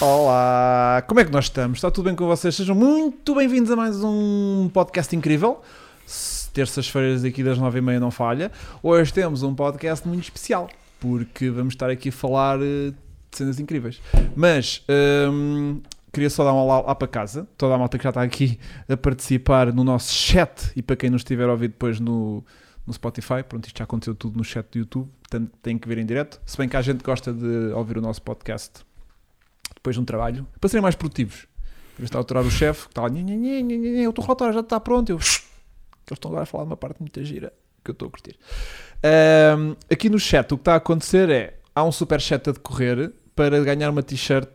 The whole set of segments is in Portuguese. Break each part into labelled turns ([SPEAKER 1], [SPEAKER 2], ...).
[SPEAKER 1] Olá, como é que nós estamos? Está tudo bem com vocês? Sejam muito bem-vindos a mais um podcast incrível. S- Terças-feiras daqui das nove e meia não falha. Hoje temos um podcast muito especial, porque vamos estar aqui a falar eh, de cenas incríveis. Mas hum, queria só dar um olá lá para casa, toda a malta que já está aqui a participar no nosso chat e para quem nos estiver a ouvir depois no, no Spotify. Pronto, isto já aconteceu tudo no chat do YouTube, portanto tem que ver em direto. Se bem que a gente que gosta de ouvir o nosso podcast depois de um trabalho, para serem mais produtivos. Em vez de estar a aturar o chefe, que está lá, "Nhe, nhe, nhe, nhe, nhe, nhe, o teu relatório já está pronto. Eu, eles estão agora a falar de uma parte muito gira que eu estou a curtir. Ahm, aqui no chat, o que está a acontecer é: há um super chat a decorrer para ganhar uma t-shirt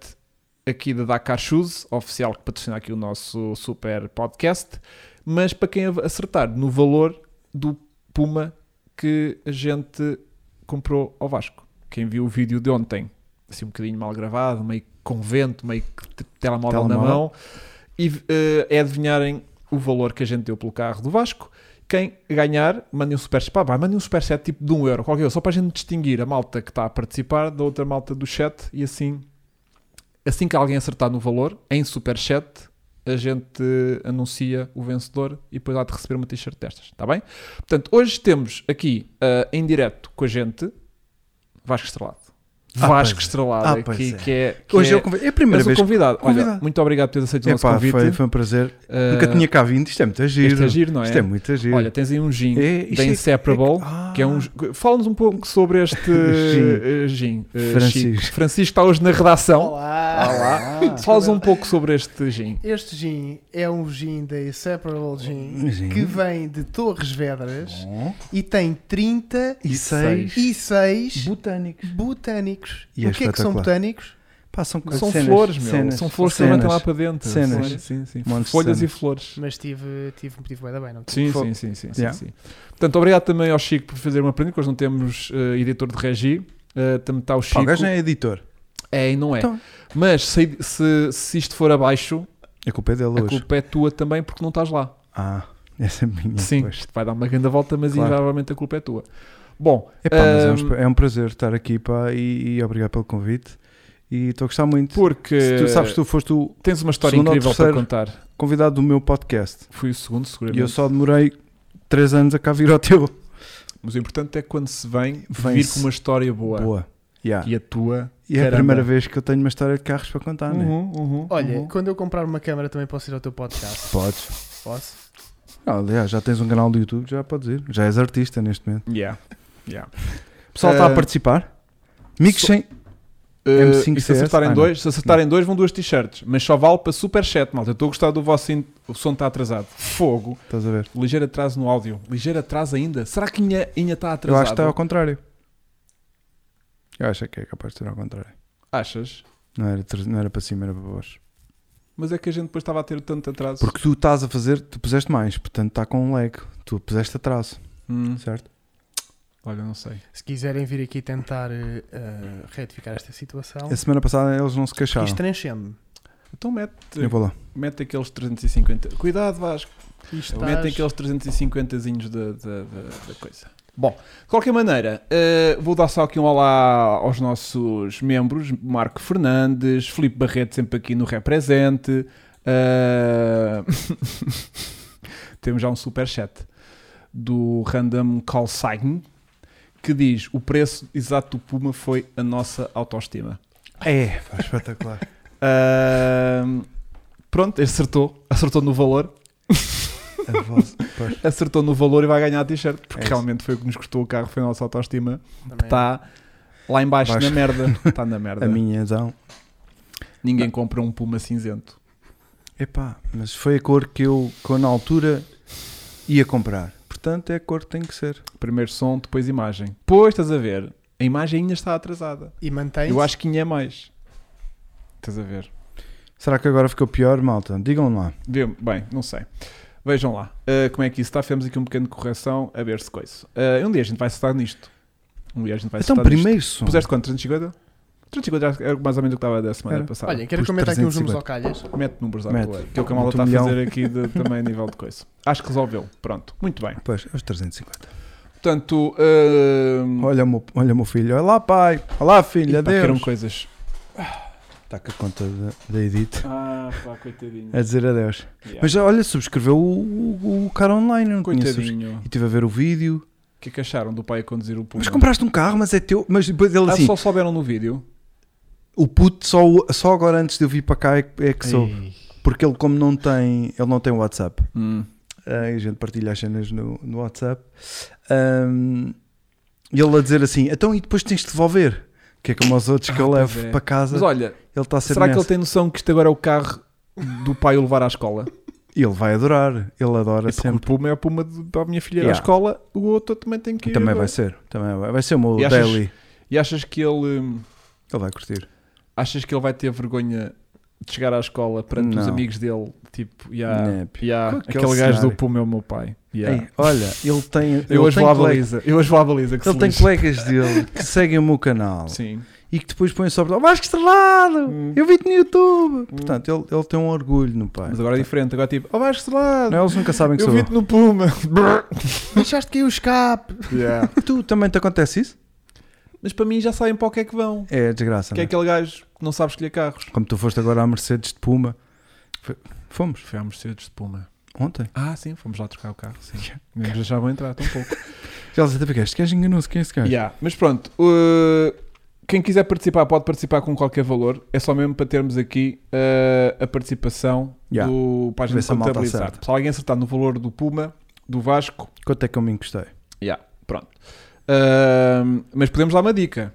[SPEAKER 1] aqui da Dakar Shoes, oficial que patrocina aqui o nosso super podcast. Mas para quem acertar no valor do Puma que a gente comprou ao Vasco. Quem viu o vídeo de ontem, assim um bocadinho mal gravado, meio convento, meio que te- telemóvel, na
[SPEAKER 2] Telemóvel.
[SPEAKER 1] mão, e eh, é adivinharem o valor que a gente deu pelo carro do Vasco. Quem ganhar, manda um super pá, vai, manda um super set tipo de 1 euro, qualquer coisa, só para a gente distinguir a malta que está a participar da outra malta do chat e assim, assim que alguém acertar no valor, em super chat, a gente eh, anuncia o vencedor e depois há de receber uma t-shirt destas, está bem? Portanto, hoje temos aqui ah, em direto com a gente Vasco Estrelado.
[SPEAKER 2] Ah,
[SPEAKER 1] Vasco
[SPEAKER 2] pois é.
[SPEAKER 1] Estrelado
[SPEAKER 2] Ah,
[SPEAKER 1] aqui,
[SPEAKER 2] pois é.
[SPEAKER 1] que é. Que
[SPEAKER 2] Hoje
[SPEAKER 1] é,
[SPEAKER 2] é, o convi- é a primeira
[SPEAKER 1] és o
[SPEAKER 2] vez.
[SPEAKER 1] convidado. Olha,
[SPEAKER 2] convidado.
[SPEAKER 1] muito obrigado por teres aceito o nosso
[SPEAKER 2] Epá,
[SPEAKER 1] convite.
[SPEAKER 2] foi, foi um prazer.
[SPEAKER 1] Ah,
[SPEAKER 2] Nunca tinha cá vindo. Isto é muito giro.
[SPEAKER 1] Este é giro, não é?
[SPEAKER 2] Isto é muito giro.
[SPEAKER 1] Olha, tens aí um gin
[SPEAKER 2] É, isto
[SPEAKER 1] da
[SPEAKER 2] é-
[SPEAKER 1] Inseparable,
[SPEAKER 2] Ah,
[SPEAKER 1] que é um. Fala-nos um pouco sobre este eh, gin. eh,
[SPEAKER 2] Francisco.
[SPEAKER 1] Chico. Francisco está hoje na redação.
[SPEAKER 3] Olá!
[SPEAKER 1] Fala-nos um pouco sobre este gin.
[SPEAKER 3] Este gin é um gin da Inseparable Gin
[SPEAKER 2] Gin.
[SPEAKER 3] que vem de Torres Vedras e tem 36
[SPEAKER 2] E seis. Botânicos.
[SPEAKER 3] botânicos.
[SPEAKER 2] E é
[SPEAKER 3] o que é que são
[SPEAKER 2] espetacular.
[SPEAKER 3] botânicos?
[SPEAKER 2] Pá, são,
[SPEAKER 1] São
[SPEAKER 2] cenas,
[SPEAKER 1] flores, meu.
[SPEAKER 2] cenas,
[SPEAKER 1] São flores que
[SPEAKER 2] cenas.
[SPEAKER 1] metem lá para dentro.
[SPEAKER 2] Cenas.
[SPEAKER 1] Flores, Sim, sim.
[SPEAKER 2] Um monte de
[SPEAKER 1] Folhas e
[SPEAKER 2] cenas.
[SPEAKER 1] flores.
[SPEAKER 3] Mas tive, tive, tive bem, bem, não tive?
[SPEAKER 1] Sim,
[SPEAKER 2] Fo-
[SPEAKER 1] sim, sim, sim, sim,
[SPEAKER 2] Yeah.
[SPEAKER 1] sim. Portanto, obrigado também ao Chico por fazer uma prenda, que hoje não temos eh, editor de regi. Eh, também está o
[SPEAKER 2] Pá,
[SPEAKER 1] Chico.
[SPEAKER 2] o gajo não é editor.
[SPEAKER 1] É e não é.
[SPEAKER 2] Então.
[SPEAKER 1] Mas se, se, se isto for abaixo,
[SPEAKER 2] A culpa é dele
[SPEAKER 1] a
[SPEAKER 2] hoje.
[SPEAKER 1] culpa é tua também porque não estás lá.
[SPEAKER 2] Ah, essa é minha.
[SPEAKER 1] Sim,
[SPEAKER 2] pois.
[SPEAKER 1] isto vai dar uma grande volta, mas
[SPEAKER 2] Claro.
[SPEAKER 1] invariavelmente a culpa é tua. Bom,
[SPEAKER 2] Epá, mas é, um,
[SPEAKER 1] ahm,
[SPEAKER 2] esp- é um prazer estar aqui pá, e, e obrigado pelo convite. E estou a gostar muito.
[SPEAKER 1] porque
[SPEAKER 2] Se tu sabes, tu foste o
[SPEAKER 1] tens uma história
[SPEAKER 2] segundo ou
[SPEAKER 1] incrível para
[SPEAKER 2] terceiro.
[SPEAKER 1] contar.
[SPEAKER 2] convidado do meu podcast.
[SPEAKER 1] Fui o segundo,
[SPEAKER 2] E
[SPEAKER 1] seguramente.
[SPEAKER 2] eu só demorei 3 anos a cá vir ao teu.
[SPEAKER 1] Mas o importante é quando se vem, vir
[SPEAKER 2] Vem-se.
[SPEAKER 1] com uma história boa.
[SPEAKER 2] Yeah.
[SPEAKER 1] E a tua.
[SPEAKER 2] E é a
[SPEAKER 1] Caramba.
[SPEAKER 2] primeira vez que eu tenho uma história de carros para contar, não é?
[SPEAKER 1] Uhum, uhum,
[SPEAKER 3] Olha,
[SPEAKER 1] uhum.
[SPEAKER 3] quando eu comprar uma câmara também posso ir ao teu podcast.
[SPEAKER 2] Podes.
[SPEAKER 3] Posso?
[SPEAKER 2] Ah, Aliás, já tens um canal do YouTube, já podes ir. Já és artista neste momento.
[SPEAKER 1] Yeah. Yeah.
[SPEAKER 2] O pessoal está
[SPEAKER 1] Eh,
[SPEAKER 2] a participar? Mix
[SPEAKER 1] so-
[SPEAKER 2] sem. M5
[SPEAKER 1] Uh, e se
[SPEAKER 2] CS?
[SPEAKER 1] acertarem
[SPEAKER 2] Ah, não.
[SPEAKER 1] dois, se acertarem dois, vão duas t-shirts, mas só vale para super chat, malta. Eu estou a gostar do vosso. in- O som está atrasado. Fogo.
[SPEAKER 2] Estás a ver?
[SPEAKER 1] Ligeiro atraso no áudio. Ligeiro atraso ainda. Será que Inha, Inha está
[SPEAKER 2] Eu
[SPEAKER 1] atrasado?
[SPEAKER 2] acho que está ao contrário. Eu acho que é capaz de ser ao contrário.
[SPEAKER 1] Achas?
[SPEAKER 2] Não era, tre- não era para cima, era para baixo.
[SPEAKER 1] Mas é que a gente depois estava a ter tanto atraso.
[SPEAKER 2] Porque tu estás a fazer, tu puseste mais, portanto está com um lag. Tu puseste atraso,
[SPEAKER 1] Hum,
[SPEAKER 2] certo?
[SPEAKER 1] olha, não sei.
[SPEAKER 3] Se quiserem vir aqui tentar eh, eh, retificar esta situação,
[SPEAKER 2] A semana passada eles
[SPEAKER 1] é
[SPEAKER 2] não se queixaram.
[SPEAKER 3] isto transcende-me.
[SPEAKER 1] Então mete,
[SPEAKER 2] Eu vou lá.
[SPEAKER 1] mete aqueles 350. Cuidado, Vasco.
[SPEAKER 3] Isto
[SPEAKER 1] Mete aqueles 350zinhos da, da, da- da coisa. Bom, de qualquer maneira, eh, vou dar só aqui um olá aos nossos membros: Marco Fernandes, Filipe Barreto, sempre aqui no Represente. eh, Temos já um superchat do Random Call Sign que diz: O preço exato do Puma foi a nossa autoestima.
[SPEAKER 2] É, pá, espetacular.
[SPEAKER 1] Ahm, Eh, pronto, acertou. Acertou no valor.
[SPEAKER 2] A voz, pois.
[SPEAKER 1] Acertou no valor e vai ganhar a t-shirt. Porque
[SPEAKER 2] É isso. É.
[SPEAKER 1] realmente foi o que nos custou o carro, foi a nossa autoestima.
[SPEAKER 3] Também.
[SPEAKER 1] Está lá embaixo
[SPEAKER 2] Baixo.
[SPEAKER 1] na merda. Está na merda.
[SPEAKER 2] A minha então.
[SPEAKER 1] Ninguém compra um Puma cinzento.
[SPEAKER 2] Epá, mas foi a cor que eu, que eu na altura ia comprar. Portanto, é a cor que tem que ser.
[SPEAKER 1] Primeiro som, depois imagem. Pois, estás a ver? A imagem ainda está atrasada.
[SPEAKER 3] E mantém
[SPEAKER 1] Eu acho que ainda é mais. Estás a ver?
[SPEAKER 2] Será que agora ficou pior, malta? Digam lá.
[SPEAKER 1] Vê- Bem, não sei. Vejam lá ah, como é que isso está. Fizemos aqui um pequeno correção a ver se coisa. Ah, um dia a gente vai acertar nisto. Um dia a gente vai
[SPEAKER 2] então,
[SPEAKER 1] acertar nisto.
[SPEAKER 2] primeiro som.
[SPEAKER 1] Puseste quanto? 350? 350 era mais ou menos o que estava da semana
[SPEAKER 2] Era.
[SPEAKER 1] passada.
[SPEAKER 3] Olha, quero
[SPEAKER 2] Pus
[SPEAKER 3] comentar aqui uns
[SPEAKER 2] 350.
[SPEAKER 3] números ao calhas.
[SPEAKER 1] Mete números à
[SPEAKER 2] Mete.
[SPEAKER 1] tua, que é o que a malta
[SPEAKER 2] Mete
[SPEAKER 1] está
[SPEAKER 2] um
[SPEAKER 1] a
[SPEAKER 2] milhão.
[SPEAKER 1] fazer aqui de- também a nível de coisa. Acho que resolveu. Pronto, muito bem.
[SPEAKER 2] Pois, é os 350.
[SPEAKER 1] Portanto, hum,
[SPEAKER 2] Olha o meu, olha o meu filho. Olha lá, pai. Olá, filho.
[SPEAKER 1] um epá, que eram
[SPEAKER 2] Adeus.
[SPEAKER 1] coisas.
[SPEAKER 2] Está com a conta da, da Edith
[SPEAKER 1] Ah, pá, coitadinho.
[SPEAKER 2] a dizer adeus.
[SPEAKER 1] Yeah.
[SPEAKER 2] É, Mas olha, subscreveu o, o, o cara online, eu não conheço.
[SPEAKER 1] Coitadinho.
[SPEAKER 2] E estive a ver o vídeo.
[SPEAKER 1] O que é que acharam do pai a conduzir o Puma?
[SPEAKER 2] Mas compraste um carro, mas é teu. Mas depois ele
[SPEAKER 1] Ah,
[SPEAKER 2] assim,
[SPEAKER 1] só souberam no vídeo.
[SPEAKER 2] o puto só, o- só agora antes de eu vir para cá é, que- é que sou.
[SPEAKER 3] Ei.
[SPEAKER 2] Porque ele, como não tem, ele não tem WhatsApp,
[SPEAKER 1] Hum.
[SPEAKER 2] ah, e a gente partilha as cenas no, no WhatsApp. Ahm, e ele a dizer assim: então e depois tens de devolver? Que é como os outros que
[SPEAKER 1] Ah,
[SPEAKER 2] eu
[SPEAKER 1] pois
[SPEAKER 2] levo
[SPEAKER 1] é.
[SPEAKER 2] para casa.
[SPEAKER 1] Mas olha,
[SPEAKER 2] ele está a ser
[SPEAKER 1] será que
[SPEAKER 2] nessa.
[SPEAKER 1] ele tem noção que isto agora é o carro do pai o levar à escola?
[SPEAKER 2] Ele vai adorar, ele adora
[SPEAKER 1] É porque o
[SPEAKER 2] sempre.
[SPEAKER 1] Puma é o Puma de- para a minha filha ir à
[SPEAKER 2] Yeah.
[SPEAKER 1] escola, o outro também tem que ir.
[SPEAKER 2] Também vai ser, também vai, vai ser o meu
[SPEAKER 1] E achas-
[SPEAKER 2] daily.
[SPEAKER 1] E achas que ele hum,
[SPEAKER 2] Ele vai curtir.
[SPEAKER 1] achas que ele vai ter vergonha de chegar à escola perante os
[SPEAKER 2] Não.
[SPEAKER 1] amigos dele? Tipo, yeah,
[SPEAKER 2] Nep.
[SPEAKER 1] yeah,
[SPEAKER 2] Com aquele
[SPEAKER 1] aquele gajo
[SPEAKER 2] cenário.
[SPEAKER 1] do Puma é o meu pai. Yeah.
[SPEAKER 2] Ei, olha, ele tem. ele
[SPEAKER 1] eu hoje
[SPEAKER 2] tem
[SPEAKER 1] vou à
[SPEAKER 2] colegas-
[SPEAKER 1] baliza. Eu hoje vou à baliza. Que se
[SPEAKER 2] Ele tem
[SPEAKER 1] lixe.
[SPEAKER 2] colegas dele que seguem o meu canal
[SPEAKER 1] Sim.
[SPEAKER 2] e que depois põem só para Vasco Estrelado,
[SPEAKER 1] Hum.
[SPEAKER 2] eu vi-te no YouTube. Portanto, ele, ele tem um orgulho no pai.
[SPEAKER 1] Mas agora é diferente. Agora tipo, oh, vais lá.
[SPEAKER 2] Não, eles nunca sabem que
[SPEAKER 1] eu
[SPEAKER 2] sou eu.
[SPEAKER 1] vi-te no Puma.
[SPEAKER 3] Deixaste cair o escape.
[SPEAKER 1] Yeah.
[SPEAKER 2] Tu também te acontece isso?
[SPEAKER 1] Mas para mim já sabem para o que é que vão.
[SPEAKER 2] É desgraça.
[SPEAKER 1] Que é
[SPEAKER 2] não é?
[SPEAKER 1] aquele gajo que não sabe escolher carros.
[SPEAKER 2] Como tu foste agora à Mercedes de Puma. F- Fomos
[SPEAKER 1] Foi à Mercedes de Puma.
[SPEAKER 2] ontem.
[SPEAKER 1] Ah, sim, fomos lá trocar o carro. Sim. Eles deixavam entrar tão pouco.
[SPEAKER 2] Já eles até ficaram, este gajo enganou-se, quem é esse gajo?
[SPEAKER 1] Yeah, Mas pronto, uh, quem quiser participar pode participar com qualquer valor. É só mesmo para termos aqui uh, a participação
[SPEAKER 2] Yeah.
[SPEAKER 1] do página
[SPEAKER 2] Ver
[SPEAKER 1] de
[SPEAKER 2] se a malta
[SPEAKER 1] contabilizar.
[SPEAKER 2] acerta.
[SPEAKER 1] Se alguém acertar no valor do Puma, do Vasco,
[SPEAKER 2] Quanto é que eu me encostei?
[SPEAKER 1] yeah, pronto. Uh, mas podemos dar uma dica.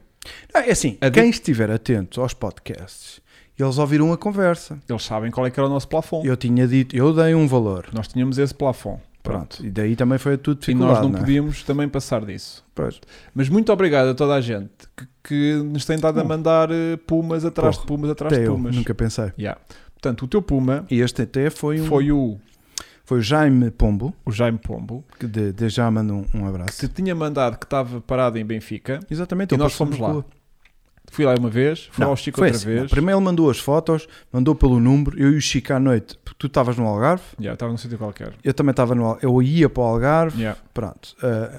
[SPEAKER 2] Ah, é assim,
[SPEAKER 1] A
[SPEAKER 2] quem estiver atento aos podcasts, eles ouviram a conversa.
[SPEAKER 1] Eles sabem qual é que era o nosso plafond.
[SPEAKER 2] Eu tinha dito, eu dei um valor.
[SPEAKER 1] Nós tínhamos esse plafond.
[SPEAKER 2] Pronto. E daí também foi tudo
[SPEAKER 1] E nós
[SPEAKER 2] dificuldade,
[SPEAKER 1] não
[SPEAKER 2] não é?
[SPEAKER 1] podíamos também passar disso.
[SPEAKER 2] Pois.
[SPEAKER 1] Mas muito obrigado a toda a gente que, que nos tem dado a
[SPEAKER 2] Hum.
[SPEAKER 1] mandar eh, pumas atrás de
[SPEAKER 2] Porra,
[SPEAKER 1] pumas atrás
[SPEAKER 2] Até
[SPEAKER 1] de
[SPEAKER 2] eu,
[SPEAKER 1] pumas.
[SPEAKER 2] nunca pensei.
[SPEAKER 1] Yeah. Portanto, o teu puma
[SPEAKER 2] E este até foi, um, foi...
[SPEAKER 1] foi o,
[SPEAKER 2] o Jaime Pombo,
[SPEAKER 1] o Jaime Pombo,
[SPEAKER 2] que de, de já mando um, um
[SPEAKER 1] que
[SPEAKER 2] abraço.
[SPEAKER 1] te tinha mandado que estava parado em Benfica.
[SPEAKER 2] Exatamente,
[SPEAKER 1] E
[SPEAKER 2] eu
[SPEAKER 1] nós
[SPEAKER 2] passo
[SPEAKER 1] fomos
[SPEAKER 2] na
[SPEAKER 1] lá.
[SPEAKER 2] rua.
[SPEAKER 1] Fui lá uma vez, fui
[SPEAKER 2] Não,
[SPEAKER 1] ao Chico
[SPEAKER 2] foi
[SPEAKER 1] outra
[SPEAKER 2] assim, não,
[SPEAKER 1] vez.
[SPEAKER 2] Primeiro ele mandou as fotos, mandou pelo número, eu e o Chico à noite, porque tu estavas no Algarve,
[SPEAKER 1] Yeah, estava num sítio qualquer.
[SPEAKER 2] eu também estava no Al- eu ia para o Algarve,
[SPEAKER 1] Yeah.
[SPEAKER 2] pronto. ah,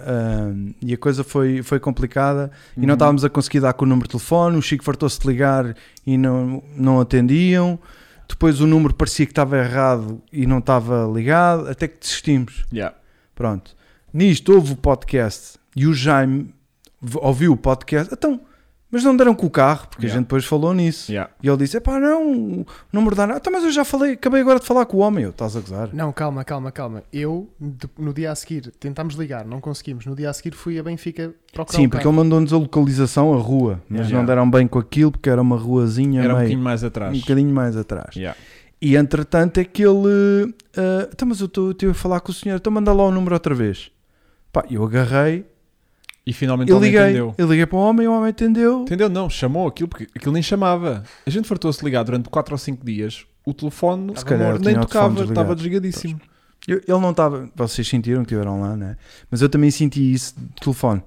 [SPEAKER 2] ah, e a coisa foi, foi complicada e
[SPEAKER 1] Uhum.
[SPEAKER 2] não estávamos a conseguir dar com o número de telefone, o Chico fartou-se de ligar e não, não atendiam. Depois o número parecia que estava errado e não estava ligado, até que desistimos.
[SPEAKER 1] Yeah.
[SPEAKER 2] Pronto. Nisto houve o podcast e o Jaime v- ouviu o podcast. Então, mas não deram com o carro, porque
[SPEAKER 1] Yeah.
[SPEAKER 2] a gente depois falou nisso.
[SPEAKER 1] Yeah.
[SPEAKER 2] E ele disse: pá, não, o número dá nada. Então, mas eu já falei, acabei agora de falar com o homem. Eu, estás a gozar?
[SPEAKER 3] Não, calma, calma, calma. Eu, de- no dia a seguir, tentámos ligar, não conseguimos. No dia a seguir fui a Benfica procurar
[SPEAKER 2] Sim,
[SPEAKER 3] o
[SPEAKER 2] porque
[SPEAKER 3] carro.
[SPEAKER 2] ele mandou-nos a localização, a rua. Mas
[SPEAKER 1] Yeah.
[SPEAKER 2] não deram bem com aquilo, porque era uma ruazinha
[SPEAKER 1] Era um
[SPEAKER 2] meio.
[SPEAKER 1] bocadinho mais atrás.
[SPEAKER 2] um bocadinho mais atrás.
[SPEAKER 1] Yeah.
[SPEAKER 2] E entretanto é que ele. ah, então, mas eu estou- estive a falar com o senhor, então manda lá o número outra vez. Pá, eu agarrei,
[SPEAKER 1] E finalmente
[SPEAKER 2] eu
[SPEAKER 1] Então ele
[SPEAKER 2] liguei,
[SPEAKER 1] entendeu.
[SPEAKER 2] eu liguei para o homem, o homem atendeu.
[SPEAKER 1] Entendeu? Não, chamou aquilo porque aquilo nem chamava. A gente fartou-se ligar durante 4 ou 5 dias. O telefone
[SPEAKER 2] Ah, Se calhar
[SPEAKER 1] amor,
[SPEAKER 2] eu
[SPEAKER 1] nem
[SPEAKER 2] tinha o telefone
[SPEAKER 1] tocava,
[SPEAKER 2] desligado.
[SPEAKER 1] estava desligadíssimo.
[SPEAKER 2] Eu- ele não estava. Vocês sentiram que estiveram lá, né? Mas eu também senti isso de telefone.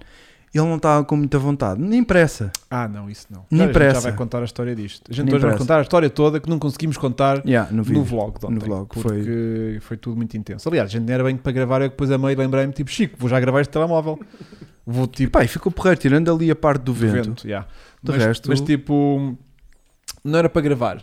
[SPEAKER 2] Ele não estava com muita vontade, nem pressa.
[SPEAKER 1] Ah, não, isso não. Cara, a
[SPEAKER 2] Nem
[SPEAKER 1] gente já
[SPEAKER 2] pressa.
[SPEAKER 1] vai contar a história disto. A gente
[SPEAKER 2] Nem
[SPEAKER 1] hoje vai
[SPEAKER 2] pressa.
[SPEAKER 1] contar a história toda que não conseguimos contar
[SPEAKER 2] Yeah, no vídeo.
[SPEAKER 1] no vlog de ontem.
[SPEAKER 2] No vlog,
[SPEAKER 1] porque foi... tudo muito intenso. Aliás, a gente não era bem para gravar, eu depois a meio lembrei-me, tipo, Chico, vou já gravar este telemóvel. Vou
[SPEAKER 2] E
[SPEAKER 1] tipo
[SPEAKER 2] pá, e ficou porreiro, tirando ali a parte do
[SPEAKER 1] vento.
[SPEAKER 2] vento.
[SPEAKER 1] yeah.
[SPEAKER 2] De
[SPEAKER 1] mas,
[SPEAKER 2] resto-
[SPEAKER 1] mas tipo, não era para gravar.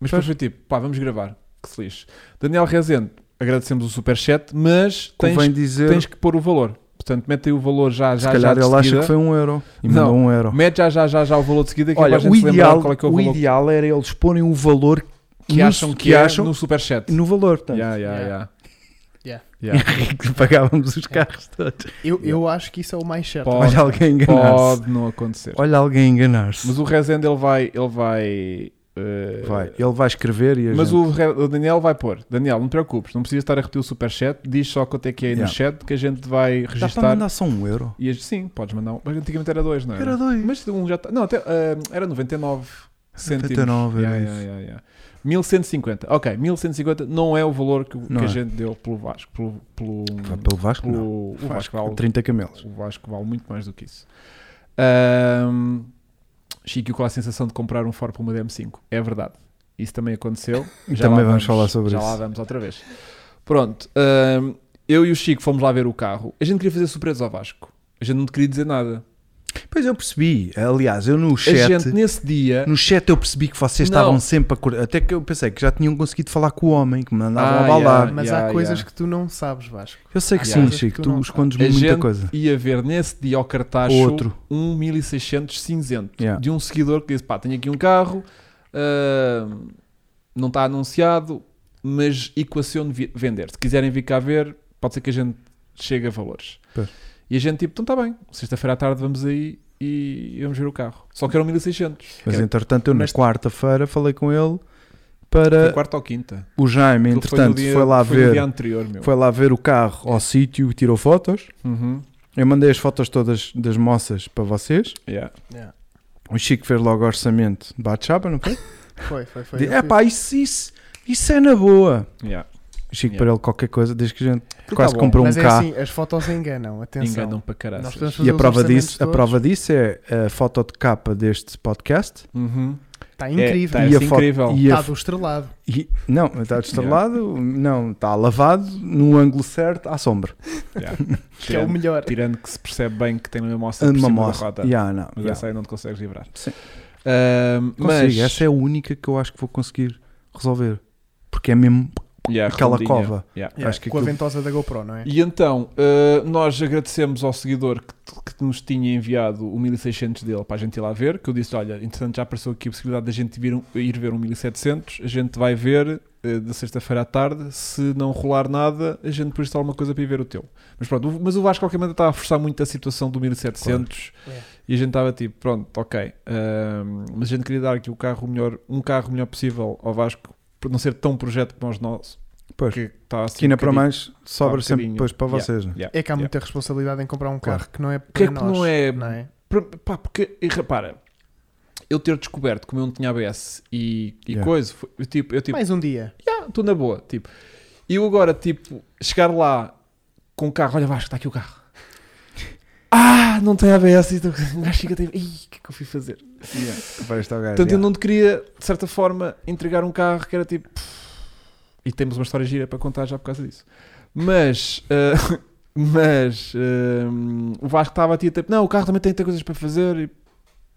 [SPEAKER 1] Mas depois
[SPEAKER 2] Pois.
[SPEAKER 1] foi tipo, pá, vamos gravar. Que se lixe. Daniel Rezende, agradecemos o superchat, mas tens,
[SPEAKER 2] Convém dizer,
[SPEAKER 1] tens que pôr o valor. Portanto, mete aí o valor já,
[SPEAKER 2] se
[SPEAKER 1] já,
[SPEAKER 2] calhar
[SPEAKER 1] já de
[SPEAKER 2] ele acha
[SPEAKER 1] seguida.
[SPEAKER 2] que foi um euro. E
[SPEAKER 1] Não.
[SPEAKER 2] mandou um euro.
[SPEAKER 1] Mete já, já, já, já o valor de seguida que é
[SPEAKER 2] Olha,
[SPEAKER 1] para a
[SPEAKER 2] o
[SPEAKER 1] gente se lembrar
[SPEAKER 2] ideal,
[SPEAKER 1] qual é que é o
[SPEAKER 2] o
[SPEAKER 1] valor
[SPEAKER 2] ideal era eles porem o valor
[SPEAKER 1] que
[SPEAKER 2] no-
[SPEAKER 1] acham que,
[SPEAKER 2] que
[SPEAKER 1] é
[SPEAKER 2] acham
[SPEAKER 1] no superchat.
[SPEAKER 2] no valor. Portanto, é
[SPEAKER 1] Yeah, yeah, yeah.
[SPEAKER 3] Yeah.
[SPEAKER 1] Yeah.
[SPEAKER 2] que pagávamos os carros todos.
[SPEAKER 3] Eu, eu acho que isso é o mais certo.
[SPEAKER 1] Pode.
[SPEAKER 2] Olha alguém enganar-se.
[SPEAKER 1] Pode não acontecer.
[SPEAKER 2] Olha alguém enganar-se.
[SPEAKER 1] Mas o Rezende ele vai. Ele vai, eh,
[SPEAKER 2] Vai, ele vai escrever e a
[SPEAKER 1] Mas
[SPEAKER 2] gente-
[SPEAKER 1] o, Re- o Daniel vai pôr. Daniel, não te preocupes, não precisas estar a repetir o superchat. Diz só quanto é que é aí no
[SPEAKER 2] Yeah.
[SPEAKER 1] chat que a gente vai
[SPEAKER 2] Dá para
[SPEAKER 1] registar.
[SPEAKER 2] mandar só um euro?
[SPEAKER 1] E a- sim, podes mandar um. Mas antigamente era dois, não era?
[SPEAKER 2] Era dois.
[SPEAKER 1] Mas um já tá- Não, até, eh, era 99 cêntimos.
[SPEAKER 2] 99 era
[SPEAKER 1] yeah,
[SPEAKER 2] isso.
[SPEAKER 1] yeah, yeah, yeah. 1150. Ok, 1150 não é o valor que, o- que
[SPEAKER 2] Não
[SPEAKER 1] a
[SPEAKER 2] é.
[SPEAKER 1] gente deu pelo Vasco. Pelo, pelo,
[SPEAKER 2] Vai pelo Vasco,
[SPEAKER 1] pelo-
[SPEAKER 2] não.
[SPEAKER 1] o Vasco vale
[SPEAKER 2] 30 camelos.
[SPEAKER 1] O Vasco vale muito mais do que isso. Ahm, Chico, qual a sensação de comprar um Ford Puma DM5? É verdade. Isso também aconteceu. Já
[SPEAKER 2] Também
[SPEAKER 1] lá
[SPEAKER 2] vamos falar sobre
[SPEAKER 1] já
[SPEAKER 2] isso.
[SPEAKER 1] lá vamos outra vez. Pronto. ahm, eu e o Chico fomos lá ver o carro. A gente queria fazer surpresa ao Vasco. A gente não te queria dizer nada.
[SPEAKER 2] Pois eu percebi. Aliás, eu no
[SPEAKER 1] A
[SPEAKER 2] chat,
[SPEAKER 1] gente nesse dia.
[SPEAKER 2] no chat eu percebi que vocês
[SPEAKER 1] Não.
[SPEAKER 2] estavam sempre a cor... Até que eu pensei que já tinham conseguido falar com o homem que me mandava
[SPEAKER 1] Ah,
[SPEAKER 2] a balar.
[SPEAKER 1] yeah.
[SPEAKER 3] Mas há coisas que tu não sabes, Vasco.
[SPEAKER 2] Eu sei que
[SPEAKER 1] Ah,
[SPEAKER 2] sim,
[SPEAKER 1] yeah.
[SPEAKER 2] Chico,
[SPEAKER 3] Tu
[SPEAKER 2] tu
[SPEAKER 3] não-
[SPEAKER 2] escondes
[SPEAKER 1] A
[SPEAKER 2] muita
[SPEAKER 1] gente
[SPEAKER 2] coisa.
[SPEAKER 1] ia ver nesse dia ao cartaz
[SPEAKER 2] Outro.
[SPEAKER 1] 1600 cinzento
[SPEAKER 2] Yeah.
[SPEAKER 1] de um seguidor que disse: pá, tenho aqui um carro, ah, não está anunciado, mas equaciono vi- vender. Se quiserem vir cá ver, pode ser que a gente chegue a valores.
[SPEAKER 2] Pois.
[SPEAKER 1] E a gente, tipo, então está bem, sexta-feira à tarde vamos aí e vamos ver o carro. Só que eram 1600.
[SPEAKER 2] Mas entretanto, eu na
[SPEAKER 1] Mas-
[SPEAKER 2] quarta-feira falei com ele
[SPEAKER 1] Foi
[SPEAKER 2] para
[SPEAKER 1] quarta ou quinta.
[SPEAKER 2] o
[SPEAKER 1] Aquilo
[SPEAKER 2] Jaime, Ah, entretanto,
[SPEAKER 1] no dia-
[SPEAKER 2] foi lá
[SPEAKER 1] foi no
[SPEAKER 2] ver.
[SPEAKER 1] dia anterior, meu.
[SPEAKER 2] Foi lá ver o carro ao sítio, tirou fotos.
[SPEAKER 1] Uhum.
[SPEAKER 2] Eu mandei as fotos todas das moças para vocês.
[SPEAKER 1] Yeah.
[SPEAKER 2] O Chico fez logo orçamento de bate-chapa, não foi?
[SPEAKER 3] Foi, foi, foi.
[SPEAKER 2] É pá, isso, isso, isso é na boa.
[SPEAKER 1] Yeah.
[SPEAKER 2] O Chico
[SPEAKER 1] Yeah.
[SPEAKER 2] para ele qualquer coisa, desde que a gente
[SPEAKER 3] Porque
[SPEAKER 2] quase
[SPEAKER 3] tá bom,
[SPEAKER 2] comprou um
[SPEAKER 3] mas é
[SPEAKER 2] carro.
[SPEAKER 3] assim, as fotos enganam, atenção.
[SPEAKER 1] Enganam para caralho.
[SPEAKER 3] Nós podemos
[SPEAKER 2] e
[SPEAKER 3] fazer
[SPEAKER 2] a
[SPEAKER 3] os
[SPEAKER 2] prova,
[SPEAKER 3] orçamentos
[SPEAKER 2] disso, a
[SPEAKER 3] todos.
[SPEAKER 2] prova disso é a foto de capa deste podcast.
[SPEAKER 1] Uhum.
[SPEAKER 3] Está Tá incrível.
[SPEAKER 1] É,
[SPEAKER 2] e a
[SPEAKER 1] isso
[SPEAKER 2] foto,
[SPEAKER 1] incrível.
[SPEAKER 2] E a,
[SPEAKER 3] Está do estrelado.
[SPEAKER 2] e- não, está destalado, não, está lavado no ângulo certo, à sombra.
[SPEAKER 1] Yeah.
[SPEAKER 3] Que é o melhor.
[SPEAKER 1] Tirando que se percebe bem que tem uma moça por
[SPEAKER 2] Uma
[SPEAKER 1] cima da
[SPEAKER 2] moça.
[SPEAKER 1] roda.
[SPEAKER 2] Yeah, não,
[SPEAKER 1] Mas
[SPEAKER 2] yeah.
[SPEAKER 1] essa é- aí não te consegues livrar.
[SPEAKER 2] Sim.
[SPEAKER 1] Ahm, mas
[SPEAKER 2] Consigo, essa é a única que eu acho que vou conseguir resolver. Porque é mesmo.
[SPEAKER 1] Yeah,
[SPEAKER 2] aquela
[SPEAKER 1] redondinha.
[SPEAKER 2] cova.
[SPEAKER 1] Yeah.
[SPEAKER 3] Yeah,
[SPEAKER 2] Acho que
[SPEAKER 3] com a
[SPEAKER 2] aquilo-
[SPEAKER 3] ventosa da GoPro, não é?
[SPEAKER 1] E então, ah, nós agradecemos ao seguidor que, que nos tinha enviado o 1600 dele para a gente ir lá ver, que eu disse, olha, interessante, já apareceu aqui a possibilidade da gente vir, um- ir ver um 1700, a gente vai ver ah, de sexta-feira à tarde, se não rolar nada, a gente depois instala uma coisa para ir ver o teu. Mas pronto, o- mas o Vasco, de qualquer maneira, estava a forçar muito a situação do 1700
[SPEAKER 3] Claro. É.
[SPEAKER 1] e a gente estava tipo, pronto, ok, ahm, mas a gente queria dar aqui o carro melhor, um carro melhor possível ao Vasco, por não ser tão projeto como nós nosso,
[SPEAKER 2] Pois.
[SPEAKER 1] que está assim um
[SPEAKER 2] Esquina para
[SPEAKER 1] bocadinho-
[SPEAKER 2] mais, sobra
[SPEAKER 1] um
[SPEAKER 2] sempre
[SPEAKER 1] bocadinho.
[SPEAKER 2] depois para
[SPEAKER 1] Yeah.
[SPEAKER 2] vocês. né?
[SPEAKER 1] Yeah,
[SPEAKER 3] É que há
[SPEAKER 1] yeah.
[SPEAKER 3] muita responsabilidade em comprar um
[SPEAKER 2] Claro.
[SPEAKER 3] carro que não é para
[SPEAKER 1] que é que
[SPEAKER 3] nós,
[SPEAKER 1] não é-
[SPEAKER 3] não é?
[SPEAKER 1] Pra- Pá, porque, e repara, eu ter descoberto que o meu não tinha ABS e, e
[SPEAKER 2] Yeah.
[SPEAKER 1] coisa, foi- eu tipo, eu tipo,
[SPEAKER 3] Mais um dia.
[SPEAKER 1] estou na boa, tipo. E eu agora, tipo, chegar lá com o carro, olha Vasco, está aqui o carro. Ah, não tem ABS, então o gajo fica tipo, "Ih, o que é que eu fui fazer?
[SPEAKER 2] Vai estar o gajo,
[SPEAKER 1] Portanto, eu
[SPEAKER 2] yeah.
[SPEAKER 1] não te queria, de certa forma, entregar um carro que era tipo. pff, E temos uma história gira para contar já por causa disso. Mas. ah, mas. ah, o Vasco estava a ti tipo. Não, o carro também tem que ter coisas para fazer e.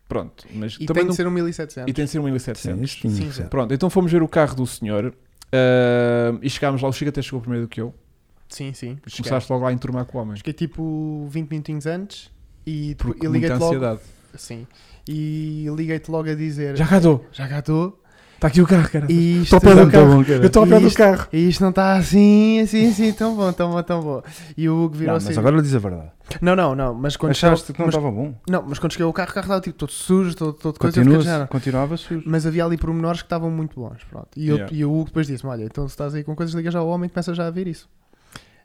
[SPEAKER 1] Pronto. Mas
[SPEAKER 3] E
[SPEAKER 1] também
[SPEAKER 3] tem
[SPEAKER 1] não.
[SPEAKER 3] de ser é. um 1700.
[SPEAKER 1] E tem de ser um
[SPEAKER 2] Sim,
[SPEAKER 1] 1700.
[SPEAKER 2] isso tinha
[SPEAKER 3] Sim,
[SPEAKER 2] que ser.
[SPEAKER 1] Pronto, então fomos ver o carro do senhor. ah, e chegámos lá. O Chico até chegou primeiro do que eu.
[SPEAKER 3] Sim, sim.
[SPEAKER 1] Começaste logo lá a enturmar com o homem.
[SPEAKER 3] Acho que é tipo 20 minutinhos antes e, depois-
[SPEAKER 1] Porque
[SPEAKER 3] e
[SPEAKER 1] muita
[SPEAKER 3] liguei-te logo.
[SPEAKER 1] ansiedade.
[SPEAKER 3] Sim. E liguei-te logo a dizer:
[SPEAKER 1] Já cá estou.
[SPEAKER 3] já cá estou.
[SPEAKER 1] Está aqui o carro, cara.
[SPEAKER 3] E isto,
[SPEAKER 1] Estou ao pé do
[SPEAKER 2] Tá
[SPEAKER 1] carro.
[SPEAKER 2] bom, cara.
[SPEAKER 1] Eu estou ao pé do
[SPEAKER 3] Isto-
[SPEAKER 1] carro.
[SPEAKER 3] e isto não está assim, assim, assim, tão bom, tão bom, tão bom. E o Hugo virou
[SPEAKER 2] Não,
[SPEAKER 3] assim.
[SPEAKER 2] mas agora diz a verdade.
[SPEAKER 3] Não, não, não, mas quando
[SPEAKER 2] Achaste
[SPEAKER 3] chegou-
[SPEAKER 2] que não
[SPEAKER 3] mas-
[SPEAKER 2] estava bom.
[SPEAKER 3] Não, mas quando cheguei ao carro, o carro estava tipo todo sujo, todo, todo coisa. eu fiquei de
[SPEAKER 2] Continua,
[SPEAKER 3] género.
[SPEAKER 2] continuava sujo.
[SPEAKER 3] Mas havia ali pormenores que estavam muito bons. Pronto. E, eu,
[SPEAKER 1] Yeah.
[SPEAKER 3] e o Hugo depois disse-me: Olha, então se estás aí com coisas, liga já ao homem e começa já a ver isso.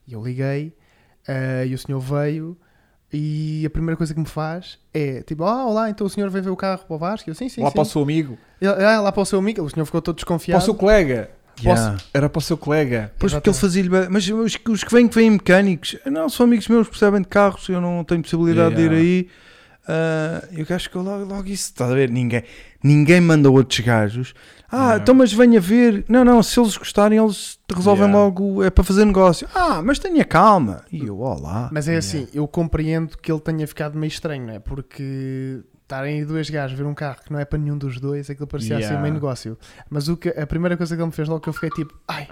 [SPEAKER 3] E eu liguei eh, e o senhor veio. E a primeira coisa que me faz é tipo: Ah, olá, então o senhor veio ver o carro para o Vasco? Eu, sim, sim.
[SPEAKER 1] lá
[SPEAKER 3] sim.
[SPEAKER 1] para o seu amigo.
[SPEAKER 3] Ele, ah, lá para o seu amigo. O senhor ficou todo
[SPEAKER 1] Para o
[SPEAKER 3] desconfiado.
[SPEAKER 1] seu colega.
[SPEAKER 2] Yeah.
[SPEAKER 1] Era para o seu colega.
[SPEAKER 2] Pois porque ele fazia-lhe bem. Mas os, que- os que vêm, que vêm mecânicos, não, são amigos meus, percebem de carros, eu não tenho possibilidade de
[SPEAKER 1] Yeah.
[SPEAKER 2] ir aí. Ah, eu acho que eu logo, logo isso, estás a ver? Ninguém, ninguém manda outros gajos. Ah,
[SPEAKER 1] Yeah.
[SPEAKER 2] então mas venha ver. Não, não, se eles gostarem, eles te resolvem
[SPEAKER 1] Yeah.
[SPEAKER 2] logo, é para fazer negócio. Ah, mas tenha calma. E eu, olá.
[SPEAKER 3] Mas é assim, eu compreendo que ele tenha ficado meio estranho, não é? Porque estarem aí dois gajos a ver um carro que não é para nenhum dos dois, aquilo parecia assim
[SPEAKER 1] Yeah.
[SPEAKER 3] meio negócio. Mas o que, a primeira coisa que ele me fez logo que eu fiquei tipo, ai,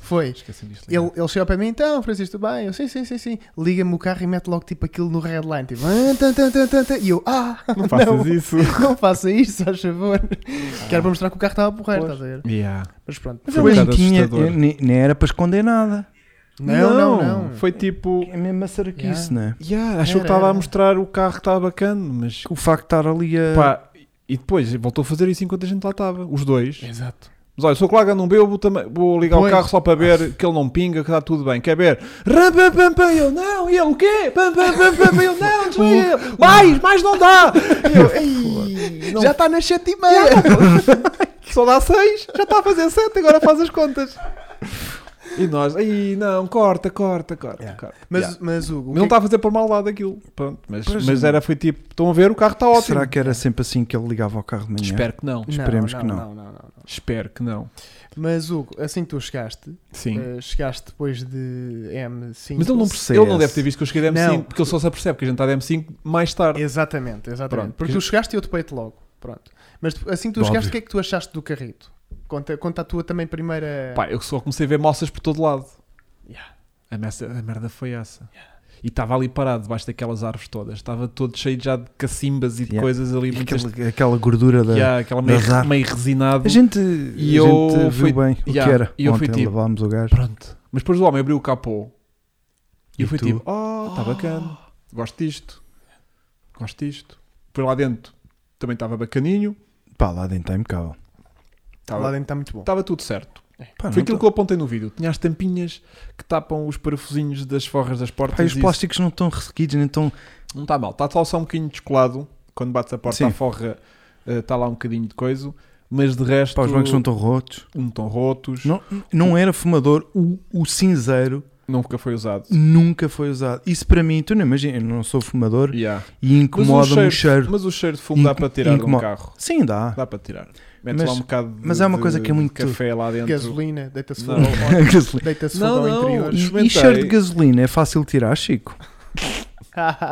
[SPEAKER 3] foi.
[SPEAKER 1] Esqueci disto.
[SPEAKER 3] Ele, ele chegou para mim, então, Francisco, tudo bem? Eu, sim, sim, sim, sim. Liga-me o carro e mete logo tipo aquilo no headline, tipo, "Ah, tan, tan, tan, tan, tan." e eu, ah,
[SPEAKER 1] Não faças
[SPEAKER 3] isso. Não faça isso, faz favor. Que era para mostrar que o carro estava a porrer,
[SPEAKER 2] Pois.
[SPEAKER 3] estás a ver?
[SPEAKER 1] Yeah.
[SPEAKER 3] Mas pronto.
[SPEAKER 2] Mas
[SPEAKER 1] foi um
[SPEAKER 2] ele nem
[SPEAKER 1] bocado
[SPEAKER 2] tinha,
[SPEAKER 1] assustador.
[SPEAKER 2] nem, nem era para esconder nada.
[SPEAKER 3] Não, não, não.
[SPEAKER 1] Foi tipo.
[SPEAKER 2] É mesmo a saraquice,
[SPEAKER 3] Yeah.
[SPEAKER 2] não é?
[SPEAKER 1] Yeah, achou
[SPEAKER 3] Era,
[SPEAKER 1] que estava a
[SPEAKER 3] era.
[SPEAKER 1] mostrar o carro que estava bacana, mas.
[SPEAKER 2] O facto de estar ali a.
[SPEAKER 1] Pá, e depois voltou a fazer isso enquanto a gente lá estava, os dois.
[SPEAKER 3] Exato.
[SPEAKER 1] Mas olha, se o colega não bebo, também vou ligar
[SPEAKER 3] Pois.
[SPEAKER 1] o carro só para ver que ele não pinga, que está tudo bem. Quer ver? Ram, pam, pam, pam, eu não, e ele o quê? Pam, pam, pam, pam, eu não, desliga ele. mais, mais não dá. Eu, ei, não,
[SPEAKER 3] Já está nas sete e meia.
[SPEAKER 1] só dá seis já está a fazer sete agora faz as contas. E nós, aí não, corta, corta, corta.
[SPEAKER 3] Yeah.
[SPEAKER 1] corta.
[SPEAKER 3] Mas,
[SPEAKER 1] Yeah.
[SPEAKER 3] mas Hugo, o
[SPEAKER 1] Mas
[SPEAKER 3] que
[SPEAKER 1] Não
[SPEAKER 3] é
[SPEAKER 1] está a fazer por mal lado aquilo. Pronto, mas,
[SPEAKER 2] Pois
[SPEAKER 1] mas
[SPEAKER 2] não.
[SPEAKER 1] era, foi tipo, estão a ver, o carro está ótimo.
[SPEAKER 2] Será que era sempre assim que ele ligava ao carro de manhã?
[SPEAKER 1] Espero que não.
[SPEAKER 3] que-
[SPEAKER 2] Esperemos que não.
[SPEAKER 3] Não, não, não, não.
[SPEAKER 1] Espero que não.
[SPEAKER 3] Mas Hugo, assim que tu chegaste,
[SPEAKER 1] Sim.
[SPEAKER 3] eh, chegaste depois de M5.
[SPEAKER 1] mas ele não, percebe, ele não deve ter visto que eu cheguei de M5,
[SPEAKER 3] Não.
[SPEAKER 1] porque ele só se apercebe que a gente está de M5 mais tarde.
[SPEAKER 3] Exatamente, exatamente.
[SPEAKER 1] Pronto,
[SPEAKER 3] Porque
[SPEAKER 1] que-
[SPEAKER 3] tu chegaste e eu te peito logo. Pronto. Mas tu- assim que tu
[SPEAKER 2] Óbvio.
[SPEAKER 3] chegaste, o que é que tu achaste do carrito? Conta, conta a tua também primeira.
[SPEAKER 1] Pá, eu só comecei a ver moças por todo lado.
[SPEAKER 3] Yeah.
[SPEAKER 1] A, messa- a merda foi essa. E estava ali parado, debaixo daquelas árvores todas. Estava todo cheio já de cacimbas e de
[SPEAKER 2] Yeah.
[SPEAKER 1] coisas ali.
[SPEAKER 2] E
[SPEAKER 1] muitas-
[SPEAKER 2] aquela, aquela gordura da.
[SPEAKER 1] Yeah, aquela meio,
[SPEAKER 2] da ra-
[SPEAKER 1] meio resinado.
[SPEAKER 2] A gente, a
[SPEAKER 1] eu
[SPEAKER 2] gente viu
[SPEAKER 1] fui-
[SPEAKER 2] bem o que
[SPEAKER 1] Yeah,
[SPEAKER 2] era.
[SPEAKER 1] e eu fui
[SPEAKER 2] Ontem
[SPEAKER 1] tipo-
[SPEAKER 2] levámos o gajo.
[SPEAKER 1] Pronto. Mas depois o homem abriu o capô e,
[SPEAKER 2] E
[SPEAKER 1] eu fui
[SPEAKER 2] tu?
[SPEAKER 1] tipo, oh, está bacana, gosto disto, gosto disto. Por lá dentro também estava bacaninho,
[SPEAKER 2] Pá, lá dentro é impecável.
[SPEAKER 3] Tá, Lá
[SPEAKER 1] estava
[SPEAKER 3] dentro está muito bom.
[SPEAKER 2] Tá
[SPEAKER 1] estava tudo certo.
[SPEAKER 2] Pá,
[SPEAKER 1] Foi
[SPEAKER 2] não
[SPEAKER 1] aquilo
[SPEAKER 2] tá-
[SPEAKER 1] que eu apontei no vídeo. Tinha as tampinhas que tapam os parafusinhos das forras das portas.
[SPEAKER 2] Pá, e os
[SPEAKER 1] e isso
[SPEAKER 2] plásticos não estão ressequidos, nem estão.
[SPEAKER 1] Não está mal, está só só um bocadinho descolado. Quando bates a porta,
[SPEAKER 2] Sim.
[SPEAKER 1] a forra eh, está lá um bocadinho de coisa. Mas de resto,
[SPEAKER 2] Pá, os bancos não estão rotos.
[SPEAKER 1] não estão rotos,
[SPEAKER 2] Não, não era fumador, o, o cinzeiro
[SPEAKER 1] nunca foi usado.
[SPEAKER 2] nunca foi usado. Isso para mim, tu não imagina, eu não sou fumador
[SPEAKER 1] Yeah.
[SPEAKER 2] e incomoda-me o
[SPEAKER 1] cheiro-
[SPEAKER 2] cheiro.
[SPEAKER 1] Mas o cheiro de fumo dá
[SPEAKER 2] Inco-
[SPEAKER 1] para tirar de um
[SPEAKER 2] incomoda.
[SPEAKER 1] carro.
[SPEAKER 2] Sim, dá.
[SPEAKER 1] Dá para tirar. Mete
[SPEAKER 2] Mas-
[SPEAKER 1] lá um bocado de,
[SPEAKER 2] mas há uma coisa
[SPEAKER 1] de-
[SPEAKER 2] que é
[SPEAKER 1] de
[SPEAKER 2] muito-
[SPEAKER 1] café lá dentro.
[SPEAKER 3] Gasolina, deita-se
[SPEAKER 1] Não.
[SPEAKER 3] fogo ao óleo,
[SPEAKER 2] Gasolina.
[SPEAKER 3] deita-se
[SPEAKER 1] Não,
[SPEAKER 3] fogo ao
[SPEAKER 1] não.
[SPEAKER 3] interior.
[SPEAKER 2] E,
[SPEAKER 1] Experimentei.
[SPEAKER 2] e cheiro de gasolina é fácil tirar, Chico?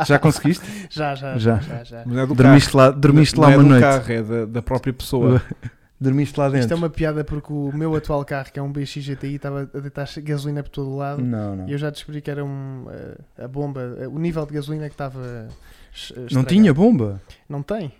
[SPEAKER 2] Já conseguiste?
[SPEAKER 3] já, já,
[SPEAKER 2] Já.
[SPEAKER 3] já, já, já.
[SPEAKER 1] Não é do
[SPEAKER 2] Dormiste lá,
[SPEAKER 1] carro.
[SPEAKER 2] dormiste
[SPEAKER 1] Não
[SPEAKER 2] lá
[SPEAKER 1] é
[SPEAKER 2] uma
[SPEAKER 1] do
[SPEAKER 2] noite.
[SPEAKER 1] carro, é da, da própria pessoa. Ah,
[SPEAKER 2] Dormiste lá
[SPEAKER 3] Isto é
[SPEAKER 2] dentro.
[SPEAKER 3] uma piada porque o meu atual carro, que é um BX GTI, estava a deitar gasolina por todo o lado
[SPEAKER 2] Não, não.
[SPEAKER 3] e eu já descobri que era um, eh, a bomba, eh, o nível de gasolina que estava. es- eh,
[SPEAKER 2] Não
[SPEAKER 3] estragado.
[SPEAKER 2] tinha É. bomba?
[SPEAKER 3] Não tem,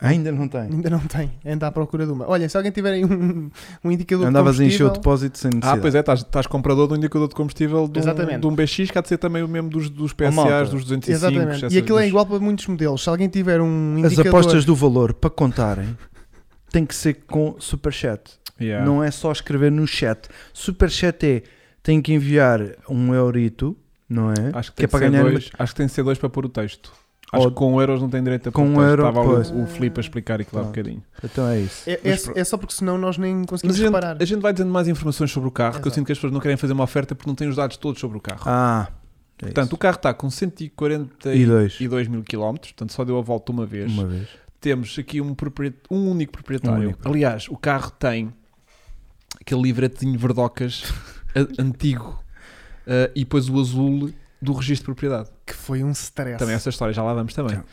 [SPEAKER 2] Ainda não tem.
[SPEAKER 3] ainda não tem. Anda à procura de uma. Olha, se alguém tiver aí um, um indicador
[SPEAKER 2] Andavas a
[SPEAKER 3] de
[SPEAKER 2] encher o
[SPEAKER 3] combustível,
[SPEAKER 2] depósito sem
[SPEAKER 1] Ah,
[SPEAKER 2] necessidade.
[SPEAKER 1] pois é, estás, estás comprador de um indicador de combustível de um,
[SPEAKER 3] Exatamente.
[SPEAKER 1] de um BX, que há de ser também o mesmo dos, dos
[SPEAKER 2] malta.
[SPEAKER 1] PSAs, dos 205.
[SPEAKER 3] Exatamente.
[SPEAKER 1] essas-
[SPEAKER 3] E aquilo é
[SPEAKER 1] dos-
[SPEAKER 3] igual para muitos modelos. Se alguém tiver um
[SPEAKER 2] As
[SPEAKER 3] indicador.
[SPEAKER 2] apostas do valor para contarem tem que ser com superchat.
[SPEAKER 1] Yeah.
[SPEAKER 2] Não é só escrever no chat. Superchat é tem que enviar um eurito, não é?
[SPEAKER 1] Acho que,
[SPEAKER 2] Que
[SPEAKER 1] tem
[SPEAKER 2] é para
[SPEAKER 1] que ser
[SPEAKER 2] ganhar
[SPEAKER 1] dois, acho que tem que ser dois para pôr o texto. Acho
[SPEAKER 2] Ou-
[SPEAKER 1] que com euros não tem direito a pôr
[SPEAKER 2] Com um
[SPEAKER 1] texto.
[SPEAKER 2] euro,
[SPEAKER 1] Estava
[SPEAKER 2] pois.
[SPEAKER 1] o, o Filipe a explicar aquilo há
[SPEAKER 2] Pronto.
[SPEAKER 1] bocadinho.
[SPEAKER 2] Então é isso.
[SPEAKER 3] É, é-
[SPEAKER 1] Mas pro-
[SPEAKER 3] é só porque senão nós nem
[SPEAKER 1] Mas
[SPEAKER 3] conseguimos
[SPEAKER 1] a gente,
[SPEAKER 3] reparar.
[SPEAKER 1] a gente vai dizendo mais informações sobre o carro, que eu
[SPEAKER 3] Exato.
[SPEAKER 1] sinto que as pessoas não querem fazer uma oferta porque não têm os dados todos sobre o carro.
[SPEAKER 2] Ah, é
[SPEAKER 1] Portanto, o carro está com 140
[SPEAKER 2] isso. e dois.
[SPEAKER 1] e 2 mil quilómetros, portanto só deu a volta uma vez.
[SPEAKER 2] Uma vez.
[SPEAKER 1] Temos aqui um, propriet- um único proprietário.
[SPEAKER 2] Um único.
[SPEAKER 1] Aliás, o carro tem aquele livretinho verdocas a- antigo ah, e depois o azul do registro de propriedade.
[SPEAKER 3] Que foi um stress.
[SPEAKER 2] é
[SPEAKER 1] Também essa história, já lá vamos também.
[SPEAKER 2] Tá.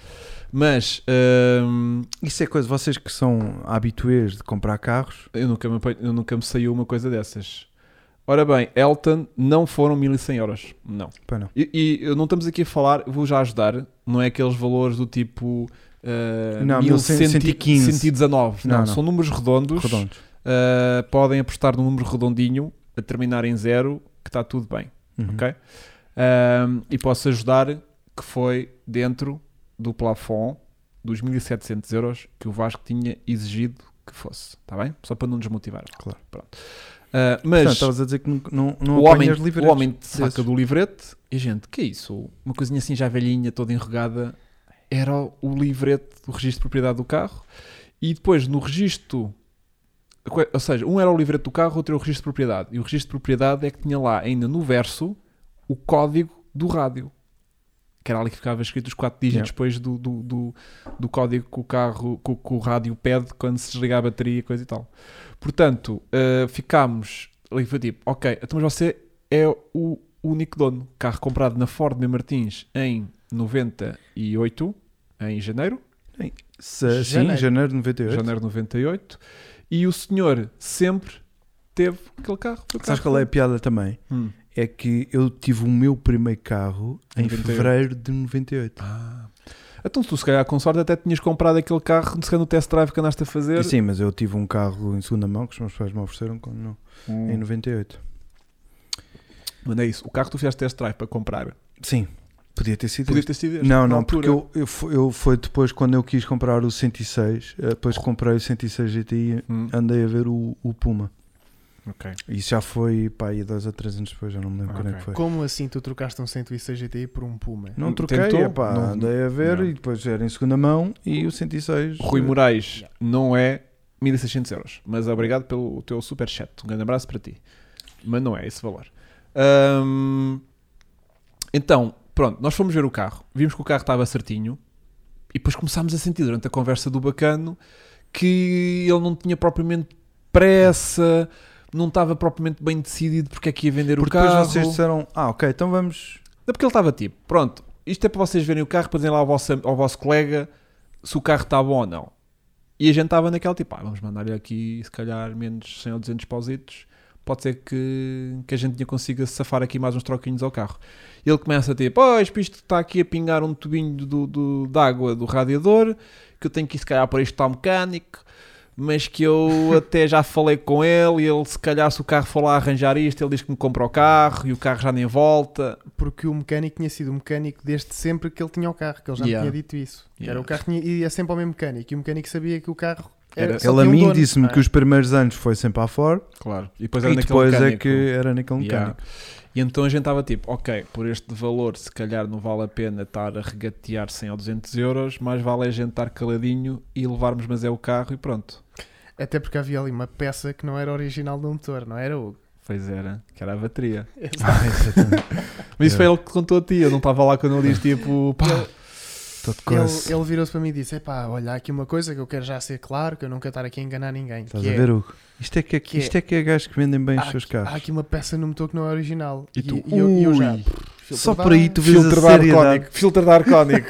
[SPEAKER 1] Mas ehm, ahm,
[SPEAKER 2] Isso é coisa, vocês que são habituês de comprar carros,
[SPEAKER 1] eu, nunca me, apanho- eu nunca me saiu uma coisa dessas. Ora bem, Elton não foram 1100 euros, não.
[SPEAKER 2] pá, não.
[SPEAKER 1] E, e eu não estamos aqui a falar, vou já ajudar, não é aqueles valores do tipo uh,
[SPEAKER 2] Não, 1115.
[SPEAKER 1] 1119. Não,
[SPEAKER 2] Não, não.
[SPEAKER 1] são números redondos.
[SPEAKER 2] Redondos.
[SPEAKER 1] uh, podem apostar num número redondinho, a terminar em zero, que está tudo bem.
[SPEAKER 2] Uhum.
[SPEAKER 1] Ok? Um, e posso ajudar que foi dentro do plafond dos 1700 euros que o Vasco tinha exigido que fosse. Está bem? Só para não desmotivar.
[SPEAKER 2] Claro.
[SPEAKER 1] Pronto. Uh,
[SPEAKER 2] Portanto,
[SPEAKER 1] mas
[SPEAKER 2] estavas a dizer que não, não, não
[SPEAKER 1] o homem,
[SPEAKER 2] apanhas livretos.
[SPEAKER 1] o homem saca
[SPEAKER 2] desses.
[SPEAKER 1] do livrete e gente, que é isso? Uma coisinha assim já velhinha, toda enrugada, era o livrete do registro de propriedade do carro e depois no registro, ou seja, um era o livrete do carro, outro era o registro de propriedade e o registro de propriedade é que tinha lá ainda no verso o código do rádio. Que era ali que ficava escrito os quatro dígitos
[SPEAKER 2] Yeah.
[SPEAKER 1] depois do, do, do, do código que o carro, que, o- que o rádio pede quando se desliga a bateria e coisa e tal. Portanto, eh, ficámos ali foi tipo, ok, então mas você é o único dono. Carro comprado na Ford de Martins em 98, em janeiro,
[SPEAKER 2] Se, Sim,
[SPEAKER 3] Janeiro.
[SPEAKER 2] janeiro de 98.
[SPEAKER 1] janeiro de 98, e o senhor sempre teve aquele carro. foi o
[SPEAKER 2] Sabes
[SPEAKER 1] carro
[SPEAKER 2] qual é a
[SPEAKER 1] dele.
[SPEAKER 2] piada também?
[SPEAKER 1] Hum.
[SPEAKER 2] É que eu tive o meu primeiro carro em
[SPEAKER 1] 98.
[SPEAKER 2] fevereiro de 98.
[SPEAKER 1] Ah. Então tu se calhar com sorte até tinhas comprado aquele carro, se calhar no test drive que andaste a fazer.
[SPEAKER 2] E sim, mas eu tive um carro em segunda mão que os meus pais me ofereceram quando não,
[SPEAKER 1] Hum.
[SPEAKER 2] em 98.
[SPEAKER 1] Mas não é isso, o carro que tu fizeste test drive para comprar,
[SPEAKER 2] Sim, podia ter sido.
[SPEAKER 1] podia
[SPEAKER 2] este.
[SPEAKER 1] ter sido este,
[SPEAKER 2] Não,
[SPEAKER 1] na
[SPEAKER 2] não,
[SPEAKER 1] altura.
[SPEAKER 2] porque eu, eu, fui- eu foi depois quando eu quis comprar o 106, eh, depois comprei o 106 GTI,
[SPEAKER 1] Hum.
[SPEAKER 2] andei a ver o, o Puma.
[SPEAKER 1] Ok.
[SPEAKER 2] Isso já foi, pá, aí dois ou três anos depois, já não me lembro quando é que
[SPEAKER 1] Ok.
[SPEAKER 2] foi.
[SPEAKER 3] Como assim tu trocaste um 106 GTI por um Puma?
[SPEAKER 2] Não
[SPEAKER 1] Não
[SPEAKER 2] troquei,
[SPEAKER 1] tentou?
[SPEAKER 2] epá,
[SPEAKER 1] Não-
[SPEAKER 2] andei a ver
[SPEAKER 1] não.
[SPEAKER 2] e depois era em segunda mão e o 106.
[SPEAKER 1] Rui
[SPEAKER 2] eh,
[SPEAKER 1] Moraes não é 1600 euros, mas obrigado pelo teu super chat. Um grande abraço para ti. mas não é esse valor. Ahm, então, pronto, nós fomos ver o carro, vimos que o carro estava certinho e depois começámos a sentir durante a conversa do bacano que ele não tinha propriamente pressa, não estava propriamente bem decidido porque é que ia vender
[SPEAKER 2] Porque
[SPEAKER 1] o carro.
[SPEAKER 2] depois vocês disseram, ah, ok, então vamos.
[SPEAKER 1] É porque ele estava tipo, pronto, isto é para vocês verem o carro, para dizerem lá ao vosso, ao vosso colega se o carro está bom ou não. E a gente estava naquela tipo, ah, vamos mandar-lhe aqui se calhar menos 100 ou 200 pausitos, pode ser que, que a gente ainda consiga safar aqui mais uns troquinhos ao carro. E ele começa tipo, pois, pá, isto está aqui a pingar um tubinho do, do, de água do radiador, que eu tenho que ir se calhar para isto ao mecânico, mas que eu até já falei com ele e ele se calhar se o carro for lá arranjar isto, ele diz que me compra o carro e o carro já nem volta.
[SPEAKER 3] Porque o mecânico tinha sido o mecânico desde sempre que ele tinha o carro, que ele já
[SPEAKER 1] Yeah.
[SPEAKER 3] me tinha dito isso. Que Era
[SPEAKER 1] Yeah.
[SPEAKER 3] o carro que tinha, ia sempre ao mesmo mecânico e o mecânico sabia que o carro era,
[SPEAKER 1] Era-
[SPEAKER 3] só
[SPEAKER 2] Ele a
[SPEAKER 3] tinha um
[SPEAKER 2] mim
[SPEAKER 3] dono,
[SPEAKER 2] disse-me
[SPEAKER 3] não é?
[SPEAKER 2] que os primeiros anos foi sempre à Ford
[SPEAKER 1] Claro. E depois era
[SPEAKER 2] e
[SPEAKER 1] naquele
[SPEAKER 2] depois é
[SPEAKER 1] mecânico.
[SPEAKER 2] que era naquele
[SPEAKER 1] Yeah.
[SPEAKER 2] mecânico.
[SPEAKER 1] E então a gente estava tipo, ok, por este valor se calhar não vale a pena estar a regatear 100 ou 200 euros, mais vale a gente estar caladinho e levarmos mas é o carro e pronto.
[SPEAKER 3] Ah, Até porque havia ali uma peça que não era original do motor, não era o.
[SPEAKER 1] Pois era, que era a bateria.
[SPEAKER 2] Ah, exatamente.
[SPEAKER 1] Mas isso
[SPEAKER 2] Yeah.
[SPEAKER 1] foi ele que contou a ti, eu não estava lá quando ele diz tipo, pá,
[SPEAKER 2] Estou de
[SPEAKER 3] Ele,
[SPEAKER 2] coração.
[SPEAKER 3] ele virou-se para mim e disse: Epá, olha, há aqui uma coisa que eu quero já ser claro, que eu não quero estar aqui a enganar ninguém.
[SPEAKER 2] Estás
[SPEAKER 3] que
[SPEAKER 2] a
[SPEAKER 3] é,
[SPEAKER 2] ver, Hugo? Isto é que é,
[SPEAKER 3] que é-
[SPEAKER 2] isto é, que é gajo que vendem bem
[SPEAKER 3] há,
[SPEAKER 2] os seus
[SPEAKER 3] aqui- há
[SPEAKER 2] carros.
[SPEAKER 3] aqui uma peça no motor que não é original.
[SPEAKER 1] E tu,
[SPEAKER 3] e eu, e eu já.
[SPEAKER 1] ui,
[SPEAKER 3] filtro
[SPEAKER 2] Só
[SPEAKER 3] de
[SPEAKER 2] por aí
[SPEAKER 3] ar.
[SPEAKER 2] tu vês a
[SPEAKER 1] filtro de
[SPEAKER 2] seriedade.
[SPEAKER 1] arcónico, filtro de arcónico.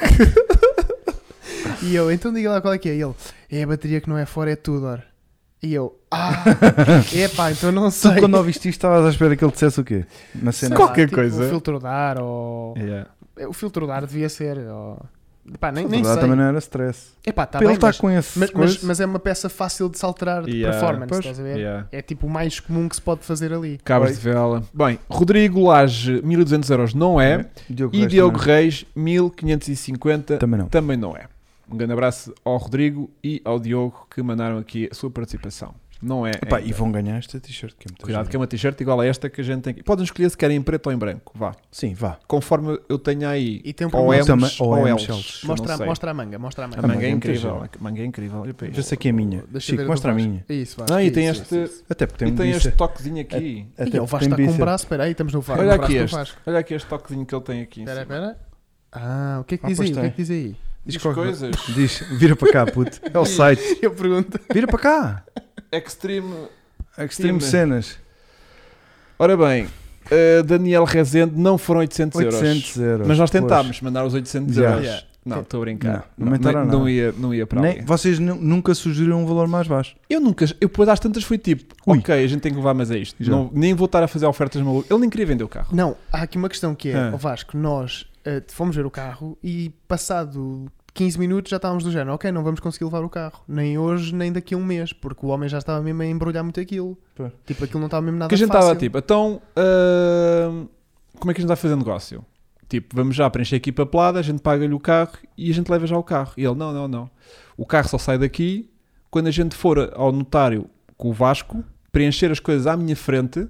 [SPEAKER 3] E eu, então diga lá qual é que é. E ele, é a bateria que não é fora, é Tudor. E eu, ah, epá, então não
[SPEAKER 2] Tu
[SPEAKER 3] sei.
[SPEAKER 2] quando ouviste isto estavas à espera que ele dissesse o quê? Uma
[SPEAKER 3] Sei
[SPEAKER 2] cena.
[SPEAKER 3] lá,
[SPEAKER 1] Qualquer
[SPEAKER 3] tipo,
[SPEAKER 1] coisa. É.
[SPEAKER 3] O filtro de ar, ou.
[SPEAKER 1] Yeah.
[SPEAKER 3] O filtro de ar devia ser, ou. Epá, nem,
[SPEAKER 2] Na
[SPEAKER 3] nem
[SPEAKER 2] verdade,
[SPEAKER 3] sei.
[SPEAKER 2] também não era stress.
[SPEAKER 1] é-
[SPEAKER 3] Epá, tá
[SPEAKER 2] Para ele
[SPEAKER 3] bem,
[SPEAKER 2] estar
[SPEAKER 3] mas,
[SPEAKER 2] com esse
[SPEAKER 3] mas,
[SPEAKER 2] coisa,
[SPEAKER 3] mas- mas é uma peça fácil de se alterar de
[SPEAKER 1] Yeah,
[SPEAKER 3] performance,
[SPEAKER 2] pois.
[SPEAKER 3] estás a ver?
[SPEAKER 1] Yeah.
[SPEAKER 3] É tipo o mais comum que se pode fazer ali.
[SPEAKER 1] Cabras de vela. Bem, Rodrigo Lage, 1200 euros não é,
[SPEAKER 2] Diogo
[SPEAKER 1] e
[SPEAKER 2] Reis
[SPEAKER 1] Diogo
[SPEAKER 2] também.
[SPEAKER 1] Reis, 1550
[SPEAKER 2] também não.
[SPEAKER 1] também não é. Um grande abraço ao Rodrigo e ao Diogo que mandaram aqui a sua participação. Não é.
[SPEAKER 2] Epá,
[SPEAKER 1] ainda.
[SPEAKER 2] e vão ganhar esta t-shirt que é muito
[SPEAKER 1] Cuidado
[SPEAKER 2] gira.
[SPEAKER 1] que é uma t-shirt igual a esta que a gente tem aqui. Podem escolher se querem em preto ou em branco. Vá.
[SPEAKER 2] Sim, vá.
[SPEAKER 1] Conforme eu tenho aí.
[SPEAKER 3] E tem um
[SPEAKER 1] ou
[SPEAKER 3] problema.
[SPEAKER 1] M's
[SPEAKER 2] Também- ou
[SPEAKER 1] ou,
[SPEAKER 2] M's,
[SPEAKER 1] L's.
[SPEAKER 2] L's.
[SPEAKER 1] Eu
[SPEAKER 3] Mostra,
[SPEAKER 1] não sei.
[SPEAKER 3] mostra a manga, mostra a
[SPEAKER 1] A
[SPEAKER 3] manga.
[SPEAKER 1] manga é
[SPEAKER 2] manga é muito
[SPEAKER 1] incrível. A manga é incrível. Olha para
[SPEAKER 2] Já
[SPEAKER 1] isto.
[SPEAKER 2] sei que é a minha.
[SPEAKER 3] Deixa eu
[SPEAKER 2] Chico,
[SPEAKER 3] ver
[SPEAKER 2] mostra a
[SPEAKER 3] do Vasco.
[SPEAKER 2] minha.
[SPEAKER 3] Isso, Vasco,
[SPEAKER 1] Ah, e tem
[SPEAKER 3] isso,
[SPEAKER 1] este-
[SPEAKER 3] isso, isso.
[SPEAKER 2] Até porque tem
[SPEAKER 1] E
[SPEAKER 2] um
[SPEAKER 1] tem este
[SPEAKER 2] bíceps.
[SPEAKER 1] toquezinho aqui.
[SPEAKER 2] Até porque
[SPEAKER 3] E o Vasco
[SPEAKER 2] tem
[SPEAKER 3] está com um
[SPEAKER 2] bíceps.
[SPEAKER 3] braço, espera aí, estamos no Vasco.
[SPEAKER 1] Olha
[SPEAKER 3] no braço
[SPEAKER 1] aqui
[SPEAKER 3] do
[SPEAKER 1] este.
[SPEAKER 3] Vasco.
[SPEAKER 1] Olha aqui este toquezinho que ele tem aqui. em
[SPEAKER 3] Espera,
[SPEAKER 1] cima.
[SPEAKER 3] espera. Ah, o que é que
[SPEAKER 2] Ah,
[SPEAKER 3] diz
[SPEAKER 2] pois
[SPEAKER 3] aí? O que é
[SPEAKER 2] tem.
[SPEAKER 3] que diz aí?
[SPEAKER 1] Diz
[SPEAKER 2] qualquer
[SPEAKER 1] coisas.
[SPEAKER 2] Diz, vira para cá, puto. É o site.
[SPEAKER 3] Eu pergunto.
[SPEAKER 2] Vira para cá.
[SPEAKER 1] Extreme.
[SPEAKER 2] Extreme
[SPEAKER 1] Sim, mas-
[SPEAKER 2] Cenas.
[SPEAKER 1] Ora bem, uh, Daniel Rezende não foram 800, euros.
[SPEAKER 2] 800 euros.
[SPEAKER 1] Mas nós
[SPEAKER 2] Pois.
[SPEAKER 1] tentámos mandar os 800
[SPEAKER 2] Já.
[SPEAKER 1] euros. Tipo,
[SPEAKER 3] Yeah.
[SPEAKER 1] Não, estou a brincar.
[SPEAKER 2] Não, não aumentaram
[SPEAKER 1] nem-
[SPEAKER 2] nada.
[SPEAKER 1] não ia, não ia para
[SPEAKER 2] Nem-
[SPEAKER 1] ali.
[SPEAKER 2] vocês nu- nunca sugeriram um valor mais baixo.
[SPEAKER 1] Eu nunca, eu depois às tantas fui tipo,
[SPEAKER 2] Ui.
[SPEAKER 1] ok, a gente tem que levar mais a isto.
[SPEAKER 2] Já.
[SPEAKER 1] Não- nem vou estar a fazer ofertas malucas. Ele nem queria vender o carro.
[SPEAKER 3] Não, há aqui uma questão que é,
[SPEAKER 1] Ah.
[SPEAKER 3] o Vasco, nós eh, fomos ver o carro e passado 15 minutos já estávamos do género, ok, não vamos conseguir levar o carro. Nem hoje, nem daqui a um mês, porque o homem já estava mesmo a embrulhar muito aquilo.
[SPEAKER 2] Pois.
[SPEAKER 3] Tipo, aquilo não estava mesmo nada
[SPEAKER 1] Porque a gente
[SPEAKER 3] fácil.
[SPEAKER 1] estava tipo, então, ahm, como é que a gente vai fazer negócio? Tipo, vamos já preencher aqui papelada, a gente paga-lhe o carro e a gente leva já o carro. E ele, não, não, não. O carro só sai daqui quando a gente for ao notário com o Vasco, preencher as coisas à minha frente,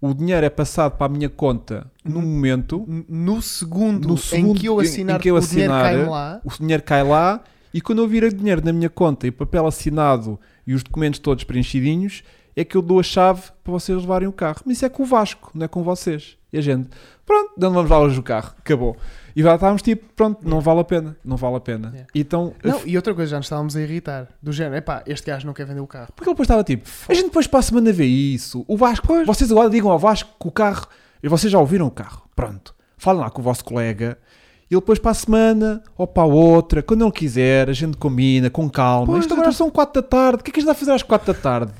[SPEAKER 1] o dinheiro é passado para a minha conta no
[SPEAKER 2] Uhum.
[SPEAKER 3] Hum.
[SPEAKER 1] momento,
[SPEAKER 3] N- No segundo,
[SPEAKER 1] No
[SPEAKER 3] em
[SPEAKER 1] segundo
[SPEAKER 3] que eu
[SPEAKER 1] em- em
[SPEAKER 3] assinar,
[SPEAKER 1] que eu
[SPEAKER 3] o dinheiro
[SPEAKER 1] assinar, eh,
[SPEAKER 3] cai-me lá.
[SPEAKER 1] o dinheiro cai lá e quando eu vir o dinheiro na minha conta e o papel assinado e os documentos todos preenchidinhos, é que eu dou a chave para vocês levarem o carro. Mas isso é com o Vasco, não é com vocês. E a gente, pronto, não vamos lá hoje o carro, acabou. E lá estávamos tipo, pronto, não vale a pena, não vale a pena.
[SPEAKER 3] Yeah.
[SPEAKER 1] Então,
[SPEAKER 3] Não, e outra coisa, já nos estávamos a irritar. Do género, epá, este gajo não quer vender o carro.
[SPEAKER 1] porque ele depois estava tipo, a gente depois para a semana vê isso, o Vasco, vocês agora digam ao Vasco que o carro, e vocês já ouviram o carro, pronto, falem lá com o vosso colega, e ele depois para a semana, ou para a outra, quando ele quiser, a gente combina, com calma,
[SPEAKER 2] Pois, então-
[SPEAKER 1] isto agora são 4 da tarde, o que é que a gente vai fazer às 4 da tarde?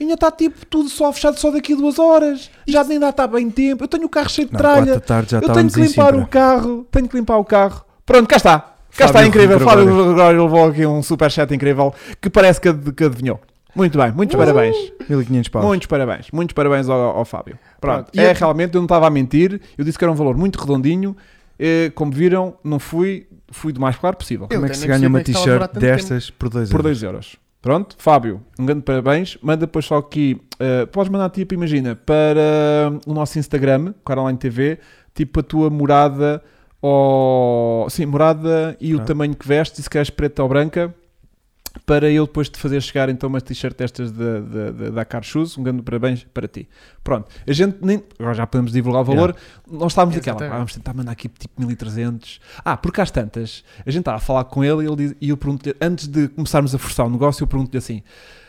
[SPEAKER 1] Ainda está tipo tudo só fechado só daqui a duas horas, já nem dá está bem tempo, eu tenho o carro cheio de
[SPEAKER 2] Não, quatro da
[SPEAKER 1] tralha,
[SPEAKER 2] tarde já
[SPEAKER 1] eu tenho
[SPEAKER 2] estávamos
[SPEAKER 1] que
[SPEAKER 2] em
[SPEAKER 1] limpar o
[SPEAKER 2] Sintra.
[SPEAKER 1] carro, tenho que limpar o carro. Pronto, cá está. Cá está,
[SPEAKER 2] Fábio
[SPEAKER 1] incrível.
[SPEAKER 2] Rodrigo
[SPEAKER 1] Fábio Gregório levou aqui um superchat incrível que parece que, ad- que adivinhou. Muito bem, muitos parabéns.
[SPEAKER 2] 1500 paus.
[SPEAKER 1] Muitos parabéns. Muitos parabéns ao, ao Fábio. Pronto,
[SPEAKER 3] Pronto, e
[SPEAKER 1] é
[SPEAKER 3] a-
[SPEAKER 1] realmente, eu não estava a mentir. Eu disse que era um valor muito redondinho. Eh, Como viram, não fui, fui do mais claro possível.
[SPEAKER 2] Como
[SPEAKER 3] Eu
[SPEAKER 2] é que
[SPEAKER 3] até
[SPEAKER 2] se
[SPEAKER 3] nem
[SPEAKER 2] ganha uma
[SPEAKER 3] percebi como é que estava a
[SPEAKER 2] t-shirt
[SPEAKER 3] demorar tanto
[SPEAKER 2] destas por 2
[SPEAKER 1] Por 2 euros. Pronto, Fábio, um grande parabéns. Manda depois só aqui, eh, podes mandar tipo, imagina, para eh, o nosso Instagram, Caroline TV, tipo a tua morada ou. Sim, morada e o
[SPEAKER 2] Ah.
[SPEAKER 1] tamanho que vestes, e se queres preta ou branca. para eu depois te fazer chegar então umas t-shirt destas da, da, da Dakar Shoes, um grande parabéns para ti. Pronto, a gente nem, agora já podemos divulgar o valor, nós estávamos naquela,
[SPEAKER 3] Exatamente.
[SPEAKER 1] "Ah, vamos tentar mandar aqui tipo 1300. Ah, porque às tantas, a gente estava a falar com ele e, ele diz- e eu pergunto-lhe, antes de começarmos a forçar o negócio, eu pergunto-lhe assim,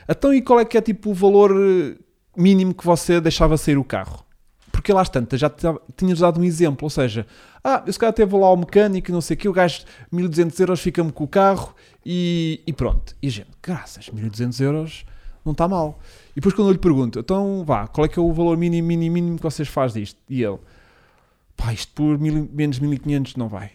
[SPEAKER 1] então e qual é que é tipo o valor eh, mínimo que você deixava sair o carro? Porque lá às tantas já te dava- tinhas dado um exemplo, ou seja, ah, eu se calhar até vou lá ao mecânico e não sei o que, o gajo 1200 euros fica-me com o carro e, e pronto. E a gente, graças, 1200 euros não está mal. E depois quando eu lhe pergunto, então vá, qual é que é o valor mínimo, mínimo, mínimo que vocês faz disto? E ele, pá, isto por mil, menos 1500 não vai.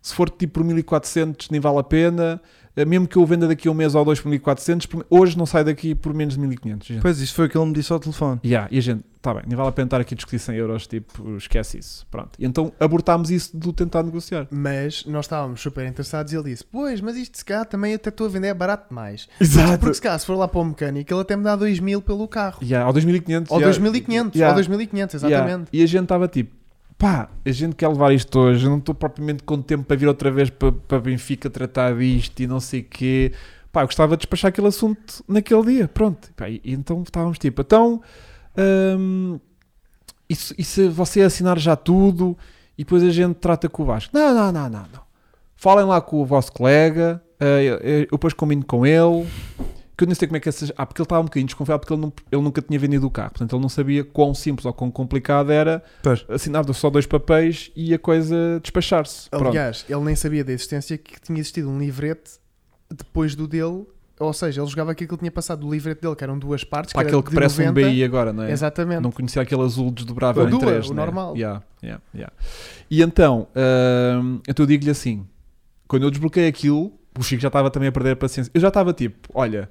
[SPEAKER 1] Se for tipo por 1400 nem vale a pena, Eh, mesmo que eu venda daqui a um mês ou dois por 1400, por- hoje não sai daqui por menos de 1500. E a gente,
[SPEAKER 2] Pois, isso foi o que ele me disse ao telefone.
[SPEAKER 1] Yeah, e a gente, tá bem, nem vale a pena estar aqui a discutir 100 euros, tipo, esquece isso. Pronto. E então abortámos isso de tentar negociar.
[SPEAKER 3] Mas nós estávamos super interessados e ele disse: Pois, mas isto se calhar também até estou a vender é barato demais.
[SPEAKER 1] Exato.
[SPEAKER 3] Porque se calhar se for lá para o mecânico, ele até me dá 2 mil pelo carro.
[SPEAKER 1] Yeah, ao 2500.
[SPEAKER 3] Ou
[SPEAKER 1] yeah.
[SPEAKER 3] 2.500,
[SPEAKER 1] Yeah.
[SPEAKER 3] ou 2.500,
[SPEAKER 1] Yeah.
[SPEAKER 3] exatamente.
[SPEAKER 1] E a gente estava tipo, pá, a gente quer levar isto hoje, eu não estou propriamente com tempo para vir outra vez para, para Benfica tratar disto e não sei quê. Pá, eu gostava de despachar aquele assunto naquele dia, pronto. Pá, e, e então estávamos tipo, então, hum, e, se, e se você assinar já tudo e depois a gente trata com o Vasco? Não, não, não, não, não. Falem lá com o vosso colega, eh, eu, eu depois combino com ele. Que eu nem sei como é que essas. Ah, porque ele estava um bocadinho desconfiado porque ele, não- ele nunca tinha vendido o carro. Portanto, ele não sabia quão simples ou quão complicado era
[SPEAKER 2] Pois.
[SPEAKER 1] assinar só dois papéis e a coisa despachar-se. Pronto.
[SPEAKER 3] Aliás, ele nem sabia da existência que tinha existido um livrete depois do dele. Ou seja, ele jogava aquilo que ele tinha passado do livrete dele, que eram duas partes.
[SPEAKER 1] Para
[SPEAKER 3] que era
[SPEAKER 1] aquele que
[SPEAKER 3] de
[SPEAKER 1] parece
[SPEAKER 3] 90.
[SPEAKER 1] um BI agora, não é?
[SPEAKER 3] Exatamente.
[SPEAKER 1] Não conhecia aquele azul desdobrável
[SPEAKER 3] O
[SPEAKER 1] em
[SPEAKER 3] Dua,
[SPEAKER 1] três,
[SPEAKER 3] o
[SPEAKER 1] né?
[SPEAKER 3] normal.
[SPEAKER 1] Yeah, yeah, yeah. E então, hum, então eu digo-lhe assim: quando eu desbloqueei aquilo, o Chico já estava também a perder a paciência. Eu já estava tipo: olha,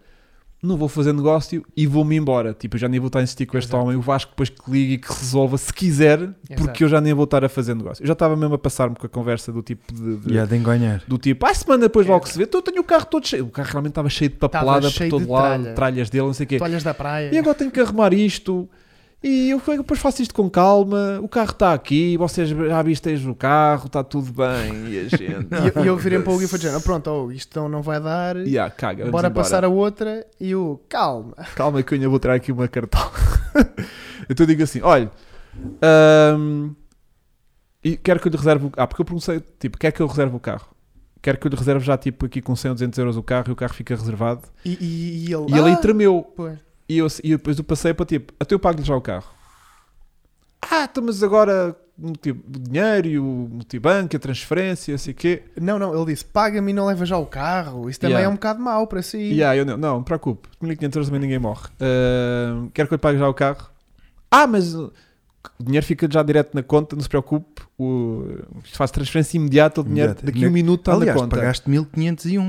[SPEAKER 1] não vou fazer negócio e vou-me embora. Tipo, eu já nem vou estar a insistir com este
[SPEAKER 3] Exato.
[SPEAKER 1] homem. O Vasco depois que liga e que resolva se quiser, porque
[SPEAKER 3] Exato.
[SPEAKER 1] eu já nem vou estar a fazer negócio. Eu já estava mesmo a passar-me com a conversa do tipo de. de-
[SPEAKER 2] E há de enganhar.
[SPEAKER 1] Do tipo, ah, semana depois logo se vê, então eu tenho o carro todo cheio. O carro realmente estava cheio de papelada
[SPEAKER 3] cheio
[SPEAKER 1] por
[SPEAKER 3] de
[SPEAKER 1] todo lado,
[SPEAKER 3] tralha.
[SPEAKER 1] tralhas dele, não sei o quê
[SPEAKER 3] Toalhas da praia.
[SPEAKER 1] e agora tenho que arrumar isto e eu eu depois faço isto com calma o carro está aqui, vocês já avisteis o carro, está tudo bem e a gente...
[SPEAKER 3] E eu, e eu virei para o Hugo e falei: "Ah, Pronto, oh, isto então não vai dar.
[SPEAKER 1] Yeah, ah, caga, vamos
[SPEAKER 3] Bora
[SPEAKER 1] embora.
[SPEAKER 3] passar a outra. E o calma.
[SPEAKER 1] Calma que eu ainda vou tirar aqui uma cartola. então eu digo assim, olha... ahm, e quero que eu lhe reserve... o- Ah, porque eu perguntei, tipo, quer que eu reserve o carro? Quero que eu lhe reserve já, tipo, aqui com 100 ou 200 euros o carro e o carro fica reservado.
[SPEAKER 3] E, e, ele.
[SPEAKER 1] E ele aí
[SPEAKER 3] "Ah,
[SPEAKER 1] tremeu.
[SPEAKER 3] pois."
[SPEAKER 1] E, eu, e depois eu passei para tipo, até eu pago-lhe já o carro. Ah, então, mas agora tipo, o dinheiro e o multibanco, a transferência, assim quê.
[SPEAKER 3] Não, não, ele disse: Paga-me e não leva já o carro. Isso também
[SPEAKER 1] Yeah.
[SPEAKER 3] é um bocado mau para si.
[SPEAKER 1] E aí eu não, não, me preocupe, 1500 euros também ninguém morre. Ah, quero que eu lhe pague já o carro. Ah, mas o dinheiro fica já direto na conta, não se preocupe. O, isto faz transferência imediata, o dinheiro
[SPEAKER 2] Imediata.
[SPEAKER 1] daqui a um minuto está
[SPEAKER 2] Aliás,
[SPEAKER 1] na conta.
[SPEAKER 2] pagaste 1501.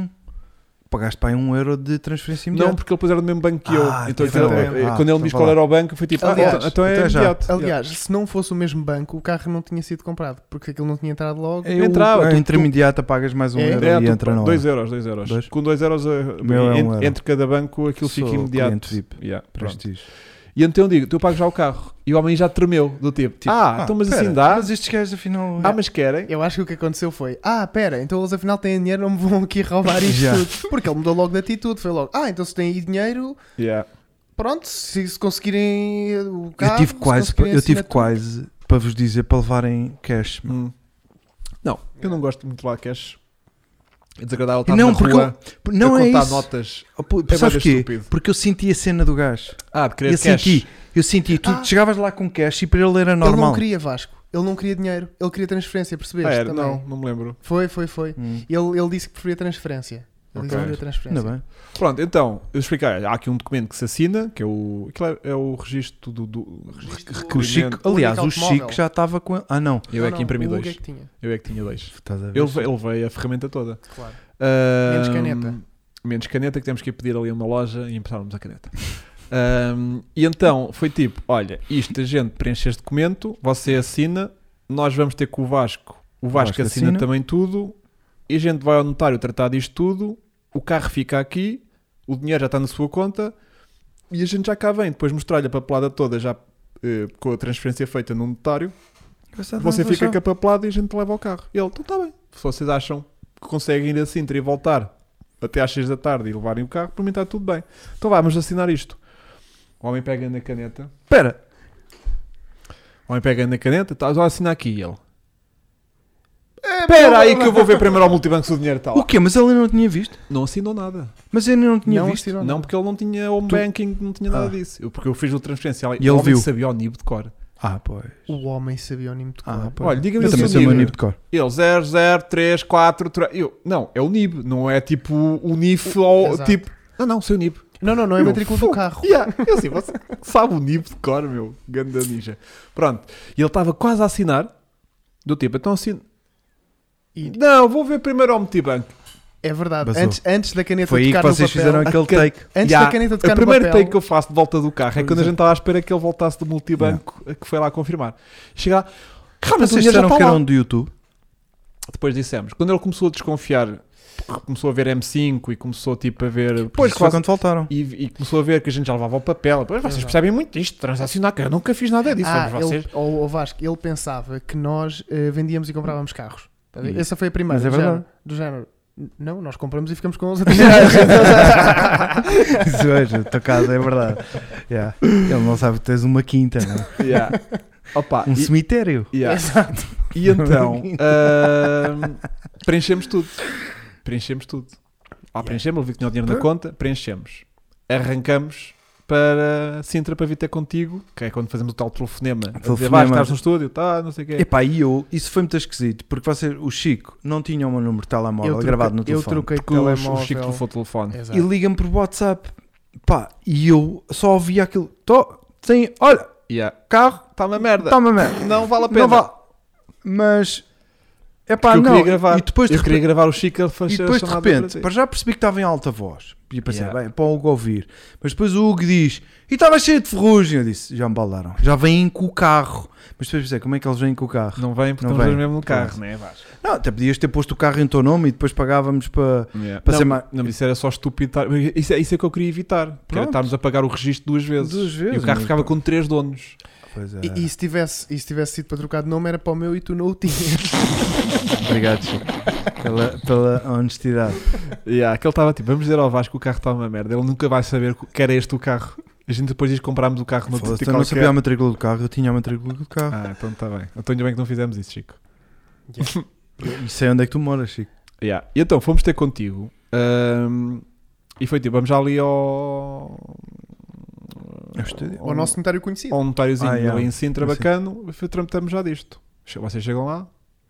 [SPEAKER 2] Pagaste para aí um euro de transferência
[SPEAKER 1] Não,
[SPEAKER 2] imediata.
[SPEAKER 1] porque ele depois era do mesmo banco que eu.
[SPEAKER 2] Ah,
[SPEAKER 1] então,
[SPEAKER 3] exatamente.
[SPEAKER 1] ele-
[SPEAKER 2] Ah,
[SPEAKER 1] quando ele me
[SPEAKER 2] então
[SPEAKER 1] disse
[SPEAKER 2] vá
[SPEAKER 1] qual
[SPEAKER 2] lá.
[SPEAKER 1] era o banco, eu fui tipo,
[SPEAKER 3] Aliás,
[SPEAKER 1] ah, então, então é
[SPEAKER 2] até já.
[SPEAKER 1] imediato.
[SPEAKER 3] Aliás, se não fosse o mesmo banco, o carro não tinha sido comprado, porque aquilo não tinha entrado logo.
[SPEAKER 1] não entrava,
[SPEAKER 2] a
[SPEAKER 1] tu- tu-
[SPEAKER 2] intermediata pagas mais um
[SPEAKER 3] É,
[SPEAKER 2] euro
[SPEAKER 1] É,
[SPEAKER 2] e
[SPEAKER 1] tu-
[SPEAKER 2] entra na hora.
[SPEAKER 1] dois euros, dois euros.
[SPEAKER 2] Dois?
[SPEAKER 1] Com 2 euros eh,
[SPEAKER 2] meu é um
[SPEAKER 1] en-
[SPEAKER 2] euro.
[SPEAKER 1] entre cada banco aquilo fica
[SPEAKER 2] Sou
[SPEAKER 1] imediato.
[SPEAKER 2] cliente VIP.
[SPEAKER 1] Yeah, pronto.
[SPEAKER 2] Prestígio.
[SPEAKER 1] E então eu digo, tu pago já o carro. E o homem já tremeu, do tipo,
[SPEAKER 2] Tipo,
[SPEAKER 1] ah, então mas
[SPEAKER 2] pera,
[SPEAKER 1] assim dá?
[SPEAKER 2] Mas estes gajos afinal. é.
[SPEAKER 1] Ah, mas querem?
[SPEAKER 3] Eu acho que o que aconteceu foi: Ah, pera, então eles afinal têm dinheiro, não me vão aqui roubar isto
[SPEAKER 2] Já.
[SPEAKER 3] tudo. Porque ele mudou logo de atitude. Foi logo: Ah, então se têm aí dinheiro,
[SPEAKER 1] Yeah.
[SPEAKER 3] pronto, se, se conseguirem uh, o carro.
[SPEAKER 2] eu tive
[SPEAKER 3] se
[SPEAKER 2] quase,
[SPEAKER 3] conseguirem
[SPEAKER 2] eu tive
[SPEAKER 3] assinar-
[SPEAKER 2] quase para vos dizer para levarem cash. meu.
[SPEAKER 1] Hum. Não, eu não gosto muito de lá cash. É desagradável estar
[SPEAKER 2] Não,
[SPEAKER 1] na
[SPEAKER 2] porque
[SPEAKER 1] rua
[SPEAKER 2] Não
[SPEAKER 1] a
[SPEAKER 2] é
[SPEAKER 1] contar
[SPEAKER 2] isso.
[SPEAKER 1] notas.
[SPEAKER 2] Oh, pô,
[SPEAKER 1] É
[SPEAKER 2] sabes
[SPEAKER 1] bué
[SPEAKER 2] quê?
[SPEAKER 1] estúpido.
[SPEAKER 2] Porque eu senti a cena do gajo.
[SPEAKER 1] Ah, de querer
[SPEAKER 2] Eu
[SPEAKER 1] cash.
[SPEAKER 2] senti, eu senti. Tu
[SPEAKER 3] Ah.
[SPEAKER 2] chegavas lá com cash e para ele era
[SPEAKER 3] Ele não
[SPEAKER 2] normal.
[SPEAKER 3] queria Vasco, ele não queria dinheiro, ele queria transferência, percebeste?
[SPEAKER 1] Ah, era,
[SPEAKER 3] também.
[SPEAKER 1] não, não me lembro.
[SPEAKER 3] Foi, foi, foi.
[SPEAKER 2] Hum,
[SPEAKER 3] Ele, ele disse que preferia transferência. Ele disse que
[SPEAKER 1] Ok.
[SPEAKER 3] preferia transferência.
[SPEAKER 2] Ainda bem.
[SPEAKER 1] Pronto, então, eu explicar. Há aqui um documento que se assina, que é o, aquilo é, é o registro do, do
[SPEAKER 3] Registro
[SPEAKER 1] rec-
[SPEAKER 2] Que
[SPEAKER 3] do-
[SPEAKER 2] o
[SPEAKER 1] recolhimento.
[SPEAKER 2] Chico, aliás, o
[SPEAKER 3] Único
[SPEAKER 2] Chico
[SPEAKER 3] automóvel.
[SPEAKER 2] já estava com. Ah, não.
[SPEAKER 1] Eu é que imprimi
[SPEAKER 3] o Hugo
[SPEAKER 1] dois.
[SPEAKER 3] é que tinha,
[SPEAKER 1] Eu é que tinha dois.
[SPEAKER 2] Estás a ver?
[SPEAKER 1] Eu levei, eu levei a ferramenta toda.
[SPEAKER 3] claro.
[SPEAKER 1] Ahm,
[SPEAKER 3] Menos caneta.
[SPEAKER 1] Menos caneta, que temos que ir pedir ali a uma loja e emprestarmos a caneta. Ahm, e então foi tipo: olha, isto a gente preenche este documento, você assina, nós vamos ter com o Vasco. O Vasco,
[SPEAKER 2] Vasco
[SPEAKER 1] assina,
[SPEAKER 2] assina.
[SPEAKER 1] também tudo, e a gente vai ao notário tratar disto tudo, o carro fica aqui, o dinheiro já está na sua conta, e a gente já cá vem. Depois mostrar-lhe a papelada toda, já eh, com a transferência feita no notário, você fica tá com a papelada assim e a gente leva ao carro. E ele, então está bem. Se vocês acham que conseguem ir a Sintra e voltar até às 6 da tarde e levarem o carro, para mim está tudo bem. Então vá, vamos assinar isto. O homem pega na caneta.
[SPEAKER 2] Espera,
[SPEAKER 1] O homem pega na caneta, estás a assinar aqui e ele.
[SPEAKER 2] É,
[SPEAKER 1] Espera aí que eu vou ver primeiro ao multibanco se o dinheiro está
[SPEAKER 2] o
[SPEAKER 1] lá.
[SPEAKER 2] quê? Mas ele não tinha visto?
[SPEAKER 1] Não assinou nada.
[SPEAKER 2] Mas ele não tinha
[SPEAKER 3] Não
[SPEAKER 2] visto?
[SPEAKER 3] assinou
[SPEAKER 1] Não, porque ele não tinha home
[SPEAKER 2] Tu-
[SPEAKER 1] banking, não tinha nada
[SPEAKER 2] Ah.
[SPEAKER 1] disso. Eu- porque eu fiz o transferência.
[SPEAKER 2] E ele
[SPEAKER 1] o homem
[SPEAKER 2] viu.
[SPEAKER 1] sabia o NIB de cor.
[SPEAKER 2] Ah, pois.
[SPEAKER 3] O homem sabia o nome de
[SPEAKER 2] Ah,
[SPEAKER 3] cor.
[SPEAKER 2] pois.
[SPEAKER 1] Olha, diga-me
[SPEAKER 2] Eu
[SPEAKER 1] o
[SPEAKER 2] também
[SPEAKER 1] seu
[SPEAKER 2] sou
[SPEAKER 1] nível.
[SPEAKER 2] meu de cor.
[SPEAKER 1] Ele 0, 0, 3, 4, 3. Eu, não, é o NIB, não é tipo o NIF
[SPEAKER 3] O-
[SPEAKER 1] ou
[SPEAKER 3] exato.
[SPEAKER 1] tipo. Não, não, seu NIB.
[SPEAKER 3] Não, não, não é a
[SPEAKER 1] Eu,
[SPEAKER 3] matrícula do
[SPEAKER 1] fogo.
[SPEAKER 3] carro.
[SPEAKER 1] Yeah, eu assim, você sabe o NIB de cor, meu. Ganda ninja. Pronto, e ele estava quase a assinar. Do tipo, então assim.
[SPEAKER 3] E-
[SPEAKER 1] Não, vou ver primeiro ao multibanco.
[SPEAKER 3] É verdade.
[SPEAKER 2] Basou.
[SPEAKER 3] Antes, antes da caneta
[SPEAKER 2] Foi aí
[SPEAKER 3] tocar
[SPEAKER 2] que vocês
[SPEAKER 3] no papel.
[SPEAKER 2] fizeram aquele
[SPEAKER 1] A can-
[SPEAKER 2] take.
[SPEAKER 3] Antes
[SPEAKER 1] Yeah,
[SPEAKER 3] da caneta
[SPEAKER 1] O
[SPEAKER 3] tocar no
[SPEAKER 1] primeiro
[SPEAKER 3] papel.
[SPEAKER 1] take que eu faço de volta do carro é quando a gente estava à espera que ele voltasse do multibanco que foi lá confirmar. Chega lá, realmente Ah, o dinheiro
[SPEAKER 2] Vocês
[SPEAKER 1] já
[SPEAKER 2] disseram que um
[SPEAKER 1] está lá.
[SPEAKER 2] eram do YouTube?
[SPEAKER 1] Depois dissemos, quando ele começou a desconfiar, porque começou a ver M5 e começou tipo a ver.
[SPEAKER 2] Pois, foi
[SPEAKER 1] quase-
[SPEAKER 2] quando voltaram.
[SPEAKER 1] E, e começou a ver que a gente já levava o papel. Pois vocês
[SPEAKER 3] Exato.
[SPEAKER 1] percebem muito disto, transacionar, que eu nunca fiz nada disso. mas
[SPEAKER 3] Ah,
[SPEAKER 1] vocês...
[SPEAKER 3] ele, ou, Vasco, ele pensava que nós eh, vendíamos e comprávamos carros. Tá a ver?
[SPEAKER 2] Hum.
[SPEAKER 3] Essa foi a primeira.
[SPEAKER 2] Mas é
[SPEAKER 3] do
[SPEAKER 2] verdade.
[SPEAKER 3] género- Do género. "N- Não, nós compramos e ficamos com eles.
[SPEAKER 2] Isso hoje, o teu caso é verdade. Yeah. Ele não sabe que tens uma quinta, não é?
[SPEAKER 1] Yeah. Opa,
[SPEAKER 2] um
[SPEAKER 1] e,
[SPEAKER 2] cemitério.
[SPEAKER 1] yeah.
[SPEAKER 3] Exato.
[SPEAKER 1] E então ahm, preenchemos tudo. Preenchemos tudo. Lá preenchemos, ele viu que tinha o dinheiro na conta, preenchemos. Arrancamos para Sintra para vir ter contigo, que é quando fazemos o tal telefonema. A dizer,
[SPEAKER 2] Telefonema.
[SPEAKER 1] vais, estás no estúdio, tá, não sei o quê.
[SPEAKER 2] Epá, e eu, isso foi muito esquisito, porque vocês, o Chico não tinha o meu número de telemóvel
[SPEAKER 3] troquei-
[SPEAKER 2] gravado no
[SPEAKER 3] eu
[SPEAKER 2] telefone.
[SPEAKER 3] troquei de
[SPEAKER 1] que o, o
[SPEAKER 3] telemóvel.
[SPEAKER 1] Chico telefou o telefone.
[SPEAKER 2] E
[SPEAKER 3] Exato.
[SPEAKER 2] liga-me por WhatsApp. Pá, e eu só ouvia aquilo. Tó, tem, olha,
[SPEAKER 1] Yeah.
[SPEAKER 2] carro,
[SPEAKER 1] Está Tá uma merda.
[SPEAKER 2] toma merda.
[SPEAKER 1] Não vale a pena.
[SPEAKER 2] Não vá. Mas, epá,
[SPEAKER 1] Porque eu
[SPEAKER 2] não.
[SPEAKER 1] queria gravar.
[SPEAKER 2] E depois de
[SPEAKER 1] eu queria gravar o Chico a
[SPEAKER 2] E
[SPEAKER 1] fazer
[SPEAKER 2] depois
[SPEAKER 1] a
[SPEAKER 2] de
[SPEAKER 1] chamada
[SPEAKER 2] repente, para,
[SPEAKER 1] para ti.
[SPEAKER 2] já percebi que estava em alta voz. E pensei,
[SPEAKER 1] Yeah.
[SPEAKER 2] bem, para o Hugo ouvir. Mas depois o Hugo diz, e estava cheio de ferrugem. Eu disse, já me baldaram. Já vêm com o carro. Mas depois pensei, como é que eles vêm com o carro?
[SPEAKER 1] Não vem porque
[SPEAKER 2] Não
[SPEAKER 1] estamos
[SPEAKER 2] vem.
[SPEAKER 1] dois mesmo no carro, não é? Vasco?
[SPEAKER 2] Não, até podias ter posto o carro em teu nome e depois pagávamos para.
[SPEAKER 1] Yeah.
[SPEAKER 2] Para
[SPEAKER 1] não,
[SPEAKER 2] ser mais-
[SPEAKER 1] não, mas isso era só estúpido. estar- Isso, é- isso é que eu queria evitar. Que era
[SPEAKER 2] Pronto.
[SPEAKER 1] estarmos a pagar o registro duas vezes. então.
[SPEAKER 2] Duas vezes,
[SPEAKER 1] E o carro
[SPEAKER 2] mas
[SPEAKER 1] ficava
[SPEAKER 2] pronto.
[SPEAKER 1] com três donos.
[SPEAKER 2] Pois é.
[SPEAKER 3] E, e se tivesse, e se tivesse sido para trocar de nome era para o meu e tu não o tinhas.
[SPEAKER 2] Obrigado, Chico, pela, pela honestidade.
[SPEAKER 1] Yeah, que ele estava tipo, vamos dizer ao Vasco que o carro está uma merda. Ele nunca vai saber que era este o carro. A gente depois diz que comprámos o carro no
[SPEAKER 2] Foda-se, eu não sabia a matrícula do carro, eu tinha a matrícula do carro.
[SPEAKER 1] Ah, então está bem. Então ainda bem que não fizemos isso, Chico. Ah.
[SPEAKER 2] E sei onde é que tu moras, Chico.
[SPEAKER 1] Yeah. E então fomos ter contigo ahm, e foi tipo, vamos já ali ao. É
[SPEAKER 2] Ao estúdio.
[SPEAKER 1] um-
[SPEAKER 3] Ou o nosso notário conhecido.
[SPEAKER 1] Ao notáriozinho
[SPEAKER 2] Ah, yeah.
[SPEAKER 1] ali em Sintra,
[SPEAKER 2] Sim.
[SPEAKER 1] bacano, e foi, tratamos já disto. Che- Vocês chegam lá,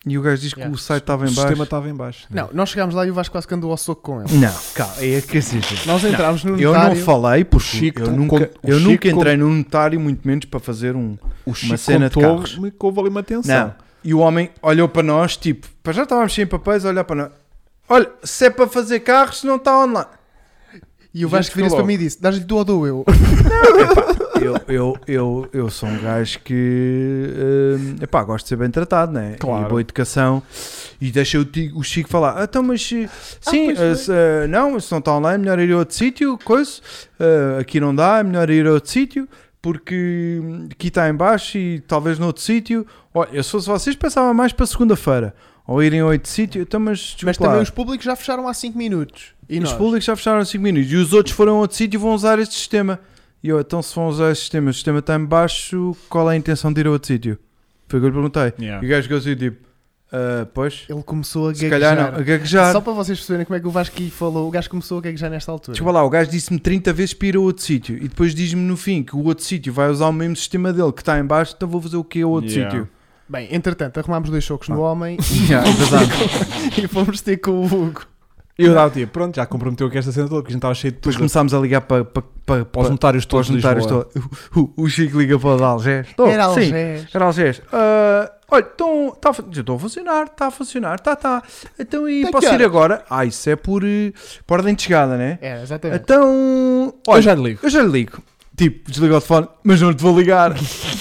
[SPEAKER 2] E o gajo diz que
[SPEAKER 3] Yeah.
[SPEAKER 2] o site estava
[SPEAKER 1] o
[SPEAKER 2] em baixo.
[SPEAKER 1] sistema tá- estava em baixo.
[SPEAKER 3] Não, nós chegámos lá e o Vasco quase que andou ao soco com ele.
[SPEAKER 2] Não, calma, é que assim, gente.
[SPEAKER 3] Nós entrámos no
[SPEAKER 2] Eu não
[SPEAKER 3] notário.
[SPEAKER 2] falei porque
[SPEAKER 1] Chico
[SPEAKER 2] eu
[SPEAKER 1] con-
[SPEAKER 2] nunca,
[SPEAKER 1] o
[SPEAKER 2] eu
[SPEAKER 1] Chico
[SPEAKER 2] nunca entrei num notário, muito menos para fazer um.
[SPEAKER 1] O Chico
[SPEAKER 2] cena de
[SPEAKER 1] contou-me que houve ali uma
[SPEAKER 2] Não.
[SPEAKER 1] tensão.
[SPEAKER 2] E o homem olhou para nós, tipo, para já estávamos sem papéis, a olhar para nós. Olha, se é para fazer carros, não está online.
[SPEAKER 3] E o
[SPEAKER 1] Gente,
[SPEAKER 3] Vasco vira-se
[SPEAKER 1] ficou
[SPEAKER 3] para mim e disse: Dás-lhe tu ou dou eu?
[SPEAKER 2] Eu, eu, eu, eu sou um gajo que eh, epá, gosto de ser bem tratado, né?
[SPEAKER 1] Claro.
[SPEAKER 2] E boa educação. E deixa o, ti- o Chico falar: "Ah, então, mas eh, sim,
[SPEAKER 3] pois é.
[SPEAKER 2] eh,
[SPEAKER 3] bem."
[SPEAKER 2] se, eh, não, se não está online, melhor ir a outro sítio. Coisa eh, aqui não dá, é melhor ir a outro sítio porque hum, aqui está em baixo e talvez noutro sítio. Olha, eu se fosse vocês, pensava mais para segunda-feira ou irem a outro sítio. Então, mas
[SPEAKER 3] Mas
[SPEAKER 2] desculpa
[SPEAKER 3] também
[SPEAKER 2] lá,
[SPEAKER 3] os públicos já fecharam há 5 minutos. E
[SPEAKER 2] os
[SPEAKER 3] nós?
[SPEAKER 2] públicos já fecharam 5 minutos e os outros foram a outro sítio e vão usar este sistema. E eu, então se vão usar este sistema, o sistema está em baixo, qual é a intenção de ir a outro sítio? Foi o que eu lhe perguntei. E o gajo ficou assim, tipo, "Ah, pois,
[SPEAKER 3] Ele começou a
[SPEAKER 2] se calhar
[SPEAKER 3] gaguejar.
[SPEAKER 2] não, é a gaguejar.
[SPEAKER 3] Só para vocês perceberem como é que o Vasco aí falou, o gajo começou a gaguejar nesta altura.
[SPEAKER 2] Desculpa lá, o gajo disse-me 30 vezes para ir a outro sítio e depois diz-me no fim que o outro sítio vai usar o mesmo sistema dele que está em baixo, então vou fazer o que a outro
[SPEAKER 1] Yeah.
[SPEAKER 2] sítio?
[SPEAKER 3] Bem, entretanto, arrumámos dois socos
[SPEAKER 2] Ah.
[SPEAKER 3] no homem
[SPEAKER 2] Yeah, exato.
[SPEAKER 3] e fomos ter com o Hugo.
[SPEAKER 1] E eu dava tipo, pronto, já comprometeu que esta cena toda, porque a gente estava cheio de
[SPEAKER 2] depois
[SPEAKER 1] tudo.
[SPEAKER 2] começámos a ligar para, para,
[SPEAKER 1] Para
[SPEAKER 2] para,
[SPEAKER 1] os
[SPEAKER 2] para-
[SPEAKER 1] notários
[SPEAKER 2] para
[SPEAKER 1] todos.
[SPEAKER 2] os
[SPEAKER 1] de
[SPEAKER 2] notários.
[SPEAKER 1] Lisboa.
[SPEAKER 2] todos. O, o Chico liga para o de Algés. Estou,
[SPEAKER 3] Era
[SPEAKER 2] sim.
[SPEAKER 3] Algés.
[SPEAKER 2] Era Algés. Ah, olha, então, tá, a fun- já estou a funcionar, está a funcionar, está, está. Então e
[SPEAKER 3] Até que
[SPEAKER 2] posso ir
[SPEAKER 3] horas?
[SPEAKER 2] agora? Ah, isso é por, eh, por ordem de chegada, né?
[SPEAKER 3] É, exatamente.
[SPEAKER 2] Então,
[SPEAKER 1] Eu
[SPEAKER 2] olha,
[SPEAKER 1] já lhe ligo.
[SPEAKER 2] eu já lhe ligo. Tipo, desliga o telefone, mas não te vou ligar.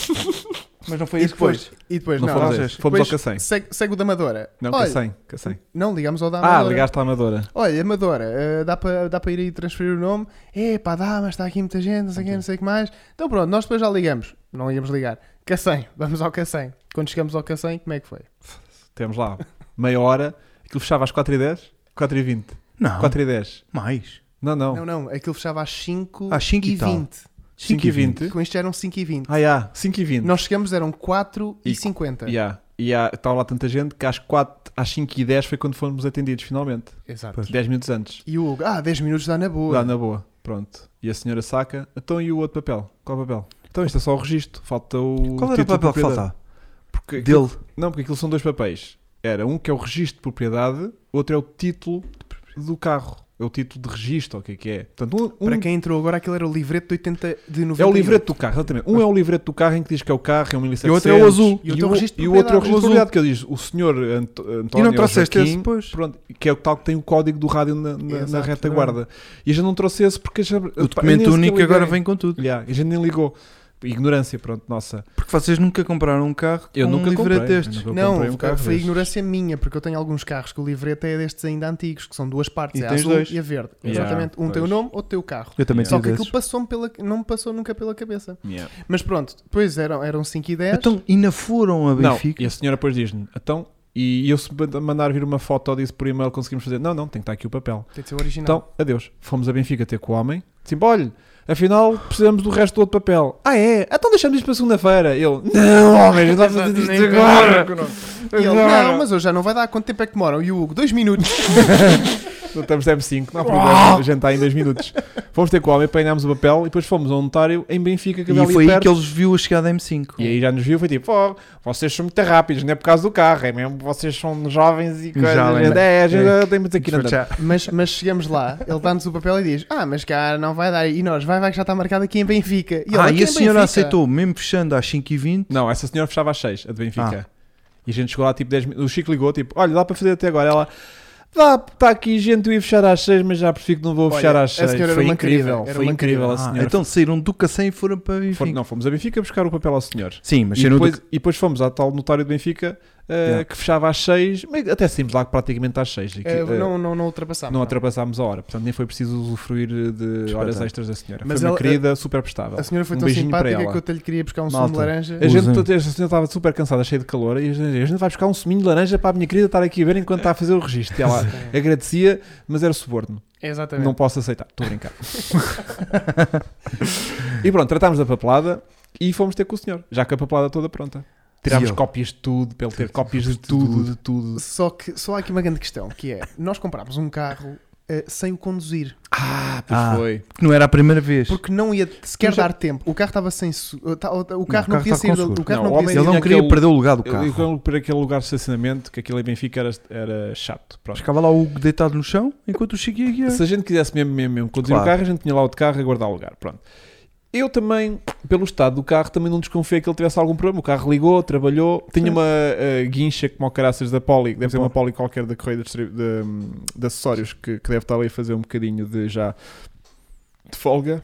[SPEAKER 2] mas não foi
[SPEAKER 3] E
[SPEAKER 2] isso que foi.
[SPEAKER 3] depois, e depois,
[SPEAKER 1] Não,
[SPEAKER 3] não,
[SPEAKER 1] fomos, a
[SPEAKER 2] vocês.
[SPEAKER 1] esse. fomos
[SPEAKER 3] Depois-
[SPEAKER 1] ao Cacém.
[SPEAKER 3] segue, segue o da Amadora.
[SPEAKER 1] Não,
[SPEAKER 3] Olha, Tá
[SPEAKER 1] Cacém. Cacém.
[SPEAKER 3] não, ligámos ao da
[SPEAKER 1] Ah,
[SPEAKER 3] Amadora.
[SPEAKER 1] ligaste à Amadora.
[SPEAKER 3] Olha, Amadora, eh, dá para dá para ir aí transferir o nome? É, pá, dá, mas está aqui muita gente, não sei o quê, não sei o que mais. Então pronto, nós depois já ligamos. Não íamos ligar. Cacém, vamos ao Cacém. Quando chegamos ao Cacém, como é que foi?
[SPEAKER 1] Temos lá meia hora, aquilo fechava às 4h10, 4h20.
[SPEAKER 2] Não,
[SPEAKER 1] 4 e 10.
[SPEAKER 2] mais.
[SPEAKER 1] Não, não.
[SPEAKER 3] Não, não, aquilo fechava às 5
[SPEAKER 2] Às 5 e tal.
[SPEAKER 3] 20.
[SPEAKER 1] 5 e 20.
[SPEAKER 3] Com isto eram 5 e 20.
[SPEAKER 1] Ah, já. 5 e 20.
[SPEAKER 3] Nós chegamos, eram 4 e
[SPEAKER 1] E-
[SPEAKER 3] 50.
[SPEAKER 1] Já. E há- estava lá tanta gente que às, 4, às 5 e 10 foi quando fomos atendidos, finalmente.
[SPEAKER 3] Exato.
[SPEAKER 2] Pois.
[SPEAKER 1] 10 minutos antes.
[SPEAKER 3] E o Hugo, ah, 10 minutos dá na boa.
[SPEAKER 1] Dá na boa. Pronto. E a senhora saca. Então e o outro papel? Qual papel? Então isto é só o registro. Falta o.
[SPEAKER 2] Qual era
[SPEAKER 1] título
[SPEAKER 2] o
[SPEAKER 1] de
[SPEAKER 2] papel que
[SPEAKER 1] propriedade.
[SPEAKER 2] faltava?
[SPEAKER 1] Porque aquilo-
[SPEAKER 2] Dele.
[SPEAKER 1] Não, porque aquilo são dois papéis. Era um que é o registro de propriedade, outro é o título do carro. É o título de registro, ou o que é que é. Portanto, um, um
[SPEAKER 3] Para quem entrou agora, aquilo era o livreto de 80 de um. 90.
[SPEAKER 1] é o livreto do carro, exatamente. Um é o livreto do carro em que diz que é o carro, é um 1700.
[SPEAKER 2] E o outro é o azul.
[SPEAKER 1] E,
[SPEAKER 3] E o teu
[SPEAKER 1] o,
[SPEAKER 3] registro de
[SPEAKER 1] e o outro é o registro de propriedade,
[SPEAKER 2] propriedade.
[SPEAKER 1] que ele diz o senhor Anto-
[SPEAKER 2] E
[SPEAKER 1] António
[SPEAKER 2] não trouxeste
[SPEAKER 1] Joaquim,
[SPEAKER 2] esse, pois.
[SPEAKER 1] Pronto, que é o tal que tem o código do rádio na, na, na
[SPEAKER 3] Exato,
[SPEAKER 1] retaguarda. E a gente não trouxe esse porque... Já,
[SPEAKER 2] O documento único agora vem com tudo.
[SPEAKER 1] Yeah, e a gente nem ligou. Ignorância, pronto, nossa.
[SPEAKER 2] Porque vocês nunca compraram um carro
[SPEAKER 1] Eu
[SPEAKER 2] com
[SPEAKER 1] nunca
[SPEAKER 2] um livreto
[SPEAKER 1] comprei.
[SPEAKER 2] destes.
[SPEAKER 1] Eu nunca
[SPEAKER 3] Não,
[SPEAKER 1] comprei um carro
[SPEAKER 3] foi
[SPEAKER 1] destes.
[SPEAKER 3] ignorância minha, porque eu tenho alguns carros que o livreto é destes ainda antigos, que são duas partes,
[SPEAKER 2] E
[SPEAKER 3] é a
[SPEAKER 2] tens
[SPEAKER 3] azul
[SPEAKER 2] dois.
[SPEAKER 3] e a verde.
[SPEAKER 1] Yeah,
[SPEAKER 3] Exatamente. Um tem o
[SPEAKER 1] pois.
[SPEAKER 3] nome, outro tem o carro.
[SPEAKER 2] Eu também
[SPEAKER 3] Só
[SPEAKER 2] tinha
[SPEAKER 3] que aquilo
[SPEAKER 2] desses.
[SPEAKER 3] passou-me pela, não me passou nunca pela cabeça.
[SPEAKER 1] Yeah.
[SPEAKER 3] Mas pronto, depois eram, eram 5 e 10.
[SPEAKER 2] Então, ainda foram a
[SPEAKER 1] Não,
[SPEAKER 2] Benfica?
[SPEAKER 1] e a senhora depois diz-me, então, e eu se manda- mandar vir uma foto disso por e-mail conseguimos fazer? Não, não, tem que estar aqui o papel.
[SPEAKER 3] Tem de ser o original.
[SPEAKER 1] Então, adeus. Fomos a Benfica ter com o homem. Disse, olha, afinal precisamos do resto do outro papel. Ah é? Então deixamos isto para segunda-feira. Ele, não homem, a gente vai fazer isto
[SPEAKER 3] Nem
[SPEAKER 1] agora. então-
[SPEAKER 3] E ele, não, mas hoje já não vai dar. Quanto tempo é que demoram? E o Hugo, 2 minutos.
[SPEAKER 1] Não Estamos em 5 não há problema, a gente está em 10 minutos. Fomos ter com o homem, apanhámos o papel e depois fomos a um notário em Benfica, que havia
[SPEAKER 2] E
[SPEAKER 1] ali
[SPEAKER 2] foi aí
[SPEAKER 1] perto.
[SPEAKER 2] que eles viu a chegada da M5.
[SPEAKER 1] E aí já nos viu foi tipo, oh, vocês são muito rápidos, não é por causa do carro, é mesmo, vocês são jovens e coisas,
[SPEAKER 2] Jovem.
[SPEAKER 1] é, a gente
[SPEAKER 2] É.
[SPEAKER 1] tem muito aqui na andar.
[SPEAKER 3] mas, mas chegamos lá, ele dá-nos o papel e diz: Ah, mas cara, não vai dar. E nós, vai, vai, que já está marcado aqui em Benfica. ele,
[SPEAKER 2] ah, e
[SPEAKER 3] "Aqui em
[SPEAKER 2] a senhora
[SPEAKER 3] Benfica?"
[SPEAKER 2] aceitou, mesmo fechando às 5h20.
[SPEAKER 1] Não, essa senhora fechava às 6, a de Benfica. E a gente chegou lá tipo 10 minutos. O Chico ligou tipo: Olha, dá para fazer até agora. Ela dá, está aqui gente, eu ia fechar às 6, mas já prefiro que não vou
[SPEAKER 3] Olha,
[SPEAKER 1] fechar às
[SPEAKER 3] a
[SPEAKER 1] 6.
[SPEAKER 3] senhora era
[SPEAKER 1] Foi
[SPEAKER 3] uma querida,
[SPEAKER 1] incrível,
[SPEAKER 3] era
[SPEAKER 1] foi
[SPEAKER 3] uma
[SPEAKER 1] incrível a
[SPEAKER 2] Ah,
[SPEAKER 1] senhora.
[SPEAKER 2] então saíram do Cacém e foram para Benfica.
[SPEAKER 1] Fomos- não, fomos a Benfica buscar o papel ao senhor.
[SPEAKER 2] Sim, mas
[SPEAKER 1] E
[SPEAKER 2] saíram
[SPEAKER 1] depois,
[SPEAKER 2] do
[SPEAKER 1] e depois fomos ao tal notário de Benfica eh,
[SPEAKER 2] Yeah.
[SPEAKER 1] que fechava às 6, até saímos lá praticamente às 6.
[SPEAKER 3] Eh, não, não, não ultrapassámos.
[SPEAKER 1] não ultrapassámos a hora, portanto nem foi preciso usufruir de horas
[SPEAKER 2] Espetáculo.
[SPEAKER 1] extras da senhora.
[SPEAKER 3] Mas
[SPEAKER 1] foi uma
[SPEAKER 3] ela-
[SPEAKER 1] querida, super prestável.
[SPEAKER 3] A senhora foi
[SPEAKER 1] Um
[SPEAKER 3] tão
[SPEAKER 1] beijinho para
[SPEAKER 3] simpática
[SPEAKER 1] ela.
[SPEAKER 3] que eu até lhe queria buscar um
[SPEAKER 2] Malta.
[SPEAKER 3] sumo de laranja.
[SPEAKER 1] A
[SPEAKER 2] Usem.
[SPEAKER 1] gente, a senhora estava super cansada, cheia de calor, e a gente, a gente vai buscar um suminho de laranja para a minha querida estar aqui a ver enquanto está a fazer o registro. E ela agradecia, mas era suborno.
[SPEAKER 3] Exatamente.
[SPEAKER 1] É. Não posso aceitar, estou a brincar. e pronto, tratámos da papelada e fomos ter com o senhor, já com a papelada toda pronta. Tirámos
[SPEAKER 2] E eu?
[SPEAKER 1] cópias de tudo, para ele ter cópias de tudo, de tudo.
[SPEAKER 3] Só que só há aqui uma grande questão, que é, nós comprámos um carro eh, sem o conduzir,
[SPEAKER 1] Ah,
[SPEAKER 2] pois
[SPEAKER 1] foi.
[SPEAKER 2] que não era a primeira vez.
[SPEAKER 3] porque não ia sequer
[SPEAKER 1] Mas já-
[SPEAKER 3] dar tempo. O carro estava sem... su- eh, tá- o carro não,
[SPEAKER 2] o carro
[SPEAKER 3] podia
[SPEAKER 2] tá
[SPEAKER 3] sair...
[SPEAKER 2] com
[SPEAKER 3] da-
[SPEAKER 2] seguro.
[SPEAKER 3] O carro
[SPEAKER 1] Não,
[SPEAKER 3] não,
[SPEAKER 1] o homem
[SPEAKER 3] podia
[SPEAKER 2] Ele
[SPEAKER 3] sair...
[SPEAKER 1] tinha
[SPEAKER 2] não queria
[SPEAKER 1] aquele-
[SPEAKER 2] perder o lugar do
[SPEAKER 1] Eu, eu,
[SPEAKER 2] carro.
[SPEAKER 1] quando para aquele lugar de estacionamento, que aquilo em Benfica era, era chato. Pronto.
[SPEAKER 2] Ficava lá o Hugo deitado no chão, enquanto o Chico ia guiar.
[SPEAKER 1] Se a gente quisesse mesmo, mesmo, mesmo conduzir
[SPEAKER 2] Claro.
[SPEAKER 1] o carro, a gente tinha lá o de carro a guardar o lugar. Pronto. Eu também, pelo estado do carro, também não desconfiei que ele tivesse algum problema. O carro ligou, trabalhou. Tinha
[SPEAKER 2] Sim.
[SPEAKER 1] uma eh, guincha como o caraças da Poli, que deve ser
[SPEAKER 2] Poli.
[SPEAKER 1] uma Poli qualquer da correia de, distribu- de, hum, de acessórios, que, que deve estar ali a fazer um bocadinho de já de folga.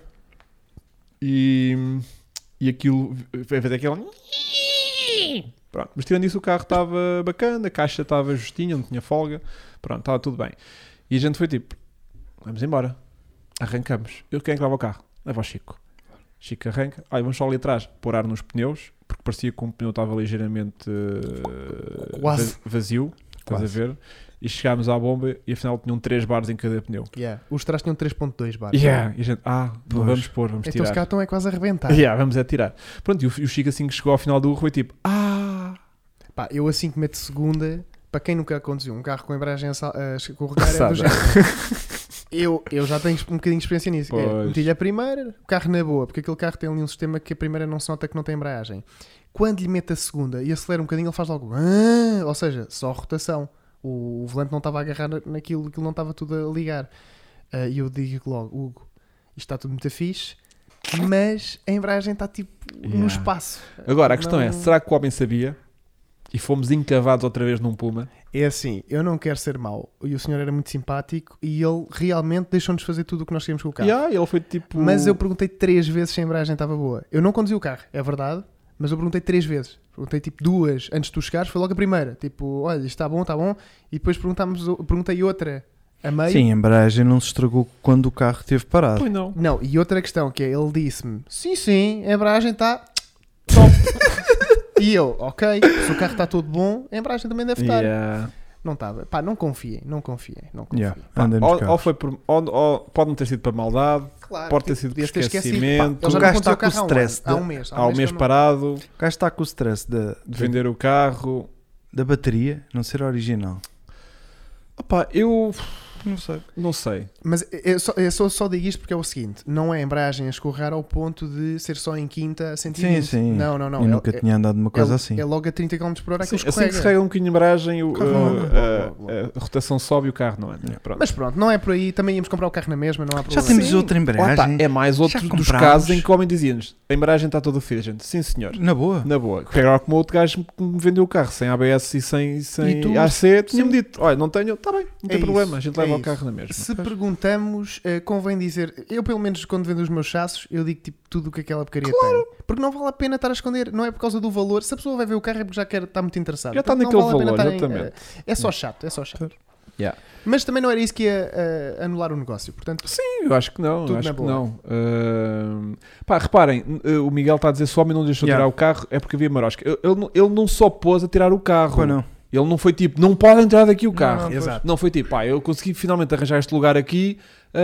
[SPEAKER 1] E, e aquilo vai fazer aquele. Pronto, mas tirando isso, o carro estava bacana, a caixa estava justinha, não tinha folga. Pronto, estava tudo bem. E a gente foi tipo: vamos embora, arrancamos. Eu quem é que leva o carro? Leva o Chico. Chico arranca. Olha, vamos só ali atrás pôr ar nos pneus, porque parecia que um pneu estava ligeiramente eh,
[SPEAKER 3] Quase.
[SPEAKER 1] va- vazio. Estás
[SPEAKER 2] Quase.
[SPEAKER 1] a ver? E chegámos à bomba e afinal tinham 3 bares em cada pneu.
[SPEAKER 3] Yeah. Os trás tinham 3.2 bar.
[SPEAKER 1] Yeah. E a gente, ah, não
[SPEAKER 2] Pois.
[SPEAKER 1] vamos pôr, vamos
[SPEAKER 3] Então
[SPEAKER 1] tirar.
[SPEAKER 3] os carros estão é quase a arrebentar.
[SPEAKER 1] Yeah, vamos é tirar. Pronto, e o, e o Chico assim que chegou ao final do rua foi tipo, ah,
[SPEAKER 3] Pá, eu assim que meto segunda, para quem nunca conduziu um carro com embreagem a sal- a escorregar é
[SPEAKER 1] Sabe.
[SPEAKER 3] do género. Eu, eu já tenho um bocadinho de experiência nisso. É,
[SPEAKER 1] Pois.
[SPEAKER 3] Meti-lhe a primeira, o carro na boa, porque aquele carro tem ali um sistema que a primeira não se nota que não tem embreagem. Quando lhe meto a segunda e acelera um bocadinho, ele faz logo. "Ah", ou seja, só rotação. O, o volante não estava a agarrar na- naquilo, aquilo não estava tudo a ligar. Ah, E eu digo logo, Hugo, isto está tudo muito fixe, mas a embreagem está tipo no
[SPEAKER 1] Yeah.
[SPEAKER 3] espaço.
[SPEAKER 1] Agora, a questão é,
[SPEAKER 3] Não- um
[SPEAKER 1] será que o homem sabia? E fomos encavados outra vez num puma.
[SPEAKER 3] É assim, eu não quero ser mau. E o senhor era muito simpático e ele realmente deixou-nos fazer tudo o que nós queríamos com o carro.
[SPEAKER 1] E ah, ele foi tipo...
[SPEAKER 3] Mas eu perguntei três vezes se a embreagem estava boa. Eu não conduzi o carro, é verdade, mas eu perguntei três vezes. Perguntei tipo duas antes de tu chegares, foi logo a primeira. Tipo, olha, isto está bom, está bom. E depois perguntámos, o- perguntei outra a meio.
[SPEAKER 2] Sim, a embreagem não se estragou quando o carro esteve parado.
[SPEAKER 1] Pois não.
[SPEAKER 3] Não, e outra questão que é, ele disse-me, sim, sim, a embreagem está top. e eu, ok, se o carro está todo bom, a embreagem também deve estar.
[SPEAKER 1] Yeah.
[SPEAKER 3] Não estava. Pá, não confiem, não confiem, não confiem.
[SPEAKER 2] Yeah,
[SPEAKER 1] Pá,
[SPEAKER 2] andem nos
[SPEAKER 1] ou, ou
[SPEAKER 2] carros.
[SPEAKER 1] foi por, ou, ou pode não ter sido para maldade,
[SPEAKER 3] Claro,
[SPEAKER 1] pode ter
[SPEAKER 3] tipo,
[SPEAKER 1] sido por
[SPEAKER 3] podias ter esquecido.
[SPEAKER 1] esquecimento,
[SPEAKER 3] Pá, ele já
[SPEAKER 2] O
[SPEAKER 3] não
[SPEAKER 2] gajo
[SPEAKER 3] conduzia
[SPEAKER 2] está
[SPEAKER 3] o carro
[SPEAKER 2] com
[SPEAKER 3] há um
[SPEAKER 2] stress
[SPEAKER 3] ano, Há
[SPEAKER 2] de-
[SPEAKER 3] um mês.
[SPEAKER 1] há um mês
[SPEAKER 3] que eu não-
[SPEAKER 1] parado,
[SPEAKER 2] O gajo está com o stress da,
[SPEAKER 1] de
[SPEAKER 2] da,
[SPEAKER 1] vender o carro.
[SPEAKER 2] da bateria não ser original.
[SPEAKER 1] Opa, eu
[SPEAKER 2] Não sei.
[SPEAKER 1] não sei.
[SPEAKER 3] Mas eu só, eu só, só digo isto porque é o seguinte: não é a embreagem a escorrer ao ponto de ser só em quinta a 120.
[SPEAKER 2] Sim, sim.
[SPEAKER 3] Não, não, não.
[SPEAKER 2] Eu
[SPEAKER 3] é,
[SPEAKER 2] nunca
[SPEAKER 3] é-
[SPEAKER 2] tinha andado numa coisa
[SPEAKER 3] é-
[SPEAKER 2] assim.
[SPEAKER 3] É logo a 30 km por hora que
[SPEAKER 1] Sim,
[SPEAKER 3] ele
[SPEAKER 1] assim que se
[SPEAKER 3] escorrega.
[SPEAKER 1] rega um bocadinho de embreagem, o-
[SPEAKER 3] Carro não é anda.
[SPEAKER 1] a-
[SPEAKER 3] Blá, blá,
[SPEAKER 1] a- a rotação sobe e o carro não anda.
[SPEAKER 2] Yeah.
[SPEAKER 1] Pronto.
[SPEAKER 3] Mas pronto, não é por aí. Também íamos comprar o carro na mesma, não há
[SPEAKER 2] Já
[SPEAKER 3] problema.
[SPEAKER 2] temos
[SPEAKER 1] Sim.
[SPEAKER 2] outra
[SPEAKER 1] Lá está,
[SPEAKER 2] embreagem.
[SPEAKER 1] é mais outro
[SPEAKER 2] Já
[SPEAKER 1] dos
[SPEAKER 2] comprámos.
[SPEAKER 1] casos em que o homem dizia-nos a embreagem está toda feia, gente. Sim, senhor.
[SPEAKER 2] Na boa.
[SPEAKER 1] Na boa. Que Era como outro gajo que me vendeu o carro sem ABS e sem, sem
[SPEAKER 3] E tu?
[SPEAKER 1] AC.
[SPEAKER 3] Sim.
[SPEAKER 1] Tinha-me dito: olha, não tenho, está bem, não
[SPEAKER 3] É
[SPEAKER 1] tem problema,
[SPEAKER 3] isso,
[SPEAKER 1] a gente
[SPEAKER 3] é
[SPEAKER 1] leva o
[SPEAKER 3] isso.
[SPEAKER 1] carro na mesma.
[SPEAKER 3] Se perguntamos, eh, convém dizer. Eu, pelo menos, quando vendo os meus chassos, eu digo tipo tudo o que aquela porcaria tem. Porque não vale a pena estar a esconder. Não é por causa do valor. Se a pessoa vai ver o carro é porque já quer, está muito interessada.
[SPEAKER 1] Já está
[SPEAKER 3] Portanto,
[SPEAKER 1] naquele
[SPEAKER 3] não vale a pena
[SPEAKER 1] valor,
[SPEAKER 3] estar em-
[SPEAKER 1] exatamente.
[SPEAKER 3] eh, é só chato, é só chato.
[SPEAKER 1] Yeah.
[SPEAKER 3] Mas também não era isso que ia eh, anular o negócio. Portanto,
[SPEAKER 1] Sim, eu acho que não,
[SPEAKER 3] Tudo
[SPEAKER 1] eu acho
[SPEAKER 3] na
[SPEAKER 1] que
[SPEAKER 3] boa.
[SPEAKER 1] não. Ahm, pá, reparem, n- eh, o Miguel está a dizer: se o homem não deixou
[SPEAKER 2] Yeah.
[SPEAKER 1] tirar o carro é porque havia marosca. Ele, ele não- ele não só pôs a tirar o carro.
[SPEAKER 2] Pô, não.
[SPEAKER 1] Ele não foi tipo, não podem tirar daqui o
[SPEAKER 2] Não,
[SPEAKER 1] carro.
[SPEAKER 2] não, pois.
[SPEAKER 3] Exato.
[SPEAKER 1] Não foi tipo, pá, eu consegui finalmente arranjar este lugar aqui.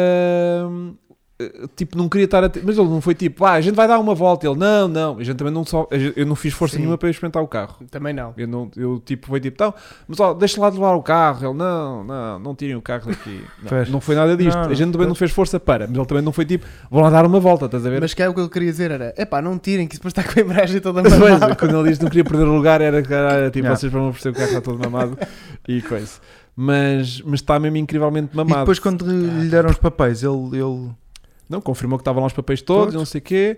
[SPEAKER 1] ahm, eh, tipo, não queria estar a. ti- Mas ele não foi tipo, pá, a gente vai dar uma volta. Ele, não, não. A gente também não só. a gente- Eu não fiz força
[SPEAKER 3] Sim.
[SPEAKER 1] nenhuma para experimentar o carro.
[SPEAKER 3] também não.
[SPEAKER 1] Eu, não, eu tipo, foi tipo, então, mas ó, deixa lá de levar o carro. Ele, não, não, não tirem o carro daqui. Não,
[SPEAKER 2] Pois.
[SPEAKER 1] não foi nada disto.
[SPEAKER 2] Não, não,
[SPEAKER 1] a gente também
[SPEAKER 2] pois.
[SPEAKER 1] não fez força para, mas ele também não foi tipo, vão lá dar uma volta, estás a ver?
[SPEAKER 3] Mas que é o que eu queria dizer era: epá, não tirem, que isso depois está com a embreagem toda
[SPEAKER 1] Pois, é.
[SPEAKER 3] mamada.
[SPEAKER 1] quando ele diz que não queria perder o lugar, era, era tipo,
[SPEAKER 2] Yeah.
[SPEAKER 1] vocês vão perceber que o carro está todo mamado e coisa. Mas, mas está mesmo incrivelmente
[SPEAKER 2] E
[SPEAKER 1] mamado.
[SPEAKER 2] depois quando lhe deram os papéis, ele... ele...
[SPEAKER 1] Não, confirmou que estavam lá os papéis todos,
[SPEAKER 2] Todos.
[SPEAKER 1] não sei o quê.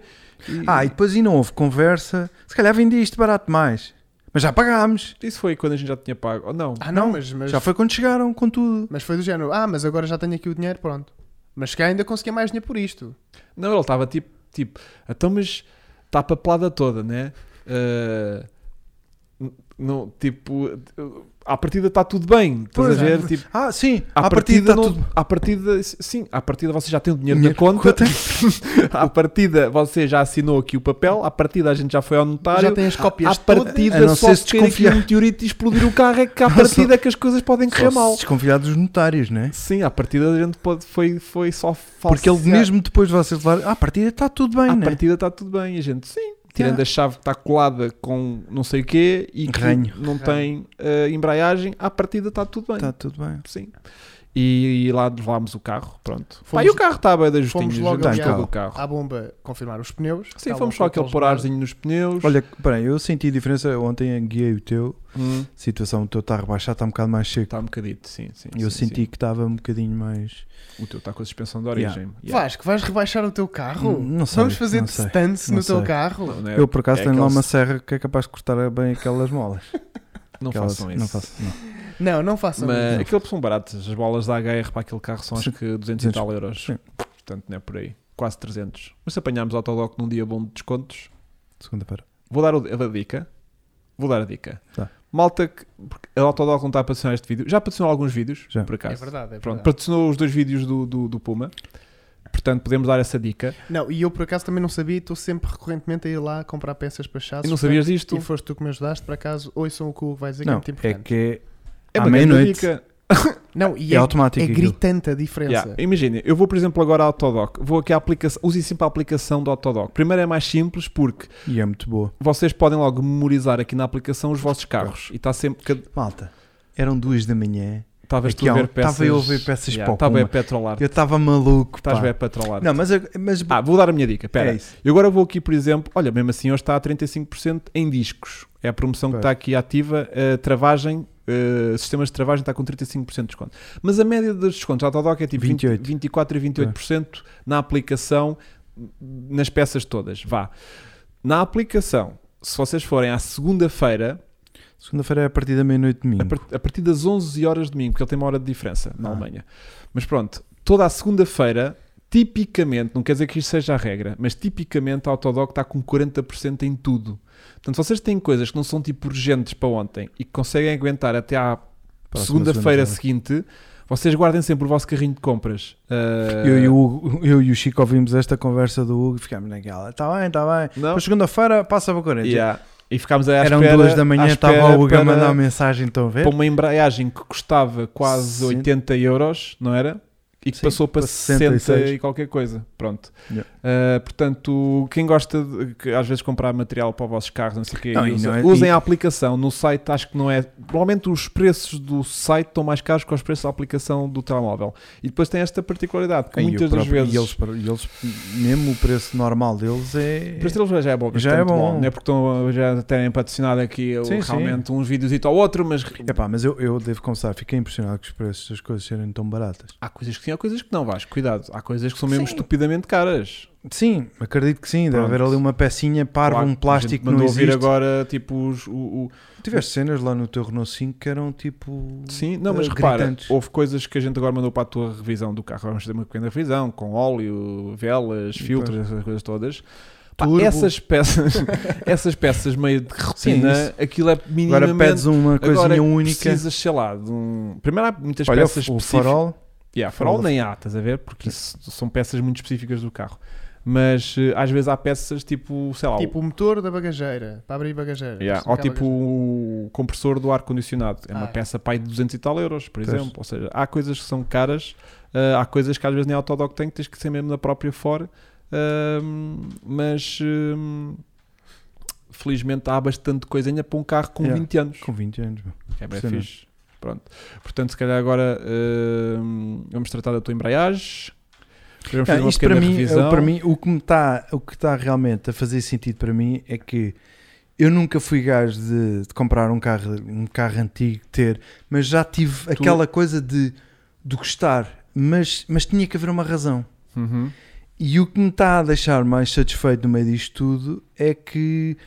[SPEAKER 1] E-
[SPEAKER 2] Ah, e depois ainda houve conversa. Se calhar vendi isto barato demais. Mas já pagámos.
[SPEAKER 1] Isso foi quando a gente já tinha pago. Ou não,
[SPEAKER 3] Ah, não,
[SPEAKER 2] Não,
[SPEAKER 3] mas, mas,
[SPEAKER 2] Já foi quando chegaram com tudo.
[SPEAKER 3] mas foi do género: ah, mas agora já tenho aqui o dinheiro, pronto. Mas que ainda conseguia mais dinheiro por isto.
[SPEAKER 1] não, ele estava tipo, tipo, então mas está a papelada toda, né? Ah, n- não, tipo, à partida está tudo bem, estás
[SPEAKER 2] Pois,
[SPEAKER 1] a ver? Tipo,
[SPEAKER 2] Ah, sim.
[SPEAKER 1] à,
[SPEAKER 2] A partir
[SPEAKER 1] partida,
[SPEAKER 2] está
[SPEAKER 1] não-
[SPEAKER 2] tudo
[SPEAKER 1] à partida, sim, à partida você já tem o dinheiro,
[SPEAKER 2] Dinheiro
[SPEAKER 1] na conta,
[SPEAKER 2] conta.
[SPEAKER 1] à partida você já assinou aqui o papel, à partida a gente já foi ao notário,
[SPEAKER 3] já tem as
[SPEAKER 1] à
[SPEAKER 3] cópias todas.
[SPEAKER 1] partida
[SPEAKER 2] A não
[SPEAKER 1] só
[SPEAKER 2] ser
[SPEAKER 1] se
[SPEAKER 2] se
[SPEAKER 1] querem que
[SPEAKER 2] desconfiar.
[SPEAKER 1] um meteorito e explodir o carro é que à
[SPEAKER 2] Só-
[SPEAKER 1] partida é que as coisas podem
[SPEAKER 2] Só
[SPEAKER 1] correr mal.
[SPEAKER 2] Se desconfiar dos notários, né?
[SPEAKER 1] Sim, à partida a gente pode, foi, foi só falso.
[SPEAKER 2] Porque ele mesmo depois de vocês levarem. Ah, a partida está tudo bem,
[SPEAKER 1] À
[SPEAKER 2] né? Tá.
[SPEAKER 1] partida está tudo bem, a gente sim. Tirando
[SPEAKER 2] Yeah.
[SPEAKER 1] a chave que está colada com não sei o quê e que
[SPEAKER 2] Ranho. Tá.
[SPEAKER 1] não
[SPEAKER 3] Ranho.
[SPEAKER 1] tem eh, embreagem, à partida está tudo bem.
[SPEAKER 2] Está tudo bem.
[SPEAKER 1] Sim. E, e lá levámos o carro, pronto. Pá,
[SPEAKER 3] Fomos-
[SPEAKER 1] e o carro estava da justinha,
[SPEAKER 3] fomos logo
[SPEAKER 1] juntámos
[SPEAKER 2] ali ao-
[SPEAKER 1] todo o carro.
[SPEAKER 3] à bomba confirmar os pneus.
[SPEAKER 1] Oh. Sim,
[SPEAKER 2] tá
[SPEAKER 3] Estavam
[SPEAKER 1] fomos
[SPEAKER 3] com
[SPEAKER 1] só aquele
[SPEAKER 3] aqueles
[SPEAKER 1] pôr arzinho nos pneus.
[SPEAKER 2] Olha, peraí, eu senti a diferença. Ontem guiei o teu.
[SPEAKER 1] Hum,
[SPEAKER 2] A situação do teu está rebaixado, está um bocado mais seco.
[SPEAKER 1] está um bocadito, sim, sim.
[SPEAKER 2] eu
[SPEAKER 1] sim,
[SPEAKER 2] senti que estava um bocadinho mais.
[SPEAKER 1] sim. O teu está com a suspensão de origem.
[SPEAKER 3] Vasco, vais rebaixar o teu carro?
[SPEAKER 2] Hum, não sei,
[SPEAKER 3] Vamos fazer
[SPEAKER 2] não sei,
[SPEAKER 3] distance
[SPEAKER 2] não
[SPEAKER 3] no teu
[SPEAKER 2] sei.
[SPEAKER 3] carro?
[SPEAKER 1] Não, não é-
[SPEAKER 2] eu por acaso
[SPEAKER 1] é
[SPEAKER 2] tenho lá
[SPEAKER 1] aqueles-
[SPEAKER 2] uma serra que é capaz de cortar bem aquelas molas.
[SPEAKER 1] Não
[SPEAKER 2] Aquelas-
[SPEAKER 1] façam isso.
[SPEAKER 2] Não faço, não.
[SPEAKER 3] Não, não façam
[SPEAKER 1] Mas é
[SPEAKER 3] isso.
[SPEAKER 1] aquilo são baratas. As bolas da HR para aquele carro são acho
[SPEAKER 2] Sim.
[SPEAKER 1] que 200 e
[SPEAKER 2] 200.
[SPEAKER 1] tal euros.
[SPEAKER 2] Sim.
[SPEAKER 1] Portanto, não é por aí. Quase 300. Mas se apanharmos autodoc num dia bom de descontos,
[SPEAKER 2] Segunda-feira.
[SPEAKER 1] vou dar o- a dica. Vou dar a dica.
[SPEAKER 2] Tá.
[SPEAKER 1] Malta, que, porque a autodoc não está a patrocinar este vídeo. Já patrocinou alguns vídeos,
[SPEAKER 2] Já.
[SPEAKER 1] por acaso.
[SPEAKER 3] É verdade, é
[SPEAKER 1] Pronto,
[SPEAKER 3] verdade.
[SPEAKER 1] patrocinou os dois vídeos do, do, do Puma. Portanto, podemos dar essa dica.
[SPEAKER 3] Não, e eu por acaso também não sabia e estou sempre recorrentemente a ir lá comprar peças para chassos.
[SPEAKER 1] E não sabias disto?
[SPEAKER 3] E foste tu que me ajudaste, por acaso, ouçam o que o Hugo vai dizer
[SPEAKER 2] Não,
[SPEAKER 3] que é muito
[SPEAKER 2] é
[SPEAKER 3] importante.
[SPEAKER 2] que
[SPEAKER 1] É
[SPEAKER 2] À
[SPEAKER 1] uma grande
[SPEAKER 2] meia-noite.
[SPEAKER 1] dica.
[SPEAKER 3] Não,
[SPEAKER 2] é,
[SPEAKER 3] e é,
[SPEAKER 2] automático.
[SPEAKER 3] é
[SPEAKER 2] aquilo.
[SPEAKER 3] gritante a diferença.
[SPEAKER 1] Yeah. é Imagina, eu vou, por exemplo, agora à Autodoc. Vou aqui à aplicação. Usem sempre a aplicação do Autodoc. Primeiro é mais simples porque
[SPEAKER 2] E é muito boa.
[SPEAKER 1] vocês podem logo memorizar aqui na aplicação os vossos carros. E está sempre. cada-
[SPEAKER 2] Malta, eram duas da manhã.
[SPEAKER 1] Estavas tu
[SPEAKER 2] Aqui
[SPEAKER 1] a
[SPEAKER 2] há
[SPEAKER 1] ver
[SPEAKER 2] um-
[SPEAKER 1] peças.
[SPEAKER 2] estava eu a ver peças para o
[SPEAKER 1] Estava
[SPEAKER 2] Puma.
[SPEAKER 1] a petrolar.
[SPEAKER 2] Eu estava maluco.
[SPEAKER 1] Estás
[SPEAKER 2] pá.
[SPEAKER 1] bem a petrolar.
[SPEAKER 2] Não, mas, mas
[SPEAKER 1] Ah, vou dar a minha dica. Espera.
[SPEAKER 2] é isso.
[SPEAKER 1] eu agora vou aqui, por exemplo. Olha, mesmo assim, hoje está a 35% em discos. É a promoção que
[SPEAKER 2] Pois.
[SPEAKER 1] está aqui ativa. A travagem. eh, sistemas de travagem está com 35% de desconto. Mas a média dos descontos da Autodoc é tipo 20,
[SPEAKER 2] 28.
[SPEAKER 1] 24% e 28% na aplicação, nas peças todas. Vá. Na aplicação, se vocês forem à segunda-feira,
[SPEAKER 2] Segunda-feira é a partir da meia-noite de domingo.
[SPEAKER 1] a, par- a partir das 11 horas de domingo, porque ele tem uma hora de diferença na
[SPEAKER 2] Ah.
[SPEAKER 1] Alemanha. Mas pronto, toda a segunda-feira, tipicamente, não quer dizer que isto seja a regra, mas tipicamente a Autodoc está com 40% em tudo. Portanto, vocês têm coisas que não são tipo urgentes para ontem e que conseguem aguentar até à
[SPEAKER 2] Próxima
[SPEAKER 1] segunda-feira
[SPEAKER 2] segunda-feira.
[SPEAKER 1] seguinte, vocês guardem sempre o vosso carrinho de compras. Ah,
[SPEAKER 2] Eu, e o, Hugo- eu e o Chico ouvimos esta conversa do Hugo e ficámos naquela. Está "Tá bem, está bem.
[SPEAKER 1] Não?
[SPEAKER 2] Mas segunda-feira passa para 40.
[SPEAKER 1] Então? Yeah. E ficámos aí à
[SPEAKER 2] Eram
[SPEAKER 1] espera,
[SPEAKER 2] duas da
[SPEAKER 1] à
[SPEAKER 2] manhã,
[SPEAKER 1] espera
[SPEAKER 2] estava o Hugo a
[SPEAKER 1] para-
[SPEAKER 2] mandar mensagem, estão a ver?
[SPEAKER 1] para um uma embreagem que custava quase
[SPEAKER 2] Sim.
[SPEAKER 1] 80 euros, não era? E que
[SPEAKER 2] Sim,
[SPEAKER 1] passou para
[SPEAKER 2] para
[SPEAKER 1] 60 e
[SPEAKER 2] 66.
[SPEAKER 1] qualquer coisa. Pronto.
[SPEAKER 2] Yeah.
[SPEAKER 1] Uh, portanto, quem gosta de que às vezes comprar material para os vossos carros, não sei o quê,
[SPEAKER 2] Não,
[SPEAKER 1] e
[SPEAKER 2] e
[SPEAKER 1] usa-
[SPEAKER 2] não é-
[SPEAKER 1] usem
[SPEAKER 2] e-
[SPEAKER 1] a aplicação. No site acho que não é. Normalmente os preços do site estão mais caros que os preços da aplicação do telemóvel. E depois tem esta particularidade que
[SPEAKER 2] E o
[SPEAKER 1] muitas das
[SPEAKER 2] próprio-
[SPEAKER 1] vezes.
[SPEAKER 2] E eles, e eles- mesmo o preço normal deles é.
[SPEAKER 1] O preço deles já é bom,
[SPEAKER 2] Já é
[SPEAKER 1] bastante
[SPEAKER 2] bom.
[SPEAKER 1] não é porque estão, já têm patrocinado aqui eu,
[SPEAKER 2] Sim, sim. É
[SPEAKER 1] realmente uns vídeos ao outro, mas
[SPEAKER 2] Epá, mas eu, eu devo confessar, fiquei impressionado com os preços das coisas serem tão baratas.
[SPEAKER 1] há coisas que sim, há coisas que não, vais, cuidado, há coisas que são mesmo
[SPEAKER 2] Sim.
[SPEAKER 1] estupidamente caras.
[SPEAKER 2] Sim, acredito que sim. Deve
[SPEAKER 1] Pronto.
[SPEAKER 2] haver ali uma pecinha parva,
[SPEAKER 1] Claro,
[SPEAKER 2] um
[SPEAKER 1] a gente
[SPEAKER 2] plástico que não
[SPEAKER 1] mandou
[SPEAKER 2] existe.
[SPEAKER 1] vir agora tipo os, o, o-
[SPEAKER 2] Tiveste cenas lá no teu Renault 5 que eram tipo.
[SPEAKER 1] Sim, não, mas
[SPEAKER 2] eh,
[SPEAKER 1] repara,
[SPEAKER 2] gritantes.
[SPEAKER 1] houve coisas que a gente agora mandou para a tua revisão do carro. Vamos fazer uma pequena revisão com óleo, velas,
[SPEAKER 2] Pois.
[SPEAKER 1] filtros, essas coisas todas. Pá,
[SPEAKER 3] Turbo.
[SPEAKER 1] essas peças, essas peças meio de rotina,
[SPEAKER 2] isso.
[SPEAKER 1] aquilo é minimamente
[SPEAKER 2] Agora pedes uma coisinha
[SPEAKER 1] Agora, é
[SPEAKER 2] única.
[SPEAKER 1] Precisas, sei lá, de um. Primeiro há muitas
[SPEAKER 2] Olha,
[SPEAKER 1] peças
[SPEAKER 2] o
[SPEAKER 1] específicas.
[SPEAKER 2] farol.
[SPEAKER 1] Yeah, farol
[SPEAKER 2] Farol.
[SPEAKER 1] nem há, estás a ver? Porque isso são peças muito específicas do carro. Mas eh, às vezes há peças tipo, sei lá,
[SPEAKER 3] Tipo o motor da bagageira, para abrir bagageira.
[SPEAKER 1] Yeah,
[SPEAKER 3] Para
[SPEAKER 1] Ou
[SPEAKER 3] sacar
[SPEAKER 1] tipo o compressor do ar-condicionado. É uma
[SPEAKER 3] Ah, é.
[SPEAKER 1] peça pai de 200 e tal euros, por
[SPEAKER 2] Pois.
[SPEAKER 1] exemplo. Ou seja, há coisas que são caras, ah, há coisas que às vezes nem Autodoc tem, que tens que ser mesmo da própria fora. Ahm, mas hum, felizmente há bastante coisa ainda para um carro com
[SPEAKER 2] Yeah.
[SPEAKER 1] 20 anos.
[SPEAKER 2] Com 20 anos. meu.
[SPEAKER 1] É bem
[SPEAKER 2] Impressionante.
[SPEAKER 1] fixe. Pronto. Portanto, se calhar agora hum, vamos tratar da tua embreagem. Vamos fazer
[SPEAKER 2] Ah,
[SPEAKER 1] uma
[SPEAKER 2] isto para
[SPEAKER 1] pequena
[SPEAKER 2] mim,
[SPEAKER 1] revisão.
[SPEAKER 2] eu- para mim, o que me está o que está realmente a fazer sentido para mim é que eu nunca fui gajo de, de comprar um carro um carro antigo ter, mas já tive aquela coisa de de gostar, mas mas tinha que haver uma razão.
[SPEAKER 1] Uhum.
[SPEAKER 2] E o que me está a deixar mais satisfeito no meio disto tudo é que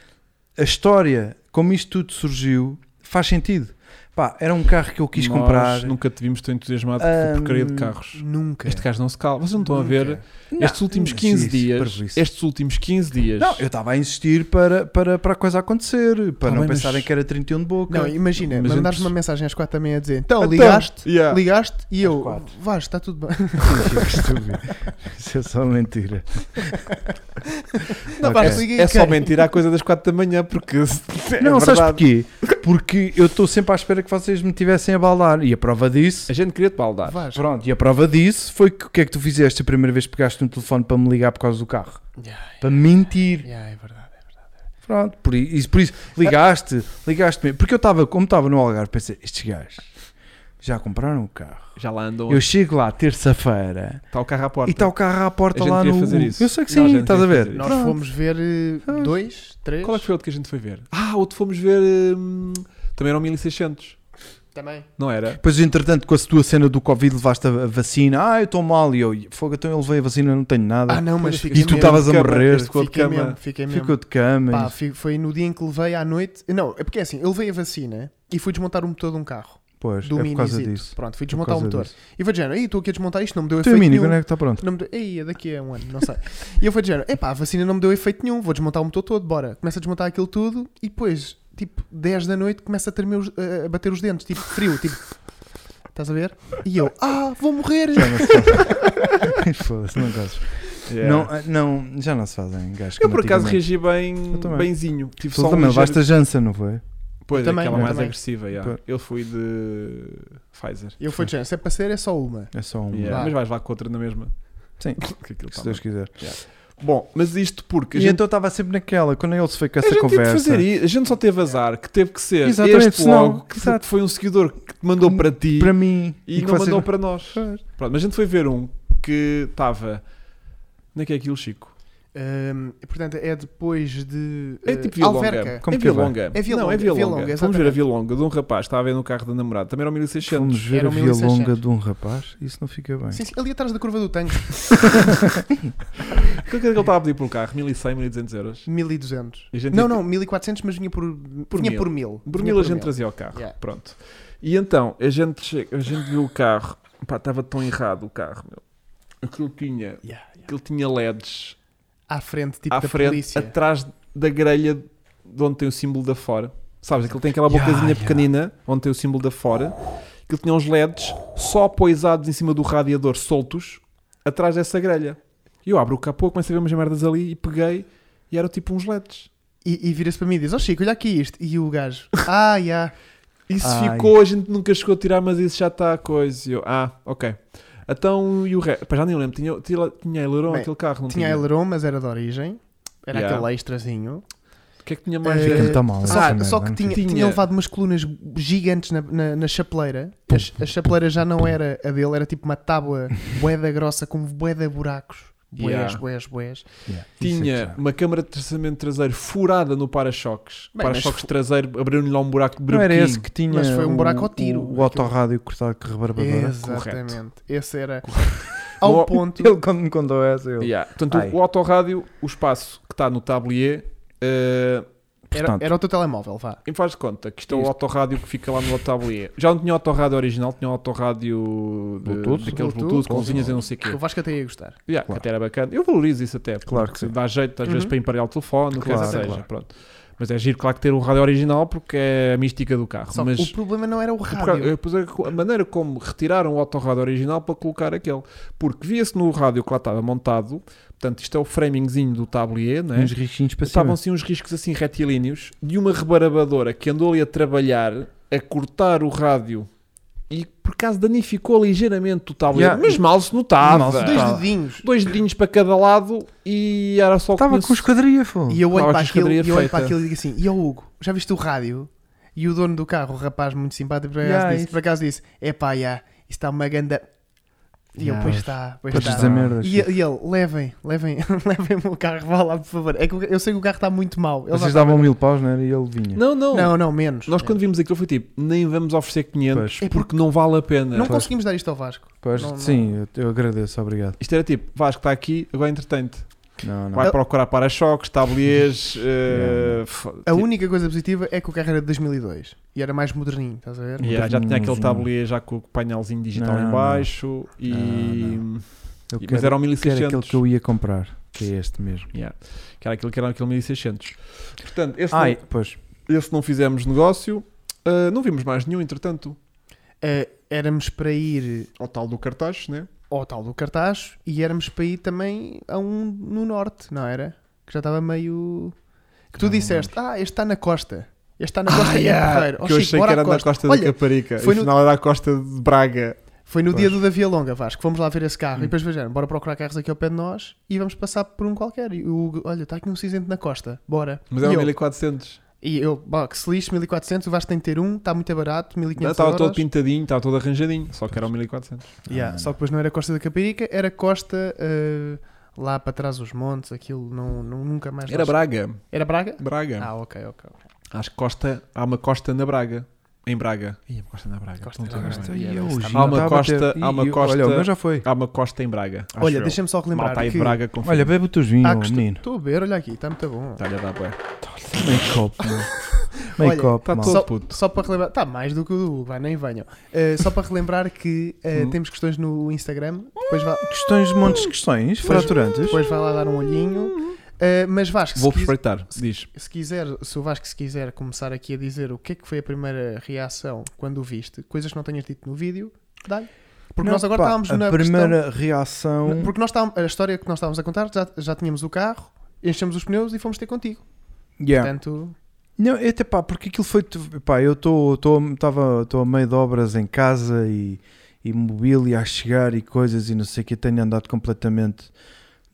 [SPEAKER 2] a história, como isto tudo surgiu, faz sentido. Pá, era um carro que eu quis
[SPEAKER 1] Nós
[SPEAKER 2] comprar. Hum,
[SPEAKER 1] Nunca te vimos tão entusiasmado com a porcaria de
[SPEAKER 2] Ahm,
[SPEAKER 1] carros.
[SPEAKER 3] Nunca.
[SPEAKER 1] Este gajo não se cala. Vocês não estão a
[SPEAKER 3] Nunca.
[SPEAKER 1] ver estes últimos
[SPEAKER 2] É. não,
[SPEAKER 1] 15
[SPEAKER 2] sim,
[SPEAKER 1] dias.
[SPEAKER 2] parvoíce.
[SPEAKER 1] Estes últimos 15 dias.
[SPEAKER 2] Não, eu estava a insistir para, para, para a coisa acontecer, para
[SPEAKER 1] Ah,
[SPEAKER 2] não
[SPEAKER 1] bem, mas-
[SPEAKER 2] pensarem que era 31 de boca.
[SPEAKER 3] Não, imagina,
[SPEAKER 1] Mas
[SPEAKER 3] mandares
[SPEAKER 1] antes-
[SPEAKER 3] uma mensagem às quatro da manhã a dizer então,
[SPEAKER 2] Então,
[SPEAKER 3] ligaste,
[SPEAKER 1] Yeah.
[SPEAKER 3] ligaste e
[SPEAKER 2] Às
[SPEAKER 3] eu,
[SPEAKER 2] quatro.
[SPEAKER 3] Vasco, está tudo bem.
[SPEAKER 2] Que estúpido. Isso é só mentira.
[SPEAKER 3] Não,
[SPEAKER 2] Ok.
[SPEAKER 3] Vasco, liguei
[SPEAKER 1] É só
[SPEAKER 3] quem?
[SPEAKER 1] mentira a coisa das 4 da manhã, porque é
[SPEAKER 2] não, sabes
[SPEAKER 1] verdade.
[SPEAKER 2] porquê? Porque eu estou sempre à espera que vocês me tivessem a baldar. E a prova disso.
[SPEAKER 1] A gente queria te baldar.
[SPEAKER 3] Vasco.
[SPEAKER 2] Pronto, e a prova disso foi que o que é que tu fizeste a primeira vez que pegaste no telefone para me ligar por causa do carro?
[SPEAKER 3] Yeah,
[SPEAKER 2] Para mentir.
[SPEAKER 3] yeah, é verdade. é verdade.
[SPEAKER 2] Pronto, por isso, por isso ligaste, ligaste mesmo. Porque eu estava, como estava no Algarve, pensei, estes gajos já compraram o carro.
[SPEAKER 1] Já lá andou.
[SPEAKER 2] Eu chego lá terça-feira
[SPEAKER 1] Está tá o carro à
[SPEAKER 2] e
[SPEAKER 1] porta.
[SPEAKER 2] está o carro à porta
[SPEAKER 1] A gente
[SPEAKER 2] lá
[SPEAKER 1] devia
[SPEAKER 2] no.
[SPEAKER 1] fazer isso.
[SPEAKER 2] Eu sei que
[SPEAKER 1] Não, a
[SPEAKER 2] sim,
[SPEAKER 1] gente
[SPEAKER 2] estás a
[SPEAKER 1] devia
[SPEAKER 2] ver?
[SPEAKER 1] fazer
[SPEAKER 3] Nós
[SPEAKER 2] Pronto.
[SPEAKER 3] fomos ver eh,
[SPEAKER 2] Ah.
[SPEAKER 3] dois, três.
[SPEAKER 1] Qual é que foi o outro que a gente foi ver? Ah, outro fomos ver. hum, também era um 1600.
[SPEAKER 3] Também.
[SPEAKER 1] Não era?
[SPEAKER 2] Depois, entretanto, com a tua cena do Covid, levaste a a vacina. Ah, eu estou mal. E eu, fogo, então eu levei a vacina, não tenho nada.
[SPEAKER 3] Ah, não, mas
[SPEAKER 1] E
[SPEAKER 3] fiquei
[SPEAKER 2] e tu
[SPEAKER 3] mesmo.
[SPEAKER 2] estavas a
[SPEAKER 1] de cama,
[SPEAKER 2] morrer.
[SPEAKER 1] este ficou de
[SPEAKER 3] Fiquei
[SPEAKER 1] cama.
[SPEAKER 3] mesmo, fiquei mesmo.
[SPEAKER 2] Ficou de cama.
[SPEAKER 3] Pá, fi- foi no dia em que levei à noite. Não, é porque é assim, eu levei a vacina e fui desmontar o motor de um carro.
[SPEAKER 2] pois,
[SPEAKER 3] Do
[SPEAKER 2] é por causa
[SPEAKER 3] minizito.
[SPEAKER 2] disso.
[SPEAKER 3] Pronto, fui
[SPEAKER 2] É por
[SPEAKER 3] desmontar o
[SPEAKER 2] causa
[SPEAKER 3] um motor.
[SPEAKER 2] disso.
[SPEAKER 3] E foi de género, ei, estou aqui a desmontar isto, não me deu
[SPEAKER 2] O
[SPEAKER 3] efeito
[SPEAKER 2] teu mini,
[SPEAKER 3] nenhum.
[SPEAKER 2] quando é que está pronto?
[SPEAKER 3] Não me deu... Ei, é daqui a um ano, não sei. e eu fui de género, epá, a vacina não me deu efeito nenhum, vou desmontar o motor todo, bora. Começo a desmontar aquilo tudo e depois, tipo, 10 da noite, começa a, tremer os- a- a bater os dentes, tipo, frio, tipo... Estás a ver? E eu, ah, vou morrer!
[SPEAKER 2] Já não se faz. Foda-se, não gozes.
[SPEAKER 1] Yeah.
[SPEAKER 2] Não, ah, não, já não se fazem gajos.
[SPEAKER 1] Eu por acaso
[SPEAKER 2] reagi.
[SPEAKER 1] reagi bem,
[SPEAKER 2] Eu também.
[SPEAKER 1] benzinho. Tive
[SPEAKER 2] Tu
[SPEAKER 1] só um
[SPEAKER 2] também
[SPEAKER 1] ligeiro...
[SPEAKER 2] levaste a Janssen, não foi?
[SPEAKER 1] Pois,
[SPEAKER 3] Eu também,
[SPEAKER 1] aquela
[SPEAKER 2] eu
[SPEAKER 1] mais
[SPEAKER 3] também.
[SPEAKER 1] agressiva. yeah. Eu fui de Pfizer.
[SPEAKER 3] E eu fui de género, se é para ser, é só uma.
[SPEAKER 2] É só um.
[SPEAKER 1] Yeah,
[SPEAKER 3] Vá.
[SPEAKER 1] Mas vais lá com outra na mesma.
[SPEAKER 2] Sim.
[SPEAKER 1] Que aquilo
[SPEAKER 2] Se
[SPEAKER 1] tá
[SPEAKER 2] Deus quiser.
[SPEAKER 1] Bom, mas isto porque a
[SPEAKER 2] e
[SPEAKER 1] gente
[SPEAKER 2] então estava sempre naquela, quando ele se foi com
[SPEAKER 1] a
[SPEAKER 2] essa
[SPEAKER 1] gente
[SPEAKER 2] conversa.
[SPEAKER 1] Teve de fazer isso. A gente só teve azar que teve que ser
[SPEAKER 2] Exatamente,
[SPEAKER 1] este
[SPEAKER 2] senão-
[SPEAKER 1] logo que
[SPEAKER 2] exato.
[SPEAKER 1] foi um seguidor que te mandou para ti
[SPEAKER 2] Para mim.
[SPEAKER 1] e,
[SPEAKER 2] que
[SPEAKER 1] não
[SPEAKER 2] vocês-
[SPEAKER 1] mandou para nós. Pronto, mas a gente foi ver um que estava. Onde é que é aquilo, Chico?
[SPEAKER 3] Hum, portanto, é depois de.
[SPEAKER 1] É
[SPEAKER 3] eh,
[SPEAKER 1] tipo Vila Longa.
[SPEAKER 3] Alverca.
[SPEAKER 2] Como
[SPEAKER 1] é
[SPEAKER 2] que é?
[SPEAKER 1] Vila Longa.
[SPEAKER 3] É Vila
[SPEAKER 1] Não, é
[SPEAKER 3] Longa,
[SPEAKER 1] Vila
[SPEAKER 3] Vila
[SPEAKER 1] Longa. Fomos
[SPEAKER 3] Longa,
[SPEAKER 1] ver a
[SPEAKER 3] exatamente.
[SPEAKER 1] Vila Longa de um rapaz, estava a ver no carro da namorada. Também era um 1600.
[SPEAKER 2] Fomos ver
[SPEAKER 3] Era
[SPEAKER 2] a via
[SPEAKER 3] 1600.
[SPEAKER 2] longa de um rapaz, isso não fica
[SPEAKER 1] é?
[SPEAKER 2] bem.
[SPEAKER 3] Sim, sim, ali atrás da curva do tanque.
[SPEAKER 1] O que é que ele estava a pedir pelo carro? 1100, 1200 euros.
[SPEAKER 3] 1200.
[SPEAKER 1] E a gente-
[SPEAKER 3] Não, não, 1400, mas vinha por,
[SPEAKER 1] Por
[SPEAKER 3] vinha
[SPEAKER 1] mil.
[SPEAKER 3] por mil.
[SPEAKER 1] Por
[SPEAKER 3] Vinha
[SPEAKER 1] mil a gente trazia o carro.
[SPEAKER 3] Yeah.
[SPEAKER 1] Pronto. E então, a gente, che- a gente viu o carro. Pá, estava tão errado o carro, meu. Aquilo tinha,
[SPEAKER 3] Yeah, yeah.
[SPEAKER 1] aquilo tinha LEDs.
[SPEAKER 3] À frente, tipo
[SPEAKER 1] à
[SPEAKER 3] da
[SPEAKER 1] frente,
[SPEAKER 3] polícia.
[SPEAKER 1] atrás da grelha de onde tem o símbolo da fora. Sabes, aquilo tem aquela
[SPEAKER 2] Yeah,
[SPEAKER 1] bocazinha
[SPEAKER 2] yeah.
[SPEAKER 1] pequenina onde tem o símbolo da fora. Aquilo tinha uns LEDs só poisados em cima do radiador soltos atrás dessa grelha. E eu abro o capô, começo a ver umas merdas ali e peguei e eram tipo uns LEDs.
[SPEAKER 3] E, e vira-se para mim e diz: Ó Chico, olha aqui isto. E o gajo: Ah, já.
[SPEAKER 1] Isso
[SPEAKER 2] Ai.
[SPEAKER 1] ficou, a gente nunca chegou a tirar, mas isso já está a coisa. E eu, ah, ok. Então, e o resto? Pá, já nem lembro. Tinha, tinha, tinha aileron
[SPEAKER 3] Bem,
[SPEAKER 1] aquele carro, não tinha?
[SPEAKER 3] Tinha aileron, mas era de origem. Era
[SPEAKER 1] Yeah.
[SPEAKER 3] aquele extrazinho.
[SPEAKER 1] O que é que tinha mais?
[SPEAKER 3] Eh,
[SPEAKER 1] Fica-
[SPEAKER 2] Fica-me tão mal.
[SPEAKER 3] Só,
[SPEAKER 2] essa
[SPEAKER 3] que-
[SPEAKER 2] merda,
[SPEAKER 1] é
[SPEAKER 3] só que
[SPEAKER 2] não é?
[SPEAKER 3] tinha,
[SPEAKER 1] Tinha.
[SPEAKER 3] tinha levado umas colunas gigantes na, na, na chapeleira. A, ch- a chapeleira já não era a dele, era tipo uma tábua boeda grossa com boeda buracos. Boés,
[SPEAKER 1] Yeah.
[SPEAKER 3] boés, boés.
[SPEAKER 2] Yeah, isso é que
[SPEAKER 1] Tinha
[SPEAKER 2] já.
[SPEAKER 1] uma câmara de traçamento traseiro furada no para-choques.
[SPEAKER 3] Bem,
[SPEAKER 1] Para-choques
[SPEAKER 3] mas-
[SPEAKER 1] traseiro abriu-lhe lá um buraco de
[SPEAKER 2] é Não era
[SPEAKER 1] buraquinho.
[SPEAKER 2] esse que tinha.
[SPEAKER 3] Mas foi um
[SPEAKER 2] o-
[SPEAKER 3] buraco ao tiro.
[SPEAKER 2] O, o autorrádio cortado que rebarbadora.
[SPEAKER 3] Exatamente. Esse era
[SPEAKER 1] Bom,
[SPEAKER 3] ao ponto.
[SPEAKER 2] Ele quando me contou essa, eu.
[SPEAKER 1] Yeah. Portanto,
[SPEAKER 2] Ai.
[SPEAKER 1] o autorrádio, o espaço que está no tablier, eh,
[SPEAKER 3] Era,
[SPEAKER 2] Portanto,
[SPEAKER 3] era o teu telemóvel, vá.
[SPEAKER 1] e faz de conta que isto é o
[SPEAKER 2] Isto.
[SPEAKER 1] autorrádio que fica lá no tablier. Já não tinha autorrádio original, tinha um autorrádio de,
[SPEAKER 2] Bluetooth.
[SPEAKER 1] daqueles
[SPEAKER 3] Bluetooth.
[SPEAKER 1] Bluetooth, com luzinhas e não sei o quê.
[SPEAKER 3] O Vasco até ia gostar.
[SPEAKER 1] Yeah,
[SPEAKER 2] Claro.
[SPEAKER 1] que até era bacana. Eu valorizo isso até. porque
[SPEAKER 2] Claro que sim.
[SPEAKER 1] Dá jeito, às vezes,
[SPEAKER 3] Uhum.
[SPEAKER 1] para emparelhar o telefone, o que
[SPEAKER 2] Claro,
[SPEAKER 1] quer seja.
[SPEAKER 2] claro.
[SPEAKER 1] Pronto. Mas é giro, claro, que ter o rádio original porque é a mística do carro.
[SPEAKER 3] Só que
[SPEAKER 1] mas
[SPEAKER 3] o problema não era o
[SPEAKER 1] o carro-
[SPEAKER 3] rádio.
[SPEAKER 1] eu pus a- a maneira como retiraram o autorrádio original para colocar aquele. Porque via-se no rádio que lá estava montado, portanto, isto é o framingzinho do tablier, não
[SPEAKER 3] né?
[SPEAKER 1] é?
[SPEAKER 2] uns rixinhos para cima.
[SPEAKER 1] Estavam-se uns riscos assim retilíneos de uma rebarabadora que andou ali a trabalhar, a cortar o rádio e por acaso danificou ligeiramente o tablier,
[SPEAKER 2] Yeah.
[SPEAKER 1] mas mal se notava
[SPEAKER 2] Mal se
[SPEAKER 3] Dois
[SPEAKER 2] Tá.
[SPEAKER 3] dedinhos.
[SPEAKER 1] dois dedinhos para cada lado e era só o que
[SPEAKER 2] Estava
[SPEAKER 1] tinha-
[SPEAKER 2] com esquadria, fô.
[SPEAKER 3] E eu olho,
[SPEAKER 1] Estava
[SPEAKER 3] para
[SPEAKER 1] com a
[SPEAKER 3] aquilo,
[SPEAKER 1] escadaria
[SPEAKER 3] e eu olho para
[SPEAKER 1] feita.
[SPEAKER 3] aquilo e digo assim: E o Hugo, já viste o rádio? E o dono do carro, o rapaz muito simpático, por acaso
[SPEAKER 2] Yeah,
[SPEAKER 3] disse:
[SPEAKER 2] isso.
[SPEAKER 3] por acaso disse É pá, yeah, isto está uma ganda. E eu,
[SPEAKER 1] Yeah.
[SPEAKER 3] pois está, pois
[SPEAKER 2] Podes
[SPEAKER 3] está.
[SPEAKER 2] dizer merda.
[SPEAKER 3] E, e ele, levem, levem, levem-me o carro, vá lá, por favor. É que eu sei que o carro está muito mau. Ele já
[SPEAKER 2] Vocês
[SPEAKER 3] está-
[SPEAKER 2] davam mil paus, não era? E ele vinha.
[SPEAKER 1] Não, não.
[SPEAKER 3] Não, não, menos.
[SPEAKER 1] Nós quando
[SPEAKER 3] menos.
[SPEAKER 1] vimos aquilo foi tipo, nem vamos oferecer 500
[SPEAKER 3] Pois.
[SPEAKER 1] porque não vale a pena.
[SPEAKER 3] Não
[SPEAKER 2] Pois.
[SPEAKER 3] conseguimos dar isto ao Vasco.
[SPEAKER 2] Pois,
[SPEAKER 3] Não, não.
[SPEAKER 2] sim, eu, eu agradeço, obrigado.
[SPEAKER 1] Isto era tipo, Vasco está aqui, agora entretente.
[SPEAKER 2] Não, não.
[SPEAKER 1] Vai procurar para-choques, tabliers. eh, f-
[SPEAKER 3] A
[SPEAKER 1] tipo,
[SPEAKER 3] única coisa positiva é que o carro era de 2002 e era mais moderninho, estás a ver?
[SPEAKER 1] yeah, já tinha aquele
[SPEAKER 2] Sim.
[SPEAKER 1] tablier já com o painelzinho digital
[SPEAKER 2] Não,
[SPEAKER 1] em
[SPEAKER 2] não.
[SPEAKER 1] baixo e.
[SPEAKER 2] Não, Eu
[SPEAKER 1] e-
[SPEAKER 2] quero,
[SPEAKER 1] Mas
[SPEAKER 3] um
[SPEAKER 1] eram
[SPEAKER 2] quero
[SPEAKER 1] 1600.
[SPEAKER 2] aquele que eu ia comprar, que é este mesmo.
[SPEAKER 1] Yeah. Que era aquilo que era aquele 1600. Portanto,
[SPEAKER 3] é
[SPEAKER 1] esse,
[SPEAKER 2] Ai, pois.
[SPEAKER 1] não, esse não fizemos negócio. eh, não vimos mais nenhum, entretanto.
[SPEAKER 3] Eh, éramos para ir
[SPEAKER 1] Ao tal do cartaz, né?
[SPEAKER 3] ao tal do cartaz e éramos para ir também a um no norte, não era? Que já estava meio. Que tu
[SPEAKER 2] Não
[SPEAKER 3] disseste, ah, este está na costa. Este está na costa e
[SPEAKER 1] yeah,
[SPEAKER 3] é porreiro. Oh,
[SPEAKER 1] que eu ah,
[SPEAKER 3] Chico,
[SPEAKER 1] achei que
[SPEAKER 3] bora à
[SPEAKER 1] era na
[SPEAKER 3] costa.
[SPEAKER 1] costa
[SPEAKER 3] Olha,
[SPEAKER 1] da Caparica.
[SPEAKER 3] foi
[SPEAKER 1] e
[SPEAKER 3] no-
[SPEAKER 1] afinal era a costa de Braga.
[SPEAKER 3] Foi no
[SPEAKER 2] Pois.
[SPEAKER 3] dia do da Via Longa, Vasco. Fomos lá ver esse
[SPEAKER 1] Hum.
[SPEAKER 3] carro e depois vejam, bora procurar carros aqui ao pé de nós e vamos passar por um qualquer. E o Hugo, olha, está aqui um cinzento na costa, bora.
[SPEAKER 1] Mas
[SPEAKER 3] e
[SPEAKER 1] era um
[SPEAKER 3] eu,
[SPEAKER 1] 1400.
[SPEAKER 3] e eu, bah, que se lixe, 1400, o Vasco tem de ter um, está muito barato, 1500
[SPEAKER 1] Não, Estava todo
[SPEAKER 3] euros.
[SPEAKER 1] pintadinho, estava todo arranjadinho. Só que era um 1400.
[SPEAKER 3] Yeah,
[SPEAKER 2] Ah,
[SPEAKER 3] só que depois não era Costa da Caparica, era Costa eh, lá para trás dos montes, aquilo não, não- nunca mais.
[SPEAKER 1] Era
[SPEAKER 3] nós-
[SPEAKER 1] Braga.
[SPEAKER 3] Era Braga?
[SPEAKER 1] Braga.
[SPEAKER 3] Ah, ok, ok. ok.
[SPEAKER 1] Acho que costa, há uma costa na Braga. Em Braga. Ih, uma costa na Braga.
[SPEAKER 3] Costa
[SPEAKER 1] Não
[SPEAKER 3] na
[SPEAKER 1] estou a ver.
[SPEAKER 3] Braga. Ai,
[SPEAKER 2] E
[SPEAKER 3] é,
[SPEAKER 2] eu,
[SPEAKER 3] mas
[SPEAKER 2] Gina,
[SPEAKER 3] tá
[SPEAKER 1] mal. Há uma
[SPEAKER 2] estava a ter-
[SPEAKER 1] costa- há uma
[SPEAKER 2] e- e-
[SPEAKER 1] costa-
[SPEAKER 2] Olha, o meu já foi.
[SPEAKER 1] Há uma costa em Braga. acho
[SPEAKER 3] Olha,
[SPEAKER 1] eu.
[SPEAKER 3] deixa-me só relembrar
[SPEAKER 1] Malta aí de
[SPEAKER 3] que...
[SPEAKER 1] Braga confirma.
[SPEAKER 2] Olha, bebe o teu vinho,
[SPEAKER 3] Ah,
[SPEAKER 2] oh,
[SPEAKER 3] gostou-
[SPEAKER 2] menino.
[SPEAKER 3] estou a beber, olha aqui, está muito bom.
[SPEAKER 1] Está-lhe a dar bué.
[SPEAKER 2] Make-up, meu. Make-up,
[SPEAKER 1] Olha, tá
[SPEAKER 2] mal.
[SPEAKER 1] todo-
[SPEAKER 3] Só,
[SPEAKER 1] puto.
[SPEAKER 3] só para relembrar, está mais do que o do Hugo, vai, nem venham. Eh, só para relembrar que eh,
[SPEAKER 1] Hum.
[SPEAKER 3] temos questões no Instagram, depois vá,
[SPEAKER 2] Questões, montes de questões, fraturantes.
[SPEAKER 3] depois vai lá dar um olhinho. Eh, mas Vasco, se,
[SPEAKER 1] Vou
[SPEAKER 3] quis-
[SPEAKER 1] respeitar. Diz.
[SPEAKER 3] se quiser, se o Vasco se quiser começar aqui a dizer o que é que foi a primeira reação quando o viste, coisas que não tenhas dito no vídeo, dá-lhe. Porque
[SPEAKER 2] Não,
[SPEAKER 3] nós agora
[SPEAKER 2] pá,
[SPEAKER 3] estávamos na
[SPEAKER 2] A
[SPEAKER 3] questão-
[SPEAKER 2] primeira reação.
[SPEAKER 3] Porque nós estávamos, a história que nós estávamos a contar, já, já tínhamos o carro, enchemos os pneus e fomos ter contigo.
[SPEAKER 2] Yeah.
[SPEAKER 3] Portanto,
[SPEAKER 2] Não, até pá, porque aquilo foi. Pá, eu estou a meio de obras em casa e, e mobília a chegar e coisas e não sei o que. Tenho andado completamente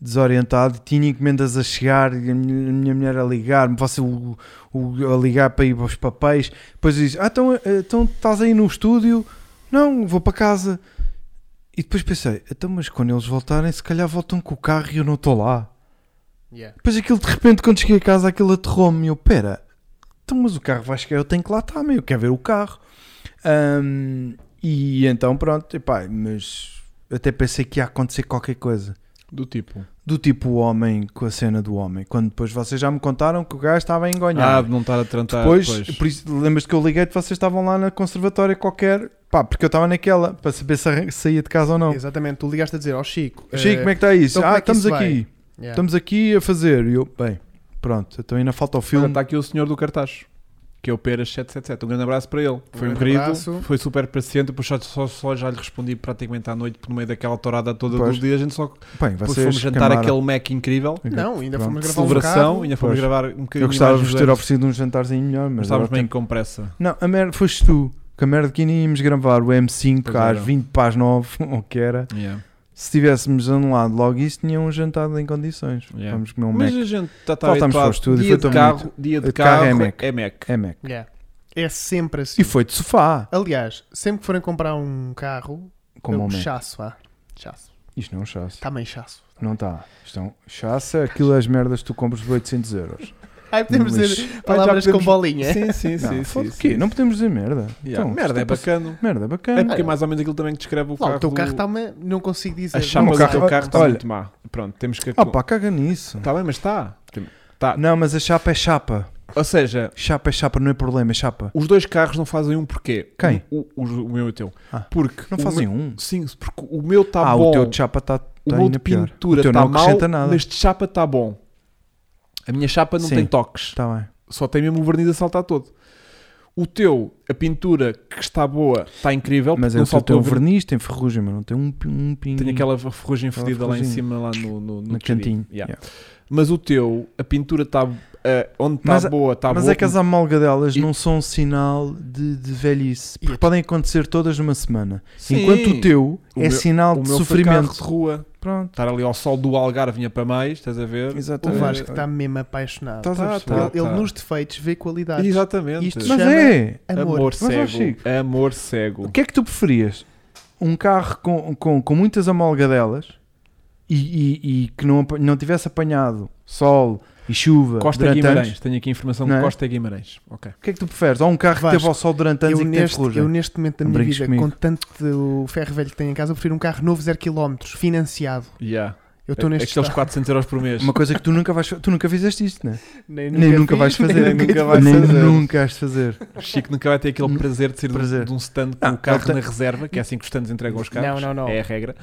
[SPEAKER 2] desorientado. Tinha encomendas a chegar e a minha, a minha mulher a ligar-me, você o- o- a ligar para ir para os papéis. Depois eu disse: Ah, então, eh, então estás aí no estúdio? Não, vou para casa. E depois pensei: Então, mas quando eles voltarem, se calhar voltam com o carro e eu não estou lá.
[SPEAKER 3] yeah.
[SPEAKER 2] Depois aquilo de repente, quando cheguei a casa, aquilo aterrou-me. e Eu, pera, então, mas o carro vai chegar, eu tenho que lá estar, meu, eu quero ver o carro. Ahm, e então, pronto, epá, mas até pensei que ia acontecer qualquer coisa.
[SPEAKER 1] Do tipo.
[SPEAKER 2] Do tipo o homem com a cena do homem. Quando depois vocês já me contaram que o gajo estava a engonhar.
[SPEAKER 1] Ah, de não estar a
[SPEAKER 3] tá,
[SPEAKER 1] trantar.
[SPEAKER 2] Depois,
[SPEAKER 1] pois.
[SPEAKER 2] por isso, lembras que eu liguei-te, vocês estavam lá na conservatória qualquer, pá, porque eu estava naquela, para saber se arran- saía de casa ou não.
[SPEAKER 3] Exatamente, tu ligaste a dizer ao Chico. eh,
[SPEAKER 2] Chico, como é que está isso?
[SPEAKER 3] então como
[SPEAKER 2] ah,
[SPEAKER 3] é que
[SPEAKER 2] estamos
[SPEAKER 3] isso
[SPEAKER 2] aqui,
[SPEAKER 3] yeah.
[SPEAKER 2] estamos aqui a fazer. E eu, bem, pronto, então ainda falta o filme.
[SPEAKER 1] tá Olha, Está aqui o senhor do cartaz. que é o Peras777. Um grande abraço para ele. foi um
[SPEAKER 3] grande
[SPEAKER 1] querido,
[SPEAKER 3] abraço.
[SPEAKER 1] foi super paciente. Depois só, só, só já lhe respondi praticamente à noite, porque no meio daquela torada toda
[SPEAKER 2] Pois.
[SPEAKER 1] dos dias, a gente só
[SPEAKER 2] Bem,
[SPEAKER 1] depois
[SPEAKER 2] vocês
[SPEAKER 1] fomos jantar
[SPEAKER 2] queimaram-
[SPEAKER 1] aquele Mac incrível,
[SPEAKER 3] Não, ainda
[SPEAKER 2] Pronto.
[SPEAKER 3] fomos
[SPEAKER 1] de
[SPEAKER 3] gravar um
[SPEAKER 1] celebração,
[SPEAKER 3] bocado.
[SPEAKER 1] ainda fomos
[SPEAKER 2] Pois.
[SPEAKER 1] gravar um bocadinho
[SPEAKER 2] Eu gostava de
[SPEAKER 1] mais
[SPEAKER 2] vos
[SPEAKER 1] dos
[SPEAKER 2] ter
[SPEAKER 1] anos,
[SPEAKER 2] oferecido um jantarzinho melhor,
[SPEAKER 1] mas
[SPEAKER 2] mas
[SPEAKER 1] estávamos
[SPEAKER 2] agora
[SPEAKER 1] bem com pressa.
[SPEAKER 2] Não, a merda, foste tu. Que a merda que íamos gravar o M5
[SPEAKER 1] Pois
[SPEAKER 2] às
[SPEAKER 1] era.
[SPEAKER 2] 20 para as 9, ou o que era.
[SPEAKER 1] Yeah.
[SPEAKER 2] Se tivéssemos anulado logo isso, tinha um jantado em condições.
[SPEAKER 1] Yeah.
[SPEAKER 2] Vamos comer um
[SPEAKER 1] Mas
[SPEAKER 2] Mac.
[SPEAKER 1] a gente está tá
[SPEAKER 2] Faltámos para o
[SPEAKER 1] habituado.
[SPEAKER 2] estúdio,
[SPEAKER 1] dia,
[SPEAKER 2] foi
[SPEAKER 1] de
[SPEAKER 2] tão
[SPEAKER 1] carro, dia de
[SPEAKER 2] De carro
[SPEAKER 1] carro
[SPEAKER 2] é
[SPEAKER 1] é
[SPEAKER 2] Mac.
[SPEAKER 1] Mac.
[SPEAKER 2] É Mac.
[SPEAKER 3] Yeah. É sempre assim.
[SPEAKER 2] E foi de sofá.
[SPEAKER 3] Aliás, sempre que forem comprar um carro,
[SPEAKER 2] Como
[SPEAKER 3] eu
[SPEAKER 2] um Mac.
[SPEAKER 3] chasso, ah. Chasso.
[SPEAKER 2] Isto não é um chasse.
[SPEAKER 3] Também chasso.
[SPEAKER 2] Não está. Isto é um chasse. Aquilo as merdas que tu compras por 800 euros.
[SPEAKER 3] Ai, podemos
[SPEAKER 2] Mas-
[SPEAKER 3] dizer
[SPEAKER 1] Pai, já
[SPEAKER 3] palavras
[SPEAKER 1] podemos-
[SPEAKER 3] com bolinha.
[SPEAKER 1] Sim, sim, sim.
[SPEAKER 2] Não,
[SPEAKER 1] sim,
[SPEAKER 2] foda-se,
[SPEAKER 1] sim.
[SPEAKER 2] quê? Não podemos dizer merda.
[SPEAKER 1] Yeah.
[SPEAKER 2] Então,
[SPEAKER 1] merda, é
[SPEAKER 2] isto
[SPEAKER 1] bacana.
[SPEAKER 2] Merda, bacana.
[SPEAKER 1] É porque
[SPEAKER 3] Ah,
[SPEAKER 1] é mais ou menos aquilo também que descreve o
[SPEAKER 3] Lá,
[SPEAKER 1] carro.
[SPEAKER 3] o teu
[SPEAKER 1] do-
[SPEAKER 3] carro tá está Não consigo dizer.
[SPEAKER 1] A
[SPEAKER 2] Não,
[SPEAKER 1] chama
[SPEAKER 2] o
[SPEAKER 1] do
[SPEAKER 2] carro- tá
[SPEAKER 1] teu carro está
[SPEAKER 2] olha.
[SPEAKER 1] muito má. Pronto, temos que.
[SPEAKER 2] Ah pá, caga nisso.
[SPEAKER 1] Está bem, mas tá. está.
[SPEAKER 2] Não, mas a chapa é chapa.
[SPEAKER 1] Ou seja,
[SPEAKER 2] Chapa é chapa, não é problema, é chapa.
[SPEAKER 1] os dois carros não fazem um porquê.
[SPEAKER 2] Quem?
[SPEAKER 1] O, o- o meu e o teu.
[SPEAKER 2] Ah,
[SPEAKER 1] porque
[SPEAKER 2] Não
[SPEAKER 1] o
[SPEAKER 2] fazem
[SPEAKER 1] meu-
[SPEAKER 2] um.
[SPEAKER 1] Sim, porque o meu está
[SPEAKER 2] ah,
[SPEAKER 1] bom.
[SPEAKER 2] o teu de chapa está
[SPEAKER 1] O meu de
[SPEAKER 2] pior.
[SPEAKER 1] pintura
[SPEAKER 2] O teu
[SPEAKER 1] está
[SPEAKER 2] não
[SPEAKER 1] mal,
[SPEAKER 2] acrescenta nada.
[SPEAKER 1] mas de chapa está bom. A minha chapa não
[SPEAKER 2] Sim. Tá.
[SPEAKER 1] tem toques.
[SPEAKER 2] Está bem.
[SPEAKER 1] Só tem mesmo o verniz a saltar todo. O teu, a pintura que está boa, está incrível.
[SPEAKER 2] Mas
[SPEAKER 1] porque
[SPEAKER 2] é
[SPEAKER 1] não
[SPEAKER 2] o teu,
[SPEAKER 1] saltou
[SPEAKER 2] teu
[SPEAKER 1] o verniz.
[SPEAKER 2] verniz, tem ferrugem, mas não tem um, pin- um pingo
[SPEAKER 1] Tem aquela ferrugem
[SPEAKER 2] Aquela
[SPEAKER 1] fedida lá em
[SPEAKER 2] ferrugem.
[SPEAKER 1] cima, lá no, no, no
[SPEAKER 2] no
[SPEAKER 1] tecido.
[SPEAKER 2] cantinho.
[SPEAKER 1] Yeah.
[SPEAKER 2] Yeah.
[SPEAKER 1] Mas o teu, a pintura está. eh, onde
[SPEAKER 2] Mas
[SPEAKER 1] está
[SPEAKER 2] a-
[SPEAKER 1] boa, está boa.
[SPEAKER 2] Mas é que as amalgadelas
[SPEAKER 1] E-
[SPEAKER 2] não são um sinal de, de velhice, porque
[SPEAKER 3] E-
[SPEAKER 2] podem acontecer todas numa semana.
[SPEAKER 1] Sim.
[SPEAKER 2] Enquanto o teu
[SPEAKER 1] O
[SPEAKER 2] é
[SPEAKER 1] meu-
[SPEAKER 2] sinal
[SPEAKER 1] o
[SPEAKER 2] de
[SPEAKER 1] meu foi carro de
[SPEAKER 2] sofrimento.
[SPEAKER 1] rua.
[SPEAKER 2] Pronto,
[SPEAKER 1] Estar ali ao sol do Algarve, vinha para mais, estás a ver?
[SPEAKER 3] O
[SPEAKER 2] exatamente.
[SPEAKER 3] Vasco está mesmo apaixonado.
[SPEAKER 2] Estás a
[SPEAKER 1] Tá, tá.
[SPEAKER 2] perceber?
[SPEAKER 3] ele, ele nos defeitos vê qualidades.
[SPEAKER 1] Exatamente.
[SPEAKER 3] Isto
[SPEAKER 2] Mas
[SPEAKER 3] Chama-
[SPEAKER 2] é!
[SPEAKER 1] Amor,
[SPEAKER 3] Amor.
[SPEAKER 2] Mas, ó,
[SPEAKER 1] cego.
[SPEAKER 2] Chico.
[SPEAKER 1] Amor
[SPEAKER 2] O
[SPEAKER 1] cego.
[SPEAKER 2] que é que tu preferias? Um carro com, com, com muitas amalgadelas e, e- e que não, apa- não tivesse apanhado sol e chuva
[SPEAKER 1] Costa
[SPEAKER 2] durante
[SPEAKER 1] Guimarães.
[SPEAKER 2] anos?
[SPEAKER 1] Tenho aqui informação
[SPEAKER 2] Não
[SPEAKER 1] de
[SPEAKER 2] é?
[SPEAKER 1] Costa Guimarães. Ok.
[SPEAKER 2] O que é que tu preferes? Ou um carro que
[SPEAKER 3] Vasco,
[SPEAKER 2] teve ao sol durante anos
[SPEAKER 3] Eu
[SPEAKER 2] e que teve né?
[SPEAKER 3] neste, eu
[SPEAKER 2] ferrugem?
[SPEAKER 3] neste momento da
[SPEAKER 2] Não
[SPEAKER 3] minha
[SPEAKER 2] brinques
[SPEAKER 3] vida,
[SPEAKER 2] comigo.
[SPEAKER 3] com tanto de ferro velho que tenho em casa, eu prefiro um carro novo 0km, financiado.
[SPEAKER 1] Yeah.
[SPEAKER 3] Eu estou neste
[SPEAKER 1] Aqueles 400 euros por mês.
[SPEAKER 2] Uma coisa que tu nunca, vais, fa- tu nunca fizeste isto, né?
[SPEAKER 3] estado. Nem,
[SPEAKER 2] Nem nunca vais
[SPEAKER 3] fiz,
[SPEAKER 2] fazer.
[SPEAKER 1] né? nem nunca vais
[SPEAKER 2] Nem
[SPEAKER 1] fazer. Tipo,
[SPEAKER 2] nunca has de fazer.
[SPEAKER 1] O Chico nunca vai ter aquele prazer de ser de um-
[SPEAKER 2] Prazer. Ah,
[SPEAKER 1] de um stand com
[SPEAKER 2] Não,
[SPEAKER 1] o carro
[SPEAKER 2] ele tem-
[SPEAKER 1] na reserva, que é assim que os stands entregam os carros.
[SPEAKER 3] Não, não, não.
[SPEAKER 1] É a regra.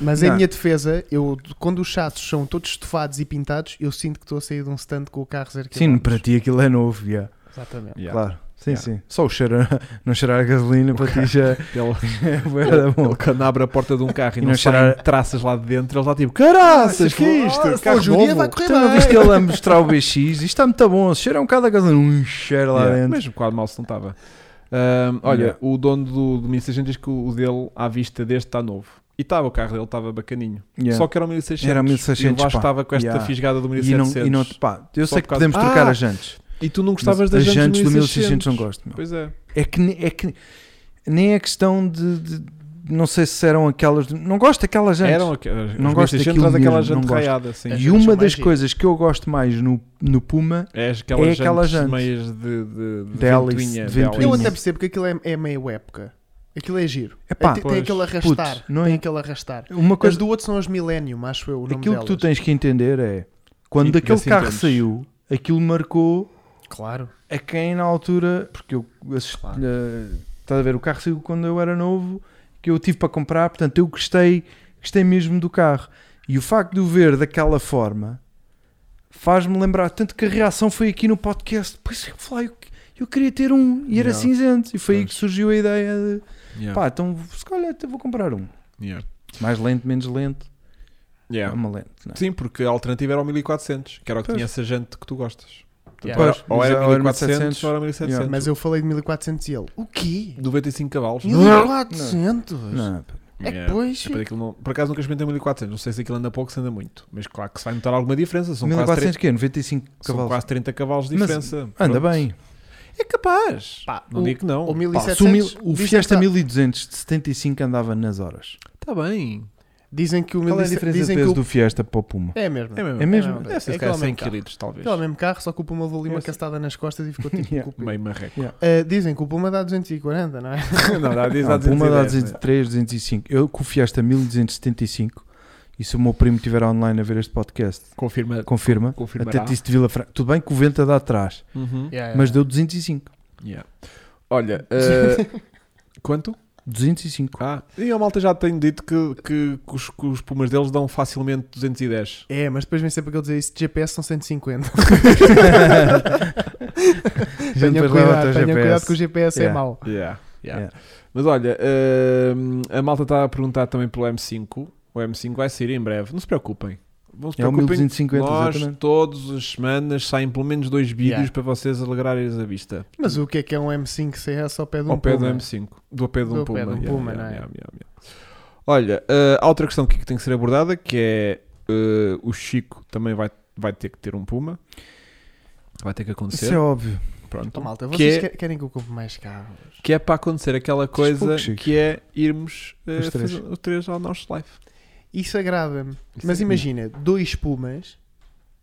[SPEAKER 3] Mas
[SPEAKER 2] Não.
[SPEAKER 3] em minha defesa, eu, quando os chassos são todos estofados e pintados, eu sinto que estou a sair de um stand com o carro 0km.
[SPEAKER 2] Sim, para ti aquilo é novo, yeah.
[SPEAKER 3] Exatamente.
[SPEAKER 1] Yeah.
[SPEAKER 2] claro. Sim,
[SPEAKER 1] Yeah.
[SPEAKER 2] sim. Só o cheiro, a- não cheirar a gasolina para ti já
[SPEAKER 1] Ele-
[SPEAKER 2] é bué da bom.
[SPEAKER 1] Ele quando abre a porta de um carro e,
[SPEAKER 2] E
[SPEAKER 1] não,
[SPEAKER 2] não
[SPEAKER 1] saem
[SPEAKER 2] cheirar-
[SPEAKER 1] traças lá de dentro, ele está tipo, caraças, que é isto?
[SPEAKER 3] Carro
[SPEAKER 1] carro novo.
[SPEAKER 3] vai correr
[SPEAKER 2] Tu não
[SPEAKER 3] bem.
[SPEAKER 2] viste ele a mostrar o BX? Isto está muito bom. Cheira um bocado a gasolina. Um cheiro lá
[SPEAKER 1] Yeah,
[SPEAKER 2] dentro.
[SPEAKER 1] Mesmo quase mal se não estava. Ahm, olha,
[SPEAKER 2] Yeah.
[SPEAKER 1] o dono do, do 1600 diz que o dele, à vista deste, está novo. E estava, o carro dele estava bacaninho.
[SPEAKER 2] Yeah.
[SPEAKER 1] Só que era o 1600.
[SPEAKER 2] Era o 1600,
[SPEAKER 1] E o Vasco
[SPEAKER 2] pá.
[SPEAKER 1] estava com esta
[SPEAKER 2] Yeah.
[SPEAKER 1] fisgada do
[SPEAKER 2] E não,
[SPEAKER 1] 1600.
[SPEAKER 2] e não te pá, eu
[SPEAKER 1] Só por
[SPEAKER 2] sei que
[SPEAKER 1] causa-
[SPEAKER 2] podemos trocar
[SPEAKER 1] Ah!
[SPEAKER 2] as jantes.
[SPEAKER 1] E tu não gostavas
[SPEAKER 2] Mas
[SPEAKER 1] das
[SPEAKER 2] as jantes
[SPEAKER 1] jantes
[SPEAKER 2] do 1600 não gosto. meu.
[SPEAKER 1] Pois é.
[SPEAKER 2] É que, ne- é que nem é questão de, de- Não sei se eram aquelas. de- não gosto daquelas jantes.
[SPEAKER 1] Eram aquelas.
[SPEAKER 2] Não
[SPEAKER 1] os
[SPEAKER 2] gosto
[SPEAKER 1] 1600
[SPEAKER 2] daquilo
[SPEAKER 1] traz aquela
[SPEAKER 2] mesmo,
[SPEAKER 1] jante
[SPEAKER 2] não gosto.
[SPEAKER 1] raiada, assim.
[SPEAKER 3] As
[SPEAKER 2] E
[SPEAKER 3] jantes
[SPEAKER 2] uma
[SPEAKER 3] são mais
[SPEAKER 2] das
[SPEAKER 3] giras.
[SPEAKER 2] coisas que eu gosto mais no, no Puma
[SPEAKER 1] É aquelas
[SPEAKER 2] É aquela
[SPEAKER 1] jantes
[SPEAKER 2] jante.
[SPEAKER 1] meias de, de, de
[SPEAKER 2] De hélice,
[SPEAKER 1] ventoinha,
[SPEAKER 2] de
[SPEAKER 1] de hélice.
[SPEAKER 3] Eu
[SPEAKER 2] Sim.
[SPEAKER 3] até percebo que aquilo é, é meio época. Aquilo é giro.
[SPEAKER 2] é pá.
[SPEAKER 3] tem, tem
[SPEAKER 1] pois.
[SPEAKER 3] aquele arrastar.
[SPEAKER 2] Puto, não é-
[SPEAKER 3] Tem aquele arrastar.
[SPEAKER 2] Uma
[SPEAKER 3] As
[SPEAKER 2] coisa
[SPEAKER 3] do outro são as Millennium, acho eu. É O nome
[SPEAKER 2] Aquilo que tu
[SPEAKER 3] delas.
[SPEAKER 2] tens que entender é quando
[SPEAKER 1] Sim,
[SPEAKER 2] aquele
[SPEAKER 1] assim
[SPEAKER 2] carro
[SPEAKER 1] temos.
[SPEAKER 2] saiu, aquilo marcou
[SPEAKER 3] Claro.
[SPEAKER 2] a quem na altura, porque eu assisti,
[SPEAKER 1] Claro.
[SPEAKER 2] eh, estás a ver, o carro saiu quando eu era novo, que eu tive para comprar, portanto eu gostei, gostei mesmo do carro. E o facto de o ver daquela forma faz-me lembrar, tanto que a reação foi aqui no podcast, pois eu falei, eu, eu queria ter um e era
[SPEAKER 1] Yeah.
[SPEAKER 2] cinzento, e foi aí
[SPEAKER 1] Pois.
[SPEAKER 2] que surgiu a ideia de
[SPEAKER 1] Yeah,
[SPEAKER 2] pá, então se calhar até vou comprar um.
[SPEAKER 1] yeah,
[SPEAKER 2] Mais lento, menos lento, é
[SPEAKER 1] yeah.
[SPEAKER 2] uma lente. Não é?
[SPEAKER 1] Sim, porque a alternativa era o 1400, que era o que
[SPEAKER 2] Pois.
[SPEAKER 1] tinha essa jante que tu gostas. Portanto,
[SPEAKER 3] Yeah.
[SPEAKER 1] era- ou
[SPEAKER 2] Pois,
[SPEAKER 1] era
[SPEAKER 2] ou era
[SPEAKER 1] 1400 ou era 1700.
[SPEAKER 2] Yeah.
[SPEAKER 3] Mas eu falei de 1400 e ele. O quê?
[SPEAKER 1] 95 cavalos. Tipo,
[SPEAKER 3] 1400?
[SPEAKER 2] Não, pá.
[SPEAKER 3] É que
[SPEAKER 1] Yeah.
[SPEAKER 3] pois.
[SPEAKER 1] Depois daquilo não- por acaso nunca experimentei 1400, não sei se aquilo anda pouco, se anda muito. Mas claro que se vai notar alguma diferença, são, quase,
[SPEAKER 2] 1400
[SPEAKER 1] 30,
[SPEAKER 2] quê? 95
[SPEAKER 1] são
[SPEAKER 2] cavalos.
[SPEAKER 1] quase 30 cavalos de
[SPEAKER 2] Mas
[SPEAKER 1] diferença. Pronto.
[SPEAKER 2] Anda bem.
[SPEAKER 1] É capaz.
[SPEAKER 3] Pá,
[SPEAKER 1] não
[SPEAKER 3] o-
[SPEAKER 1] digo que não.
[SPEAKER 3] O
[SPEAKER 2] Pá, se o, mil-
[SPEAKER 3] 1700.
[SPEAKER 2] o
[SPEAKER 3] dizem
[SPEAKER 2] Fiesta
[SPEAKER 3] que tá-
[SPEAKER 2] 1200 de 75 andava nas horas.
[SPEAKER 1] Está tá bem.
[SPEAKER 3] Dizem que o
[SPEAKER 2] Qual é a
[SPEAKER 3] 1700.
[SPEAKER 2] diferença de
[SPEAKER 3] dizem que
[SPEAKER 2] peso
[SPEAKER 3] o-
[SPEAKER 2] do Fiesta para o Puma?
[SPEAKER 3] É mesmo.
[SPEAKER 1] É mesmo.
[SPEAKER 2] É mesmo?
[SPEAKER 1] Deve ser se calhar 100 kg, talvez.
[SPEAKER 3] É o mesmo carro, só que o Puma levou ali uma
[SPEAKER 1] Eu sei.
[SPEAKER 3] castada nas costas e ficou tipo.
[SPEAKER 2] Yeah.
[SPEAKER 3] com o pé.
[SPEAKER 1] Meio marreco.
[SPEAKER 3] Ah, dizem que o Puma dá 240, não é?
[SPEAKER 1] não, dá, diz,
[SPEAKER 2] Não,
[SPEAKER 1] dá
[SPEAKER 2] o Puma Ah, dá
[SPEAKER 1] 210, né?
[SPEAKER 2] 203, 205. Eu com o Fiesta 1275, e se o meu primo estiver online a ver este podcast,
[SPEAKER 1] Confirma.
[SPEAKER 2] confirma.
[SPEAKER 1] Confirmará.
[SPEAKER 2] Até te disse de Vila Franca. Tudo bem que o vento dá atrás,
[SPEAKER 1] Uhum.
[SPEAKER 2] mas deu 205.
[SPEAKER 1] Yeah. Olha, eh, quanto?
[SPEAKER 2] 205.
[SPEAKER 1] Ah, e a malta já tem dito que, que, que os, que os pumas deles dão facilmente 210.
[SPEAKER 3] É, mas depois vem sempre aquele dizer isso de GPS são 150.
[SPEAKER 2] gente depois
[SPEAKER 3] Tenham
[SPEAKER 2] leva o
[SPEAKER 3] cuidado,
[SPEAKER 2] teu
[SPEAKER 3] tenham cuidado
[SPEAKER 2] GPS.
[SPEAKER 3] que o GPS
[SPEAKER 2] Yeah.
[SPEAKER 3] é mau.
[SPEAKER 1] Yeah, yeah.
[SPEAKER 2] Yeah.
[SPEAKER 1] Mas olha, hum, a malta está a perguntar também pelo M5. O M5 vai sair em breve. Não se preocupem. Não se
[SPEAKER 2] É o
[SPEAKER 1] preocupem.
[SPEAKER 2] 1250,
[SPEAKER 1] Nós,
[SPEAKER 2] exatamente.
[SPEAKER 1] todas as semanas, saem pelo menos dois vídeos
[SPEAKER 3] Yeah.
[SPEAKER 1] para vocês alegrarem a vista.
[SPEAKER 3] Mas o que é que é um M5 CS ao pé de um
[SPEAKER 1] ao pé
[SPEAKER 3] Puma?
[SPEAKER 1] do M5. Do pé de um
[SPEAKER 3] Do
[SPEAKER 1] Puma.
[SPEAKER 3] pé de um Puma, não é?
[SPEAKER 1] Olha, eh, há outra questão aqui que tem que ser abordada, que é eh, o Chico também vai, vai ter que ter um Puma. Vai ter que
[SPEAKER 2] Isso
[SPEAKER 1] acontecer.
[SPEAKER 2] é óbvio.
[SPEAKER 1] Pronto.
[SPEAKER 3] Então, malta,
[SPEAKER 1] Que
[SPEAKER 3] vocês
[SPEAKER 1] é-
[SPEAKER 3] que- querem que eu compre mais carros?
[SPEAKER 1] Que é para acontecer aquela coisa
[SPEAKER 2] pouco, Chico.
[SPEAKER 1] que é irmos eh,
[SPEAKER 2] Os três.
[SPEAKER 1] fazer o 3 ao nosso live.
[SPEAKER 3] Isso agrada-me.
[SPEAKER 1] Isso
[SPEAKER 3] Mas
[SPEAKER 1] é-
[SPEAKER 3] imagina, dois Pumas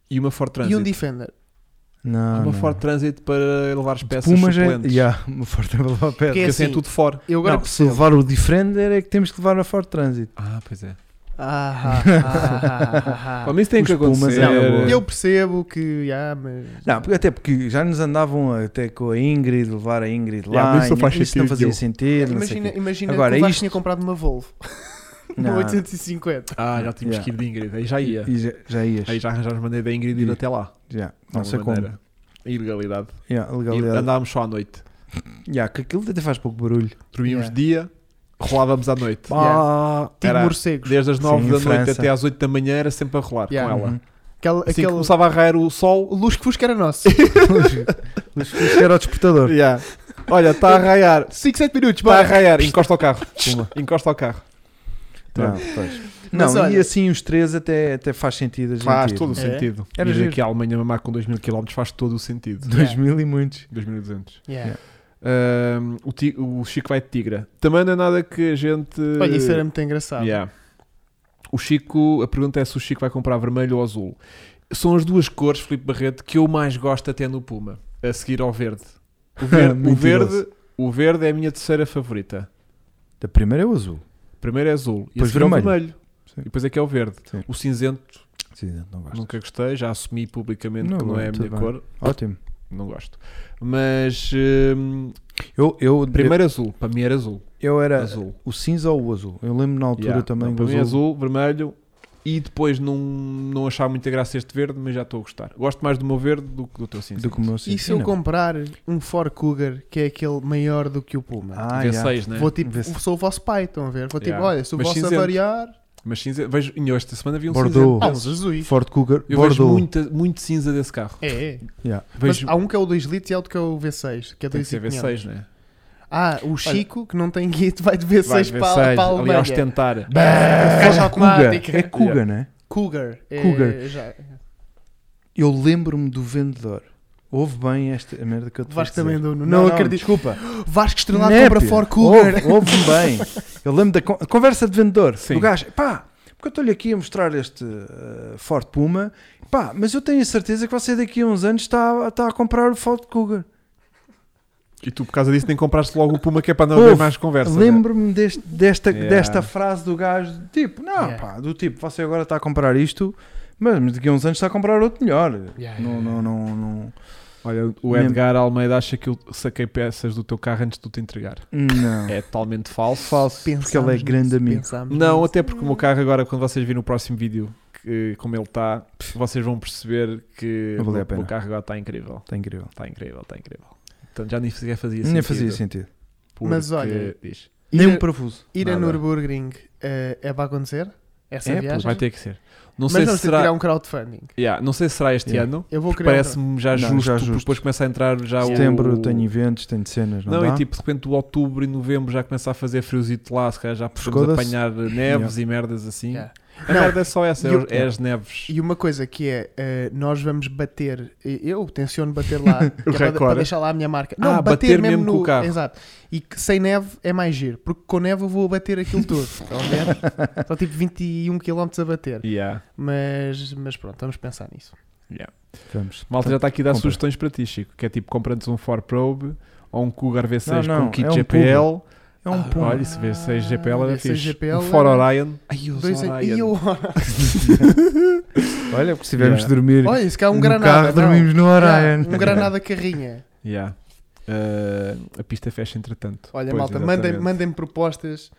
[SPEAKER 1] E uma Ford Transit.
[SPEAKER 3] e um Defender.
[SPEAKER 2] Ah, Não,
[SPEAKER 1] uma
[SPEAKER 2] não.
[SPEAKER 1] Ford Transit para levar as peças
[SPEAKER 2] Puma já- é-
[SPEAKER 1] suplentes.
[SPEAKER 2] Yeah, uma Ford é levar pedra.
[SPEAKER 1] Porque
[SPEAKER 3] É
[SPEAKER 1] assim é
[SPEAKER 3] assim.
[SPEAKER 1] tudo fora.
[SPEAKER 3] Eu agora
[SPEAKER 2] Não, se levar o Defender é que temos que levar a Ford Transit.
[SPEAKER 1] Ah, pois é.
[SPEAKER 3] Ah, ah, ah, ah, ah, ah.
[SPEAKER 1] Mas isso tem
[SPEAKER 2] Os
[SPEAKER 1] que
[SPEAKER 2] Pumas
[SPEAKER 1] acontecer.
[SPEAKER 2] era boa.
[SPEAKER 3] Eu percebo que, ah, mas...
[SPEAKER 2] Não, porque- é até porque já nos andavam até com a Ingrid, levar a Ingrid
[SPEAKER 1] Yeah,
[SPEAKER 2] lá.
[SPEAKER 1] mas isso não faz
[SPEAKER 2] e não
[SPEAKER 1] sentido,
[SPEAKER 2] fazia
[SPEAKER 1] Diogo.
[SPEAKER 2] sentido. não sei
[SPEAKER 3] Imagina,
[SPEAKER 2] quê.
[SPEAKER 3] imagina
[SPEAKER 2] Agora,
[SPEAKER 3] que o Vasco
[SPEAKER 2] isto-
[SPEAKER 3] tinha comprado uma Volvo, uma
[SPEAKER 2] Não.
[SPEAKER 3] 850.
[SPEAKER 1] Ah, já tínhamos
[SPEAKER 2] Yeah.
[SPEAKER 1] que ir de Ingrid. Aí já ia.
[SPEAKER 2] E já, já ias.
[SPEAKER 1] Aí já arranjámos maneira da Ingrid ir
[SPEAKER 2] Ia.
[SPEAKER 1] até lá.
[SPEAKER 2] Já,
[SPEAKER 1] de
[SPEAKER 2] Não sei
[SPEAKER 1] alguma
[SPEAKER 2] como.
[SPEAKER 1] maneira. Ilegalidade.
[SPEAKER 2] Yeah,
[SPEAKER 1] E uh,
[SPEAKER 2] legalidade.
[SPEAKER 1] andávamos só à noite.
[SPEAKER 2] Yeah, que aquilo até faz pouco barulho.
[SPEAKER 1] Dormíamos
[SPEAKER 3] Yeah.
[SPEAKER 1] de dia, rolávamos à noite.
[SPEAKER 2] Ah,
[SPEAKER 3] Tinha
[SPEAKER 1] Era-
[SPEAKER 3] Tipo morcegos.
[SPEAKER 1] Desde as 9
[SPEAKER 2] Sim,
[SPEAKER 1] da
[SPEAKER 2] em
[SPEAKER 1] noite
[SPEAKER 2] França.
[SPEAKER 1] até às 8 da manhã era sempre a rolar
[SPEAKER 3] Yeah.
[SPEAKER 1] com ela.
[SPEAKER 2] Uhum.
[SPEAKER 3] Aquele,
[SPEAKER 1] Assim que
[SPEAKER 3] aquele...
[SPEAKER 1] começava a raiar o sol.
[SPEAKER 3] O luz que fusca era nosso.
[SPEAKER 2] Isto era o despertador.
[SPEAKER 1] Yeah. Olha, está a raiar.
[SPEAKER 3] 5, 7 minutos,
[SPEAKER 1] Está a
[SPEAKER 3] bora.
[SPEAKER 1] raiar. Encosta ao carro.
[SPEAKER 2] Puma.
[SPEAKER 1] Encosta ao carro.
[SPEAKER 2] Não,
[SPEAKER 1] Pronto.
[SPEAKER 2] pois.
[SPEAKER 3] Mas
[SPEAKER 2] Não, e
[SPEAKER 3] olha-
[SPEAKER 2] assim os três até, até faz sentido. A gente
[SPEAKER 1] Faz
[SPEAKER 2] ir.
[SPEAKER 1] todo o
[SPEAKER 3] É?
[SPEAKER 1] sentido.
[SPEAKER 2] Era
[SPEAKER 1] Ir
[SPEAKER 2] giro.
[SPEAKER 1] aqui à Alemanha mamar com 2000 km faz todo o sentido.
[SPEAKER 2] Dois mil e muitos.
[SPEAKER 1] 2200.
[SPEAKER 3] Yeah.
[SPEAKER 1] Ahm, o, ti- o Chico vai de tigra. Também não é nada que a gente.
[SPEAKER 3] Olha, isso era muito engraçado.
[SPEAKER 1] Yeah. O Chico, a pergunta é se o Chico vai comprar vermelho ou azul. São as duas cores, Filipe Barreto, que eu mais gosto até no Puma, a seguir ao verde. O ver- o verde, o
[SPEAKER 2] Mentiroso.
[SPEAKER 1] verde, é a minha terceira favorita.
[SPEAKER 2] A primeira é o azul.
[SPEAKER 1] Primeiro é azul, e a
[SPEAKER 2] Depois
[SPEAKER 1] seguir é o
[SPEAKER 2] vermelho.
[SPEAKER 1] vermelho.
[SPEAKER 2] Sim.
[SPEAKER 1] E depois é que é o verde.
[SPEAKER 2] Sim.
[SPEAKER 1] O cinzento,
[SPEAKER 2] Sim, não gosto.
[SPEAKER 1] nunca gostei, já assumi publicamente
[SPEAKER 2] Não,
[SPEAKER 1] que não é a
[SPEAKER 2] tudo
[SPEAKER 1] minha
[SPEAKER 2] bem.
[SPEAKER 1] cor.
[SPEAKER 2] Ótimo.
[SPEAKER 1] Não gosto. Mas hum,
[SPEAKER 2] Eu, eu,
[SPEAKER 1] primeiro azul, para mim era azul.
[SPEAKER 2] eu, eu era
[SPEAKER 1] azul.
[SPEAKER 2] o cinza ou o azul. Eu lembro na É, altura
[SPEAKER 1] Yeah.
[SPEAKER 2] também.
[SPEAKER 1] Não,
[SPEAKER 2] o
[SPEAKER 1] para mim é
[SPEAKER 2] azul.
[SPEAKER 1] azul, vermelho e depois não, não achar muita graça este verde, mas já estou a gostar. Gosto mais do meu verde do que do teu cinza.
[SPEAKER 2] Do que o meu cinza.
[SPEAKER 3] E se eu
[SPEAKER 2] Não.
[SPEAKER 3] comprar um Ford Cougar, que é aquele maior do que o Puma?
[SPEAKER 2] Ah,
[SPEAKER 1] V6,
[SPEAKER 2] yeah.
[SPEAKER 1] né?
[SPEAKER 3] Vou tipo,
[SPEAKER 2] Vê se-
[SPEAKER 3] sou o vosso pai, estão a ver? Vou tipo,
[SPEAKER 1] Yeah.
[SPEAKER 3] olha, se o
[SPEAKER 1] Mas
[SPEAKER 3] vosso a
[SPEAKER 1] cinzento.
[SPEAKER 3] variar,
[SPEAKER 1] Mas cinza, vejo, e eu esta semana vi um
[SPEAKER 2] Bordeaux.
[SPEAKER 1] cinza.
[SPEAKER 3] há uns azuis.
[SPEAKER 2] Ford Cougar.
[SPEAKER 1] Eu vejo
[SPEAKER 2] Bordeaux.
[SPEAKER 1] muita, muito cinza desse carro.
[SPEAKER 3] É, é.
[SPEAKER 2] Yeah.
[SPEAKER 1] Vejo,
[SPEAKER 3] Mas há um que é o 2 litros e há outro que é o V6, que é
[SPEAKER 1] tem que ser
[SPEAKER 3] 2,5.
[SPEAKER 1] V6, né?
[SPEAKER 3] Ah, o Chico, que não tem guito, vai de V6,
[SPEAKER 1] Vai
[SPEAKER 3] para, para a
[SPEAKER 1] ali a
[SPEAKER 3] Alemanha.
[SPEAKER 1] ostentar.
[SPEAKER 3] Caixa
[SPEAKER 2] É Cougar.
[SPEAKER 3] automática.
[SPEAKER 2] É Cougar, né?
[SPEAKER 3] Cougar. É,
[SPEAKER 2] Cougar.
[SPEAKER 3] Já,
[SPEAKER 2] Eu lembro-me do vendedor. Ouve bem esta a merda que eu te vou
[SPEAKER 3] Vasco
[SPEAKER 2] dizer.
[SPEAKER 3] também, Nuno. Não, acredito.
[SPEAKER 2] Desculpa.
[SPEAKER 3] Vasco Estrelado
[SPEAKER 1] Né,
[SPEAKER 2] Népia.
[SPEAKER 3] compra Ford Cougar.
[SPEAKER 2] Ouve- Ouve-me bem. Eu lembro da con- a conversa de vendedor.
[SPEAKER 1] Sim.
[SPEAKER 2] O gajo, pá, porque eu estou-lhe aqui a mostrar este eh, Ford Puma, pá, mas eu tenho a certeza que você daqui a uns anos está, está a comprar o Ford Cougar.
[SPEAKER 1] E tu por causa disso nem compraste logo o Puma que é para não haver
[SPEAKER 2] Ouve,
[SPEAKER 1] mais conversa. né?
[SPEAKER 2] Lembro-me deste- desta,
[SPEAKER 1] Yeah.
[SPEAKER 2] desta frase do gajo, tipo, não,
[SPEAKER 3] Yeah.
[SPEAKER 2] pá, do tipo, você agora está a comprar isto, mas mas daqui a uns anos está a comprar outro melhor.
[SPEAKER 3] Yeah,
[SPEAKER 2] Não,
[SPEAKER 3] yeah,
[SPEAKER 2] não, não, não.
[SPEAKER 1] Olha, o
[SPEAKER 2] Lembro.
[SPEAKER 1] Edgar Almeida acha que eu saquei peças do teu carro antes de tu te entregar.
[SPEAKER 2] não.
[SPEAKER 1] É totalmente falso.
[SPEAKER 2] Falso, porque ele é
[SPEAKER 3] Pensámos
[SPEAKER 2] grande
[SPEAKER 3] nisso,
[SPEAKER 2] amigo.
[SPEAKER 3] pensámos
[SPEAKER 1] Não,
[SPEAKER 3] nisso.
[SPEAKER 1] até porque o meu carro agora, quando vocês virem o próximo vídeo, que, como ele está, vocês vão perceber que
[SPEAKER 2] Não valeu a
[SPEAKER 1] o meu
[SPEAKER 2] pena.
[SPEAKER 1] carro agora está incrível.
[SPEAKER 2] Está incrível.
[SPEAKER 1] Está incrível, está incrível. Portanto, já nem sequer fazia sentido.
[SPEAKER 2] Nem fazia sentido.
[SPEAKER 1] porque-
[SPEAKER 3] Mas olha,
[SPEAKER 1] diz.
[SPEAKER 3] Ir
[SPEAKER 2] Nem um
[SPEAKER 3] a,
[SPEAKER 2] parafuso.
[SPEAKER 3] ir a
[SPEAKER 1] nada.
[SPEAKER 3] Nürburgring eh, é para acontecer? Essa
[SPEAKER 2] É, pô,
[SPEAKER 3] viagem?
[SPEAKER 1] vai ter que ser. Não
[SPEAKER 3] Mas
[SPEAKER 1] sei, se
[SPEAKER 3] vamos ter que criar
[SPEAKER 1] será,
[SPEAKER 3] um crowdfunding.
[SPEAKER 1] Yeah, não sei se será este
[SPEAKER 2] Yeah.
[SPEAKER 1] ano.
[SPEAKER 3] Eu vou
[SPEAKER 1] porque
[SPEAKER 3] criar. um
[SPEAKER 1] Parece-me já,
[SPEAKER 2] Não,
[SPEAKER 1] justo,
[SPEAKER 2] já
[SPEAKER 1] porque
[SPEAKER 2] justo.
[SPEAKER 1] depois começa a entrar já o.
[SPEAKER 2] Setembro tenho eventos, tenho cenas, não,
[SPEAKER 1] Não,
[SPEAKER 2] dá?
[SPEAKER 1] e tipo, de repente o outubro e novembro já começa a fazer friozito lá, se calhar já podemos
[SPEAKER 2] Foda-se.
[SPEAKER 1] apanhar neves e merdas assim.
[SPEAKER 3] Yeah.
[SPEAKER 1] A
[SPEAKER 3] Não,
[SPEAKER 1] merda é só essa, é,
[SPEAKER 3] e
[SPEAKER 1] os-
[SPEAKER 3] o-
[SPEAKER 1] é as neves.
[SPEAKER 3] E uma coisa que é, eh, nós vamos bater, eh, eu tenciono bater lá, que é para,
[SPEAKER 1] recorde.
[SPEAKER 3] para deixar lá a minha marca. Não,
[SPEAKER 1] Ah,
[SPEAKER 3] bater,
[SPEAKER 1] bater
[SPEAKER 3] mesmo,
[SPEAKER 1] mesmo
[SPEAKER 3] no,
[SPEAKER 1] com o carro.
[SPEAKER 3] Exato. E que sem neve é mais giro, porque com neve eu vou bater aquilo tudo. estão a ver? Só tipo 21 km a bater.
[SPEAKER 1] Yeah,
[SPEAKER 3] Mas, mas pronto, vamos pensar nisso.
[SPEAKER 1] yeah.
[SPEAKER 2] Vamos.
[SPEAKER 1] Malta já está aqui a dar
[SPEAKER 2] Compra.
[SPEAKER 1] sugestões para ti, Chico, que é tipo comprando um Ford Probe ou um Cougar V6
[SPEAKER 2] Não, não,
[SPEAKER 1] com kit
[SPEAKER 2] é um
[SPEAKER 1] GPL.
[SPEAKER 2] É um ponto.
[SPEAKER 1] Ah, Olha, esse V6 GPL era
[SPEAKER 3] V6
[SPEAKER 1] fixe.
[SPEAKER 3] GPL
[SPEAKER 1] um Ford
[SPEAKER 3] era-
[SPEAKER 1] Orion. Ai, os
[SPEAKER 3] Dois
[SPEAKER 1] Orion.
[SPEAKER 3] e eu,
[SPEAKER 2] Olha, porque se tivermos
[SPEAKER 1] Yeah.
[SPEAKER 2] de dormir
[SPEAKER 3] olha, isso cá é um
[SPEAKER 2] no
[SPEAKER 3] granada.
[SPEAKER 2] carro, dormimos no
[SPEAKER 3] não.
[SPEAKER 2] Orion.
[SPEAKER 3] um granada carrinha.
[SPEAKER 1] Yeah. Uh, a pista fecha entretanto.
[SPEAKER 3] Olha,
[SPEAKER 1] Pois,
[SPEAKER 3] malta, mandem-
[SPEAKER 1] exatamente.
[SPEAKER 3] mandem-me propostas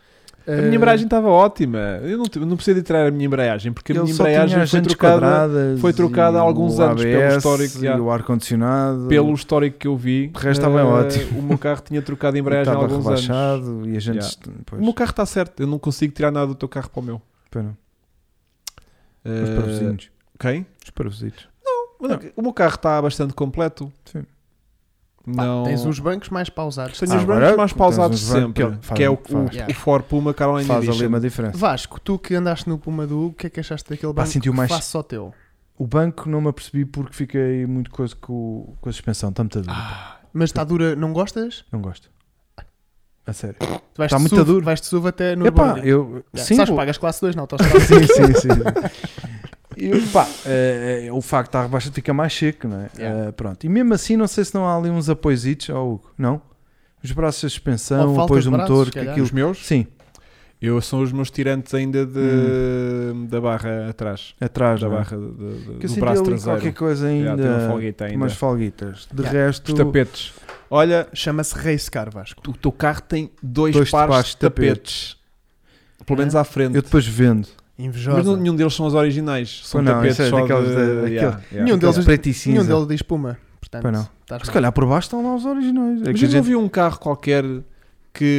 [SPEAKER 3] Eh,
[SPEAKER 1] A minha embreagem estava ótima. Eu não, tive- não precisei de tirar a minha embreagem, porque a minha
[SPEAKER 2] Ele só
[SPEAKER 1] embreagem
[SPEAKER 2] tinha
[SPEAKER 1] foi
[SPEAKER 2] as lentes
[SPEAKER 1] trocada
[SPEAKER 2] quadradas
[SPEAKER 1] foi trocada
[SPEAKER 2] e
[SPEAKER 1] há alguns
[SPEAKER 2] o
[SPEAKER 1] anos pelo
[SPEAKER 2] ABS
[SPEAKER 1] histórico,
[SPEAKER 2] E
[SPEAKER 1] já.
[SPEAKER 2] o ar-condicionado.
[SPEAKER 1] pelo histórico que eu vi.
[SPEAKER 2] De resto, estava
[SPEAKER 1] eh,
[SPEAKER 2] ótimo.
[SPEAKER 1] O meu carro tinha trocado a embreagem há
[SPEAKER 2] Estava
[SPEAKER 1] alguns anos.
[SPEAKER 2] rebaixado e a gente.
[SPEAKER 1] O meu carro está certo. Eu não consigo tirar nada do teu carro para o meu.
[SPEAKER 2] Pena.
[SPEAKER 1] Eh,
[SPEAKER 2] Os parvosinhos.
[SPEAKER 1] Quem?
[SPEAKER 2] Os parvosinhos.
[SPEAKER 1] Mas O meu carro está bastante completo.
[SPEAKER 2] Sim.
[SPEAKER 3] Pá,
[SPEAKER 1] Não.
[SPEAKER 3] Tens uns bancos mais pausados.
[SPEAKER 1] Tenho
[SPEAKER 2] Ah,
[SPEAKER 1] os
[SPEAKER 2] agora
[SPEAKER 1] brancos mais
[SPEAKER 2] tens
[SPEAKER 1] pausados
[SPEAKER 2] uns
[SPEAKER 1] de
[SPEAKER 2] brancos que
[SPEAKER 1] sempre,
[SPEAKER 2] ele
[SPEAKER 1] que,
[SPEAKER 2] faz-
[SPEAKER 1] é o, o,
[SPEAKER 2] faz.
[SPEAKER 1] o Ford Puma Caroline
[SPEAKER 2] Faz ali
[SPEAKER 1] Edition.
[SPEAKER 2] uma diferença.
[SPEAKER 3] Vasco, tu que andaste no Puma do Hugo, o que é que achaste daquele
[SPEAKER 2] Pá,
[SPEAKER 3] banco
[SPEAKER 2] sentiu
[SPEAKER 3] que
[SPEAKER 2] mais-
[SPEAKER 3] faço só teu?
[SPEAKER 2] O banco não me apercebi porque fiquei muito coisa com, com a suspensão. Está muito dura.
[SPEAKER 3] Mas está dura, não gostas?
[SPEAKER 2] Não gosto. A sério.
[SPEAKER 3] Tu vais
[SPEAKER 2] Tá
[SPEAKER 3] de
[SPEAKER 2] muito
[SPEAKER 3] SUV,
[SPEAKER 2] duro.
[SPEAKER 3] Vais de SUV até no
[SPEAKER 2] Epá,
[SPEAKER 3] Urbânia.
[SPEAKER 2] eu.
[SPEAKER 3] Já,
[SPEAKER 2] Sim,
[SPEAKER 3] sabes que
[SPEAKER 2] vou-
[SPEAKER 3] pagas classe 2 na autostrada.
[SPEAKER 2] sim, sim, sim. Eu, pá, eh, eh, o facto da rebaixa fica mais chique, não é?
[SPEAKER 3] Yeah.
[SPEAKER 2] Eh, pronto. E mesmo assim, não sei se não há ali uns apoiositos, ao Hugo. Não? Os braços da
[SPEAKER 3] Ou
[SPEAKER 2] suspensão,
[SPEAKER 3] falta
[SPEAKER 2] o apoio
[SPEAKER 3] de
[SPEAKER 2] do
[SPEAKER 3] braços,
[SPEAKER 2] motor,
[SPEAKER 3] se
[SPEAKER 2] que
[SPEAKER 3] calhar.
[SPEAKER 2] aquilo.
[SPEAKER 1] Os meus?
[SPEAKER 2] Sim,
[SPEAKER 1] Eu são os meus tirantes ainda de-
[SPEAKER 2] Hum.
[SPEAKER 1] da barra atrás.
[SPEAKER 2] atrás
[SPEAKER 1] Da
[SPEAKER 2] não é?
[SPEAKER 1] barra de- de- de-
[SPEAKER 2] Que eu
[SPEAKER 1] do
[SPEAKER 2] senti
[SPEAKER 1] braço
[SPEAKER 2] ali
[SPEAKER 1] traseiro.
[SPEAKER 2] qualquer coisa
[SPEAKER 1] Já, tem uma
[SPEAKER 2] ainda.
[SPEAKER 1] folguita ainda.
[SPEAKER 2] Umas folguitas. De
[SPEAKER 3] Yeah.
[SPEAKER 2] resto,
[SPEAKER 1] Os tapetes. Olha,
[SPEAKER 3] Chama-se Race Car, Vasco.
[SPEAKER 1] o teu carro tem dois,
[SPEAKER 2] Dois
[SPEAKER 1] pares,
[SPEAKER 2] pares
[SPEAKER 1] de
[SPEAKER 2] de
[SPEAKER 1] tapetes. Pelo menos à frente.
[SPEAKER 2] eu depois vendo.
[SPEAKER 1] Mas
[SPEAKER 3] Invejosa.
[SPEAKER 1] não- nenhum deles são os originais. São
[SPEAKER 2] Pois não,
[SPEAKER 1] tapetes
[SPEAKER 2] isso é
[SPEAKER 1] só
[SPEAKER 2] daqueles
[SPEAKER 1] de...
[SPEAKER 2] da-
[SPEAKER 1] yeah,
[SPEAKER 2] daquele-
[SPEAKER 1] yeah.
[SPEAKER 3] Nenhum deles-
[SPEAKER 2] é preto e
[SPEAKER 3] Nenhum
[SPEAKER 2] cinza.
[SPEAKER 3] deles diz Puma. Portanto,
[SPEAKER 2] Pois não.
[SPEAKER 3] estás
[SPEAKER 2] Se
[SPEAKER 3] bem.
[SPEAKER 2] calhar por baixo estão lá os originais.
[SPEAKER 1] Mas
[SPEAKER 2] É que a
[SPEAKER 1] eu não
[SPEAKER 2] gente...
[SPEAKER 1] vi um carro qualquer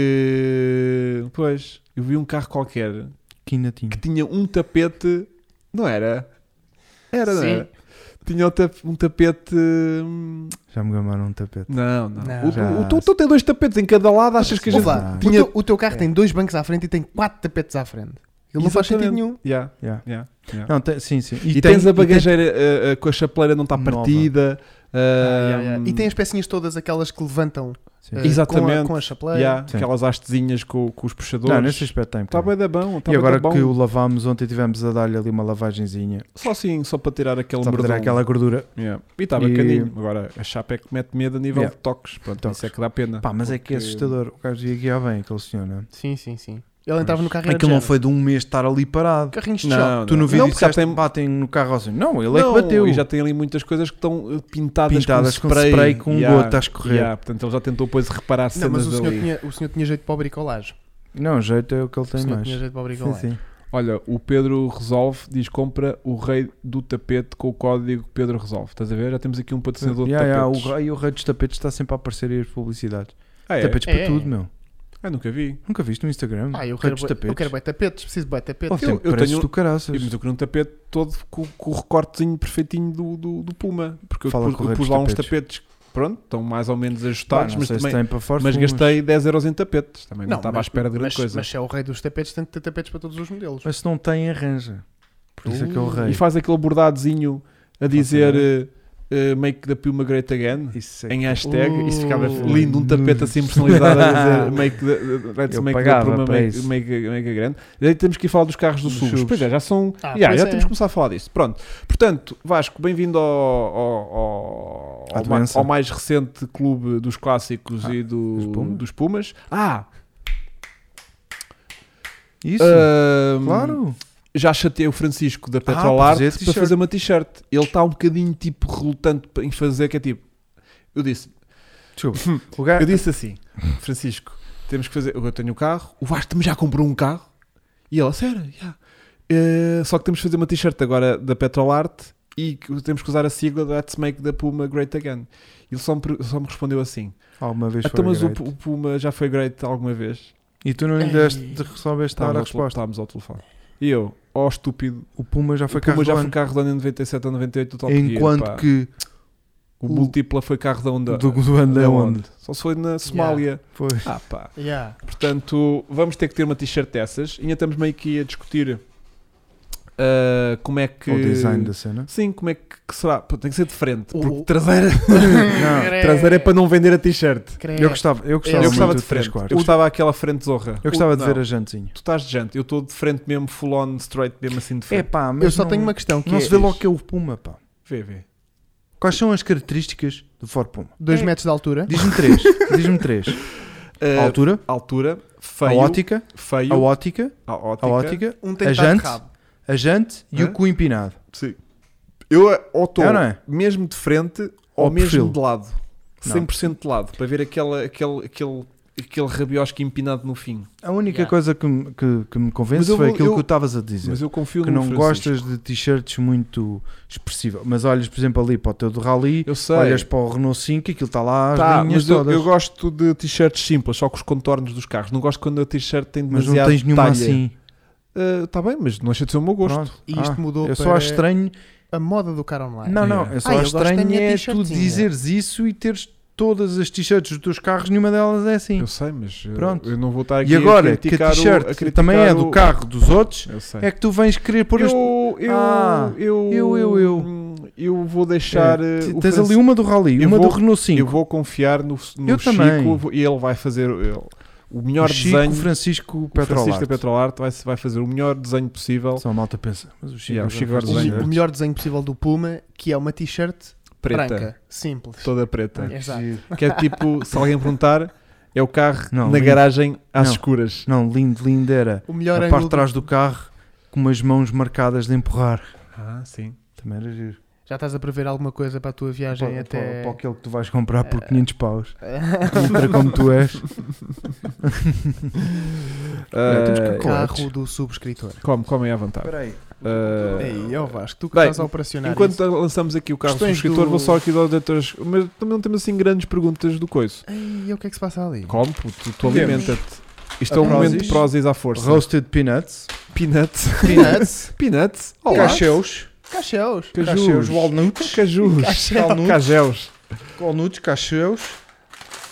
[SPEAKER 1] que... Pois, eu vi um carro qualquer
[SPEAKER 2] que ainda tinha.
[SPEAKER 1] que tinha um tapete... Não era? Era, não
[SPEAKER 3] Sim.
[SPEAKER 1] era? Tinha um tap- um tapete... hum,
[SPEAKER 2] Já me gamaram um tapete.
[SPEAKER 1] Não, não.
[SPEAKER 3] Não.
[SPEAKER 1] O-
[SPEAKER 2] Já.
[SPEAKER 1] o, o, tu, tu tem dois tapetes em cada lado, achas que a gente...
[SPEAKER 3] Ouve lá,
[SPEAKER 1] tinha-
[SPEAKER 3] o, teu, o teu carro
[SPEAKER 2] É.
[SPEAKER 3] tem dois bancos à frente e tem quatro tapetes à frente. Ele não faz sentido
[SPEAKER 1] Exatamente.
[SPEAKER 3] nenhum.
[SPEAKER 1] Yeah,
[SPEAKER 2] Yeah.
[SPEAKER 1] yeah, yeah.
[SPEAKER 2] Não, tem- sim, sim.
[SPEAKER 1] E,
[SPEAKER 2] tem-
[SPEAKER 1] tens a
[SPEAKER 2] e tem-
[SPEAKER 1] bagageira uh, uh, com a chapeleira não está
[SPEAKER 2] Nova.
[SPEAKER 1] partida.
[SPEAKER 3] Ah,
[SPEAKER 1] um,
[SPEAKER 3] yeah, yeah. E tem as pecinhas todas aquelas que levantam
[SPEAKER 2] Sim.
[SPEAKER 3] eh,
[SPEAKER 1] Exatamente.
[SPEAKER 3] com, a, com a chapeleira.
[SPEAKER 1] yeah,
[SPEAKER 2] Sim.
[SPEAKER 1] aquelas hastezinhas com, com os puxadores.
[SPEAKER 2] Não, nesse aspecto tem.
[SPEAKER 1] Está
[SPEAKER 2] pá.
[SPEAKER 1] bem da bom. Tá
[SPEAKER 2] e
[SPEAKER 1] bué
[SPEAKER 2] agora
[SPEAKER 1] da bom.
[SPEAKER 2] que o lavámos ontem, tivemos a dar-lhe ali uma lavagenzinha.
[SPEAKER 1] Só assim, só para tirar aquele
[SPEAKER 2] Só para tirar
[SPEAKER 1] merdão.
[SPEAKER 2] aquela gordura.
[SPEAKER 1] Yeah. E está
[SPEAKER 2] E-
[SPEAKER 1] bacaninho. Agora, a chapa é que mete medo a nível
[SPEAKER 2] Yeah.
[SPEAKER 1] de toques. Pronto,
[SPEAKER 2] Toques.
[SPEAKER 1] isso é que dá pena.
[SPEAKER 2] Pá, mas é que é
[SPEAKER 1] Porque-
[SPEAKER 2] assustador. O gajo ia guiar bem, aquele senhor, não é?
[SPEAKER 3] Sim, sim, sim. Ele entrava no carro e era
[SPEAKER 2] Aquilo
[SPEAKER 3] de
[SPEAKER 2] não
[SPEAKER 3] género.
[SPEAKER 2] foi de um mês de estar ali parado.
[SPEAKER 3] Carrinhos de choque.
[SPEAKER 1] Não,
[SPEAKER 2] Tu
[SPEAKER 1] não,
[SPEAKER 2] no vídeo
[SPEAKER 1] não, porque já
[SPEAKER 2] disseste,
[SPEAKER 1] tem...
[SPEAKER 2] batem no carro assim. Não, ele
[SPEAKER 1] não,
[SPEAKER 2] é que bateu.
[SPEAKER 1] E já tem ali muitas coisas que estão uh, pintadas,
[SPEAKER 2] pintadas
[SPEAKER 1] com
[SPEAKER 2] com spray, com um
[SPEAKER 1] Yeah,
[SPEAKER 2] gota a escorrer.
[SPEAKER 1] yeah, Portanto, ele já tentou depois reparar
[SPEAKER 3] Não, mas
[SPEAKER 1] cenas
[SPEAKER 3] o senhor,
[SPEAKER 1] ali.
[SPEAKER 3] tinha, o senhor tinha jeito para o bricolagem.
[SPEAKER 2] Não, o jeito é o que ele
[SPEAKER 3] O
[SPEAKER 2] tem
[SPEAKER 3] senhor
[SPEAKER 2] mais.
[SPEAKER 3] tinha jeito para o
[SPEAKER 2] Sim,
[SPEAKER 3] bricolagem.
[SPEAKER 2] sim.
[SPEAKER 1] Olha, o Pedro Resolve diz compra o rei do tapete com o código Pedro Resolve. Estás a ver? Já temos aqui um patrocinador
[SPEAKER 2] Yeah,
[SPEAKER 1] de
[SPEAKER 2] yeah, o
[SPEAKER 1] tapetes.
[SPEAKER 2] rei- o rei dos tapetes está sempre a aparecer aí as publicidades.
[SPEAKER 1] Ah, é?
[SPEAKER 2] Tapetes
[SPEAKER 3] É,
[SPEAKER 2] para
[SPEAKER 3] é.
[SPEAKER 2] tudo, meu.
[SPEAKER 1] Ah, nunca vi.
[SPEAKER 2] Nunca viste no Instagram?
[SPEAKER 3] Ah, eu
[SPEAKER 2] rei
[SPEAKER 3] quero,
[SPEAKER 2] dos
[SPEAKER 3] bué- eu quero bem tapetes, preciso de bem
[SPEAKER 2] Pô,
[SPEAKER 3] tapetes.
[SPEAKER 1] Eu-
[SPEAKER 2] tem
[SPEAKER 1] eu
[SPEAKER 2] preços
[SPEAKER 1] tenho-
[SPEAKER 2] do caraças.
[SPEAKER 1] Mas eu queria um tapete todo com, com o recortezinho perfeitinho do, do, do Puma. Porque eu
[SPEAKER 2] Fala
[SPEAKER 1] pus,
[SPEAKER 2] com o
[SPEAKER 1] eu
[SPEAKER 2] rei
[SPEAKER 1] pus
[SPEAKER 2] dos
[SPEAKER 1] lá uns
[SPEAKER 2] tapetes.
[SPEAKER 1] tapetes, pronto, estão mais ou menos
[SPEAKER 2] Pá,
[SPEAKER 1] ajustados,
[SPEAKER 2] não
[SPEAKER 1] mas
[SPEAKER 2] sei se
[SPEAKER 1] também.
[SPEAKER 2] tem para fora,
[SPEAKER 1] Mas gastei 10 euros em tapetes. Também não,
[SPEAKER 3] Não,
[SPEAKER 1] estava à
[SPEAKER 3] mas-
[SPEAKER 1] espera de grande
[SPEAKER 3] Mas,
[SPEAKER 1] coisa.
[SPEAKER 3] mas se é o rei dos tapetes, tem de ter tapetes para todos os modelos.
[SPEAKER 2] Mas se não tem, arranja. Por isso é que é o
[SPEAKER 3] Uh,
[SPEAKER 2] rei.
[SPEAKER 1] E faz aquele bordadozinho a dizer
[SPEAKER 2] assim,
[SPEAKER 1] eh,
[SPEAKER 2] é?
[SPEAKER 1] eh, Make the Puma Great Again.
[SPEAKER 2] Isso é que-
[SPEAKER 1] Em hashtag, isso ficava
[SPEAKER 3] Uh.
[SPEAKER 1] lindo, um tapete assim personalizado a dizer make the, let's
[SPEAKER 2] Eu
[SPEAKER 1] make the
[SPEAKER 2] pagava
[SPEAKER 1] Puma
[SPEAKER 2] para
[SPEAKER 1] make,
[SPEAKER 2] isso.
[SPEAKER 1] make, make again. E aí temos que ir falar dos carros do
[SPEAKER 2] Dos
[SPEAKER 1] SUVs.
[SPEAKER 2] SUVs.
[SPEAKER 1] Pois é, já são.
[SPEAKER 3] Ah,
[SPEAKER 1] já,
[SPEAKER 3] pois
[SPEAKER 1] já
[SPEAKER 3] é.
[SPEAKER 1] temos que começar a falar disso. Pronto, portanto, Vasco, bem-vindo ao, ao, ao-
[SPEAKER 2] À
[SPEAKER 1] ao ma-
[SPEAKER 2] doença.
[SPEAKER 1] ao mais recente clube dos clássicos
[SPEAKER 2] Ah,
[SPEAKER 1] e do-
[SPEAKER 2] dos Pumas.
[SPEAKER 1] dos Pumas. Ah,
[SPEAKER 2] Isso,
[SPEAKER 1] ahm,
[SPEAKER 2] claro. Ah,
[SPEAKER 1] já chatei o Francisco da
[SPEAKER 2] para
[SPEAKER 1] Petrolart
[SPEAKER 2] fazer
[SPEAKER 1] para
[SPEAKER 2] t-shirt.
[SPEAKER 1] fazer uma t-shirt. Ele está um bocadinho tipo relutante em fazer, que é tipo. Eu disse,
[SPEAKER 2] Desculpa. O gajo-
[SPEAKER 1] Eu disse assim, Francisco, temos que fazer. Eu tenho um carro, o Vasco também já comprou um carro. E ele, "A sério, já. Eh, só que temos que fazer uma t-shirt agora da Petrolart e que temos que usar a sigla Let's Make the Puma Great Again. Ele só me, per- só me respondeu assim:
[SPEAKER 2] Alguma vez
[SPEAKER 1] Então,
[SPEAKER 2] foi
[SPEAKER 1] mas o,
[SPEAKER 2] great.
[SPEAKER 1] o Puma já foi great alguma vez? Tá,
[SPEAKER 2] E tu não lhe
[SPEAKER 3] Ei.
[SPEAKER 2] deste, de- soubeste dar a
[SPEAKER 1] ao tele-
[SPEAKER 2] resposta.
[SPEAKER 1] estávamos ao telefone. E eu, ó estúpido,
[SPEAKER 2] O Puma já foi
[SPEAKER 1] o Puma
[SPEAKER 2] carro
[SPEAKER 1] já
[SPEAKER 2] do
[SPEAKER 1] foi
[SPEAKER 2] ano.
[SPEAKER 1] carro da em 97 ou 98 do Top Gear,
[SPEAKER 2] Enquanto
[SPEAKER 1] pá.
[SPEAKER 2] que
[SPEAKER 1] o
[SPEAKER 2] o-
[SPEAKER 1] Múltipla foi carro da onda.
[SPEAKER 2] do, do ano é
[SPEAKER 1] da
[SPEAKER 2] onde?
[SPEAKER 1] Só se foi na Somália.
[SPEAKER 2] Foi.
[SPEAKER 1] Ah pá.
[SPEAKER 3] Yeah.
[SPEAKER 1] Portanto, vamos ter que ter uma t-shirt dessas. Ainda estamos meio que a discutir ah, como é que.
[SPEAKER 2] O design da cena.
[SPEAKER 1] Sim, como é que, que será? Pô, tem que ser de frente.
[SPEAKER 3] O-
[SPEAKER 1] Porque traseira,
[SPEAKER 2] Não,
[SPEAKER 1] traseira é para não vender a t-shirt.
[SPEAKER 3] Credo.
[SPEAKER 2] eu gostava, eu gostava,
[SPEAKER 1] Eu gostava
[SPEAKER 2] muito
[SPEAKER 1] de
[SPEAKER 2] de três
[SPEAKER 1] frente.
[SPEAKER 2] quartos.
[SPEAKER 1] Eu gostava aquela frente zorra.
[SPEAKER 2] Eu gostava de
[SPEAKER 1] Não,
[SPEAKER 2] ver a jantezinha.
[SPEAKER 1] Tu estás de jante. Eu estou de frente mesmo, full on, straight, mesmo assim de
[SPEAKER 2] É
[SPEAKER 1] frente.
[SPEAKER 2] pá, mas
[SPEAKER 3] Eu só
[SPEAKER 2] não,
[SPEAKER 3] tenho uma questão que
[SPEAKER 2] não
[SPEAKER 3] é
[SPEAKER 2] se vê logo que é o Puma, pá.
[SPEAKER 1] Vê, vê.
[SPEAKER 2] Quais são as características do Ford Puma?
[SPEAKER 3] 2 metros de altura.
[SPEAKER 2] Diz-me três. Diz-me três. A
[SPEAKER 1] Ah,
[SPEAKER 2] altura,
[SPEAKER 1] altura,
[SPEAKER 2] a
[SPEAKER 1] feio,
[SPEAKER 2] ótica,
[SPEAKER 1] feio,
[SPEAKER 2] a ótica,
[SPEAKER 1] a ótica.
[SPEAKER 2] a ótica,
[SPEAKER 3] Um
[SPEAKER 2] A
[SPEAKER 3] tem que estar de
[SPEAKER 2] jante?
[SPEAKER 3] rabo.
[SPEAKER 2] a jante e
[SPEAKER 1] Hã?
[SPEAKER 2] o cu empinado.
[SPEAKER 1] Sim. Eu eh, ou estou
[SPEAKER 2] É, não é?
[SPEAKER 1] mesmo de frente ou
[SPEAKER 2] Ao
[SPEAKER 1] mesmo
[SPEAKER 2] perfil.
[SPEAKER 1] de lado.
[SPEAKER 2] Não.
[SPEAKER 1] 100% de lado. Para ver aquela, aquele, aquele, aquele rabiosco empinado no fim.
[SPEAKER 2] A única
[SPEAKER 4] Yeah.
[SPEAKER 2] coisa que, me- que, que me
[SPEAKER 1] Mas
[SPEAKER 2] convence
[SPEAKER 1] eu
[SPEAKER 2] foi
[SPEAKER 1] vou-
[SPEAKER 2] aquilo
[SPEAKER 1] eu-
[SPEAKER 2] que tu estavas a dizer.
[SPEAKER 1] Mas eu um confio
[SPEAKER 2] que
[SPEAKER 1] no
[SPEAKER 2] não
[SPEAKER 1] Francisco.
[SPEAKER 2] gostas de t-shirts muito expressivas. Mas olhas, por exemplo, ali para o teu do Rally,
[SPEAKER 1] Eu sei.
[SPEAKER 2] olhas para o Renault 5, aquilo está lá as
[SPEAKER 1] Tá,
[SPEAKER 2] linhas
[SPEAKER 1] mas eu,
[SPEAKER 2] todas.
[SPEAKER 1] eu gosto de t-shirts simples, só com os contornos dos carros. Não gosto quando a t-shirt tem
[SPEAKER 2] mas
[SPEAKER 1] demasiado
[SPEAKER 2] não tens nenhuma
[SPEAKER 1] talha.
[SPEAKER 2] assim.
[SPEAKER 1] Está bem, mas não deixa de ser o meu gosto.
[SPEAKER 2] Pronto.
[SPEAKER 3] E isto
[SPEAKER 2] Ah,
[SPEAKER 3] mudou
[SPEAKER 2] eu só
[SPEAKER 3] para
[SPEAKER 2] acho estranho.
[SPEAKER 3] a moda do cara online.
[SPEAKER 2] Não, não,
[SPEAKER 1] Yeah.
[SPEAKER 2] eu só
[SPEAKER 4] Ah, eu
[SPEAKER 2] acho
[SPEAKER 4] gosto da
[SPEAKER 2] estranho
[SPEAKER 4] minha
[SPEAKER 2] é tu
[SPEAKER 4] t-shirtinha.
[SPEAKER 2] dizeres isso e teres todas as t-shirts dos teus carros, nenhuma delas é assim.
[SPEAKER 1] Eu sei, mas eu-
[SPEAKER 2] Pronto.
[SPEAKER 1] eu não vou estar aqui
[SPEAKER 2] E
[SPEAKER 1] a
[SPEAKER 2] agora que
[SPEAKER 1] criticar
[SPEAKER 2] a
[SPEAKER 1] o-
[SPEAKER 2] t-shirt
[SPEAKER 1] a criticar
[SPEAKER 2] também é
[SPEAKER 1] o-
[SPEAKER 2] do carro dos outros,
[SPEAKER 1] Eu sei.
[SPEAKER 2] é que tu vens querer pôr as.
[SPEAKER 1] eu, eu,
[SPEAKER 2] Ah,
[SPEAKER 1] eu,
[SPEAKER 2] eu, eu, eu.
[SPEAKER 1] hum, eu vou deixar.
[SPEAKER 2] É,
[SPEAKER 1] uh, o
[SPEAKER 2] tens
[SPEAKER 1] Francisco-
[SPEAKER 2] ali uma do Rally,
[SPEAKER 1] Eu
[SPEAKER 2] uma
[SPEAKER 1] vou-
[SPEAKER 2] do Renault 5.
[SPEAKER 1] Eu vou confiar no, no
[SPEAKER 2] Eu
[SPEAKER 1] Chico
[SPEAKER 2] também.
[SPEAKER 1] vou- e ele vai fazer ele- o melhor
[SPEAKER 2] o Chico
[SPEAKER 1] desenho.
[SPEAKER 2] Francisco
[SPEAKER 1] o Francisco
[SPEAKER 2] Petrolarte.
[SPEAKER 1] da Petrolarte vai, vai fazer o melhor desenho possível.
[SPEAKER 2] Só a malta pensa. Mas o Chico,
[SPEAKER 1] Yeah, o
[SPEAKER 2] já
[SPEAKER 1] Chico
[SPEAKER 2] faz
[SPEAKER 1] vai desenhar.
[SPEAKER 2] desenho.
[SPEAKER 3] O, o melhor desenho possível do Puma, que é uma t-shirt
[SPEAKER 1] Preta.
[SPEAKER 3] branca, simples.
[SPEAKER 1] Toda preta.
[SPEAKER 3] É. Exato.
[SPEAKER 1] Que é tipo, se alguém perguntar, é o carro
[SPEAKER 2] Não,
[SPEAKER 1] na
[SPEAKER 2] lindo.
[SPEAKER 1] garagem às
[SPEAKER 2] Não.
[SPEAKER 1] escuras.
[SPEAKER 2] Não, lindo, lindo era.
[SPEAKER 3] O melhor
[SPEAKER 2] a
[SPEAKER 3] ângulo
[SPEAKER 2] parte de
[SPEAKER 3] do-
[SPEAKER 2] trás do carro com umas mãos marcadas de empurrar.
[SPEAKER 1] Ah, sim.
[SPEAKER 2] Também era giro.
[SPEAKER 3] Já estás a prever alguma coisa para a tua viagem
[SPEAKER 2] Para,
[SPEAKER 3] é até. Eh.
[SPEAKER 2] para, para aquele que tu vais comprar por 500 paus.
[SPEAKER 3] Ah,
[SPEAKER 2] Ultra como tu és.
[SPEAKER 1] Ah,
[SPEAKER 2] temos que
[SPEAKER 1] eh,
[SPEAKER 2] correr.
[SPEAKER 3] Carro do subscritor.
[SPEAKER 1] Come, comem à vontade. Ah,
[SPEAKER 2] É.
[SPEAKER 3] Ei, ó Vasco, tu que
[SPEAKER 1] Bem,
[SPEAKER 3] estás a operacionar.
[SPEAKER 1] Enquanto
[SPEAKER 3] isso.
[SPEAKER 1] lançamos aqui o carro do
[SPEAKER 3] Questões
[SPEAKER 1] escritor,
[SPEAKER 3] do-
[SPEAKER 1] vou só aqui dar outras. Mas também não temos assim grandes perguntas do coiso.
[SPEAKER 3] Ei, o que é que se passa ali?
[SPEAKER 1] Come, puto, tu
[SPEAKER 2] Temos.
[SPEAKER 1] alimenta-te. Isto é
[SPEAKER 2] A
[SPEAKER 1] um momento
[SPEAKER 2] Prozis.
[SPEAKER 1] de prósis à força.
[SPEAKER 2] Roasted peanuts.
[SPEAKER 1] Peanuts.
[SPEAKER 3] Peanuts,
[SPEAKER 1] Peanuts. Olá.
[SPEAKER 2] Cacheus.
[SPEAKER 3] cacheus.
[SPEAKER 2] Cacheus. Walnuts.
[SPEAKER 1] Cajus.
[SPEAKER 2] Walnuts.
[SPEAKER 1] Cajéus.
[SPEAKER 2] Walnuts. Cacheus.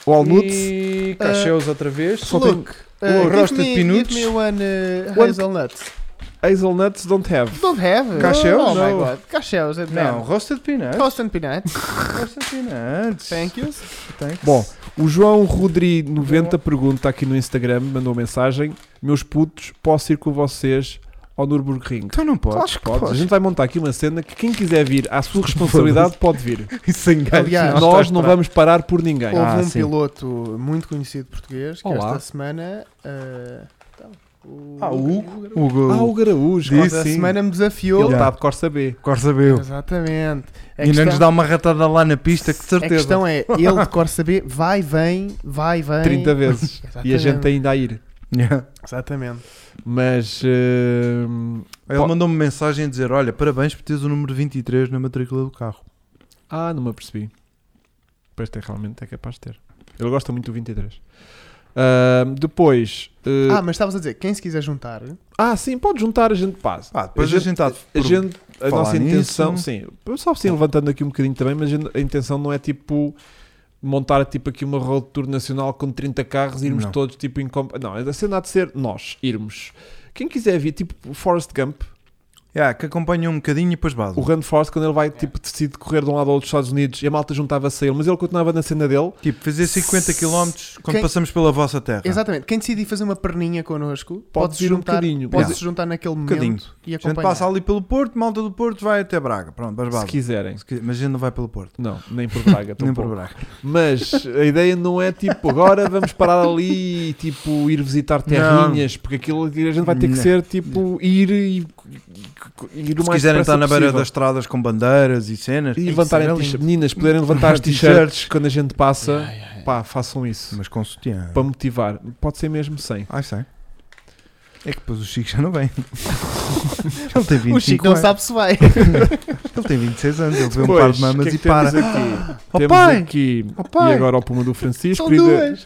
[SPEAKER 1] Walnuts.
[SPEAKER 2] E cacheus outra vez.
[SPEAKER 1] Só tem-
[SPEAKER 3] Look, uh,
[SPEAKER 2] Oh, roasted
[SPEAKER 3] give, me,
[SPEAKER 2] peanuts.
[SPEAKER 3] give me one uh,
[SPEAKER 1] One-
[SPEAKER 3] hazelnut.
[SPEAKER 1] Hazelnuts don't have.
[SPEAKER 3] Don't have.
[SPEAKER 2] Cacheus?
[SPEAKER 3] Oh my
[SPEAKER 1] Não.
[SPEAKER 3] god. Cacheus, é
[SPEAKER 2] Não,
[SPEAKER 3] bad.
[SPEAKER 2] roasted peanuts.
[SPEAKER 3] Toast and peanuts.
[SPEAKER 2] Roasted peanuts.
[SPEAKER 3] Thank you.
[SPEAKER 2] Thanks.
[SPEAKER 1] Bom, o João Rodri 90 pergunta aqui no Instagram, mandou mensagem: Meus putos, posso ir com vocês ao Nürburgring?
[SPEAKER 2] Então não podes.
[SPEAKER 1] Podes, podes. A gente vai montar aqui uma cena que quem quiser vir à sua responsabilidade pode vir.
[SPEAKER 2] Isso é engana.
[SPEAKER 3] Aliás,
[SPEAKER 2] Não
[SPEAKER 1] Nós
[SPEAKER 2] estás
[SPEAKER 1] não
[SPEAKER 2] parado.
[SPEAKER 1] vamos parar por ninguém.
[SPEAKER 3] Houve
[SPEAKER 2] Ah,
[SPEAKER 3] um
[SPEAKER 2] sim.
[SPEAKER 3] piloto muito conhecido português que
[SPEAKER 1] Olá.
[SPEAKER 3] esta semana. ah, então, o
[SPEAKER 2] Ah, o Hugo. Hugo.
[SPEAKER 1] Ah, o Garaújo.
[SPEAKER 2] Diz-
[SPEAKER 3] Esta
[SPEAKER 2] sim.
[SPEAKER 3] semana me
[SPEAKER 1] Ele
[SPEAKER 3] desafiou.
[SPEAKER 2] Já.
[SPEAKER 1] está de Corsa B.
[SPEAKER 2] Corsa B.
[SPEAKER 3] Exatamente. A
[SPEAKER 2] E não nos
[SPEAKER 3] questão,
[SPEAKER 2] dá uma ratada lá na pista, que de
[SPEAKER 3] a
[SPEAKER 2] certeza.
[SPEAKER 3] questão é: ele de cor saber, vai, vem, vai, vem.
[SPEAKER 1] 30 vezes. e a gente ainda a ir.
[SPEAKER 2] Yeah.
[SPEAKER 3] Exatamente.
[SPEAKER 1] Mas. hum,
[SPEAKER 2] Ele
[SPEAKER 1] Pô.
[SPEAKER 2] mandou-me mensagem a dizer: Olha, parabéns por teres o número 23 na matrícula do carro.
[SPEAKER 1] Ah, não me apercebi. Pois tem, realmente é capaz de ter. Ele gosta muito do 23. Ahm, depois. eh,
[SPEAKER 3] Ah, mas estavas a dizer: quem se quiser juntar,
[SPEAKER 1] ah, sim, pode juntar, a gente passa.
[SPEAKER 2] Pá, Ah, depois
[SPEAKER 1] A
[SPEAKER 2] a,
[SPEAKER 1] gente-
[SPEAKER 2] gente há de
[SPEAKER 1] A,
[SPEAKER 2] por-
[SPEAKER 1] gente, a
[SPEAKER 2] falar
[SPEAKER 1] nossa
[SPEAKER 2] nisso-
[SPEAKER 1] intenção, sim, só assim levantando aqui um bocadinho também, mas a gente- a intenção não é tipo montar tipo aqui uma road tour nacional com 30 carros e irmos
[SPEAKER 2] Não.
[SPEAKER 1] todos tipo em comp... Não, a cena há de ser nós irmos. Quem quiser vir, tipo Forrest Gump,
[SPEAKER 2] Yeah, que acompanha um bocadinho e depois
[SPEAKER 1] o
[SPEAKER 2] base.
[SPEAKER 1] Rand Forrest, quando ele vai tipo decide correr de um lado ao outro dos Estados Unidos e a malta juntava-se a ele, mas ele continuava na cena dele.
[SPEAKER 2] Tipo, fazer 50 km quando
[SPEAKER 3] Quem-
[SPEAKER 2] passamos pela vossa terra.
[SPEAKER 3] exatamente, quem decidir fazer uma perninha connosco,
[SPEAKER 1] Tá. Pode
[SPEAKER 3] pode se
[SPEAKER 1] vir um
[SPEAKER 3] juntar,
[SPEAKER 1] bocadinho.
[SPEAKER 3] pode
[SPEAKER 1] Yeah. Um
[SPEAKER 3] se juntar naquele
[SPEAKER 2] Um bocadinho.
[SPEAKER 3] momento e
[SPEAKER 2] A gente
[SPEAKER 3] acompanhar.
[SPEAKER 2] passa ali pelo Porto, malta do Porto vai até Braga. Pronto, vais
[SPEAKER 1] Se
[SPEAKER 2] base.
[SPEAKER 1] quiserem.
[SPEAKER 2] Se qui- Mas a gente não vai pelo Porto.
[SPEAKER 1] Não, nem por Braga,
[SPEAKER 2] Nem
[SPEAKER 1] tampouco.
[SPEAKER 2] por Braga.
[SPEAKER 1] Mas a ideia não é tipo agora vamos parar ali e tipo ir visitar terrinhas, porque aquilo a gente vai ter que
[SPEAKER 2] Não.
[SPEAKER 1] ser tipo ir e e- ir o
[SPEAKER 2] Se
[SPEAKER 1] mais depressa
[SPEAKER 2] quiserem estar na beira
[SPEAKER 1] possível.
[SPEAKER 2] das estradas com bandeiras e cenas.
[SPEAKER 1] e
[SPEAKER 3] Isso
[SPEAKER 1] levantarem
[SPEAKER 3] era
[SPEAKER 1] t-shirts,
[SPEAKER 3] lindo.
[SPEAKER 1] meninas poderem é levantar as t-shirts quando a gente passa,
[SPEAKER 3] Ai, ai, ai.
[SPEAKER 1] pá, façam isso
[SPEAKER 2] Mas com sutiã.
[SPEAKER 1] para motivar. Pode ser mesmo sem.
[SPEAKER 2] Ai, sei. É que depois o Chico já não vem. Ele tem 25
[SPEAKER 3] O Chico não
[SPEAKER 2] anos.
[SPEAKER 3] sabe se vai.
[SPEAKER 1] é.
[SPEAKER 2] Ele tem 26 anos. Ele vê um
[SPEAKER 1] Pois,
[SPEAKER 2] par de
[SPEAKER 1] o
[SPEAKER 2] mamas
[SPEAKER 1] que é
[SPEAKER 2] e
[SPEAKER 1] que temos
[SPEAKER 2] para.
[SPEAKER 1] aqui?
[SPEAKER 2] Oh,
[SPEAKER 1] temos
[SPEAKER 2] pai!
[SPEAKER 1] aqui
[SPEAKER 2] Oh, pai!
[SPEAKER 1] e agora ao Puma do Francisco,
[SPEAKER 3] São
[SPEAKER 1] querida,
[SPEAKER 3] duas.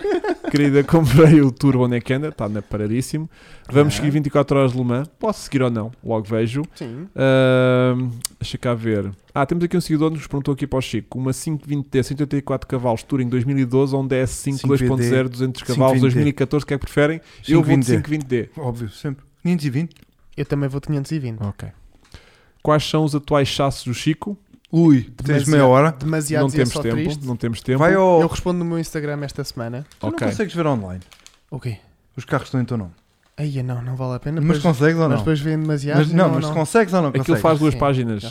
[SPEAKER 1] querida, comprei o Turbo Nekenda, está na paradíssimo. Vamos
[SPEAKER 3] É.
[SPEAKER 2] Ah.
[SPEAKER 1] seguir 24 horas de Le Mans. Posso seguir ou não? Logo vejo.
[SPEAKER 3] Sim.
[SPEAKER 1] Ahm, deixa cá ver. Ah, temos aqui um seguidor que nos perguntou aqui para o Chico: uma 520T 184 cavalos Touring 2012 ou um DS5
[SPEAKER 2] 520D,
[SPEAKER 1] 2.0 200 cavalos
[SPEAKER 2] 520D.
[SPEAKER 1] 2014? O que é que preferem? Eu vou de
[SPEAKER 2] 520D.
[SPEAKER 1] 520D.
[SPEAKER 2] Óbvio, sempre. 520.
[SPEAKER 3] Eu também vou 520.
[SPEAKER 1] Ok. Quais são os atuais chassos do Chico?
[SPEAKER 2] Ui, tens
[SPEAKER 1] é
[SPEAKER 3] Demasiado-
[SPEAKER 2] meia hora.
[SPEAKER 3] Demasiado
[SPEAKER 1] não
[SPEAKER 3] dizer
[SPEAKER 1] temos
[SPEAKER 3] só
[SPEAKER 1] tempo. Oh.
[SPEAKER 3] triste.
[SPEAKER 1] Não temos tempo.
[SPEAKER 2] Vai ao.
[SPEAKER 3] Eu respondo no meu Instagram esta semana.
[SPEAKER 2] Tu não
[SPEAKER 1] Ok.
[SPEAKER 2] consegues ver online.
[SPEAKER 3] O quê?
[SPEAKER 2] Os carros estão em teu nome.
[SPEAKER 3] Aí não, não vale a pena.
[SPEAKER 2] Mas
[SPEAKER 3] depois,
[SPEAKER 2] consegues ou
[SPEAKER 3] mas
[SPEAKER 2] não?
[SPEAKER 3] depois vêm demasiado.
[SPEAKER 2] Mas não, mas consegues ou não?
[SPEAKER 1] Aquilo
[SPEAKER 2] Consegues.
[SPEAKER 1] faz duas
[SPEAKER 3] Sim.
[SPEAKER 1] páginas.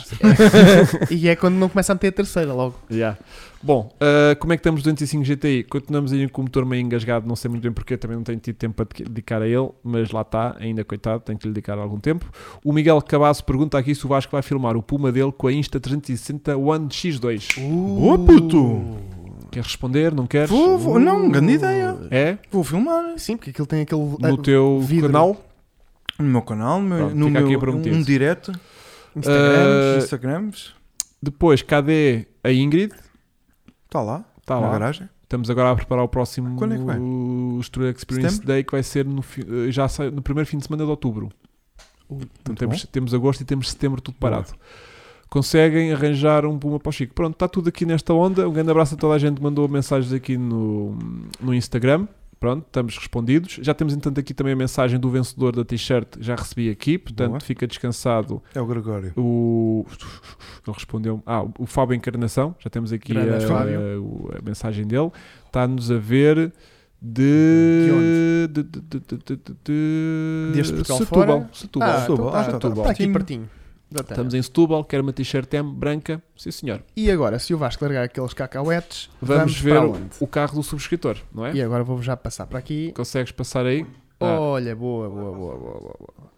[SPEAKER 3] E é quando não começa a meter a terceira logo.
[SPEAKER 1] Yeah. Bom, ah, como é que estamos 205 GTI? Continuamos aí com o motor meio engasgado, não sei muito bem porque também não tenho tido tempo para te- dedicar a ele, mas lá está, ainda coitado, tenho que lhe dedicar algum tempo. O Miguel Cabasso pergunta aqui se o Vasco vai
[SPEAKER 3] Uh.
[SPEAKER 1] filmar o Puma dele com a Insta 360 One X2.
[SPEAKER 2] Boa, puto!
[SPEAKER 1] Queres responder? Não queres?
[SPEAKER 2] Vou, vou, não, grande ideia.
[SPEAKER 1] É?
[SPEAKER 2] Vou filmar
[SPEAKER 3] Sim, porque aquilo tem aquele.
[SPEAKER 1] No teu
[SPEAKER 3] vidro.
[SPEAKER 1] canal?
[SPEAKER 2] no meu canal, no meu-
[SPEAKER 1] Pronto,
[SPEAKER 2] no
[SPEAKER 1] fica aqui
[SPEAKER 2] meu
[SPEAKER 1] prometido.
[SPEAKER 2] um direto,
[SPEAKER 3] Instagram.
[SPEAKER 1] Eh,
[SPEAKER 2] Instagrams,
[SPEAKER 1] Depois, cadê a Ingrid?
[SPEAKER 2] está Tá lá,
[SPEAKER 1] Está
[SPEAKER 2] na
[SPEAKER 1] tá lá.
[SPEAKER 2] garagem.
[SPEAKER 1] Estamos agora a preparar o próximo
[SPEAKER 2] Quando é que vai?
[SPEAKER 1] o Estrela Experience
[SPEAKER 2] Setembro?
[SPEAKER 1] Day que vai ser no, fi- eh, já sai- no primeiro fim de semana de outubro. Então
[SPEAKER 2] Muito
[SPEAKER 1] temos, temos agosto e temos setembro tudo parado. Conseguem arranjar um puma para o Chico. Pronto, está tudo aqui nesta onda. Um grande abraço a toda a gente que mandou mensagens aqui no, no Instagram. Pronto, estamos respondidos. Já temos, entanto, aqui também a mensagem do vencedor da t-shirt. Já recebi aqui, portanto,
[SPEAKER 2] Boa.
[SPEAKER 1] fica descansado.
[SPEAKER 2] É o Gregório.
[SPEAKER 1] O. Ele respondeu. Ah, o Fábio Encarnação. Já temos aqui
[SPEAKER 3] Grande
[SPEAKER 1] a,
[SPEAKER 3] Fábio.
[SPEAKER 1] o- a mensagem dele. Está-nos a ver de. De, de, de, de, de, de-
[SPEAKER 3] Desde Portugal
[SPEAKER 1] Setúbal.
[SPEAKER 3] fora?
[SPEAKER 1] Setúbal.
[SPEAKER 3] Ah,
[SPEAKER 2] Setúbal,
[SPEAKER 3] então tá,
[SPEAKER 2] acho que
[SPEAKER 3] tá-
[SPEAKER 2] Setúbal.
[SPEAKER 3] tá aqui
[SPEAKER 2] Sim.
[SPEAKER 3] pertinho. Exatamente.
[SPEAKER 1] Estamos em Setúbal. Quero uma t-shirt M branca. Sim, senhor.
[SPEAKER 3] E agora, se o Vasco largar aqueles cacauetes,
[SPEAKER 1] Vamos, ver
[SPEAKER 3] para
[SPEAKER 1] o-
[SPEAKER 3] onde?
[SPEAKER 1] o carro do subscritor, não é?
[SPEAKER 3] E agora vou já passar para aqui.
[SPEAKER 1] Consegues passar aí? Ah.
[SPEAKER 3] Olha, boa, boa, boa, boa, boa. boa.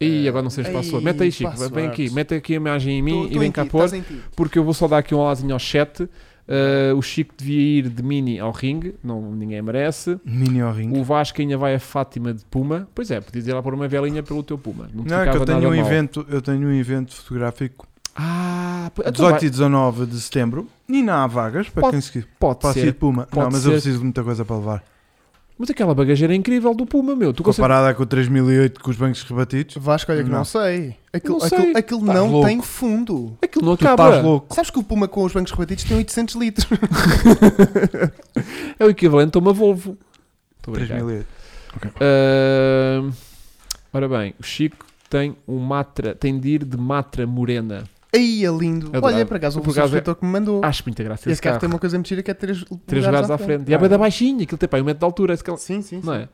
[SPEAKER 1] E
[SPEAKER 3] Eh,
[SPEAKER 1] agora não sei se
[SPEAKER 3] ei,
[SPEAKER 1] passou. Mete aí, Chico.
[SPEAKER 3] password.
[SPEAKER 1] Vem aqui. Mete aqui a imagem em mim
[SPEAKER 3] Tu- tu
[SPEAKER 1] e vem
[SPEAKER 3] em
[SPEAKER 1] cá
[SPEAKER 3] ti,
[SPEAKER 1] pôr.
[SPEAKER 3] estás em ti.
[SPEAKER 1] porque eu vou só dar aqui um alazinho ao chat. Uh, o Chico devia ir de mini ao ringue, não, ninguém merece.
[SPEAKER 2] Mini ao ringue.
[SPEAKER 1] O Vasco ainda vai a Fátima de Puma. Pois é, podias ir lá pôr uma velinha pelo teu Puma. Não, te
[SPEAKER 2] Não, é que
[SPEAKER 1] ficava
[SPEAKER 2] eu tenho
[SPEAKER 1] nada
[SPEAKER 2] um
[SPEAKER 1] mal.
[SPEAKER 2] evento, eu tenho um evento fotográfico
[SPEAKER 1] Ah, pois- então
[SPEAKER 2] 18
[SPEAKER 1] vai-
[SPEAKER 2] e 19 de setembro e não há vagas para
[SPEAKER 1] Pode-
[SPEAKER 2] quem se quiser.
[SPEAKER 1] pode
[SPEAKER 2] Posso
[SPEAKER 1] ser.
[SPEAKER 2] ir de Puma.
[SPEAKER 1] pode
[SPEAKER 2] não, mas
[SPEAKER 1] ser.
[SPEAKER 2] eu preciso de muita coisa para levar.
[SPEAKER 1] Mas aquela bagageira é incrível do Puma, meu. Tu consegues...
[SPEAKER 2] Comparada com o 3008 com os bancos rebatidos,
[SPEAKER 3] Vasco, olha que não,
[SPEAKER 2] Não.
[SPEAKER 3] sei. Aquilo
[SPEAKER 1] Não
[SPEAKER 3] não, aquilo,
[SPEAKER 1] sei.
[SPEAKER 3] aquilo
[SPEAKER 2] Estás
[SPEAKER 3] não
[SPEAKER 2] louco.
[SPEAKER 3] tem fundo.
[SPEAKER 1] Aquilo não
[SPEAKER 2] tu
[SPEAKER 1] acaba.
[SPEAKER 2] estás louco.
[SPEAKER 3] Sabes que o Puma com os bancos rebatidos tem 800 litros.
[SPEAKER 1] É o equivalente a uma Volvo. Estou a brincar.
[SPEAKER 2] 3008.
[SPEAKER 1] Ah, ora bem, o Chico tem um Matra, tem de ir de Matra Morena.
[SPEAKER 3] Aí é lindo.
[SPEAKER 1] Adorava.
[SPEAKER 3] Olha, por acaso,
[SPEAKER 1] Por
[SPEAKER 3] o
[SPEAKER 1] acaso é-
[SPEAKER 3] escritor que me mandou.
[SPEAKER 1] Acho muita graça esse,
[SPEAKER 3] Esse carro
[SPEAKER 1] carro.
[SPEAKER 3] tem uma coisa mentira que é 3 lugares, Ah,
[SPEAKER 1] Três lugares à frente. E a da baixinha, aquilo tem pá, um metro de altura. esse carro-
[SPEAKER 3] Sim, sim. sim.
[SPEAKER 1] Não é?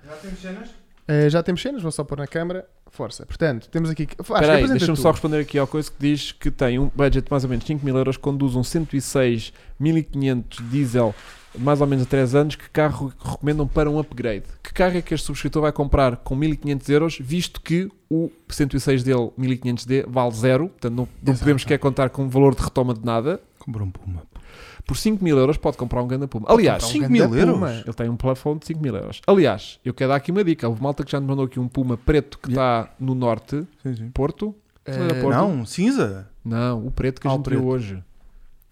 [SPEAKER 3] Eh, já temos cenas, vou só pôr na câmara. Força. Portanto, temos aqui. Vasco,
[SPEAKER 1] Espera aí,
[SPEAKER 3] apresenta
[SPEAKER 1] deixa-me
[SPEAKER 3] tu. É
[SPEAKER 1] só responder aqui ao coisa que diz que tem um budget de mais ou menos 5 mil euros, conduz um 106.500 diesel de mais ou menos a 3 anos, que carro que recomendam para um upgrade? Que carro é que este subscritor vai comprar com 1.500 euros, visto que o 106 dele, 1.500D, vale zero, portanto não, não podemos quer contar com um valor de retoma de nada.
[SPEAKER 2] Comprou um Puma.
[SPEAKER 1] Por 5 mil euros pode comprar um Ganda Puma. Aliás,
[SPEAKER 3] Então,
[SPEAKER 2] 5
[SPEAKER 3] ganda
[SPEAKER 2] mil euros?
[SPEAKER 3] Puma.
[SPEAKER 1] ele tem um plafond de 5 mil euros. Aliás, eu quero dar aqui uma dica. Houve malta que já nos mandou aqui um Puma preto que está no norte,
[SPEAKER 2] Sim, sim.
[SPEAKER 1] Porto.
[SPEAKER 3] Eh,
[SPEAKER 1] Porto.
[SPEAKER 2] Não, um cinza. Um
[SPEAKER 1] Não, o preto que a
[SPEAKER 2] Ah, o
[SPEAKER 1] gente viu
[SPEAKER 2] preto.
[SPEAKER 1] hoje.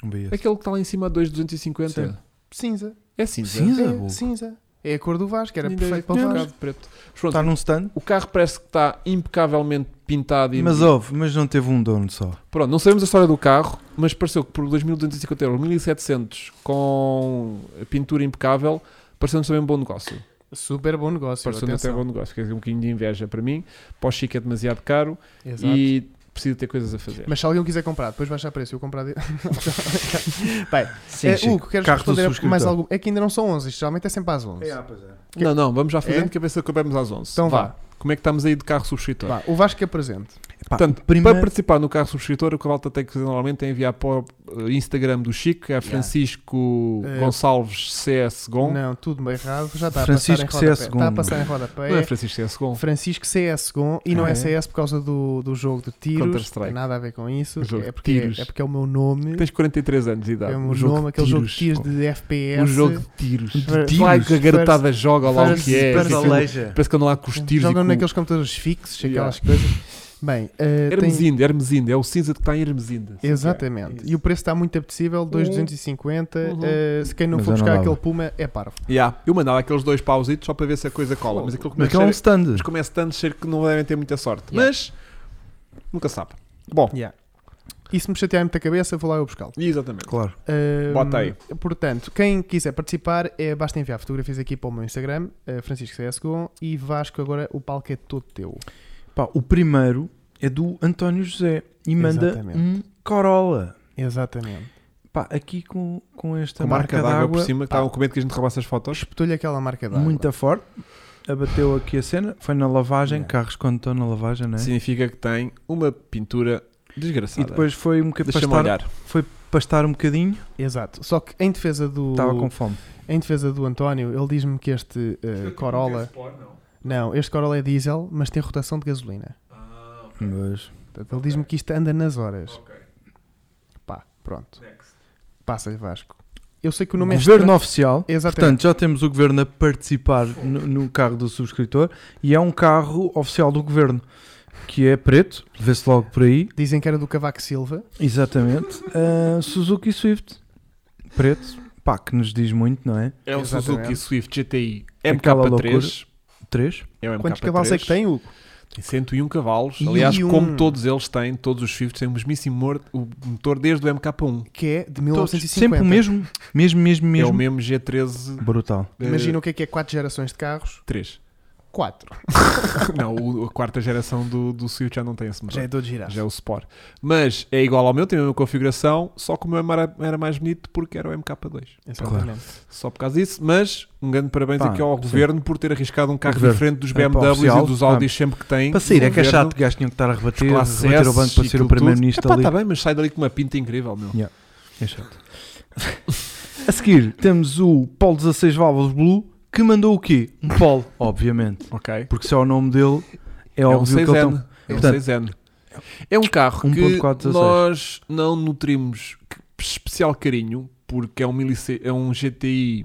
[SPEAKER 2] Não vi esse.
[SPEAKER 1] Aquele que está lá em cima a 2,250.
[SPEAKER 2] Sim.
[SPEAKER 3] Cinza.
[SPEAKER 1] É cinza.
[SPEAKER 2] Cinza?
[SPEAKER 3] É,
[SPEAKER 2] boa.
[SPEAKER 3] cinza. É a cor do Vasco, era
[SPEAKER 1] Ainda é
[SPEAKER 3] perfeito para Tá. o
[SPEAKER 1] um
[SPEAKER 3] Vasco.
[SPEAKER 1] bocado preto. Mas pronto,
[SPEAKER 2] Está num stand.
[SPEAKER 1] o carro parece que está impecavelmente pintado e
[SPEAKER 2] Mas houve, mas não teve um dono só.
[SPEAKER 1] pronto, não sabemos a história do carro, mas pareceu que por 2.250 euros, 1.700 com pintura impecável, pareceu-nos também um bom negócio.
[SPEAKER 3] Super bom negócio.
[SPEAKER 1] Pareceu-nos até
[SPEAKER 3] atenção.
[SPEAKER 1] bom negócio, quer dizer, um bocadinho de inveja para mim. Para o Chico é demasiado caro
[SPEAKER 3] Exato.
[SPEAKER 1] e preciso ter coisas a fazer.
[SPEAKER 3] Mas se alguém quiser comprar, depois baixa preço. Eu comprar. de- Bem,
[SPEAKER 2] Sim,
[SPEAKER 3] eh,
[SPEAKER 2] Chico.
[SPEAKER 3] Hugo, queres
[SPEAKER 2] Carro do
[SPEAKER 3] responder
[SPEAKER 2] subscritor.
[SPEAKER 3] mais algo? É que ainda não são 11, isto geralmente é sempre às 11.
[SPEAKER 1] Não, não, vamos já fazendo
[SPEAKER 3] É?
[SPEAKER 1] que a ver se acabamos às 11.
[SPEAKER 3] Então vá.
[SPEAKER 1] Como é que estamos aí de carro subscritor?
[SPEAKER 3] Vá, o Vasco é apresente.
[SPEAKER 2] Pá,
[SPEAKER 1] Portanto, para
[SPEAKER 2] primeiro-
[SPEAKER 1] participar no carro subscritor, o que a Valta tem que fazer normalmente é enviar para o eh, Instagram do Chico, que é Francisco
[SPEAKER 3] Eh,
[SPEAKER 1] Gonçalves CS Gon. Não.
[SPEAKER 3] Não, tudo errado. Já está a
[SPEAKER 2] Francisco
[SPEAKER 3] passar em rodapé.
[SPEAKER 2] CS
[SPEAKER 3] Está a
[SPEAKER 2] Gon.
[SPEAKER 3] passar em rodapé.
[SPEAKER 1] é Francisco CS Gon.
[SPEAKER 3] Francisco CS Gon e não
[SPEAKER 2] Ah,
[SPEAKER 3] é
[SPEAKER 2] é?
[SPEAKER 3] CS por causa do, do jogo de tiros,
[SPEAKER 1] Counter-Strike.
[SPEAKER 3] tem nada a ver com isso,
[SPEAKER 1] O jogo
[SPEAKER 3] é
[SPEAKER 1] de
[SPEAKER 3] porque,
[SPEAKER 1] tiros.
[SPEAKER 3] é porque é o meu nome,
[SPEAKER 1] Tens 43 anos de idade.
[SPEAKER 3] é o
[SPEAKER 1] Um
[SPEAKER 3] meu
[SPEAKER 1] jogo
[SPEAKER 3] nome,
[SPEAKER 1] de
[SPEAKER 3] aquele jogo de
[SPEAKER 1] tiros,
[SPEAKER 3] tiros de FPS,
[SPEAKER 1] pô. Um jogo de tiros.
[SPEAKER 3] Ver-
[SPEAKER 1] Vai que a garotada joga lá o
[SPEAKER 3] First-
[SPEAKER 1] que é.
[SPEAKER 3] First-
[SPEAKER 1] aquilo- Parece que andam lá com os tiros. e
[SPEAKER 3] jogam
[SPEAKER 1] com-
[SPEAKER 3] naqueles computadores fixos,
[SPEAKER 1] Yeah.
[SPEAKER 3] aquelas coisas. Bem, eh, tem-
[SPEAKER 1] Hermesinda, Hermesinda. É o cinza que é. está em Hermesinda.
[SPEAKER 3] Exatamente, e o preço está muito apetecível, 2,250.
[SPEAKER 1] Uhum.
[SPEAKER 3] eh, se quem não
[SPEAKER 2] Mas eu
[SPEAKER 3] for
[SPEAKER 2] não
[SPEAKER 3] buscar
[SPEAKER 2] dava.
[SPEAKER 3] aquele Puma, é parvo.
[SPEAKER 1] Yeah. Eu mandava aqueles dois pausitos só para ver se a coisa cola. Mas aquilo
[SPEAKER 2] Mas
[SPEAKER 1] começa
[SPEAKER 2] que é um
[SPEAKER 1] a ser-
[SPEAKER 2] stand.
[SPEAKER 1] mas começa tanto a ser que não devem ter muita sorte.
[SPEAKER 3] Yeah.
[SPEAKER 1] Mas nunca sabe. Bom,
[SPEAKER 3] E se me chatear muito a cabeça, vou lá eu buscá-lo.
[SPEAKER 1] exatamente.
[SPEAKER 2] Claro.
[SPEAKER 3] Ahm,
[SPEAKER 1] Bota aí.
[SPEAKER 3] Portanto, quem quiser participar, é, basta enviar fotografias aqui para o meu Instagram, eh, Francisco CSGO, e Vasco, agora o palco é todo teu.
[SPEAKER 2] Pá, o primeiro é do António José e manda
[SPEAKER 3] Exatamente.
[SPEAKER 2] um Corolla.
[SPEAKER 3] Exatamente.
[SPEAKER 2] Pá, aqui com, com esta
[SPEAKER 1] Com
[SPEAKER 2] marca, d'água, tá
[SPEAKER 1] por cima, que estavam com medo que a gente roubasse as fotos.
[SPEAKER 3] Espetou-lhe aquela marca d'água.
[SPEAKER 2] muito forte. Abateu aqui a cena. Foi na lavagem.
[SPEAKER 1] Yeah.
[SPEAKER 2] Carros quando estão na lavagem, né?
[SPEAKER 1] Significa que tem uma pintura
[SPEAKER 2] E
[SPEAKER 1] desgraçada.
[SPEAKER 2] depois foi um bocadinho
[SPEAKER 1] Deixa-me
[SPEAKER 2] pastar,
[SPEAKER 1] olhar.
[SPEAKER 2] foi pastar um bocadinho.
[SPEAKER 3] Exato. Só que em defesa do
[SPEAKER 2] Estava com fome.
[SPEAKER 3] em defesa do António, ele diz-me que este eh, Corolla não, este Corolla é diesel, mas tem rotação de gasolina.
[SPEAKER 2] Mas
[SPEAKER 3] Portanto, ele diz-me que isto anda nas horas. Pá, pronto. Passa-lhe Vasco. Eu sei que o nome é
[SPEAKER 2] governo
[SPEAKER 3] estranho.
[SPEAKER 2] oficial.
[SPEAKER 3] Exatamente.
[SPEAKER 2] Portanto, já temos o governo a participar no, no carro do subscritor e é um carro oficial do governo que é preto, vê-se logo por aí.
[SPEAKER 3] Dizem que era do Cavaco Silva.
[SPEAKER 2] Exatamente. Ah, Suzuki Swift, preto, pá, que nos diz muito, não é?
[SPEAKER 1] É o
[SPEAKER 3] Exatamente.
[SPEAKER 1] Suzuki Swift GTI
[SPEAKER 2] Aquela
[SPEAKER 1] MK3.
[SPEAKER 2] Três.
[SPEAKER 1] É o
[SPEAKER 3] Quantos
[SPEAKER 1] MK3.
[SPEAKER 3] cavalos é que tem, Hugo?
[SPEAKER 1] Tem 101 cavalos. Aliás,
[SPEAKER 3] 101.
[SPEAKER 1] como todos eles têm, todos os Swift têm o mesmíssimo mor- o motor desde o MK1.
[SPEAKER 3] Que é de
[SPEAKER 2] Todos,
[SPEAKER 3] 1950.
[SPEAKER 2] sempre o mesmo, mesmo, mesmo,
[SPEAKER 1] É o
[SPEAKER 2] mesmo.
[SPEAKER 1] mesmo eh, G13
[SPEAKER 2] Brutal.
[SPEAKER 3] Imagina o que é que é quatro gerações de carros.
[SPEAKER 1] 3.
[SPEAKER 3] Quatro.
[SPEAKER 1] Não, o- a quarta geração do, do Swift já não tem esse
[SPEAKER 3] Já
[SPEAKER 1] motor.
[SPEAKER 3] é todo girar.
[SPEAKER 1] Já é o Sport. Mas é igual ao meu, tem a mesma configuração, só que o meu era, era mais bonito porque era o MK2.
[SPEAKER 3] um- Exatamente.
[SPEAKER 1] Só por causa disso, mas um grande parabéns
[SPEAKER 2] Pá,
[SPEAKER 1] aqui ao
[SPEAKER 2] sim.
[SPEAKER 1] governo por ter arriscado um carro
[SPEAKER 2] governo.
[SPEAKER 1] diferente dos
[SPEAKER 2] É, pá,
[SPEAKER 1] BMWs
[SPEAKER 2] oficial,
[SPEAKER 1] e dos Audis sempre que têm.
[SPEAKER 2] Para sair, é
[SPEAKER 1] O
[SPEAKER 2] que é
[SPEAKER 1] governo,
[SPEAKER 2] chato que gajo tinha que estar a rebater,
[SPEAKER 1] classe
[SPEAKER 2] rebater o
[SPEAKER 1] S
[SPEAKER 2] banco para
[SPEAKER 1] e
[SPEAKER 2] ser o
[SPEAKER 1] aquilo tudo.
[SPEAKER 2] primeiro-ministro
[SPEAKER 1] Epá,
[SPEAKER 2] ali.
[SPEAKER 1] tá bem, mas sai dali com uma pinta incrível, meu.
[SPEAKER 2] É chato. A seguir temos o Polo 16 válvulas Blue que mandou o quê? Um Polo, obviamente.
[SPEAKER 1] Ok.
[SPEAKER 2] Porque se é o nome dele, é,
[SPEAKER 1] É um
[SPEAKER 2] óbvio que ele tem-
[SPEAKER 1] 6N. É um
[SPEAKER 2] Portanto,
[SPEAKER 1] 6N. É um carro que
[SPEAKER 2] 1.416.
[SPEAKER 1] nós não nutrimos que- especial carinho, porque é um, milice- é um GTI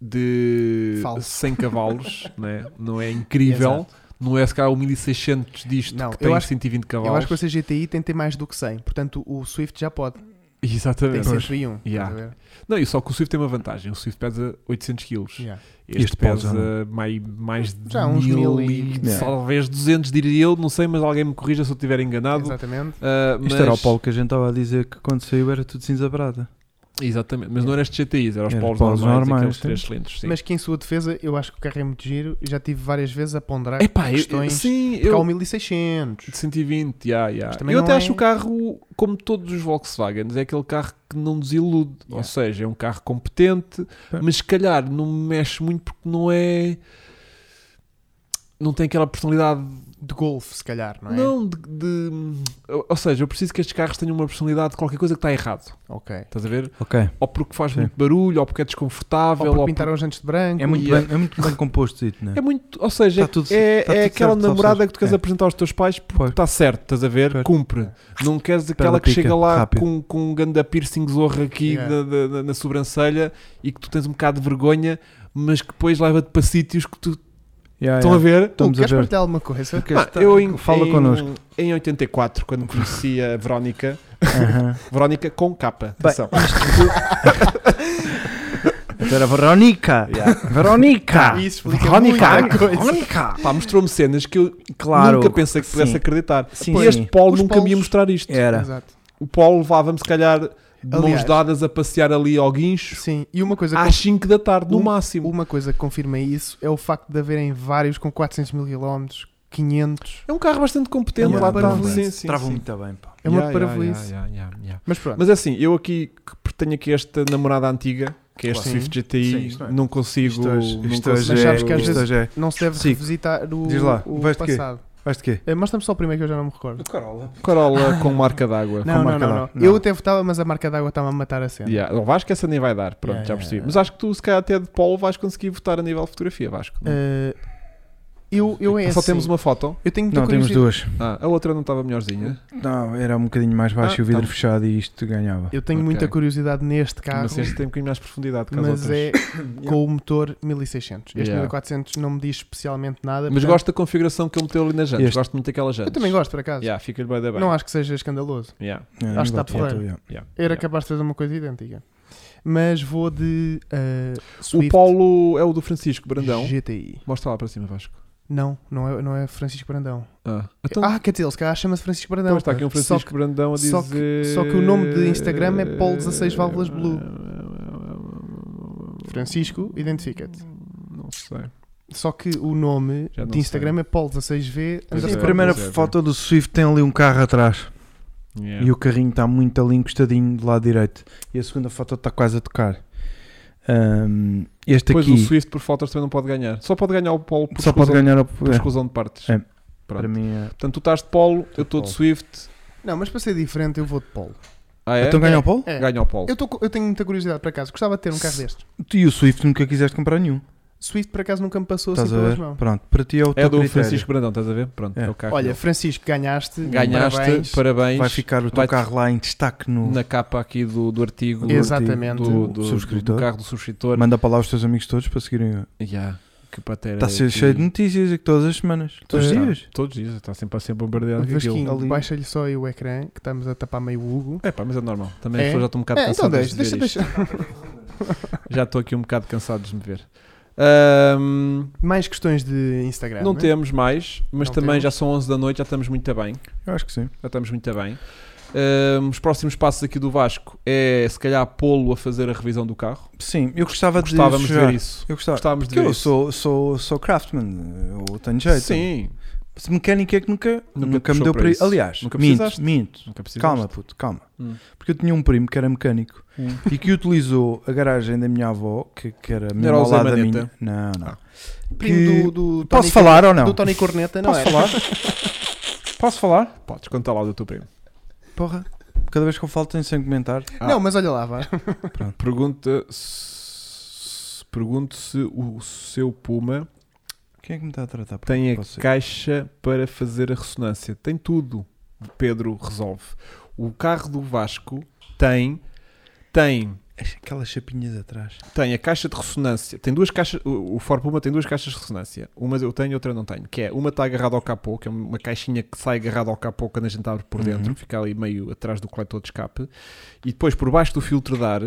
[SPEAKER 1] de
[SPEAKER 3] Falso.
[SPEAKER 1] 100 cavalos, né? não é incrível. Não é se calhar o 1600 disto
[SPEAKER 3] Não,
[SPEAKER 1] que
[SPEAKER 3] eu
[SPEAKER 1] tem
[SPEAKER 3] acho-
[SPEAKER 1] 120 cavalos.
[SPEAKER 3] Eu acho que o CGTI tem de ter mais do que 100. Portanto, o Swift já pode. Tem
[SPEAKER 1] Exatamente.
[SPEAKER 3] 101. estás
[SPEAKER 1] Yeah.
[SPEAKER 3] a ver?
[SPEAKER 1] Não, e só que o Swift tem uma vantagem. O Swift pesa 800 kg.
[SPEAKER 3] Yeah.
[SPEAKER 1] Este,
[SPEAKER 2] Este pode já
[SPEAKER 1] pesa mai- mais, de
[SPEAKER 3] Já uns
[SPEAKER 1] mil
[SPEAKER 3] mil
[SPEAKER 1] e...
[SPEAKER 3] e-
[SPEAKER 2] Yeah.
[SPEAKER 1] Talvez 200, diria eu. Não sei, mas alguém me corrija se eu estiver enganado.
[SPEAKER 3] Exatamente.
[SPEAKER 1] Ah,
[SPEAKER 2] Isto era o
[SPEAKER 1] mas-
[SPEAKER 2] Polo que a gente estava a dizer que quando saiu era tudo cinza prata.
[SPEAKER 1] Exatamente, mas não eram estes GTIs, eram os
[SPEAKER 2] Era
[SPEAKER 1] polos
[SPEAKER 2] polos
[SPEAKER 1] normais,
[SPEAKER 2] normais,
[SPEAKER 1] aqueles
[SPEAKER 2] sim.
[SPEAKER 1] 3 cilindros. Sim.
[SPEAKER 3] Mas que em sua defesa, eu acho que o carro é muito giro. e Já tive várias vezes a ponderar
[SPEAKER 1] Epá, eu-
[SPEAKER 3] questões.
[SPEAKER 1] sim,
[SPEAKER 3] porque há um o
[SPEAKER 1] eu,
[SPEAKER 3] 1600.
[SPEAKER 1] de 120, yeah, yeah.
[SPEAKER 3] Mas também
[SPEAKER 1] eu
[SPEAKER 3] não
[SPEAKER 1] até
[SPEAKER 3] é-
[SPEAKER 1] acho o carro, como todos os Volkswagens, é aquele carro que não desilude. Ou
[SPEAKER 3] Yeah.
[SPEAKER 1] seja, é um carro competente,
[SPEAKER 2] Pá.
[SPEAKER 1] mas se calhar não me mexe muito porque não é. Não tem aquela personalidade.
[SPEAKER 3] De Golf, se calhar, não
[SPEAKER 1] Não,
[SPEAKER 3] é?
[SPEAKER 1] de, de- Ou ou seja, eu preciso que estes carros tenham uma personalidade de qualquer coisa que está errado.
[SPEAKER 3] Ok.
[SPEAKER 1] Estás a ver?
[SPEAKER 2] Ok.
[SPEAKER 1] Ou porque faz
[SPEAKER 2] Sim.
[SPEAKER 1] muito barulho, ou porque é desconfortável,
[SPEAKER 3] Ou porque
[SPEAKER 1] ou
[SPEAKER 3] pintaram os jantes de branco.
[SPEAKER 2] É muito,
[SPEAKER 1] E é-
[SPEAKER 2] bem, é muito bem composto, dito, né?
[SPEAKER 1] É muito, ou seja,
[SPEAKER 2] Tá tudo-
[SPEAKER 1] é,
[SPEAKER 2] tá
[SPEAKER 1] é
[SPEAKER 2] tudo
[SPEAKER 1] aquela
[SPEAKER 2] certo,
[SPEAKER 1] namorada
[SPEAKER 2] sabes?
[SPEAKER 1] que tu queres
[SPEAKER 2] É.
[SPEAKER 1] apresentar aos teus pais porque
[SPEAKER 2] Pois.
[SPEAKER 1] está certo, estás a ver?
[SPEAKER 2] Pois.
[SPEAKER 1] Cumpre. Não queres
[SPEAKER 2] Perna
[SPEAKER 1] aquela que
[SPEAKER 2] pica,
[SPEAKER 1] chega lá
[SPEAKER 2] rápido.
[SPEAKER 1] com, com um ganda piercing zorro aqui
[SPEAKER 3] Yeah.
[SPEAKER 1] na, na- na- na sobrancelha e que tu tens um bocado de vergonha, mas que depois leva-te para sítios que tu.
[SPEAKER 2] Ah, Yeah,
[SPEAKER 1] Estão a
[SPEAKER 2] yeah.
[SPEAKER 1] ver?
[SPEAKER 3] Hugo,
[SPEAKER 2] Estamos a
[SPEAKER 3] queres
[SPEAKER 2] ver.
[SPEAKER 3] partilhar alguma coisa?
[SPEAKER 2] Queres
[SPEAKER 1] Pá,
[SPEAKER 2] estar-
[SPEAKER 1] eu em,
[SPEAKER 2] Fala
[SPEAKER 1] em,
[SPEAKER 2] connosco.
[SPEAKER 1] Em 84, quando conheci a Verónica,
[SPEAKER 2] Aham.
[SPEAKER 1] Verónica com capa.
[SPEAKER 2] Bem,
[SPEAKER 1] atenção.
[SPEAKER 2] Então Era Verónica. Verónica.
[SPEAKER 3] E isso explica muita coisa.
[SPEAKER 2] Verónica.
[SPEAKER 1] Pá, mostrou-me cenas que eu
[SPEAKER 2] Claro.
[SPEAKER 1] nunca pensei que pudesse
[SPEAKER 2] Sim.
[SPEAKER 1] acreditar.
[SPEAKER 2] Sim, É.
[SPEAKER 1] e
[SPEAKER 2] sim.
[SPEAKER 1] este Paulo
[SPEAKER 3] Os
[SPEAKER 1] nunca me ia
[SPEAKER 3] polos-
[SPEAKER 1] mostrar isto.
[SPEAKER 2] Era.
[SPEAKER 3] Exato.
[SPEAKER 1] O Paulo levava-me, se calhar, de mãos
[SPEAKER 3] Aliás.
[SPEAKER 1] dadas a passear ali ao guincho
[SPEAKER 3] Sim. E uma coisa,
[SPEAKER 1] às 5 da tarde, no
[SPEAKER 3] Um-
[SPEAKER 1] máximo.
[SPEAKER 3] uma coisa que confirma isso é o facto de haverem vários com 400 mil quilómetros, 500.
[SPEAKER 1] É um carro bastante competente.
[SPEAKER 3] Yeah,
[SPEAKER 1] lá está.
[SPEAKER 3] parabéns.
[SPEAKER 1] Sim, sim,
[SPEAKER 2] Trava
[SPEAKER 1] sim.
[SPEAKER 2] muito bem, pá.
[SPEAKER 3] É uma
[SPEAKER 1] Yeah, yeah,
[SPEAKER 3] parabolice.
[SPEAKER 1] yeah, yeah, yeah.
[SPEAKER 3] Mas pronto.
[SPEAKER 1] Mas assim, eu aqui que tenho aqui esta namorada antiga, que é este
[SPEAKER 3] Claro.
[SPEAKER 1] Swift GTI,
[SPEAKER 2] Sim, isto é.
[SPEAKER 1] não consigo.
[SPEAKER 2] Isto hoje,
[SPEAKER 1] não consigo-
[SPEAKER 2] isto hoje
[SPEAKER 3] Mas
[SPEAKER 2] é.
[SPEAKER 3] sabes que às
[SPEAKER 2] Isto
[SPEAKER 3] vezes-
[SPEAKER 2] hoje é.
[SPEAKER 3] Não se deve
[SPEAKER 2] Sim.
[SPEAKER 3] visitar o,
[SPEAKER 2] Diz lá,
[SPEAKER 3] o
[SPEAKER 2] vais de quê?
[SPEAKER 3] passado.
[SPEAKER 2] Vais de quê?
[SPEAKER 3] Eh, Mostra-me só o primeiro que eu já não me recordo.
[SPEAKER 2] Carola.
[SPEAKER 1] Corolla com marca d'água.
[SPEAKER 3] Não, não,
[SPEAKER 2] marca
[SPEAKER 3] não,
[SPEAKER 2] d'água.
[SPEAKER 3] não.
[SPEAKER 2] Não.
[SPEAKER 3] Eu até votava, mas a marca d'água estava a matar a cena.
[SPEAKER 1] Yeah, Não, acho que essa nem vai dar, pronto,
[SPEAKER 2] Yeah,
[SPEAKER 1] já
[SPEAKER 2] yeah,
[SPEAKER 1] percebi.
[SPEAKER 2] yeah.
[SPEAKER 1] Mas acho que tu, se calhar, até de Paulo vais conseguir votar a nível de fotografia, Vasco. não?
[SPEAKER 3] Eh, eu, eu é
[SPEAKER 1] Só
[SPEAKER 3] assim,
[SPEAKER 1] temos uma foto.
[SPEAKER 3] Eu tenho muita
[SPEAKER 2] Não, temos
[SPEAKER 3] curiosidade.
[SPEAKER 2] duas.
[SPEAKER 1] Ah, a outra não estava melhorzinha.
[SPEAKER 2] Não, era um bocadinho mais baixo
[SPEAKER 1] Ah,
[SPEAKER 2] e o vidro
[SPEAKER 1] tá.
[SPEAKER 2] fechado e isto ganhava.
[SPEAKER 3] Eu tenho
[SPEAKER 1] Ok.
[SPEAKER 3] muita curiosidade neste carro,
[SPEAKER 1] Mas esta tem um bocadinho mais profundidade que as
[SPEAKER 3] mas
[SPEAKER 1] outras.
[SPEAKER 3] é com o motor 1600. Este
[SPEAKER 1] Yeah.
[SPEAKER 3] 1400 não me diz especialmente nada.
[SPEAKER 1] Mas
[SPEAKER 3] portanto,
[SPEAKER 1] gosto da configuração que ele meteu ali na jante.
[SPEAKER 2] Este.
[SPEAKER 1] Gosto muito daquela jante.
[SPEAKER 3] Eu também gosto, por acaso.
[SPEAKER 1] Yeah, Fica-lhe bem da bem.
[SPEAKER 3] Não acho que seja escandaloso.
[SPEAKER 1] Yeah,
[SPEAKER 2] É,
[SPEAKER 3] Acho que
[SPEAKER 2] igual
[SPEAKER 3] está
[SPEAKER 2] de foto,
[SPEAKER 3] porreiro.
[SPEAKER 2] yeah.
[SPEAKER 1] yeah,
[SPEAKER 3] Era
[SPEAKER 1] yeah.
[SPEAKER 3] capaz de fazer uma coisa idêntica. Mas vou de eh,
[SPEAKER 1] O
[SPEAKER 3] Swift
[SPEAKER 1] Paulo é o do Francisco Brandão.
[SPEAKER 3] GTI.
[SPEAKER 1] Mostra lá para cima, Vasco.
[SPEAKER 3] Não, não é, não é Francisco Brandão.
[SPEAKER 1] Ah, então,
[SPEAKER 3] ah, quer dizer, ele se calhar chama-se Francisco Brandão.
[SPEAKER 1] então está aqui um Francisco
[SPEAKER 3] Só que-
[SPEAKER 1] Brandão a dizer.
[SPEAKER 3] só que- só que o nome de Instagram é Paulo 16 válvulas Blue. Francisco, identifica-te.
[SPEAKER 1] Não sei.
[SPEAKER 3] Só que o nome
[SPEAKER 1] Já não
[SPEAKER 3] de Instagram é Paulo16V.
[SPEAKER 1] Pois
[SPEAKER 2] Sim,
[SPEAKER 1] é,
[SPEAKER 2] a
[SPEAKER 3] underscore.
[SPEAKER 2] primeira
[SPEAKER 1] pois é,
[SPEAKER 2] foto do Swift tem ali um carro atrás
[SPEAKER 1] Yeah.
[SPEAKER 2] e o carrinho está muito ali encostadinho do lado direito. E a segunda foto está quase a tocar. Ahm, este
[SPEAKER 1] Depois o
[SPEAKER 2] aqui
[SPEAKER 1] Swift por fotos também não pode ganhar. Só pode ganhar o Paulo por,
[SPEAKER 2] só
[SPEAKER 1] exclusão,
[SPEAKER 2] pode ganhar a-
[SPEAKER 1] por
[SPEAKER 2] é,
[SPEAKER 1] exclusão de partes.
[SPEAKER 2] É.
[SPEAKER 1] Pronto.
[SPEAKER 2] para mim. É.
[SPEAKER 1] Portanto, tu estás de Polo, eu estou de
[SPEAKER 2] Paulo.
[SPEAKER 1] Swift.
[SPEAKER 3] Não, mas para ser diferente, eu vou de Paulo.
[SPEAKER 1] Ah, é?
[SPEAKER 2] Então ganha o Paulo?
[SPEAKER 3] É.
[SPEAKER 1] Ganha o Polo.
[SPEAKER 3] Eu, tô, co- eu tenho muita curiosidade, por acaso. Gostava de ter um carro deste.
[SPEAKER 2] E o Swift nunca quiseste comprar nenhum.
[SPEAKER 3] Swift por acaso nunca me passou
[SPEAKER 2] Estás
[SPEAKER 3] assim
[SPEAKER 2] a
[SPEAKER 3] pelas
[SPEAKER 2] ver?
[SPEAKER 3] mãos.
[SPEAKER 2] Pronto, para ti é o teu
[SPEAKER 1] É do
[SPEAKER 2] critério.
[SPEAKER 1] Francisco Brandão, estás a ver? Pronto,
[SPEAKER 2] É.
[SPEAKER 1] é o carro
[SPEAKER 3] Olha,
[SPEAKER 1] dele.
[SPEAKER 3] Francisco, ganhaste.
[SPEAKER 1] ganhaste,
[SPEAKER 3] Parabéns.
[SPEAKER 1] parabéns,
[SPEAKER 2] Vai ficar o teu
[SPEAKER 1] Vai-te-
[SPEAKER 2] carro lá em destaque no.
[SPEAKER 1] na capa aqui do, do artigo do,
[SPEAKER 2] Exato.
[SPEAKER 3] Exatamente.
[SPEAKER 1] do, do-
[SPEAKER 2] Subscritor.
[SPEAKER 1] do carro do subscritor.
[SPEAKER 2] Manda para lá os teus amigos todos para seguirem.
[SPEAKER 1] Yeah, É que patera
[SPEAKER 2] Está a ser
[SPEAKER 1] aqui.
[SPEAKER 2] tá cheio de notícias aqui todas as semanas. É. Todos os
[SPEAKER 1] Está.
[SPEAKER 2] dias.
[SPEAKER 1] Todos os dias, está sempre a ser bombardeado com aquilo.
[SPEAKER 3] Um Vasquinho,
[SPEAKER 2] ali.
[SPEAKER 3] baixa-lhe só aí o ecrã, que estamos a tapar meio o Hugo.
[SPEAKER 1] É pá, mas é normal. Também as
[SPEAKER 3] É?
[SPEAKER 1] pessoas já estão um bocado
[SPEAKER 3] É, então
[SPEAKER 1] cansadas de
[SPEAKER 3] deixa,
[SPEAKER 1] ver
[SPEAKER 3] deixa,
[SPEAKER 1] isto.
[SPEAKER 3] deixa.
[SPEAKER 1] Já estou aqui um bocado cansado de me ver. Ahm,
[SPEAKER 3] Mais questões de Instagram.
[SPEAKER 1] não
[SPEAKER 3] é?
[SPEAKER 1] temos mais, mas
[SPEAKER 3] Não
[SPEAKER 1] também
[SPEAKER 3] temos.
[SPEAKER 1] já são 11 da noite, já estamos muito bem.
[SPEAKER 2] Eu acho que sim.
[SPEAKER 1] Já estamos muito bem. Ahm, os próximos passos aqui do Vasco é se calhar pô-lo a fazer a revisão do carro.
[SPEAKER 2] Sim, eu gostava de.
[SPEAKER 1] Gostávamos de
[SPEAKER 2] sugerir-
[SPEAKER 1] ver isso.
[SPEAKER 2] Eu gostava.
[SPEAKER 1] Gostávamos de
[SPEAKER 2] Porque
[SPEAKER 1] ver
[SPEAKER 2] eu
[SPEAKER 1] isso.
[SPEAKER 2] sou, sou, sou craftsman, eu tenho jeito.
[SPEAKER 1] Sim,
[SPEAKER 2] Se mecânica é que nunca,
[SPEAKER 1] Nunca
[SPEAKER 2] nunca,
[SPEAKER 1] puxou
[SPEAKER 2] me deu
[SPEAKER 1] para
[SPEAKER 2] para
[SPEAKER 1] isso.
[SPEAKER 2] Aliás,
[SPEAKER 1] Nunca precisaste.
[SPEAKER 2] minto, minto.
[SPEAKER 1] nunca precisamos.
[SPEAKER 2] Calma, puto, calma.
[SPEAKER 1] Hum.
[SPEAKER 2] Porque eu tinha um primo que era mecânico
[SPEAKER 1] Hum.
[SPEAKER 2] e que utilizou a garagem da minha avó, que, que era mesmo
[SPEAKER 1] Era o
[SPEAKER 2] ao
[SPEAKER 1] Zé
[SPEAKER 2] lado da minha.
[SPEAKER 1] Maneta.
[SPEAKER 2] Não, não.
[SPEAKER 1] Ah. é
[SPEAKER 2] Que-
[SPEAKER 3] Primo do, do Tony
[SPEAKER 2] Posso
[SPEAKER 3] Cor-
[SPEAKER 2] falar ou não?
[SPEAKER 3] Do Tony Corneta, não
[SPEAKER 2] Posso
[SPEAKER 3] é?
[SPEAKER 2] falar? Posso falar?
[SPEAKER 1] Podes contar lá do teu primo.
[SPEAKER 2] Porra, cada vez que eu falo tenho sem comentar.
[SPEAKER 3] Não, mas olha lá, vá.
[SPEAKER 1] Pergunta se, pergunto se o seu Puma
[SPEAKER 2] Quem é que me está a tratar? por
[SPEAKER 1] tem a
[SPEAKER 2] você?
[SPEAKER 1] caixa para fazer a ressonância. Tem tudo. Pedro resolve. O carro do Vasco tem tem
[SPEAKER 2] Aquelas chapinhas atrás.
[SPEAKER 1] tem a caixa de ressonância. Tem duas caixas. O o Ford Puma tem duas caixas de ressonância. Uma eu tenho, outra eu não tenho. Que é uma está agarrada ao capô, que é uma caixinha que sai agarrada ao capô quando a gente abre por dentro,
[SPEAKER 2] Uhum.
[SPEAKER 1] fica ali meio atrás do coletor de escape. E depois, por baixo do filtro de ar,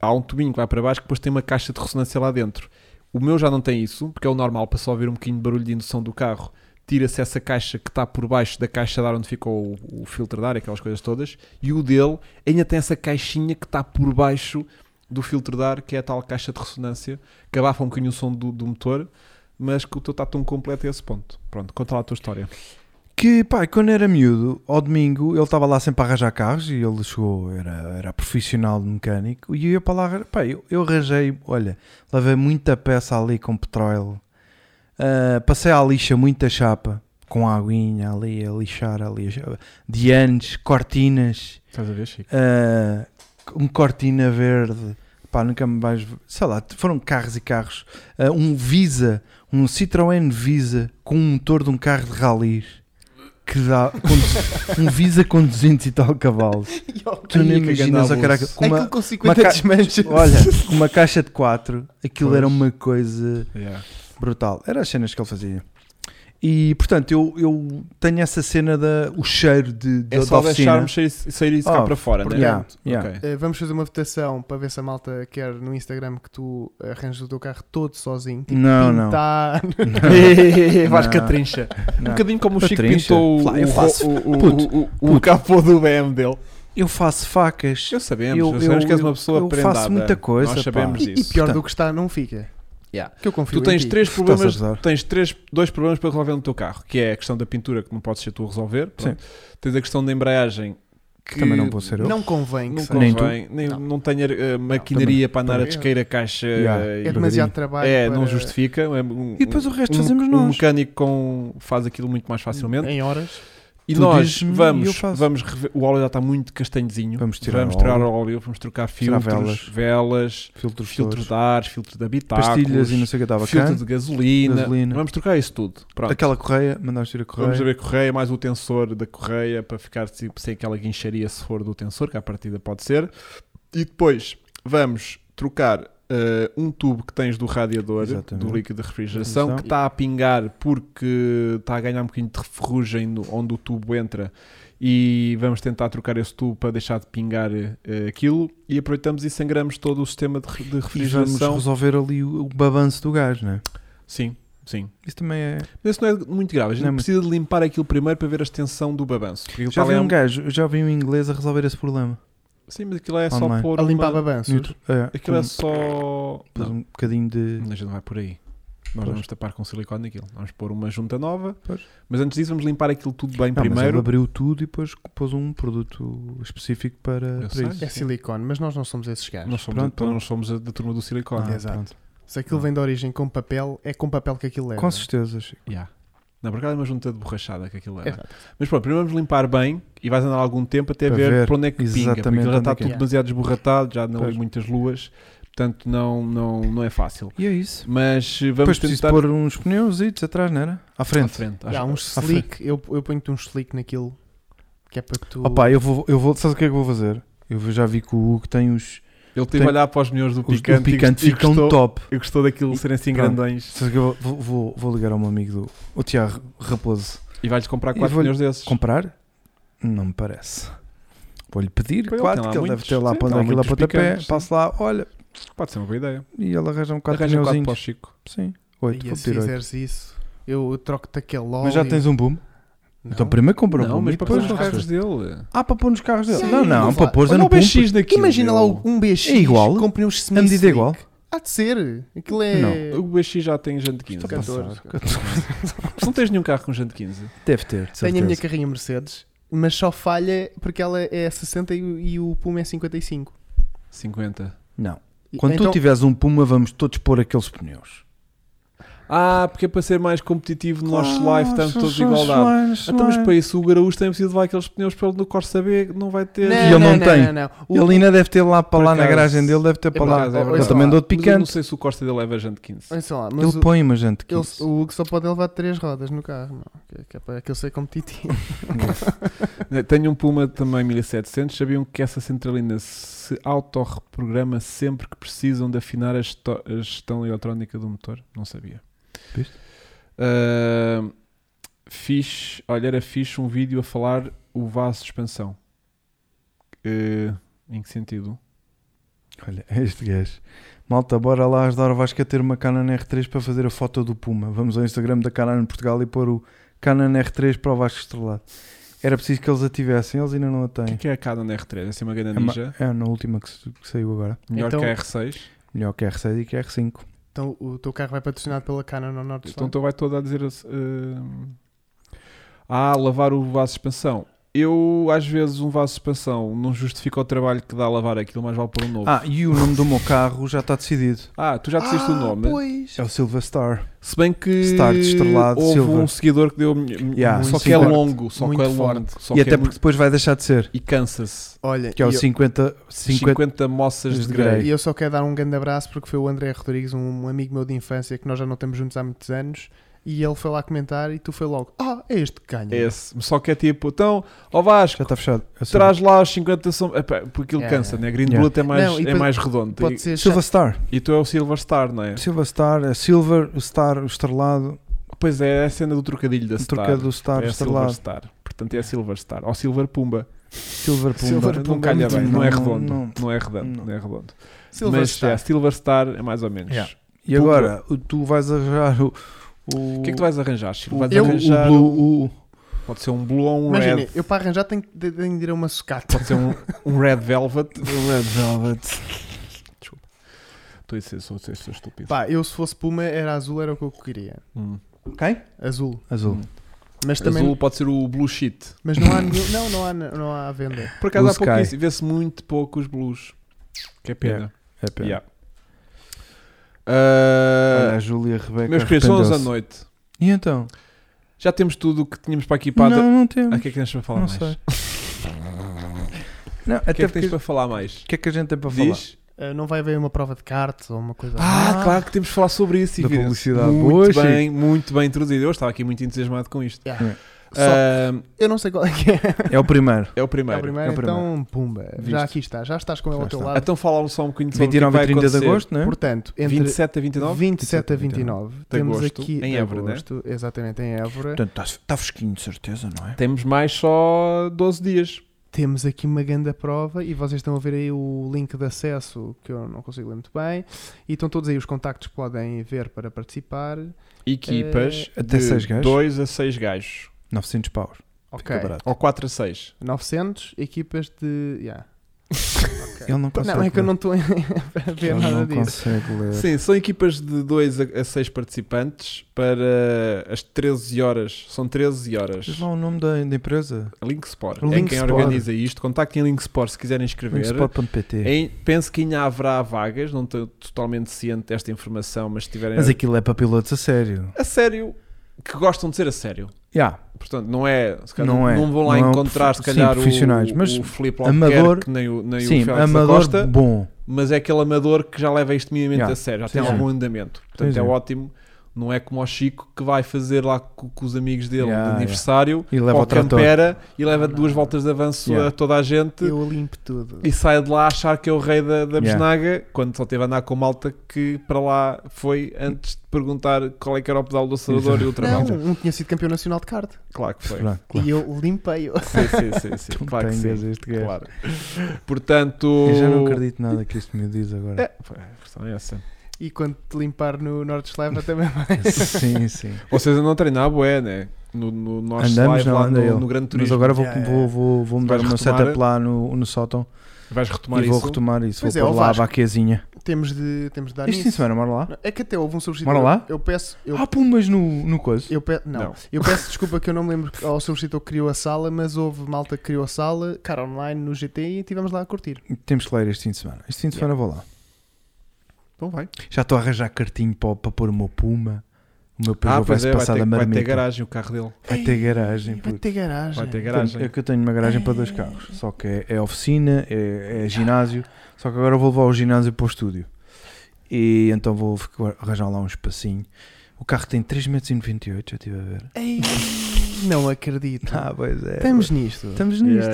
[SPEAKER 1] há um tubinho que vai para baixo que depois tem uma caixa de ressonância lá dentro. O meu já não tem isso, porque é o normal para só ouvir um bocadinho de barulho de indução do carro. Tira-se essa caixa que está por baixo da caixa de ar onde ficou o, o filtro de ar, aquelas coisas todas, e o dele ainda tem essa caixinha que está por baixo do filtro de ar, que é a tal caixa de ressonância, que abafa um bocadinho o som do, do motor, mas que o teu está tão completo a esse ponto. Pronto, conta lá a tua história.
[SPEAKER 2] Que pá, quando era miúdo, ao domingo, ele estava lá sempre a arranjar carros e ele chegou, era, era profissional de mecânico e eu ia para lá, arran- pá, eu, eu arranjei, olha, lavei muita peça ali com petróleo, ah, passei à lixa muita chapa, com a aguinha ali, a lixar ali, a- dianes, cortinas,
[SPEAKER 1] Estás a ver, Chico?
[SPEAKER 2] ah, um cortina verde, pá, nunca me vais, ver- sei lá, foram carros e carros, Ah, um Visa, um Citroën Visa com um motor de um carro de ralis que dá com- um Visa com 200 e tal cavalos. Tu
[SPEAKER 1] Ai,
[SPEAKER 2] nem
[SPEAKER 1] que
[SPEAKER 2] imaginas
[SPEAKER 1] ganda
[SPEAKER 2] a caraca.
[SPEAKER 1] abuso.
[SPEAKER 2] Com uma,
[SPEAKER 3] Aquilo É com 50
[SPEAKER 2] ca-
[SPEAKER 3] desmanches.
[SPEAKER 2] olha, com uma caixa de 4, aquilo
[SPEAKER 1] Pois.
[SPEAKER 2] era uma coisa brutal. Era as cenas que ele fazia. E portanto, eu, eu tenho essa cena da o cheiro de, de,
[SPEAKER 1] É
[SPEAKER 2] da
[SPEAKER 1] só
[SPEAKER 2] oficina.
[SPEAKER 1] deixarmos sair, sair isso cá
[SPEAKER 2] Oh,
[SPEAKER 1] para fora, né?
[SPEAKER 2] yeah, yeah.
[SPEAKER 1] Ok.
[SPEAKER 3] Eh, Vamos fazer uma votação para ver se a malta quer no Instagram que tu arranjas o teu carro todo sozinho. Tipo,
[SPEAKER 2] Não, não.
[SPEAKER 3] pintar.
[SPEAKER 1] Vasco
[SPEAKER 2] Não.
[SPEAKER 1] a trincha. Um
[SPEAKER 2] Não.
[SPEAKER 1] bocadinho como o
[SPEAKER 2] A
[SPEAKER 1] Chico
[SPEAKER 2] trincha.
[SPEAKER 1] pintou o,
[SPEAKER 2] Fla- eu
[SPEAKER 1] o-
[SPEAKER 2] faço-
[SPEAKER 1] o- o-
[SPEAKER 2] puto,
[SPEAKER 1] o- o- o capô do BM dele.
[SPEAKER 2] Eu faço facas.
[SPEAKER 1] Eu sabemos,
[SPEAKER 2] Eu-
[SPEAKER 1] eu, sabemos que és
[SPEAKER 2] eu-
[SPEAKER 1] uma pessoa
[SPEAKER 2] eu faço
[SPEAKER 1] prendada.
[SPEAKER 2] muita coisa,
[SPEAKER 1] Nós sabemos
[SPEAKER 3] E, e
[SPEAKER 1] disso.
[SPEAKER 3] pior
[SPEAKER 2] Portanto-
[SPEAKER 3] do que está, não fica.
[SPEAKER 1] Yeah.
[SPEAKER 3] Que eu confio
[SPEAKER 1] Tu tens
[SPEAKER 3] em ti.
[SPEAKER 1] três
[SPEAKER 2] Estás a
[SPEAKER 1] problemas,
[SPEAKER 2] usar.
[SPEAKER 1] tens três, dois problemas para resolver no teu carro, que é a questão da pintura que não podes ser tu a resolver. pronto. Tens a questão da embreagem que
[SPEAKER 2] Também não vou ser eu.
[SPEAKER 3] Não convém que
[SPEAKER 1] não
[SPEAKER 3] seja.
[SPEAKER 2] Nem tu.
[SPEAKER 1] convém, nem-
[SPEAKER 3] Não.
[SPEAKER 1] não tenho eh, maquinaria para andar a
[SPEAKER 3] também.
[SPEAKER 1] descair a caixa.
[SPEAKER 2] Yeah.
[SPEAKER 1] eh,
[SPEAKER 3] É demasiado trabalho.
[SPEAKER 1] é,
[SPEAKER 3] para-
[SPEAKER 1] não justifica. é um-
[SPEAKER 2] E depois o resto
[SPEAKER 1] um-
[SPEAKER 2] fazemos
[SPEAKER 1] Um
[SPEAKER 2] nós.
[SPEAKER 1] mecânico com, faz aquilo muito mais facilmente.
[SPEAKER 3] Em horas.
[SPEAKER 1] E
[SPEAKER 2] Tu
[SPEAKER 1] nós
[SPEAKER 2] dizes-me e eu
[SPEAKER 1] vamos,
[SPEAKER 2] faço.
[SPEAKER 1] vamos rever- o óleo já está muito castanhozinho.
[SPEAKER 2] Vamos tirar
[SPEAKER 1] vamos
[SPEAKER 2] o óleo.
[SPEAKER 1] tirar o óleo, vamos trocar
[SPEAKER 2] Tirar
[SPEAKER 1] filtros, velas,
[SPEAKER 2] Filtros
[SPEAKER 1] filtro
[SPEAKER 2] filtros
[SPEAKER 1] de ar, filtro de habitáculos,
[SPEAKER 2] pastilhas e não sei o que estava cá.
[SPEAKER 1] filtro de gasolina.
[SPEAKER 2] Gasolina.
[SPEAKER 1] Vamos trocar isso tudo. Pronto.
[SPEAKER 2] Aquela correia, mandaste tirar a correia.
[SPEAKER 1] Vamos abrir a correia, mais o tensor da correia para ficar tipo, sem aquela guincharia se for do tensor, que à partida pode ser. E depois vamos trocar eh, um tubo que tens do radiador,
[SPEAKER 2] Exatamente.
[SPEAKER 1] do líquido de refrigeração,
[SPEAKER 2] Refrigeração.
[SPEAKER 1] que está a pingar porque está a ganhar um bocadinho de ferrugem no- onde o tubo entra. E vamos tentar trocar esse tubo para deixar de pingar eh, aquilo. E aproveitamos e sangramos todo o sistema de, re- de
[SPEAKER 2] E vamos
[SPEAKER 1] refrigeração.
[SPEAKER 2] resolver ali o o balanço do gás, não é?
[SPEAKER 1] Sim, sim.
[SPEAKER 2] Isso também é.
[SPEAKER 1] Mas isso não é muito grave. A gente
[SPEAKER 2] Não é muito-
[SPEAKER 1] precisa de limpar aquilo primeiro para ver a extensão do babanço. Porque aquilo
[SPEAKER 2] Já
[SPEAKER 1] está
[SPEAKER 2] vi
[SPEAKER 1] ali há
[SPEAKER 2] um
[SPEAKER 1] um-
[SPEAKER 2] gajo, já vi um inglês a resolver esse problema.
[SPEAKER 1] Sim, mas aquilo é só
[SPEAKER 2] Online.
[SPEAKER 1] pôr.
[SPEAKER 3] A limpar
[SPEAKER 1] uma...
[SPEAKER 3] balanços.
[SPEAKER 2] Neutro. É,
[SPEAKER 1] Aquilo
[SPEAKER 2] com-
[SPEAKER 1] é só.
[SPEAKER 2] pôs
[SPEAKER 1] Não,
[SPEAKER 2] um bocadinho de.
[SPEAKER 1] a gente não vai por aí. Nós
[SPEAKER 2] Pois.
[SPEAKER 1] vamos tapar com silicone aquilo. Vamos pôr uma junta nova.
[SPEAKER 2] Pois.
[SPEAKER 1] Mas antes disso, vamos limpar aquilo tudo bem
[SPEAKER 2] Não, Ah, mas é ele
[SPEAKER 1] primeiro.
[SPEAKER 2] abriu tudo e depois pôs um produto específico para,
[SPEAKER 1] Eu
[SPEAKER 2] para
[SPEAKER 1] sei.
[SPEAKER 2] isso.
[SPEAKER 3] É silicone, mas nós não somos esses gajos.
[SPEAKER 1] Nós somos,
[SPEAKER 2] Pronto, pronto.
[SPEAKER 1] nós somos a- da turma do silicone.
[SPEAKER 2] Ah,
[SPEAKER 3] Exato.
[SPEAKER 2] pronto.
[SPEAKER 3] Se aquilo vem de origem com papel, é com papel que aquilo leva.
[SPEAKER 2] Com certeza, Chico.
[SPEAKER 1] Yeah. Não, por acaso é uma junta de borrachada que aquilo era.
[SPEAKER 3] Exato.
[SPEAKER 1] Mas pronto, primeiro vamos limpar bem e vais andar algum tempo até
[SPEAKER 2] Para
[SPEAKER 1] ver,
[SPEAKER 2] ver
[SPEAKER 1] para onde é que pinga. Porque
[SPEAKER 2] exatamente
[SPEAKER 1] aquilo já está
[SPEAKER 2] onde é que é.
[SPEAKER 1] tudo demasiado esborratado, já andam ali
[SPEAKER 2] Pois.
[SPEAKER 1] muitas luas. Portanto, não, não, não é fácil.
[SPEAKER 2] E é isso.
[SPEAKER 1] Mas eh, vamos
[SPEAKER 2] Depois preciso
[SPEAKER 1] tentar
[SPEAKER 2] pôr uns pneus atrás, não era? À
[SPEAKER 1] à
[SPEAKER 2] frente.
[SPEAKER 1] frente.
[SPEAKER 3] Já,
[SPEAKER 1] acho-
[SPEAKER 3] uns
[SPEAKER 2] à
[SPEAKER 3] um slick, eu, eu ponho-te um slick naquilo que é para que tu.
[SPEAKER 2] Opa, eu vou, eu vou. Sabe o que é que eu vou fazer? Eu vou- já vi que o Hugo tem os.
[SPEAKER 1] Ele teve a
[SPEAKER 2] Tem-
[SPEAKER 1] olhar para os melhores do
[SPEAKER 2] Os
[SPEAKER 1] picante,
[SPEAKER 2] do picante
[SPEAKER 1] e,
[SPEAKER 2] ficam
[SPEAKER 1] gostou,
[SPEAKER 2] top.
[SPEAKER 1] e gostou daquilo
[SPEAKER 2] E-
[SPEAKER 1] serem assim
[SPEAKER 2] pronto.
[SPEAKER 1] grandões.
[SPEAKER 2] Sabe o que eu vou, vou, vou ligar ao meu amigo do. O Tiago Raposo.
[SPEAKER 1] E vai-lhes comprar
[SPEAKER 2] E
[SPEAKER 1] quatro
[SPEAKER 2] vou-lhe
[SPEAKER 1] pneus desses.
[SPEAKER 2] Comprar? Não me parece. Vou-lhe pedir,
[SPEAKER 1] Pois ele
[SPEAKER 2] claro,
[SPEAKER 1] tem lá
[SPEAKER 2] que ele deve
[SPEAKER 1] muitos.
[SPEAKER 2] ter lá
[SPEAKER 1] Sim, tem
[SPEAKER 2] para andar
[SPEAKER 1] lá
[SPEAKER 2] aquilo a
[SPEAKER 1] muitos
[SPEAKER 2] pontapé.
[SPEAKER 1] picantes, sim.
[SPEAKER 2] Passo lá, olha.
[SPEAKER 1] Pode ser uma boa ideia.
[SPEAKER 2] E ele arranja um quatro
[SPEAKER 1] Arranja quatro para o
[SPEAKER 2] pneuzinhos.
[SPEAKER 1] Chico.
[SPEAKER 2] Sim,
[SPEAKER 3] e
[SPEAKER 2] oito, vou
[SPEAKER 3] se
[SPEAKER 2] pedir oito.
[SPEAKER 3] fizeres isso, eu, eu troco-te aquele logo.
[SPEAKER 2] Mas já tens um boom? Então primeiro compra o
[SPEAKER 1] não,
[SPEAKER 2] boom
[SPEAKER 1] mas
[SPEAKER 2] e
[SPEAKER 1] para
[SPEAKER 2] depois
[SPEAKER 1] pôr os
[SPEAKER 2] o
[SPEAKER 1] carros
[SPEAKER 2] resto.
[SPEAKER 1] dele.
[SPEAKER 2] Ah, para pôr nos carros dele?
[SPEAKER 3] Sim,
[SPEAKER 2] não, não,
[SPEAKER 3] não
[SPEAKER 2] para
[SPEAKER 3] vá.
[SPEAKER 2] pôr já
[SPEAKER 1] Olha
[SPEAKER 2] no
[SPEAKER 1] o
[SPEAKER 2] boom.
[SPEAKER 1] BX daquilo.
[SPEAKER 3] Imagina lá
[SPEAKER 1] meu.
[SPEAKER 3] um BX
[SPEAKER 2] É igual?
[SPEAKER 3] com pneus
[SPEAKER 2] A medida é
[SPEAKER 3] semi-slick.
[SPEAKER 2] igual?
[SPEAKER 3] Há de ser. Aquilo é.
[SPEAKER 2] Não.
[SPEAKER 1] O BX já tem jante 15.
[SPEAKER 3] Estou a passar. 14.
[SPEAKER 2] 14.
[SPEAKER 1] Se não tens nenhum carro com jante 15,
[SPEAKER 2] Deve ter, de
[SPEAKER 3] Tenho a minha
[SPEAKER 2] certeza.
[SPEAKER 3] carrinha Mercedes, mas só falha porque ela é 60 e, o- e o Puma é 55.
[SPEAKER 1] 50.
[SPEAKER 2] Não.
[SPEAKER 3] E-
[SPEAKER 2] Quando
[SPEAKER 3] então,
[SPEAKER 2] tu tiveres um Puma, vamos todos pôr aqueles pneus.
[SPEAKER 1] Ah, porque é para ser mais competitivo no nosso live, estamos todos de igualdade. Então, mas para isso o Garaújo tem preciso levar aqueles pneus para ele no Corsa B, não vai ter.
[SPEAKER 3] Não,
[SPEAKER 2] E ele não tem.
[SPEAKER 3] Não, não, O-
[SPEAKER 2] Ele ainda deve ter lá
[SPEAKER 1] Por
[SPEAKER 2] para lá na
[SPEAKER 1] acaso-
[SPEAKER 2] garagem dele, deve ter para
[SPEAKER 1] por
[SPEAKER 2] lá.
[SPEAKER 1] acaso, é
[SPEAKER 2] Eu
[SPEAKER 1] verdade.
[SPEAKER 2] também dou de
[SPEAKER 1] Mas eu não
[SPEAKER 2] picante.
[SPEAKER 1] sei se o Costa dele leva jante 15.
[SPEAKER 3] Olha só, mas
[SPEAKER 2] Ele
[SPEAKER 3] o,
[SPEAKER 2] põe uma gente. que
[SPEAKER 3] ele-
[SPEAKER 2] isso.
[SPEAKER 3] o Hugo só pode levar 3 rodas no carro, não. Que, que é para que ele seja competitivo.
[SPEAKER 1] Tenho um Puma também 1700. Sabiam que essa centralina se autorreprograma sempre que precisam de afinar a, gesto- a gestão eletrónica do motor? Não sabia.
[SPEAKER 2] Viste?
[SPEAKER 1] Ah, fiz, olha, era fixe um vídeo a falar o vaso de expansão. Eh, em que sentido?
[SPEAKER 2] Olha, é este gajo. Malta, bora lá ajudar o Vasco a ter uma Canon R3 para fazer a foto do Puma. Vamos ao Instagram da Canon Portugal e pôr o Canon R3 para o Vasco estrelado. Era preciso que eles a tivessem, eles ainda não a
[SPEAKER 1] O que é
[SPEAKER 2] têm.
[SPEAKER 1] que é a Canon R3? É assim uma grande
[SPEAKER 2] É, ma-
[SPEAKER 1] ninja?
[SPEAKER 2] é na última que, se- que saiu agora.
[SPEAKER 1] Melhor
[SPEAKER 3] Então-
[SPEAKER 1] que a R6?
[SPEAKER 2] Melhor que a R6 e que a R5.
[SPEAKER 3] então o teu carro vai patrocinado pela Canon ou Norte.
[SPEAKER 1] Então tu vai toda a dizer assim, ah, lavar o vaso de expansão. Eu, às vezes, um vaso de expansão não justifica o trabalho que dá a lavar aquilo, mas vale para um novo. Ah,
[SPEAKER 2] Ah, e o nome do meu carro já está decidido.
[SPEAKER 1] tu já decidiste o nome.
[SPEAKER 3] Ah,
[SPEAKER 1] né?
[SPEAKER 3] Pois.
[SPEAKER 2] É o Silver Star.
[SPEAKER 1] Se bem que
[SPEAKER 2] Start estrelado,
[SPEAKER 1] houve
[SPEAKER 2] Silver.
[SPEAKER 1] um seguidor que deu. mm,
[SPEAKER 2] Yeah,
[SPEAKER 1] só
[SPEAKER 3] muito
[SPEAKER 1] que é
[SPEAKER 3] forte,
[SPEAKER 1] longo, só que
[SPEAKER 3] muito
[SPEAKER 1] é longo.
[SPEAKER 3] forte.
[SPEAKER 1] Só
[SPEAKER 2] e
[SPEAKER 1] que
[SPEAKER 2] até
[SPEAKER 1] é
[SPEAKER 2] porque
[SPEAKER 1] muito-
[SPEAKER 2] depois vai deixar de ser.
[SPEAKER 1] E cansa-se.
[SPEAKER 3] Olha,
[SPEAKER 2] Que é o
[SPEAKER 3] e eu-
[SPEAKER 2] 50,
[SPEAKER 1] 50,
[SPEAKER 2] 50
[SPEAKER 1] moças de
[SPEAKER 2] de
[SPEAKER 1] grey.
[SPEAKER 2] grey.
[SPEAKER 3] E eu só quero dar um grande abraço porque foi o André Rodrigues, um amigo meu de infância que nós já não estamos juntos há muitos anos. E ele foi lá comentar e tu foi logo: Ah, é este que ganha.
[SPEAKER 1] É Esse. Só que é tipo, então, ó Vasco,
[SPEAKER 2] Já está fechado. É o Silver-
[SPEAKER 1] traz lá os 50 som... Epá, Porque aquilo
[SPEAKER 3] É.
[SPEAKER 1] cansa, né? Green
[SPEAKER 2] Yeah.
[SPEAKER 1] Bullet é mais,
[SPEAKER 3] Não, e
[SPEAKER 1] é
[SPEAKER 3] depois-
[SPEAKER 1] mais redondo.
[SPEAKER 3] Pode
[SPEAKER 1] E-
[SPEAKER 3] ser
[SPEAKER 2] Silver Star.
[SPEAKER 1] E tu é o Silver Star, não é?
[SPEAKER 2] Silver Star, é Silver, o Star, o estrelado.
[SPEAKER 1] Pois é, é a cena do trocadilho da
[SPEAKER 2] O
[SPEAKER 1] Star.
[SPEAKER 2] trocado do
[SPEAKER 1] é
[SPEAKER 2] Star,
[SPEAKER 1] a Silver
[SPEAKER 2] estrelado.
[SPEAKER 1] Star. Portanto, é a Silver Star. Ou Silver Pumba.
[SPEAKER 2] Silver Pumba.
[SPEAKER 3] Silver
[SPEAKER 1] não calha bem, não, é redondo. Não,
[SPEAKER 2] não.
[SPEAKER 1] é redondo, não.
[SPEAKER 2] não.
[SPEAKER 1] é redondo.
[SPEAKER 3] Silver
[SPEAKER 1] Mas
[SPEAKER 3] Star.
[SPEAKER 1] é, Silver Star é mais ou menos.
[SPEAKER 2] Yeah. E agora, o- tu vais arranjar o. O
[SPEAKER 1] O que é que tu vais arranjar, Chico? Vais
[SPEAKER 3] Eu-
[SPEAKER 1] arranjar.
[SPEAKER 2] O, blue, o-
[SPEAKER 1] Pode ser um blue ou um
[SPEAKER 3] Imagina,
[SPEAKER 1] red.
[SPEAKER 3] eu para arranjar tenho, que- tenho de ir a uma sucata.
[SPEAKER 1] Pode ser um, um red velvet.
[SPEAKER 2] o Red Velvet.
[SPEAKER 1] Estou a ser, sou, sou, sou estúpido.
[SPEAKER 3] Pá, eu se fosse Puma era azul, era o que eu queria.
[SPEAKER 1] Hum.
[SPEAKER 2] Quem?
[SPEAKER 3] Azul.
[SPEAKER 2] Azul.
[SPEAKER 1] Hum.
[SPEAKER 3] Mas também.
[SPEAKER 1] Azul pode ser o blue sheet.
[SPEAKER 3] Mas não há nenhum. Não, não há, não há à venda.
[SPEAKER 1] Por acaso
[SPEAKER 2] Blue
[SPEAKER 1] há pouco
[SPEAKER 2] sky.
[SPEAKER 1] isso. Vê-se muito pouco os blues. Que é pena.
[SPEAKER 2] É pena.
[SPEAKER 1] Yeah. Ah,
[SPEAKER 2] Olha, a Júlia e a Rebeca.
[SPEAKER 1] meus queridos, são 11 da
[SPEAKER 2] arrependeu-se.
[SPEAKER 1] noite.
[SPEAKER 2] E então?
[SPEAKER 1] Já temos tudo o que tínhamos para aqui para.
[SPEAKER 2] Não, não
[SPEAKER 1] Ah,
[SPEAKER 2] temos.
[SPEAKER 1] o que é que tens para falar
[SPEAKER 2] Não
[SPEAKER 1] mais?
[SPEAKER 2] sei. Não,
[SPEAKER 1] O que é
[SPEAKER 2] até
[SPEAKER 1] que tens
[SPEAKER 2] porque.
[SPEAKER 1] para falar mais?
[SPEAKER 2] O que é que a gente tem para falar?
[SPEAKER 1] Diz?
[SPEAKER 3] Ah, não vai haver uma prova de karts ou uma coisa assim.
[SPEAKER 1] Ah,
[SPEAKER 2] Ah.
[SPEAKER 1] claro que temos de falar sobre isso.
[SPEAKER 2] Da
[SPEAKER 1] evidente.
[SPEAKER 2] publicidade.
[SPEAKER 1] Muito
[SPEAKER 2] Boa, Chico.
[SPEAKER 1] bem, muito bem introduzido. Eu estava aqui muito entusiasmado com isto.
[SPEAKER 3] assim. Só-
[SPEAKER 1] Ah,
[SPEAKER 3] eu não sei qual é que é.
[SPEAKER 2] É o primeiro.
[SPEAKER 1] é o
[SPEAKER 3] É
[SPEAKER 1] primeiro.
[SPEAKER 3] o primeiro,
[SPEAKER 2] é o primeiro.
[SPEAKER 3] então, pumba.
[SPEAKER 1] Visto.
[SPEAKER 3] Já aqui está, já estás com ele
[SPEAKER 2] Já
[SPEAKER 3] ao teu
[SPEAKER 2] está.
[SPEAKER 3] lado.
[SPEAKER 1] Então fala-me só um bocadinho sobre
[SPEAKER 2] 29
[SPEAKER 1] o que é que
[SPEAKER 2] e
[SPEAKER 1] vai
[SPEAKER 2] 30 de
[SPEAKER 1] acontecer.
[SPEAKER 2] agosto, não é?
[SPEAKER 3] Portanto, entre
[SPEAKER 1] 27 a 29?
[SPEAKER 3] 27 a 29, temos
[SPEAKER 1] agosto,
[SPEAKER 3] aqui
[SPEAKER 1] em
[SPEAKER 3] de
[SPEAKER 1] Évora, né?
[SPEAKER 3] agosto, exatamente em Évora.
[SPEAKER 2] Portanto, está tá fresquinho, de certeza, não é?
[SPEAKER 1] Temos mais só 12 dias.
[SPEAKER 3] Temos aqui uma grande prova e vocês estão a ver aí o link de acesso que eu não consigo ler muito bem. E estão todos aí os contactos que podem ver para participar.
[SPEAKER 1] Equipas
[SPEAKER 2] Eh, até
[SPEAKER 1] de
[SPEAKER 2] seis gajos?
[SPEAKER 1] 2 a 6 gajos.
[SPEAKER 2] 900 paus.
[SPEAKER 3] Ok.
[SPEAKER 2] Fica barato.
[SPEAKER 1] Ou 4 a 6.
[SPEAKER 3] 900 equipas de. Yeah. Ok.
[SPEAKER 2] Ele não consegue.
[SPEAKER 3] Não, é que eu
[SPEAKER 2] ler.
[SPEAKER 3] não estou a ver
[SPEAKER 2] Ele
[SPEAKER 3] nada
[SPEAKER 2] não
[SPEAKER 3] disso.
[SPEAKER 2] consegue ler.
[SPEAKER 1] Sim, são equipas de 2 a 6 participantes para as 13 horas. São 13 horas.
[SPEAKER 2] Diz lá o nome da, da empresa.
[SPEAKER 1] Linksport é
[SPEAKER 3] Linksport.
[SPEAKER 1] quem organiza isto. Contactem a Linksport se quiserem inscrever.
[SPEAKER 2] Linksport.pt.
[SPEAKER 1] Em- penso que ainda haverá vagas, não estou totalmente ciente desta informação, mas se tiverem
[SPEAKER 2] Mas aquilo é para pilotos a sério.
[SPEAKER 1] a sério, que gostam de ser a sério.
[SPEAKER 2] Yeah.
[SPEAKER 1] Portanto, não é. Se calhar,
[SPEAKER 2] Não
[SPEAKER 1] não,
[SPEAKER 2] é.
[SPEAKER 1] vão lá
[SPEAKER 2] Não é um
[SPEAKER 1] encontrar, se
[SPEAKER 2] prof- sim,
[SPEAKER 1] calhar,
[SPEAKER 2] profissionais,
[SPEAKER 1] o,
[SPEAKER 2] mas
[SPEAKER 1] o Filipe
[SPEAKER 2] amador-
[SPEAKER 1] Albuquerque, nem o, nem o
[SPEAKER 2] Sim,
[SPEAKER 1] Félix da
[SPEAKER 2] amador
[SPEAKER 1] Costa,
[SPEAKER 2] bom.
[SPEAKER 1] mas é aquele amador que já leva isto minimamente
[SPEAKER 2] Yeah.
[SPEAKER 1] a sério, já
[SPEAKER 2] Sim,
[SPEAKER 1] tem
[SPEAKER 2] sim.
[SPEAKER 1] algum andamento. Portanto,
[SPEAKER 2] Sim,
[SPEAKER 1] é
[SPEAKER 2] sim.
[SPEAKER 1] ótimo. Não é como o Chico que vai fazer lá co- com, os amigos dele
[SPEAKER 2] Yeah,
[SPEAKER 1] de
[SPEAKER 2] yeah.
[SPEAKER 1] aniversário,
[SPEAKER 2] E leva
[SPEAKER 1] ao
[SPEAKER 2] o trator.
[SPEAKER 1] campera e leva duas voltas de avanço
[SPEAKER 2] Yeah.
[SPEAKER 1] a toda a gente
[SPEAKER 3] Eu limpo tudo.
[SPEAKER 1] e sai de lá a achar que é o rei da, da
[SPEAKER 2] Yeah.
[SPEAKER 1] besnaga, quando só teve a andar com malta que para lá foi antes de perguntar qual é que era o pedal do acelerador e o
[SPEAKER 3] Não,
[SPEAKER 1] trabalho.
[SPEAKER 3] um tinha sido campeão nacional de kart.
[SPEAKER 1] Claro que foi.
[SPEAKER 2] Claro,
[SPEAKER 3] E eu limpei. -o.
[SPEAKER 1] Sim, sim, sim, sim. claro que
[SPEAKER 2] Tengas
[SPEAKER 1] sim.
[SPEAKER 2] este gajo.
[SPEAKER 1] Claro. Portanto.
[SPEAKER 2] é. Eu já não acredito nada que este me diz agora.
[SPEAKER 1] É, pá, a questão é essa.
[SPEAKER 3] E quando te limpar no Norte Slava também vai.
[SPEAKER 2] É. Sim, sim.
[SPEAKER 1] Vocês andam a treinar, bué, né? No, no nosso
[SPEAKER 2] Andamos,
[SPEAKER 1] live
[SPEAKER 2] não,
[SPEAKER 1] lá
[SPEAKER 2] anda
[SPEAKER 1] no,
[SPEAKER 2] eu.
[SPEAKER 1] no Grande
[SPEAKER 2] Mas
[SPEAKER 1] Turismo.
[SPEAKER 2] agora vou,
[SPEAKER 3] Já é.
[SPEAKER 2] vou, vou, vou mudar
[SPEAKER 1] Vais
[SPEAKER 2] o meu
[SPEAKER 1] retomar?
[SPEAKER 2] setup lá no, no sótão
[SPEAKER 1] Vais retomar
[SPEAKER 2] e
[SPEAKER 1] isso.
[SPEAKER 2] vou retomar isso.
[SPEAKER 3] Pois é,
[SPEAKER 2] vou pôr
[SPEAKER 3] ó
[SPEAKER 2] lá a
[SPEAKER 3] Vasco.
[SPEAKER 2] vaquezinha.
[SPEAKER 3] Temos de, temos de dar
[SPEAKER 2] Este fim de
[SPEAKER 3] nisso.
[SPEAKER 2] semana moro lá.
[SPEAKER 3] É que até houve um substituto.
[SPEAKER 2] Bora lá?
[SPEAKER 3] Eu peço. Eu,
[SPEAKER 2] Ah, pumas no, no coisa.
[SPEAKER 3] eu pe- não.
[SPEAKER 1] Não.
[SPEAKER 3] Eu peço desculpa que eu não me lembro ao substituto que criou a sala, mas houve malta que criou a sala, cara online no GT e estivemos lá a curtir.
[SPEAKER 2] Temos que ler este fim de semana. Este fim de semana vou lá.
[SPEAKER 1] Então vai.
[SPEAKER 2] Já estou a arranjar cartinho para, para pôr o meu puma. O meu
[SPEAKER 1] Ah,
[SPEAKER 2] puma vai
[SPEAKER 1] pois
[SPEAKER 2] se
[SPEAKER 1] é, vai
[SPEAKER 2] passar da
[SPEAKER 1] ter, vai ter
[SPEAKER 2] marmita.
[SPEAKER 1] garagem o carro dele.
[SPEAKER 2] Vai ter garagem.
[SPEAKER 3] Vai
[SPEAKER 2] puto.
[SPEAKER 3] ter garagem.
[SPEAKER 1] Vai ter
[SPEAKER 2] Portanto, É
[SPEAKER 1] garagem.
[SPEAKER 2] que eu tenho uma garagem para dois carros. Só que é, é oficina, é, é ginásio. Só que agora eu vou levar o ginásio para o estúdio. E então vou ficar- arranjar lá um espacinho. O carro tem 3,98m, já estive a ver.
[SPEAKER 3] Ei, não acredito.
[SPEAKER 2] Ah, pois é.
[SPEAKER 3] É. Estamos nisto.
[SPEAKER 2] Estamos nisto.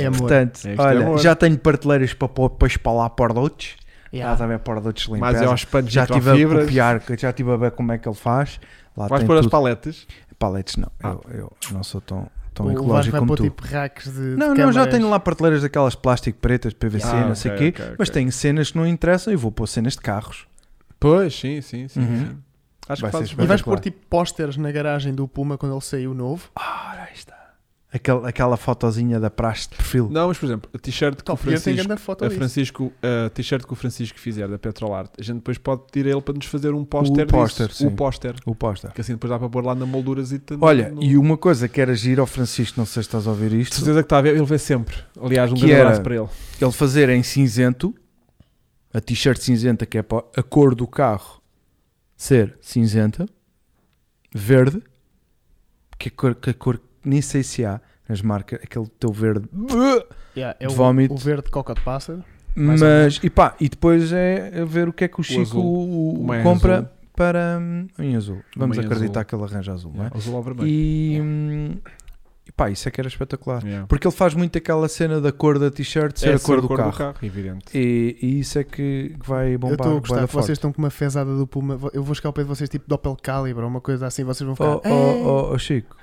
[SPEAKER 3] É amor.
[SPEAKER 2] Portanto,
[SPEAKER 1] É, isto é
[SPEAKER 2] olha,
[SPEAKER 1] amor.
[SPEAKER 2] já tenho prateleiras para pôr para Ah, espalhar pordotes.
[SPEAKER 3] Yeah.
[SPEAKER 2] Estás a ver pordotes limpos.
[SPEAKER 1] Mas é aos espanto
[SPEAKER 2] já
[SPEAKER 1] já
[SPEAKER 2] estive
[SPEAKER 1] tive
[SPEAKER 2] a
[SPEAKER 1] fibras.
[SPEAKER 2] copiar, que já estive a ver como é que ele faz. Lá
[SPEAKER 1] Vais
[SPEAKER 2] tem
[SPEAKER 1] pôr as
[SPEAKER 2] tudo.
[SPEAKER 1] paletes.
[SPEAKER 2] paletes, não.
[SPEAKER 1] Ah.
[SPEAKER 2] Eu, eu não sou tão,
[SPEAKER 3] O-
[SPEAKER 2] tão
[SPEAKER 3] o Vasco
[SPEAKER 2] ecológico
[SPEAKER 3] vai
[SPEAKER 2] como
[SPEAKER 3] pôr
[SPEAKER 2] tu.
[SPEAKER 3] tipo racks de. de
[SPEAKER 2] Não, não, já
[SPEAKER 3] câmaras.
[SPEAKER 2] tenho um lá prateleiras daquelas plástico pretas, PVC,
[SPEAKER 1] Ah,
[SPEAKER 2] não sei o
[SPEAKER 1] ok,
[SPEAKER 2] quê.
[SPEAKER 1] ok, ok.
[SPEAKER 2] Mas tenho cenas que não interessam e vou pôr cenas de carros.
[SPEAKER 1] Pois, sim, sim, sim.
[SPEAKER 2] Uhum.
[SPEAKER 1] sim. Acho
[SPEAKER 2] Vai
[SPEAKER 1] que fazes
[SPEAKER 2] ser
[SPEAKER 3] E
[SPEAKER 1] bem.
[SPEAKER 2] espetacular. Ah,
[SPEAKER 3] vais pôr tipo pósteres na garagem do Puma quando ele saiu novo.
[SPEAKER 2] Aquela, aquela fotozinha da praxe de perfil.
[SPEAKER 1] Não, mas por exemplo, a t-shirt que o
[SPEAKER 3] Top Gear tem
[SPEAKER 1] Francisco
[SPEAKER 3] grande foto
[SPEAKER 1] a
[SPEAKER 3] disso.
[SPEAKER 1] Francisco, a t-shirt que o Francisco fizer da Petrolart, a gente depois pode pedir a ele para nos fazer um póster disso.
[SPEAKER 2] póster, sim.
[SPEAKER 1] O póster.
[SPEAKER 2] O póster.
[SPEAKER 1] Que assim depois dá para pôr lá na moldurazita.
[SPEAKER 2] Olha,
[SPEAKER 1] no-
[SPEAKER 2] e uma coisa que era giro ao Francisco, não sei se estás a ouvir
[SPEAKER 1] De
[SPEAKER 2] isto,
[SPEAKER 1] certeza que está a ver, ele vê sempre. Aliás, um
[SPEAKER 2] Que
[SPEAKER 1] grande
[SPEAKER 2] era-
[SPEAKER 1] abraço para ele.
[SPEAKER 2] ele fazer em cinzento, a t-shirt cinzenta que é para a cor do carro ser cinzenta, verde, que a cor que, a cor, nem sei se há nas marcas, aquele teu verde.
[SPEAKER 3] Yeah, é
[SPEAKER 2] De
[SPEAKER 3] o,
[SPEAKER 2] vómito.
[SPEAKER 3] o verde coca de pássaro. Mais ou
[SPEAKER 2] Mas, e pá, e depois é a ver o que é que o Chico
[SPEAKER 1] azul.
[SPEAKER 2] o- o
[SPEAKER 1] Uma em
[SPEAKER 2] compra
[SPEAKER 1] azul.
[SPEAKER 2] para. hum, Em azul. Vamos
[SPEAKER 1] Uma em
[SPEAKER 2] acreditar que ele arranja azul, não é?
[SPEAKER 1] Azul ou vermelho.
[SPEAKER 2] E. hum, e pá, isso é que era espetacular.
[SPEAKER 1] Yeah.
[SPEAKER 2] Porque ele faz muito aquela cena da cor da t-shirt ser
[SPEAKER 1] É
[SPEAKER 2] a cor, do, carro.
[SPEAKER 1] Evidente.
[SPEAKER 2] E, e isso é que que vai
[SPEAKER 3] eu
[SPEAKER 2] bombar.
[SPEAKER 3] estou a
[SPEAKER 2] bué da
[SPEAKER 3] gostar que
[SPEAKER 2] forte.
[SPEAKER 3] vocês estão com uma fezada do Puma. Vo- Eu vou chegar ao pé de vocês tipo Doppel Calibre ou uma coisa assim. Vocês vão ficar.
[SPEAKER 2] Oh, oh, oh, oh, Chico,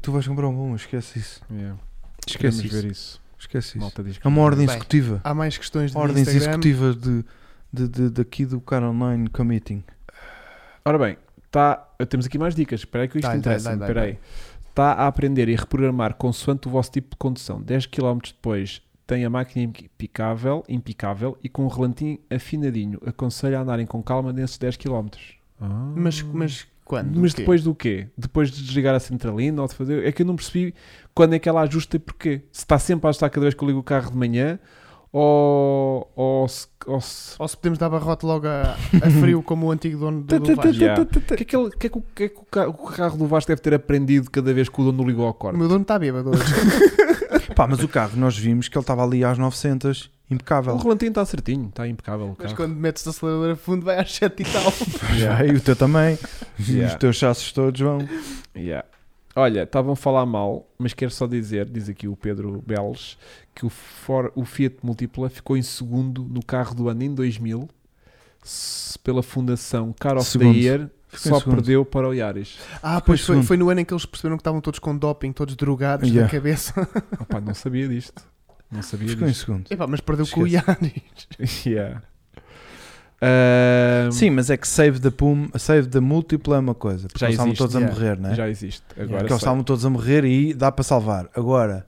[SPEAKER 2] tu vais comprar um bom, esquece isso.
[SPEAKER 1] Yeah. Queremos
[SPEAKER 2] Esquece
[SPEAKER 1] ver
[SPEAKER 2] isso.
[SPEAKER 1] isso.
[SPEAKER 2] Esquece isso.
[SPEAKER 1] Malta diz que
[SPEAKER 2] É uma ordem
[SPEAKER 3] Bem,
[SPEAKER 2] executiva.
[SPEAKER 3] Há mais questões de
[SPEAKER 2] Ordens
[SPEAKER 3] Ah, Instagram.
[SPEAKER 2] executivas de, de, de, daqui do Car Online Committing.
[SPEAKER 1] Ora bem, tá, temos aqui mais dicas. Espera aí que isto
[SPEAKER 3] Dá-lhe,
[SPEAKER 1] interessa.
[SPEAKER 3] dá-lhe, dá-lhe,
[SPEAKER 1] Espera aí. Está a aprender e reprogramar consoante o vosso tipo de condução. 10 km depois tem a máquina impicável, impicável e com um relantinho afinadinho. Aconselho a andarem com calma nesses 10 km.
[SPEAKER 2] Ah.
[SPEAKER 3] Mas, mas quando? Tipo,
[SPEAKER 1] Mas
[SPEAKER 3] O quê?
[SPEAKER 1] depois do quê? Depois de desligar a centralina ou de fazer. É que eu não percebi quando é que ela ajusta e porquê. Se está sempre a ajustar cada vez que eu ligo o carro de manhã ou. ou se. Ou se...
[SPEAKER 3] Ou se podemos dar barrote logo a, a frio como o antigo dono do, do Vasco.
[SPEAKER 1] Yeah. O que é que, ele- o que é que o- o que é que o ca- o carro do Vasco deve ter aprendido cada vez que o dono ligou ao
[SPEAKER 3] O
[SPEAKER 1] corte?
[SPEAKER 3] meu dono está bêbado hoje.
[SPEAKER 2] Pá, mas o carro nós vimos que ele estava ali às 900,
[SPEAKER 1] O
[SPEAKER 2] impecável.
[SPEAKER 1] relantinho está certinho, está impecável o
[SPEAKER 3] Mas
[SPEAKER 1] carro.
[SPEAKER 3] quando metes o acelerador a fundo vai às 7 e tal.
[SPEAKER 2] Já, e o teu também. E Os
[SPEAKER 1] Yeah.
[SPEAKER 2] teus chassos todos vão.
[SPEAKER 1] Yeah. Olha, estavam a falar mal, mas quero só dizer, diz aqui o Pedro Beles, que o, For- o Fiat Multipla ficou em segundo no carro do ano em 2000 se- pela fundação Car of
[SPEAKER 2] Segundo.
[SPEAKER 1] the Year, que
[SPEAKER 2] Ficou em
[SPEAKER 1] só
[SPEAKER 2] segundo.
[SPEAKER 1] perdeu para o Yaris.
[SPEAKER 3] Ah,
[SPEAKER 2] Foi
[SPEAKER 3] pois foi,
[SPEAKER 2] segundo.
[SPEAKER 3] foi no ano em que eles perceberam que estavam todos com doping, todos drogados
[SPEAKER 2] Yeah.
[SPEAKER 3] na cabeça.
[SPEAKER 1] Opa, não sabia disto. Não sabia
[SPEAKER 2] Ficou em
[SPEAKER 1] disto.
[SPEAKER 2] segundo.
[SPEAKER 3] Epá, mas perdeu com o Yaris.
[SPEAKER 1] Yeah. Ahm,
[SPEAKER 2] Sim, mas é que save the, pum, save the múltipla é uma coisa. Porque
[SPEAKER 1] Já
[SPEAKER 2] eles estavam
[SPEAKER 1] existe,
[SPEAKER 2] todos
[SPEAKER 3] yeah.
[SPEAKER 2] a morrer, não é?
[SPEAKER 1] já existe. Agora
[SPEAKER 2] porque eles
[SPEAKER 1] sei.
[SPEAKER 2] estavam todos a morrer e dá para salvar. Agora,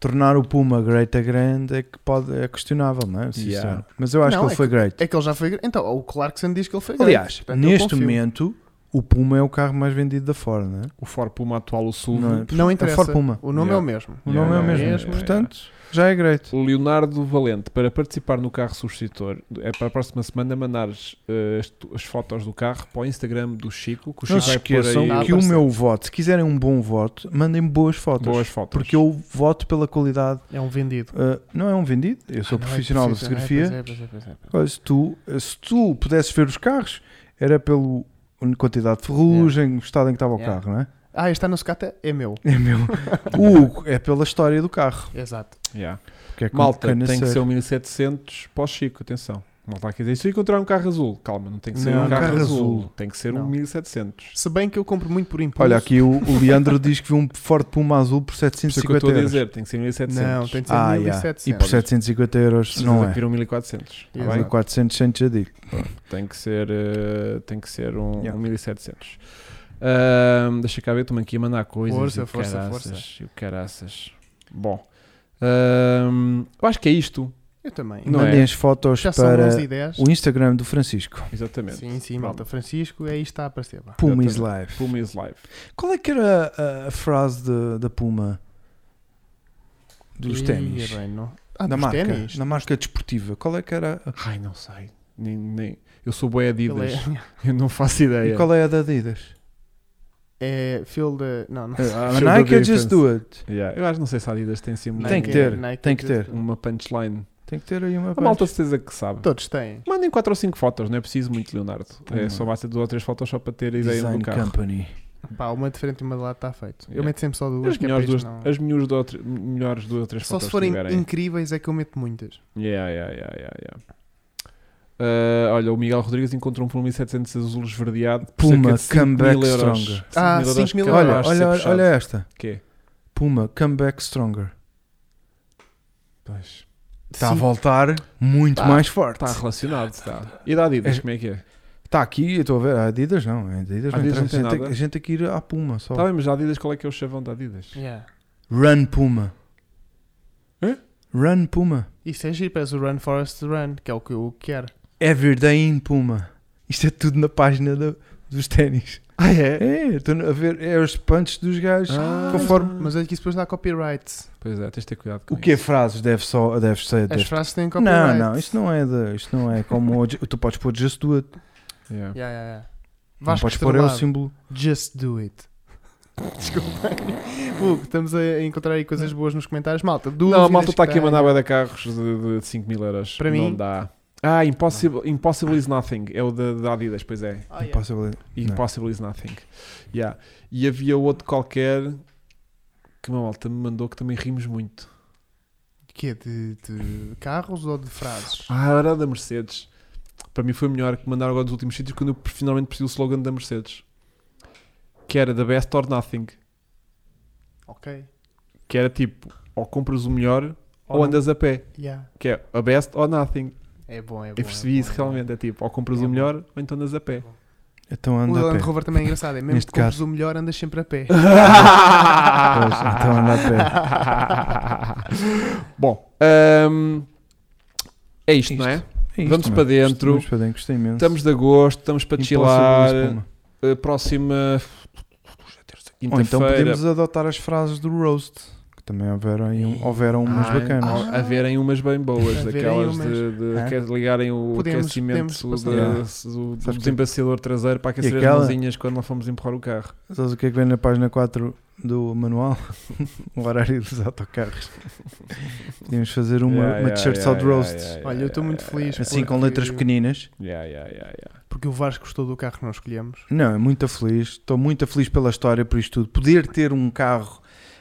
[SPEAKER 2] tornar o Puma great a grande é que pode, é questionável, não é? Sim,
[SPEAKER 1] Yeah.
[SPEAKER 2] senhor. Mas eu acho
[SPEAKER 3] Não,
[SPEAKER 2] que ele
[SPEAKER 3] é
[SPEAKER 2] foi great.
[SPEAKER 3] É que ele já foi. Então, o Clarkson diz que ele foi. grande.
[SPEAKER 2] Aliás,
[SPEAKER 3] Portanto, eu
[SPEAKER 2] neste
[SPEAKER 3] confio.
[SPEAKER 2] momento, o Puma é o carro mais vendido da Ford, não é?
[SPEAKER 1] O Ford Puma atual, o Sul.
[SPEAKER 2] Não é?
[SPEAKER 3] Não interessa.
[SPEAKER 2] Ford Puma.
[SPEAKER 3] O nome
[SPEAKER 1] Yeah.
[SPEAKER 3] é o mesmo.
[SPEAKER 2] O
[SPEAKER 1] Yeah,
[SPEAKER 2] nome é o
[SPEAKER 1] não,
[SPEAKER 2] mesmo.
[SPEAKER 1] é, é, é.
[SPEAKER 2] Portanto, Já é great.
[SPEAKER 1] O Leonardo Valente, para participar no carro substitutor, é para a próxima semana mandares eh, as, tu- as fotos do carro para o Instagram do Chico, que o
[SPEAKER 2] Não
[SPEAKER 1] Chico
[SPEAKER 2] se
[SPEAKER 1] vai pôr
[SPEAKER 2] esqueçam
[SPEAKER 1] aí
[SPEAKER 2] que o
[SPEAKER 3] aparecer.
[SPEAKER 2] meu voto, se quiserem um bom voto, mandem boas fotos.
[SPEAKER 1] boas fotos.
[SPEAKER 2] Porque eu voto pela qualidade.
[SPEAKER 3] É um vendido.
[SPEAKER 2] Uh, não é um vendido, eu sou
[SPEAKER 3] Ah, não, é
[SPEAKER 2] profissional da
[SPEAKER 3] preciso, não é?
[SPEAKER 2] fotografia.
[SPEAKER 3] Pois é, pois é, pois é, pois é.
[SPEAKER 2] Olha, se, tu, se tu pudesses ver os carros, era pela quantidade de ferrugem, o estado em que estava o
[SPEAKER 3] Yeah.
[SPEAKER 2] carro, não é?
[SPEAKER 3] Ah, este ano Sucata é meu.
[SPEAKER 2] É meu. o Hugo, é pela história do carro.
[SPEAKER 3] Exato.
[SPEAKER 1] Yeah.
[SPEAKER 2] Que é com
[SPEAKER 1] Malta,
[SPEAKER 2] cana
[SPEAKER 1] tem que
[SPEAKER 2] seca.
[SPEAKER 1] ser um 1700 para o Chico, atenção. Malta aqui dizer, se eu encontrar um carro azul, calma, não tem que ser
[SPEAKER 2] Não,
[SPEAKER 1] um carro,
[SPEAKER 2] carro
[SPEAKER 1] azul.
[SPEAKER 2] azul.
[SPEAKER 1] tem que ser um
[SPEAKER 3] Não.
[SPEAKER 1] 1700.
[SPEAKER 3] Se bem que eu compro muito por impulso.
[SPEAKER 2] Olha, aqui o, o Leandro diz que viu um Ford Puma azul por
[SPEAKER 1] Por isso é que eu estou
[SPEAKER 2] 750
[SPEAKER 1] a
[SPEAKER 2] euros.
[SPEAKER 1] dizer, tem que ser 1700.
[SPEAKER 3] Não, tem de ser
[SPEAKER 2] Ah, yeah.
[SPEAKER 3] 1700.
[SPEAKER 2] E por 750 euros
[SPEAKER 1] Se
[SPEAKER 2] não é.
[SPEAKER 1] vir um 1400. tá
[SPEAKER 3] Exato.
[SPEAKER 1] bem?
[SPEAKER 2] Mas o 400 cento já digo.
[SPEAKER 1] Tem que ser, eh, tem que ser um,
[SPEAKER 2] Yeah.
[SPEAKER 1] um 1700. Ahm, deixa cá ver, estou-me aqui a mandar coisas.
[SPEAKER 3] Força,
[SPEAKER 1] e o
[SPEAKER 3] força,
[SPEAKER 1] caraças,
[SPEAKER 3] força.
[SPEAKER 1] E o caraças. Bom, ahm, eu acho que é isto.
[SPEAKER 3] Eu também.
[SPEAKER 1] Não
[SPEAKER 2] Mandem
[SPEAKER 1] é.
[SPEAKER 2] as fotos
[SPEAKER 3] Já são 11
[SPEAKER 2] para
[SPEAKER 3] e 10.
[SPEAKER 2] o Instagram do Francisco.
[SPEAKER 1] Exatamente.
[SPEAKER 3] Sim, sim,
[SPEAKER 1] Pronto.
[SPEAKER 3] malta. Francisco, é isto está a aparecer. vá.
[SPEAKER 2] Puma is
[SPEAKER 1] Exatamente.
[SPEAKER 2] live.
[SPEAKER 1] Puma is live.
[SPEAKER 2] Qual é que era a, a frase de- da Puma? Dos
[SPEAKER 3] Ih,
[SPEAKER 2] ténis.
[SPEAKER 3] é bem, não. Ah,
[SPEAKER 2] da
[SPEAKER 3] dos
[SPEAKER 2] marca,
[SPEAKER 3] ténis?
[SPEAKER 2] na marca desportiva. Qual é que era? a-
[SPEAKER 1] Ai, não sei. Nem, nem- Eu sou boé Adidas.
[SPEAKER 3] Ele é-
[SPEAKER 1] Eu não faço ideia.
[SPEAKER 2] E qual é a da Adidas?
[SPEAKER 3] é Phil de... Não,
[SPEAKER 1] Ah,
[SPEAKER 3] não.
[SPEAKER 2] A
[SPEAKER 1] Show
[SPEAKER 2] Nike
[SPEAKER 1] the
[SPEAKER 2] é
[SPEAKER 1] difference.
[SPEAKER 2] Just Do It.
[SPEAKER 1] Yeah, Eu acho que não sei se a Adidas tem sim uma-
[SPEAKER 2] Tem
[SPEAKER 3] Nike
[SPEAKER 2] que
[SPEAKER 3] é-
[SPEAKER 2] ter,
[SPEAKER 3] Nike
[SPEAKER 2] tem que
[SPEAKER 3] é just-
[SPEAKER 2] ter.
[SPEAKER 1] uma punchline.
[SPEAKER 2] Tem que ter aí uma
[SPEAKER 1] A malta certeza que sabe.
[SPEAKER 3] Todos têm.
[SPEAKER 1] Mandem 4 ou 5 fotos, não é preciso muito, Leonardo. É
[SPEAKER 3] Tá
[SPEAKER 2] Puma.
[SPEAKER 1] só basta 2 ou 3 fotos só para ter a ideia
[SPEAKER 2] Design
[SPEAKER 1] do carro.
[SPEAKER 2] Company.
[SPEAKER 3] Pá, uma de frente e uma de lado está feito. Eu
[SPEAKER 1] Yeah.
[SPEAKER 3] meto sempre só duas,
[SPEAKER 1] As
[SPEAKER 3] que é para
[SPEAKER 1] melhores,
[SPEAKER 3] isto
[SPEAKER 1] duas,
[SPEAKER 3] não...
[SPEAKER 1] as melhores duas ou tre- melhores duas ou três
[SPEAKER 3] Só
[SPEAKER 1] fotos
[SPEAKER 3] se forem
[SPEAKER 1] que tiverem.
[SPEAKER 3] incríveis é que eu meto muitas.
[SPEAKER 1] Yeah, yeah, yeah, yeah, yeah. Ah, olha, o Miguel Rodrigues encontrou um por 1700 azul esverdeado. por cerca
[SPEAKER 2] Puma
[SPEAKER 1] de 5 mil
[SPEAKER 2] Comeback
[SPEAKER 1] euros.
[SPEAKER 2] Stronger.
[SPEAKER 1] 5
[SPEAKER 3] Ah,
[SPEAKER 1] mil euros
[SPEAKER 3] 5 mil
[SPEAKER 1] que é
[SPEAKER 2] Olha,
[SPEAKER 1] capaz de ser
[SPEAKER 2] olha,
[SPEAKER 1] puxado. é?
[SPEAKER 2] olha esta.
[SPEAKER 1] Quê?
[SPEAKER 2] Puma Comeback Stronger.
[SPEAKER 1] Pois.
[SPEAKER 2] Está a
[SPEAKER 3] Sim.
[SPEAKER 2] voltar muito
[SPEAKER 1] Tá.
[SPEAKER 2] mais forte.
[SPEAKER 1] Está relacionado, está. E da Adidas,
[SPEAKER 2] É-
[SPEAKER 1] como é que é?
[SPEAKER 2] Está aqui, eu estou a ver. A Adidas não. A Adidas,
[SPEAKER 1] A Adidas
[SPEAKER 2] não
[SPEAKER 1] não tem
[SPEAKER 2] interessa. a, gente tem,
[SPEAKER 1] nada.
[SPEAKER 2] a gente tem que ir à Puma só.
[SPEAKER 1] Está bem, mas da Adidas qual é que é o chavão da Adidas?
[SPEAKER 3] Yeah.
[SPEAKER 2] Run Puma.
[SPEAKER 1] Hã?
[SPEAKER 2] Run Puma.
[SPEAKER 3] Isso é giro, parece o Run Forest Run, que é o que eu quero.
[SPEAKER 2] Everyday in Puma. Isto é tudo na página da- dos ténis.
[SPEAKER 3] Ah, é?
[SPEAKER 2] É, estou a ver. É os punches dos gajos.
[SPEAKER 1] Ah,
[SPEAKER 2] conforme-
[SPEAKER 3] Mas é que isso depois dá copyright.
[SPEAKER 1] Pois é, tens de ter cuidado com
[SPEAKER 2] O que é
[SPEAKER 1] isso.
[SPEAKER 2] frases? Deve só. Deve ser.
[SPEAKER 3] As
[SPEAKER 2] Deve...
[SPEAKER 3] frases têm
[SPEAKER 2] Não,
[SPEAKER 3] copyright.
[SPEAKER 2] não, isto não é de, isto não é como o, tu podes pôr just do it,
[SPEAKER 1] Yeah.
[SPEAKER 3] Yeah, yeah, yeah.
[SPEAKER 2] não
[SPEAKER 3] Vasco
[SPEAKER 2] podes pôr é o
[SPEAKER 1] assim.
[SPEAKER 3] Estrelado.
[SPEAKER 2] símbolo.
[SPEAKER 3] Just do it. Desculpa. Hugo, estamos a encontrar aí coisas boas nos comentários. Malta, dúvidas
[SPEAKER 1] Não, a malta está
[SPEAKER 3] que
[SPEAKER 1] aqui a
[SPEAKER 3] tenham.
[SPEAKER 1] mandar bué de carros de, de 5 mil euros.
[SPEAKER 3] Para mim-
[SPEAKER 1] Não dá. Ah, Impossible, impossible is Nothing. É o da, da Adidas, pois é.
[SPEAKER 3] Ah, yeah.
[SPEAKER 2] Impossible. Não.
[SPEAKER 1] Impossible is Nothing. Yeah. E havia outro qualquer que uma malta me mandou que também rimos muito.
[SPEAKER 3] Que é de, de carros ou de frases?
[SPEAKER 1] Ah, era da Mercedes. Para mim foi melhor que mandar agora dos últimos sítios quando eu finalmente percebi o slogan da Mercedes. Que era The Best or Nothing.
[SPEAKER 3] Ok.
[SPEAKER 1] Que era tipo, ou compras o melhor ou
[SPEAKER 3] não?
[SPEAKER 1] andas a pé.
[SPEAKER 3] Yeah.
[SPEAKER 1] Que é a best or nothing.
[SPEAKER 3] É bom, é bom.
[SPEAKER 1] Eu
[SPEAKER 3] é bom,
[SPEAKER 1] percebi isso
[SPEAKER 3] é bom.
[SPEAKER 1] realmente. É tipo, ou compras
[SPEAKER 3] É
[SPEAKER 1] o
[SPEAKER 3] bom.
[SPEAKER 1] melhor ou então andas a pé.
[SPEAKER 2] Então
[SPEAKER 3] O
[SPEAKER 2] anda a
[SPEAKER 3] Land
[SPEAKER 2] pé.
[SPEAKER 3] Rover também é engraçado. É mesmo
[SPEAKER 2] Neste
[SPEAKER 3] que compres
[SPEAKER 2] caso.
[SPEAKER 3] o melhor, andas sempre a pé.
[SPEAKER 2] então anda
[SPEAKER 1] a pé. Bom, hum, é isto,
[SPEAKER 2] Isto.
[SPEAKER 1] não é?
[SPEAKER 2] É isto,
[SPEAKER 1] Vamos
[SPEAKER 2] meu.
[SPEAKER 1] para dentro.
[SPEAKER 2] Vamos para dentro, gostei imenso.
[SPEAKER 1] Estamos de agosto, estamos para
[SPEAKER 2] Impossible
[SPEAKER 1] chilar.
[SPEAKER 2] is Puma.
[SPEAKER 1] eh, próxima.
[SPEAKER 2] Ou então
[SPEAKER 1] Quinta-feira.
[SPEAKER 2] podemos adotar as frases do roast, que também houveram, aí um- houveram umas
[SPEAKER 1] Ah,
[SPEAKER 2] bacanas.
[SPEAKER 1] a verem umas bem boas,
[SPEAKER 3] Haverem
[SPEAKER 1] daquelas
[SPEAKER 3] umas.
[SPEAKER 1] de, de
[SPEAKER 2] É.
[SPEAKER 1] que ligarem o
[SPEAKER 3] Podemos-
[SPEAKER 1] aquecimento
[SPEAKER 3] podemos
[SPEAKER 1] da-
[SPEAKER 2] passar.
[SPEAKER 1] do, do
[SPEAKER 2] Sabes que-
[SPEAKER 1] desembaciador traseiro para aquecer
[SPEAKER 2] aquela?
[SPEAKER 1] as mãozinhas quando nós fomos empurrar o carro.
[SPEAKER 2] Sabes o que é que vem na página 4 do manual? o horário dos autocarros. Podíamos fazer uma,
[SPEAKER 1] Yeah,
[SPEAKER 2] uma
[SPEAKER 1] yeah,
[SPEAKER 2] t-shirt só
[SPEAKER 1] yeah,
[SPEAKER 2] de
[SPEAKER 1] yeah,
[SPEAKER 2] roast.
[SPEAKER 1] yeah, yeah,
[SPEAKER 3] Olha, eu estou
[SPEAKER 1] yeah,
[SPEAKER 3] muito
[SPEAKER 1] yeah,
[SPEAKER 3] feliz.
[SPEAKER 2] Assim com
[SPEAKER 3] porque-
[SPEAKER 2] letras pequeninas.
[SPEAKER 1] yeah, yeah, yeah, yeah.
[SPEAKER 3] Porque o Vasco gostou do carro que nós escolhemos.
[SPEAKER 2] Não, é muito feliz. Estou muito feliz pela história, por isto tudo. Poder ter um carro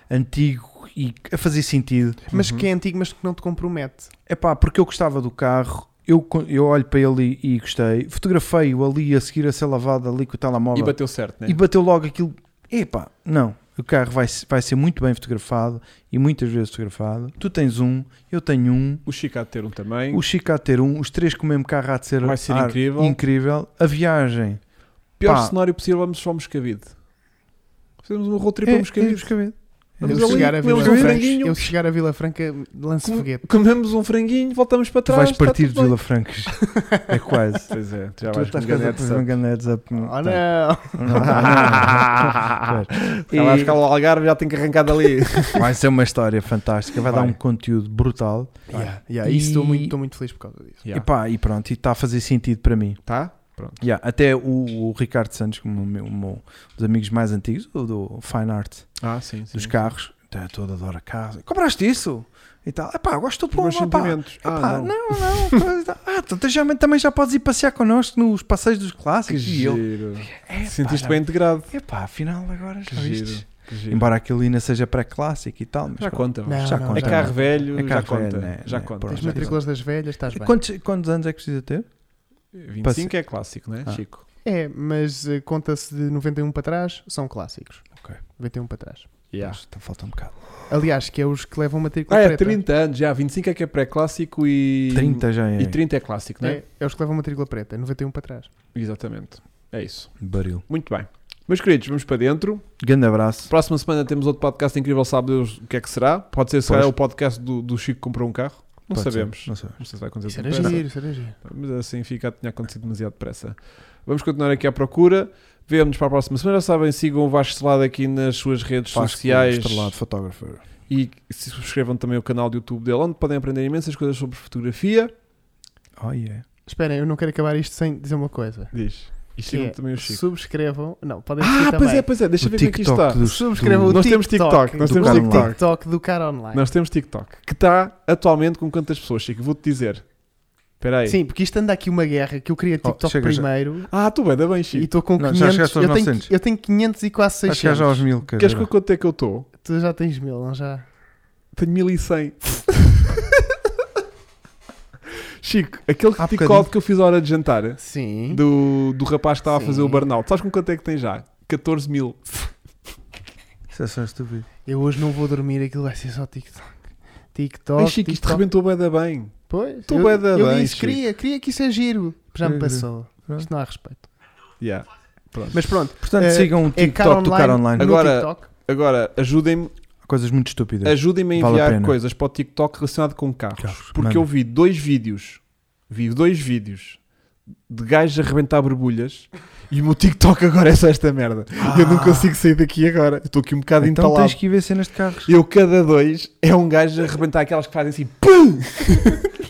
[SPEAKER 2] antigo e a fazer sentido.
[SPEAKER 3] Mas
[SPEAKER 1] Uhum.
[SPEAKER 3] que é antigo, mas que não te compromete.
[SPEAKER 2] É pá, porque eu gostava do carro. Eu, co- eu olho para ele e, e gostei. Fotografei-o ali a seguir a ser lavado ali com o
[SPEAKER 1] E
[SPEAKER 2] telemóvel.
[SPEAKER 1] bateu certo, né?
[SPEAKER 2] e bateu logo aquilo. Epá, não. O carro vai, se- vai ser muito bem fotografado e muitas vezes fotografado. Tu tens um, eu tenho um.
[SPEAKER 1] O Chico há de ter um também.
[SPEAKER 2] O Chico há de ter um. Os três com o mesmo carro há de ser,
[SPEAKER 1] Vai ser
[SPEAKER 2] ar-
[SPEAKER 1] incrível.
[SPEAKER 2] incrível. A viagem.
[SPEAKER 1] Pior
[SPEAKER 2] Pá.
[SPEAKER 1] cenário possível, vamos só ao Moscavide. Fizemos um road trip
[SPEAKER 2] É,
[SPEAKER 1] a
[SPEAKER 2] é
[SPEAKER 1] Moscavide.
[SPEAKER 2] Moscavide.
[SPEAKER 1] Vamos
[SPEAKER 3] eu
[SPEAKER 1] ali,
[SPEAKER 3] chegar a Vila
[SPEAKER 1] comemos
[SPEAKER 2] um
[SPEAKER 3] Franca,
[SPEAKER 1] franguinho.
[SPEAKER 3] eu se chegar a Vila Franca, lanço
[SPEAKER 1] Como-
[SPEAKER 3] foguete.
[SPEAKER 1] Comemos um franguinho, voltamos para
[SPEAKER 2] Tu
[SPEAKER 1] trás.
[SPEAKER 2] vais
[SPEAKER 1] está
[SPEAKER 2] partir de
[SPEAKER 1] tudo bem.
[SPEAKER 2] Vila Francas. É quase.
[SPEAKER 1] Pois é, tu já
[SPEAKER 2] Tu
[SPEAKER 1] vais
[SPEAKER 2] estás
[SPEAKER 1] com
[SPEAKER 2] quase a
[SPEAKER 1] ganetes
[SPEAKER 2] fazer um
[SPEAKER 1] a-
[SPEAKER 2] ganhetes up. Tá.
[SPEAKER 3] Oh não!
[SPEAKER 1] Ela acho que ela Algarve já tem que arrancar dali.
[SPEAKER 2] Vai ser uma história fantástica, vai, dar
[SPEAKER 1] Vai.
[SPEAKER 2] um conteúdo brutal.
[SPEAKER 3] Yeah, yeah, isso estou
[SPEAKER 2] E-
[SPEAKER 3] muito, estou muito feliz por causa disso.
[SPEAKER 2] E pá, e pronto, e está a fazer sentido para mim.
[SPEAKER 1] Tá?
[SPEAKER 2] Yeah, até o, o Ricardo Santos, como o meu, o meu- um dos amigos mais antigos, o do Fine Art
[SPEAKER 1] Ah, sim, sim.
[SPEAKER 2] dos carros, até todo adora casa. Compraste isso? E tal, epá, gosto do
[SPEAKER 1] Por meus
[SPEAKER 2] povo, pá.
[SPEAKER 1] sentimentos. Ah,
[SPEAKER 2] Epá,
[SPEAKER 1] não.
[SPEAKER 2] não, não, coisa- ah, então tu já, também já podes ir passear connosco nos passeios dos
[SPEAKER 1] Que
[SPEAKER 2] clássicos. e eu,
[SPEAKER 1] giro.
[SPEAKER 2] epá,
[SPEAKER 1] Sentiste
[SPEAKER 2] É, já-
[SPEAKER 1] bem integrado.
[SPEAKER 2] Epá, afinal agora
[SPEAKER 1] Que
[SPEAKER 2] já
[SPEAKER 1] giro.
[SPEAKER 2] viste.
[SPEAKER 1] Que giro.
[SPEAKER 2] Embora aquilo ainda seja pré-clássico e tal, mas
[SPEAKER 1] já
[SPEAKER 2] pronto.
[SPEAKER 1] conta.
[SPEAKER 3] Não,
[SPEAKER 2] já
[SPEAKER 3] não,
[SPEAKER 2] conta.
[SPEAKER 1] É
[SPEAKER 3] já
[SPEAKER 1] carro
[SPEAKER 3] não.
[SPEAKER 1] velho,
[SPEAKER 2] É
[SPEAKER 1] já
[SPEAKER 2] carro
[SPEAKER 1] conta.
[SPEAKER 2] velho, né?
[SPEAKER 1] já
[SPEAKER 2] Né?
[SPEAKER 1] conta.
[SPEAKER 2] Pronto,
[SPEAKER 3] As
[SPEAKER 1] já
[SPEAKER 3] matrículas das velhas, estás bem.
[SPEAKER 2] Quantos, quantos anos é que precisa ter?
[SPEAKER 1] conta. 25 é clássico, né,
[SPEAKER 2] Ah.
[SPEAKER 1] Chico?
[SPEAKER 3] É, mas eh, conta-se de 91 para trás, são clássicos.
[SPEAKER 2] Ok.
[SPEAKER 3] 91 para trás.
[SPEAKER 1] Yeah.
[SPEAKER 2] Pois, Então falta um bocado.
[SPEAKER 3] Aliás, que é os que levam matrícula
[SPEAKER 1] Ah, é
[SPEAKER 3] preta.
[SPEAKER 1] 30 anos, já. 25 é que é pré-clássico e.
[SPEAKER 2] 30 já é.
[SPEAKER 1] E 30 é clássico, né?
[SPEAKER 3] É, é os que levam matrícula preta, é 91 para trás.
[SPEAKER 1] Exatamente. É isso.
[SPEAKER 2] Baril.
[SPEAKER 1] Muito bem. Meus queridos, vamos para dentro.
[SPEAKER 2] Grande abraço.
[SPEAKER 1] Próxima semana temos outro podcast incrível, sabe Deus o que é que será. Pode ser se
[SPEAKER 2] Pois.
[SPEAKER 1] calhar, o podcast do, do Chico que comprou um carro. Não
[SPEAKER 2] Pode ser,
[SPEAKER 1] sabemos.
[SPEAKER 2] Não sabemos.
[SPEAKER 1] Não sei se vai acontecer
[SPEAKER 3] Isso
[SPEAKER 1] tão
[SPEAKER 3] era
[SPEAKER 1] depressa.
[SPEAKER 3] giro, isso era giro.
[SPEAKER 1] Mas assim fica, tinha acontecido demasiado depressa. Vamos continuar aqui à procura. Vemo-nos para a próxima semana. Sabem, sigam o Vasco Estrelado aqui nas suas redes
[SPEAKER 2] Vasco
[SPEAKER 1] sociais
[SPEAKER 2] Estrelado, fotógrafo.
[SPEAKER 1] e se subscrevam também o canal do YouTube dele, onde podem aprender imensas coisas sobre fotografia.
[SPEAKER 2] Oh yeah.
[SPEAKER 3] Esperem, eu não quero acabar isto sem dizer uma coisa.
[SPEAKER 1] Diz. E
[SPEAKER 3] Que
[SPEAKER 1] sigam
[SPEAKER 3] é,
[SPEAKER 1] também o Chico.
[SPEAKER 3] subscrevam. Não, podem seguir
[SPEAKER 1] Ah,
[SPEAKER 3] também.
[SPEAKER 1] pois é, pois é. Deixa
[SPEAKER 2] O
[SPEAKER 1] eu ver o que aqui
[SPEAKER 2] TikTok
[SPEAKER 1] está.
[SPEAKER 2] do-
[SPEAKER 3] Subscrevam o
[SPEAKER 1] Nós temos
[SPEAKER 3] TikTok.
[SPEAKER 1] TikTok, nós
[SPEAKER 3] do
[SPEAKER 1] temos
[SPEAKER 3] cara
[SPEAKER 2] TikTok.
[SPEAKER 3] online. TikTok do cara online.
[SPEAKER 1] Nós temos TikTok, que está atualmente com quantas pessoas, Chico? Vou-te dizer. Espera aí.
[SPEAKER 3] Sim, porque isto anda aqui uma guerra que eu queria
[SPEAKER 2] Oh,
[SPEAKER 3] TikTok
[SPEAKER 2] chega já.
[SPEAKER 3] primeiro
[SPEAKER 1] Ah, tu bem, dá bem,
[SPEAKER 3] e
[SPEAKER 1] Chico.
[SPEAKER 3] estou com
[SPEAKER 2] Não, já
[SPEAKER 3] 500.
[SPEAKER 2] chegaste aos
[SPEAKER 3] eu, tenho,
[SPEAKER 2] 900.
[SPEAKER 3] eu tenho 500 e quase
[SPEAKER 2] Acho que já
[SPEAKER 3] 600.
[SPEAKER 2] aos mil, cara.
[SPEAKER 1] Queres que eu conte é que eu estou?
[SPEAKER 3] Tu já tens mil, não já?
[SPEAKER 1] Tenho 1100. Chico, aquele
[SPEAKER 2] Há
[SPEAKER 1] TikTok
[SPEAKER 2] bocadinho.
[SPEAKER 1] que eu fiz à hora de jantar
[SPEAKER 3] Sim.
[SPEAKER 1] do, do rapaz que estava a fazer o
[SPEAKER 3] Sim.
[SPEAKER 1] burnout, sabes com quanto é que tem já? 14 mil.
[SPEAKER 2] Isso é só estúpido.
[SPEAKER 3] Eu hoje não vou dormir, aquilo vai ser só TikTok. TikTok.
[SPEAKER 1] Ai, Chico, isto
[SPEAKER 3] TikTok.
[SPEAKER 1] rebentou bem da bem.
[SPEAKER 3] Pois,
[SPEAKER 1] Tu
[SPEAKER 3] eu,
[SPEAKER 1] bué da
[SPEAKER 3] eu
[SPEAKER 1] bem,
[SPEAKER 3] disse,
[SPEAKER 1] Chico.
[SPEAKER 3] queria, queria que isso é giro. Já me
[SPEAKER 2] Pois é.
[SPEAKER 3] passou. Isto não há respeito.
[SPEAKER 1] Yeah. Pronto.
[SPEAKER 3] Mas pronto,
[SPEAKER 2] Portanto,
[SPEAKER 3] É-
[SPEAKER 2] sigam o
[SPEAKER 3] é cara
[SPEAKER 2] TikTok do cara
[SPEAKER 3] online.
[SPEAKER 2] online.
[SPEAKER 3] no
[SPEAKER 1] Agora-
[SPEAKER 3] TikTok.
[SPEAKER 1] Agora, ajudem-me
[SPEAKER 2] Coisas muito estúpidas.
[SPEAKER 1] ajudem a
[SPEAKER 2] Vale a
[SPEAKER 1] enviar
[SPEAKER 2] pena.
[SPEAKER 1] coisas para o TikTok relacionado com carros.
[SPEAKER 2] Carros,
[SPEAKER 1] Porque
[SPEAKER 2] manda.
[SPEAKER 1] eu vi dois vídeos, vi dois vídeos de gajos a arrebentar borbulhas e o meu TikTok agora é só esta merda. Eu não consigo sair daqui agora. Estou aqui um bocado
[SPEAKER 2] Ah, Então
[SPEAKER 1] entalado.
[SPEAKER 2] tens que ir ver cenas de carros.
[SPEAKER 1] Eu, cada dois, é um gajo a arrebentar aquelas que fazem assim, pum!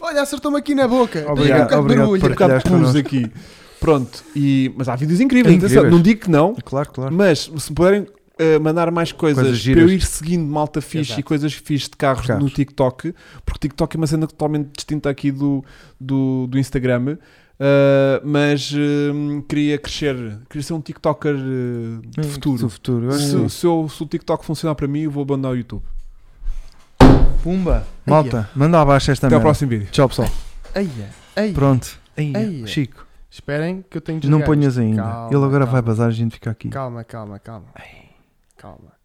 [SPEAKER 3] Olha, acertou-me aqui na boca. Dei-lhe
[SPEAKER 2] Obrigado-
[SPEAKER 3] um bocado de
[SPEAKER 2] obrigado
[SPEAKER 3] barulho.
[SPEAKER 1] Um
[SPEAKER 2] por-
[SPEAKER 1] bocado de
[SPEAKER 2] Partilhaste
[SPEAKER 1] pus
[SPEAKER 2] connosco.
[SPEAKER 1] aqui. Pronto, e, mas há vídeos incríveis,
[SPEAKER 2] Incríveis.
[SPEAKER 1] atenção, não digo que não,
[SPEAKER 2] Claro, claro.
[SPEAKER 1] mas se puderem eh, mandar mais coisas,
[SPEAKER 2] Coisas
[SPEAKER 1] para
[SPEAKER 2] giras.
[SPEAKER 1] eu ir seguindo malta fixe
[SPEAKER 3] Exato.
[SPEAKER 1] e coisas fixe de carros,
[SPEAKER 2] Carros.
[SPEAKER 1] no TikTok, porque TikTok é uma cena totalmente distinta aqui do, do, do Instagram. eh, mas eh, queria crescer, queria ser um TikToker eh, de
[SPEAKER 2] Hum,
[SPEAKER 1] futuro.
[SPEAKER 2] Do futuro. Eu acho
[SPEAKER 1] Se,
[SPEAKER 2] que-
[SPEAKER 1] se eu- se o TikTok funcionar para mim, eu vou abandonar o YouTube.
[SPEAKER 2] Pumba. Malta, manda abaixo esta
[SPEAKER 1] Até ao
[SPEAKER 2] merda.
[SPEAKER 1] próximo vídeo.
[SPEAKER 2] Tchau, pessoal.
[SPEAKER 3] Eia, eia.
[SPEAKER 2] Pronto. Aí,
[SPEAKER 3] Aí.
[SPEAKER 2] Chico,
[SPEAKER 3] Esperem que eu tenho de
[SPEAKER 2] não
[SPEAKER 3] desligar
[SPEAKER 2] ponhas ainda.
[SPEAKER 3] Calma,
[SPEAKER 2] Ele agora vai
[SPEAKER 3] calma.
[SPEAKER 2] bazar e a gente fica aqui.
[SPEAKER 3] isto. Calma, calma, calma. Calma.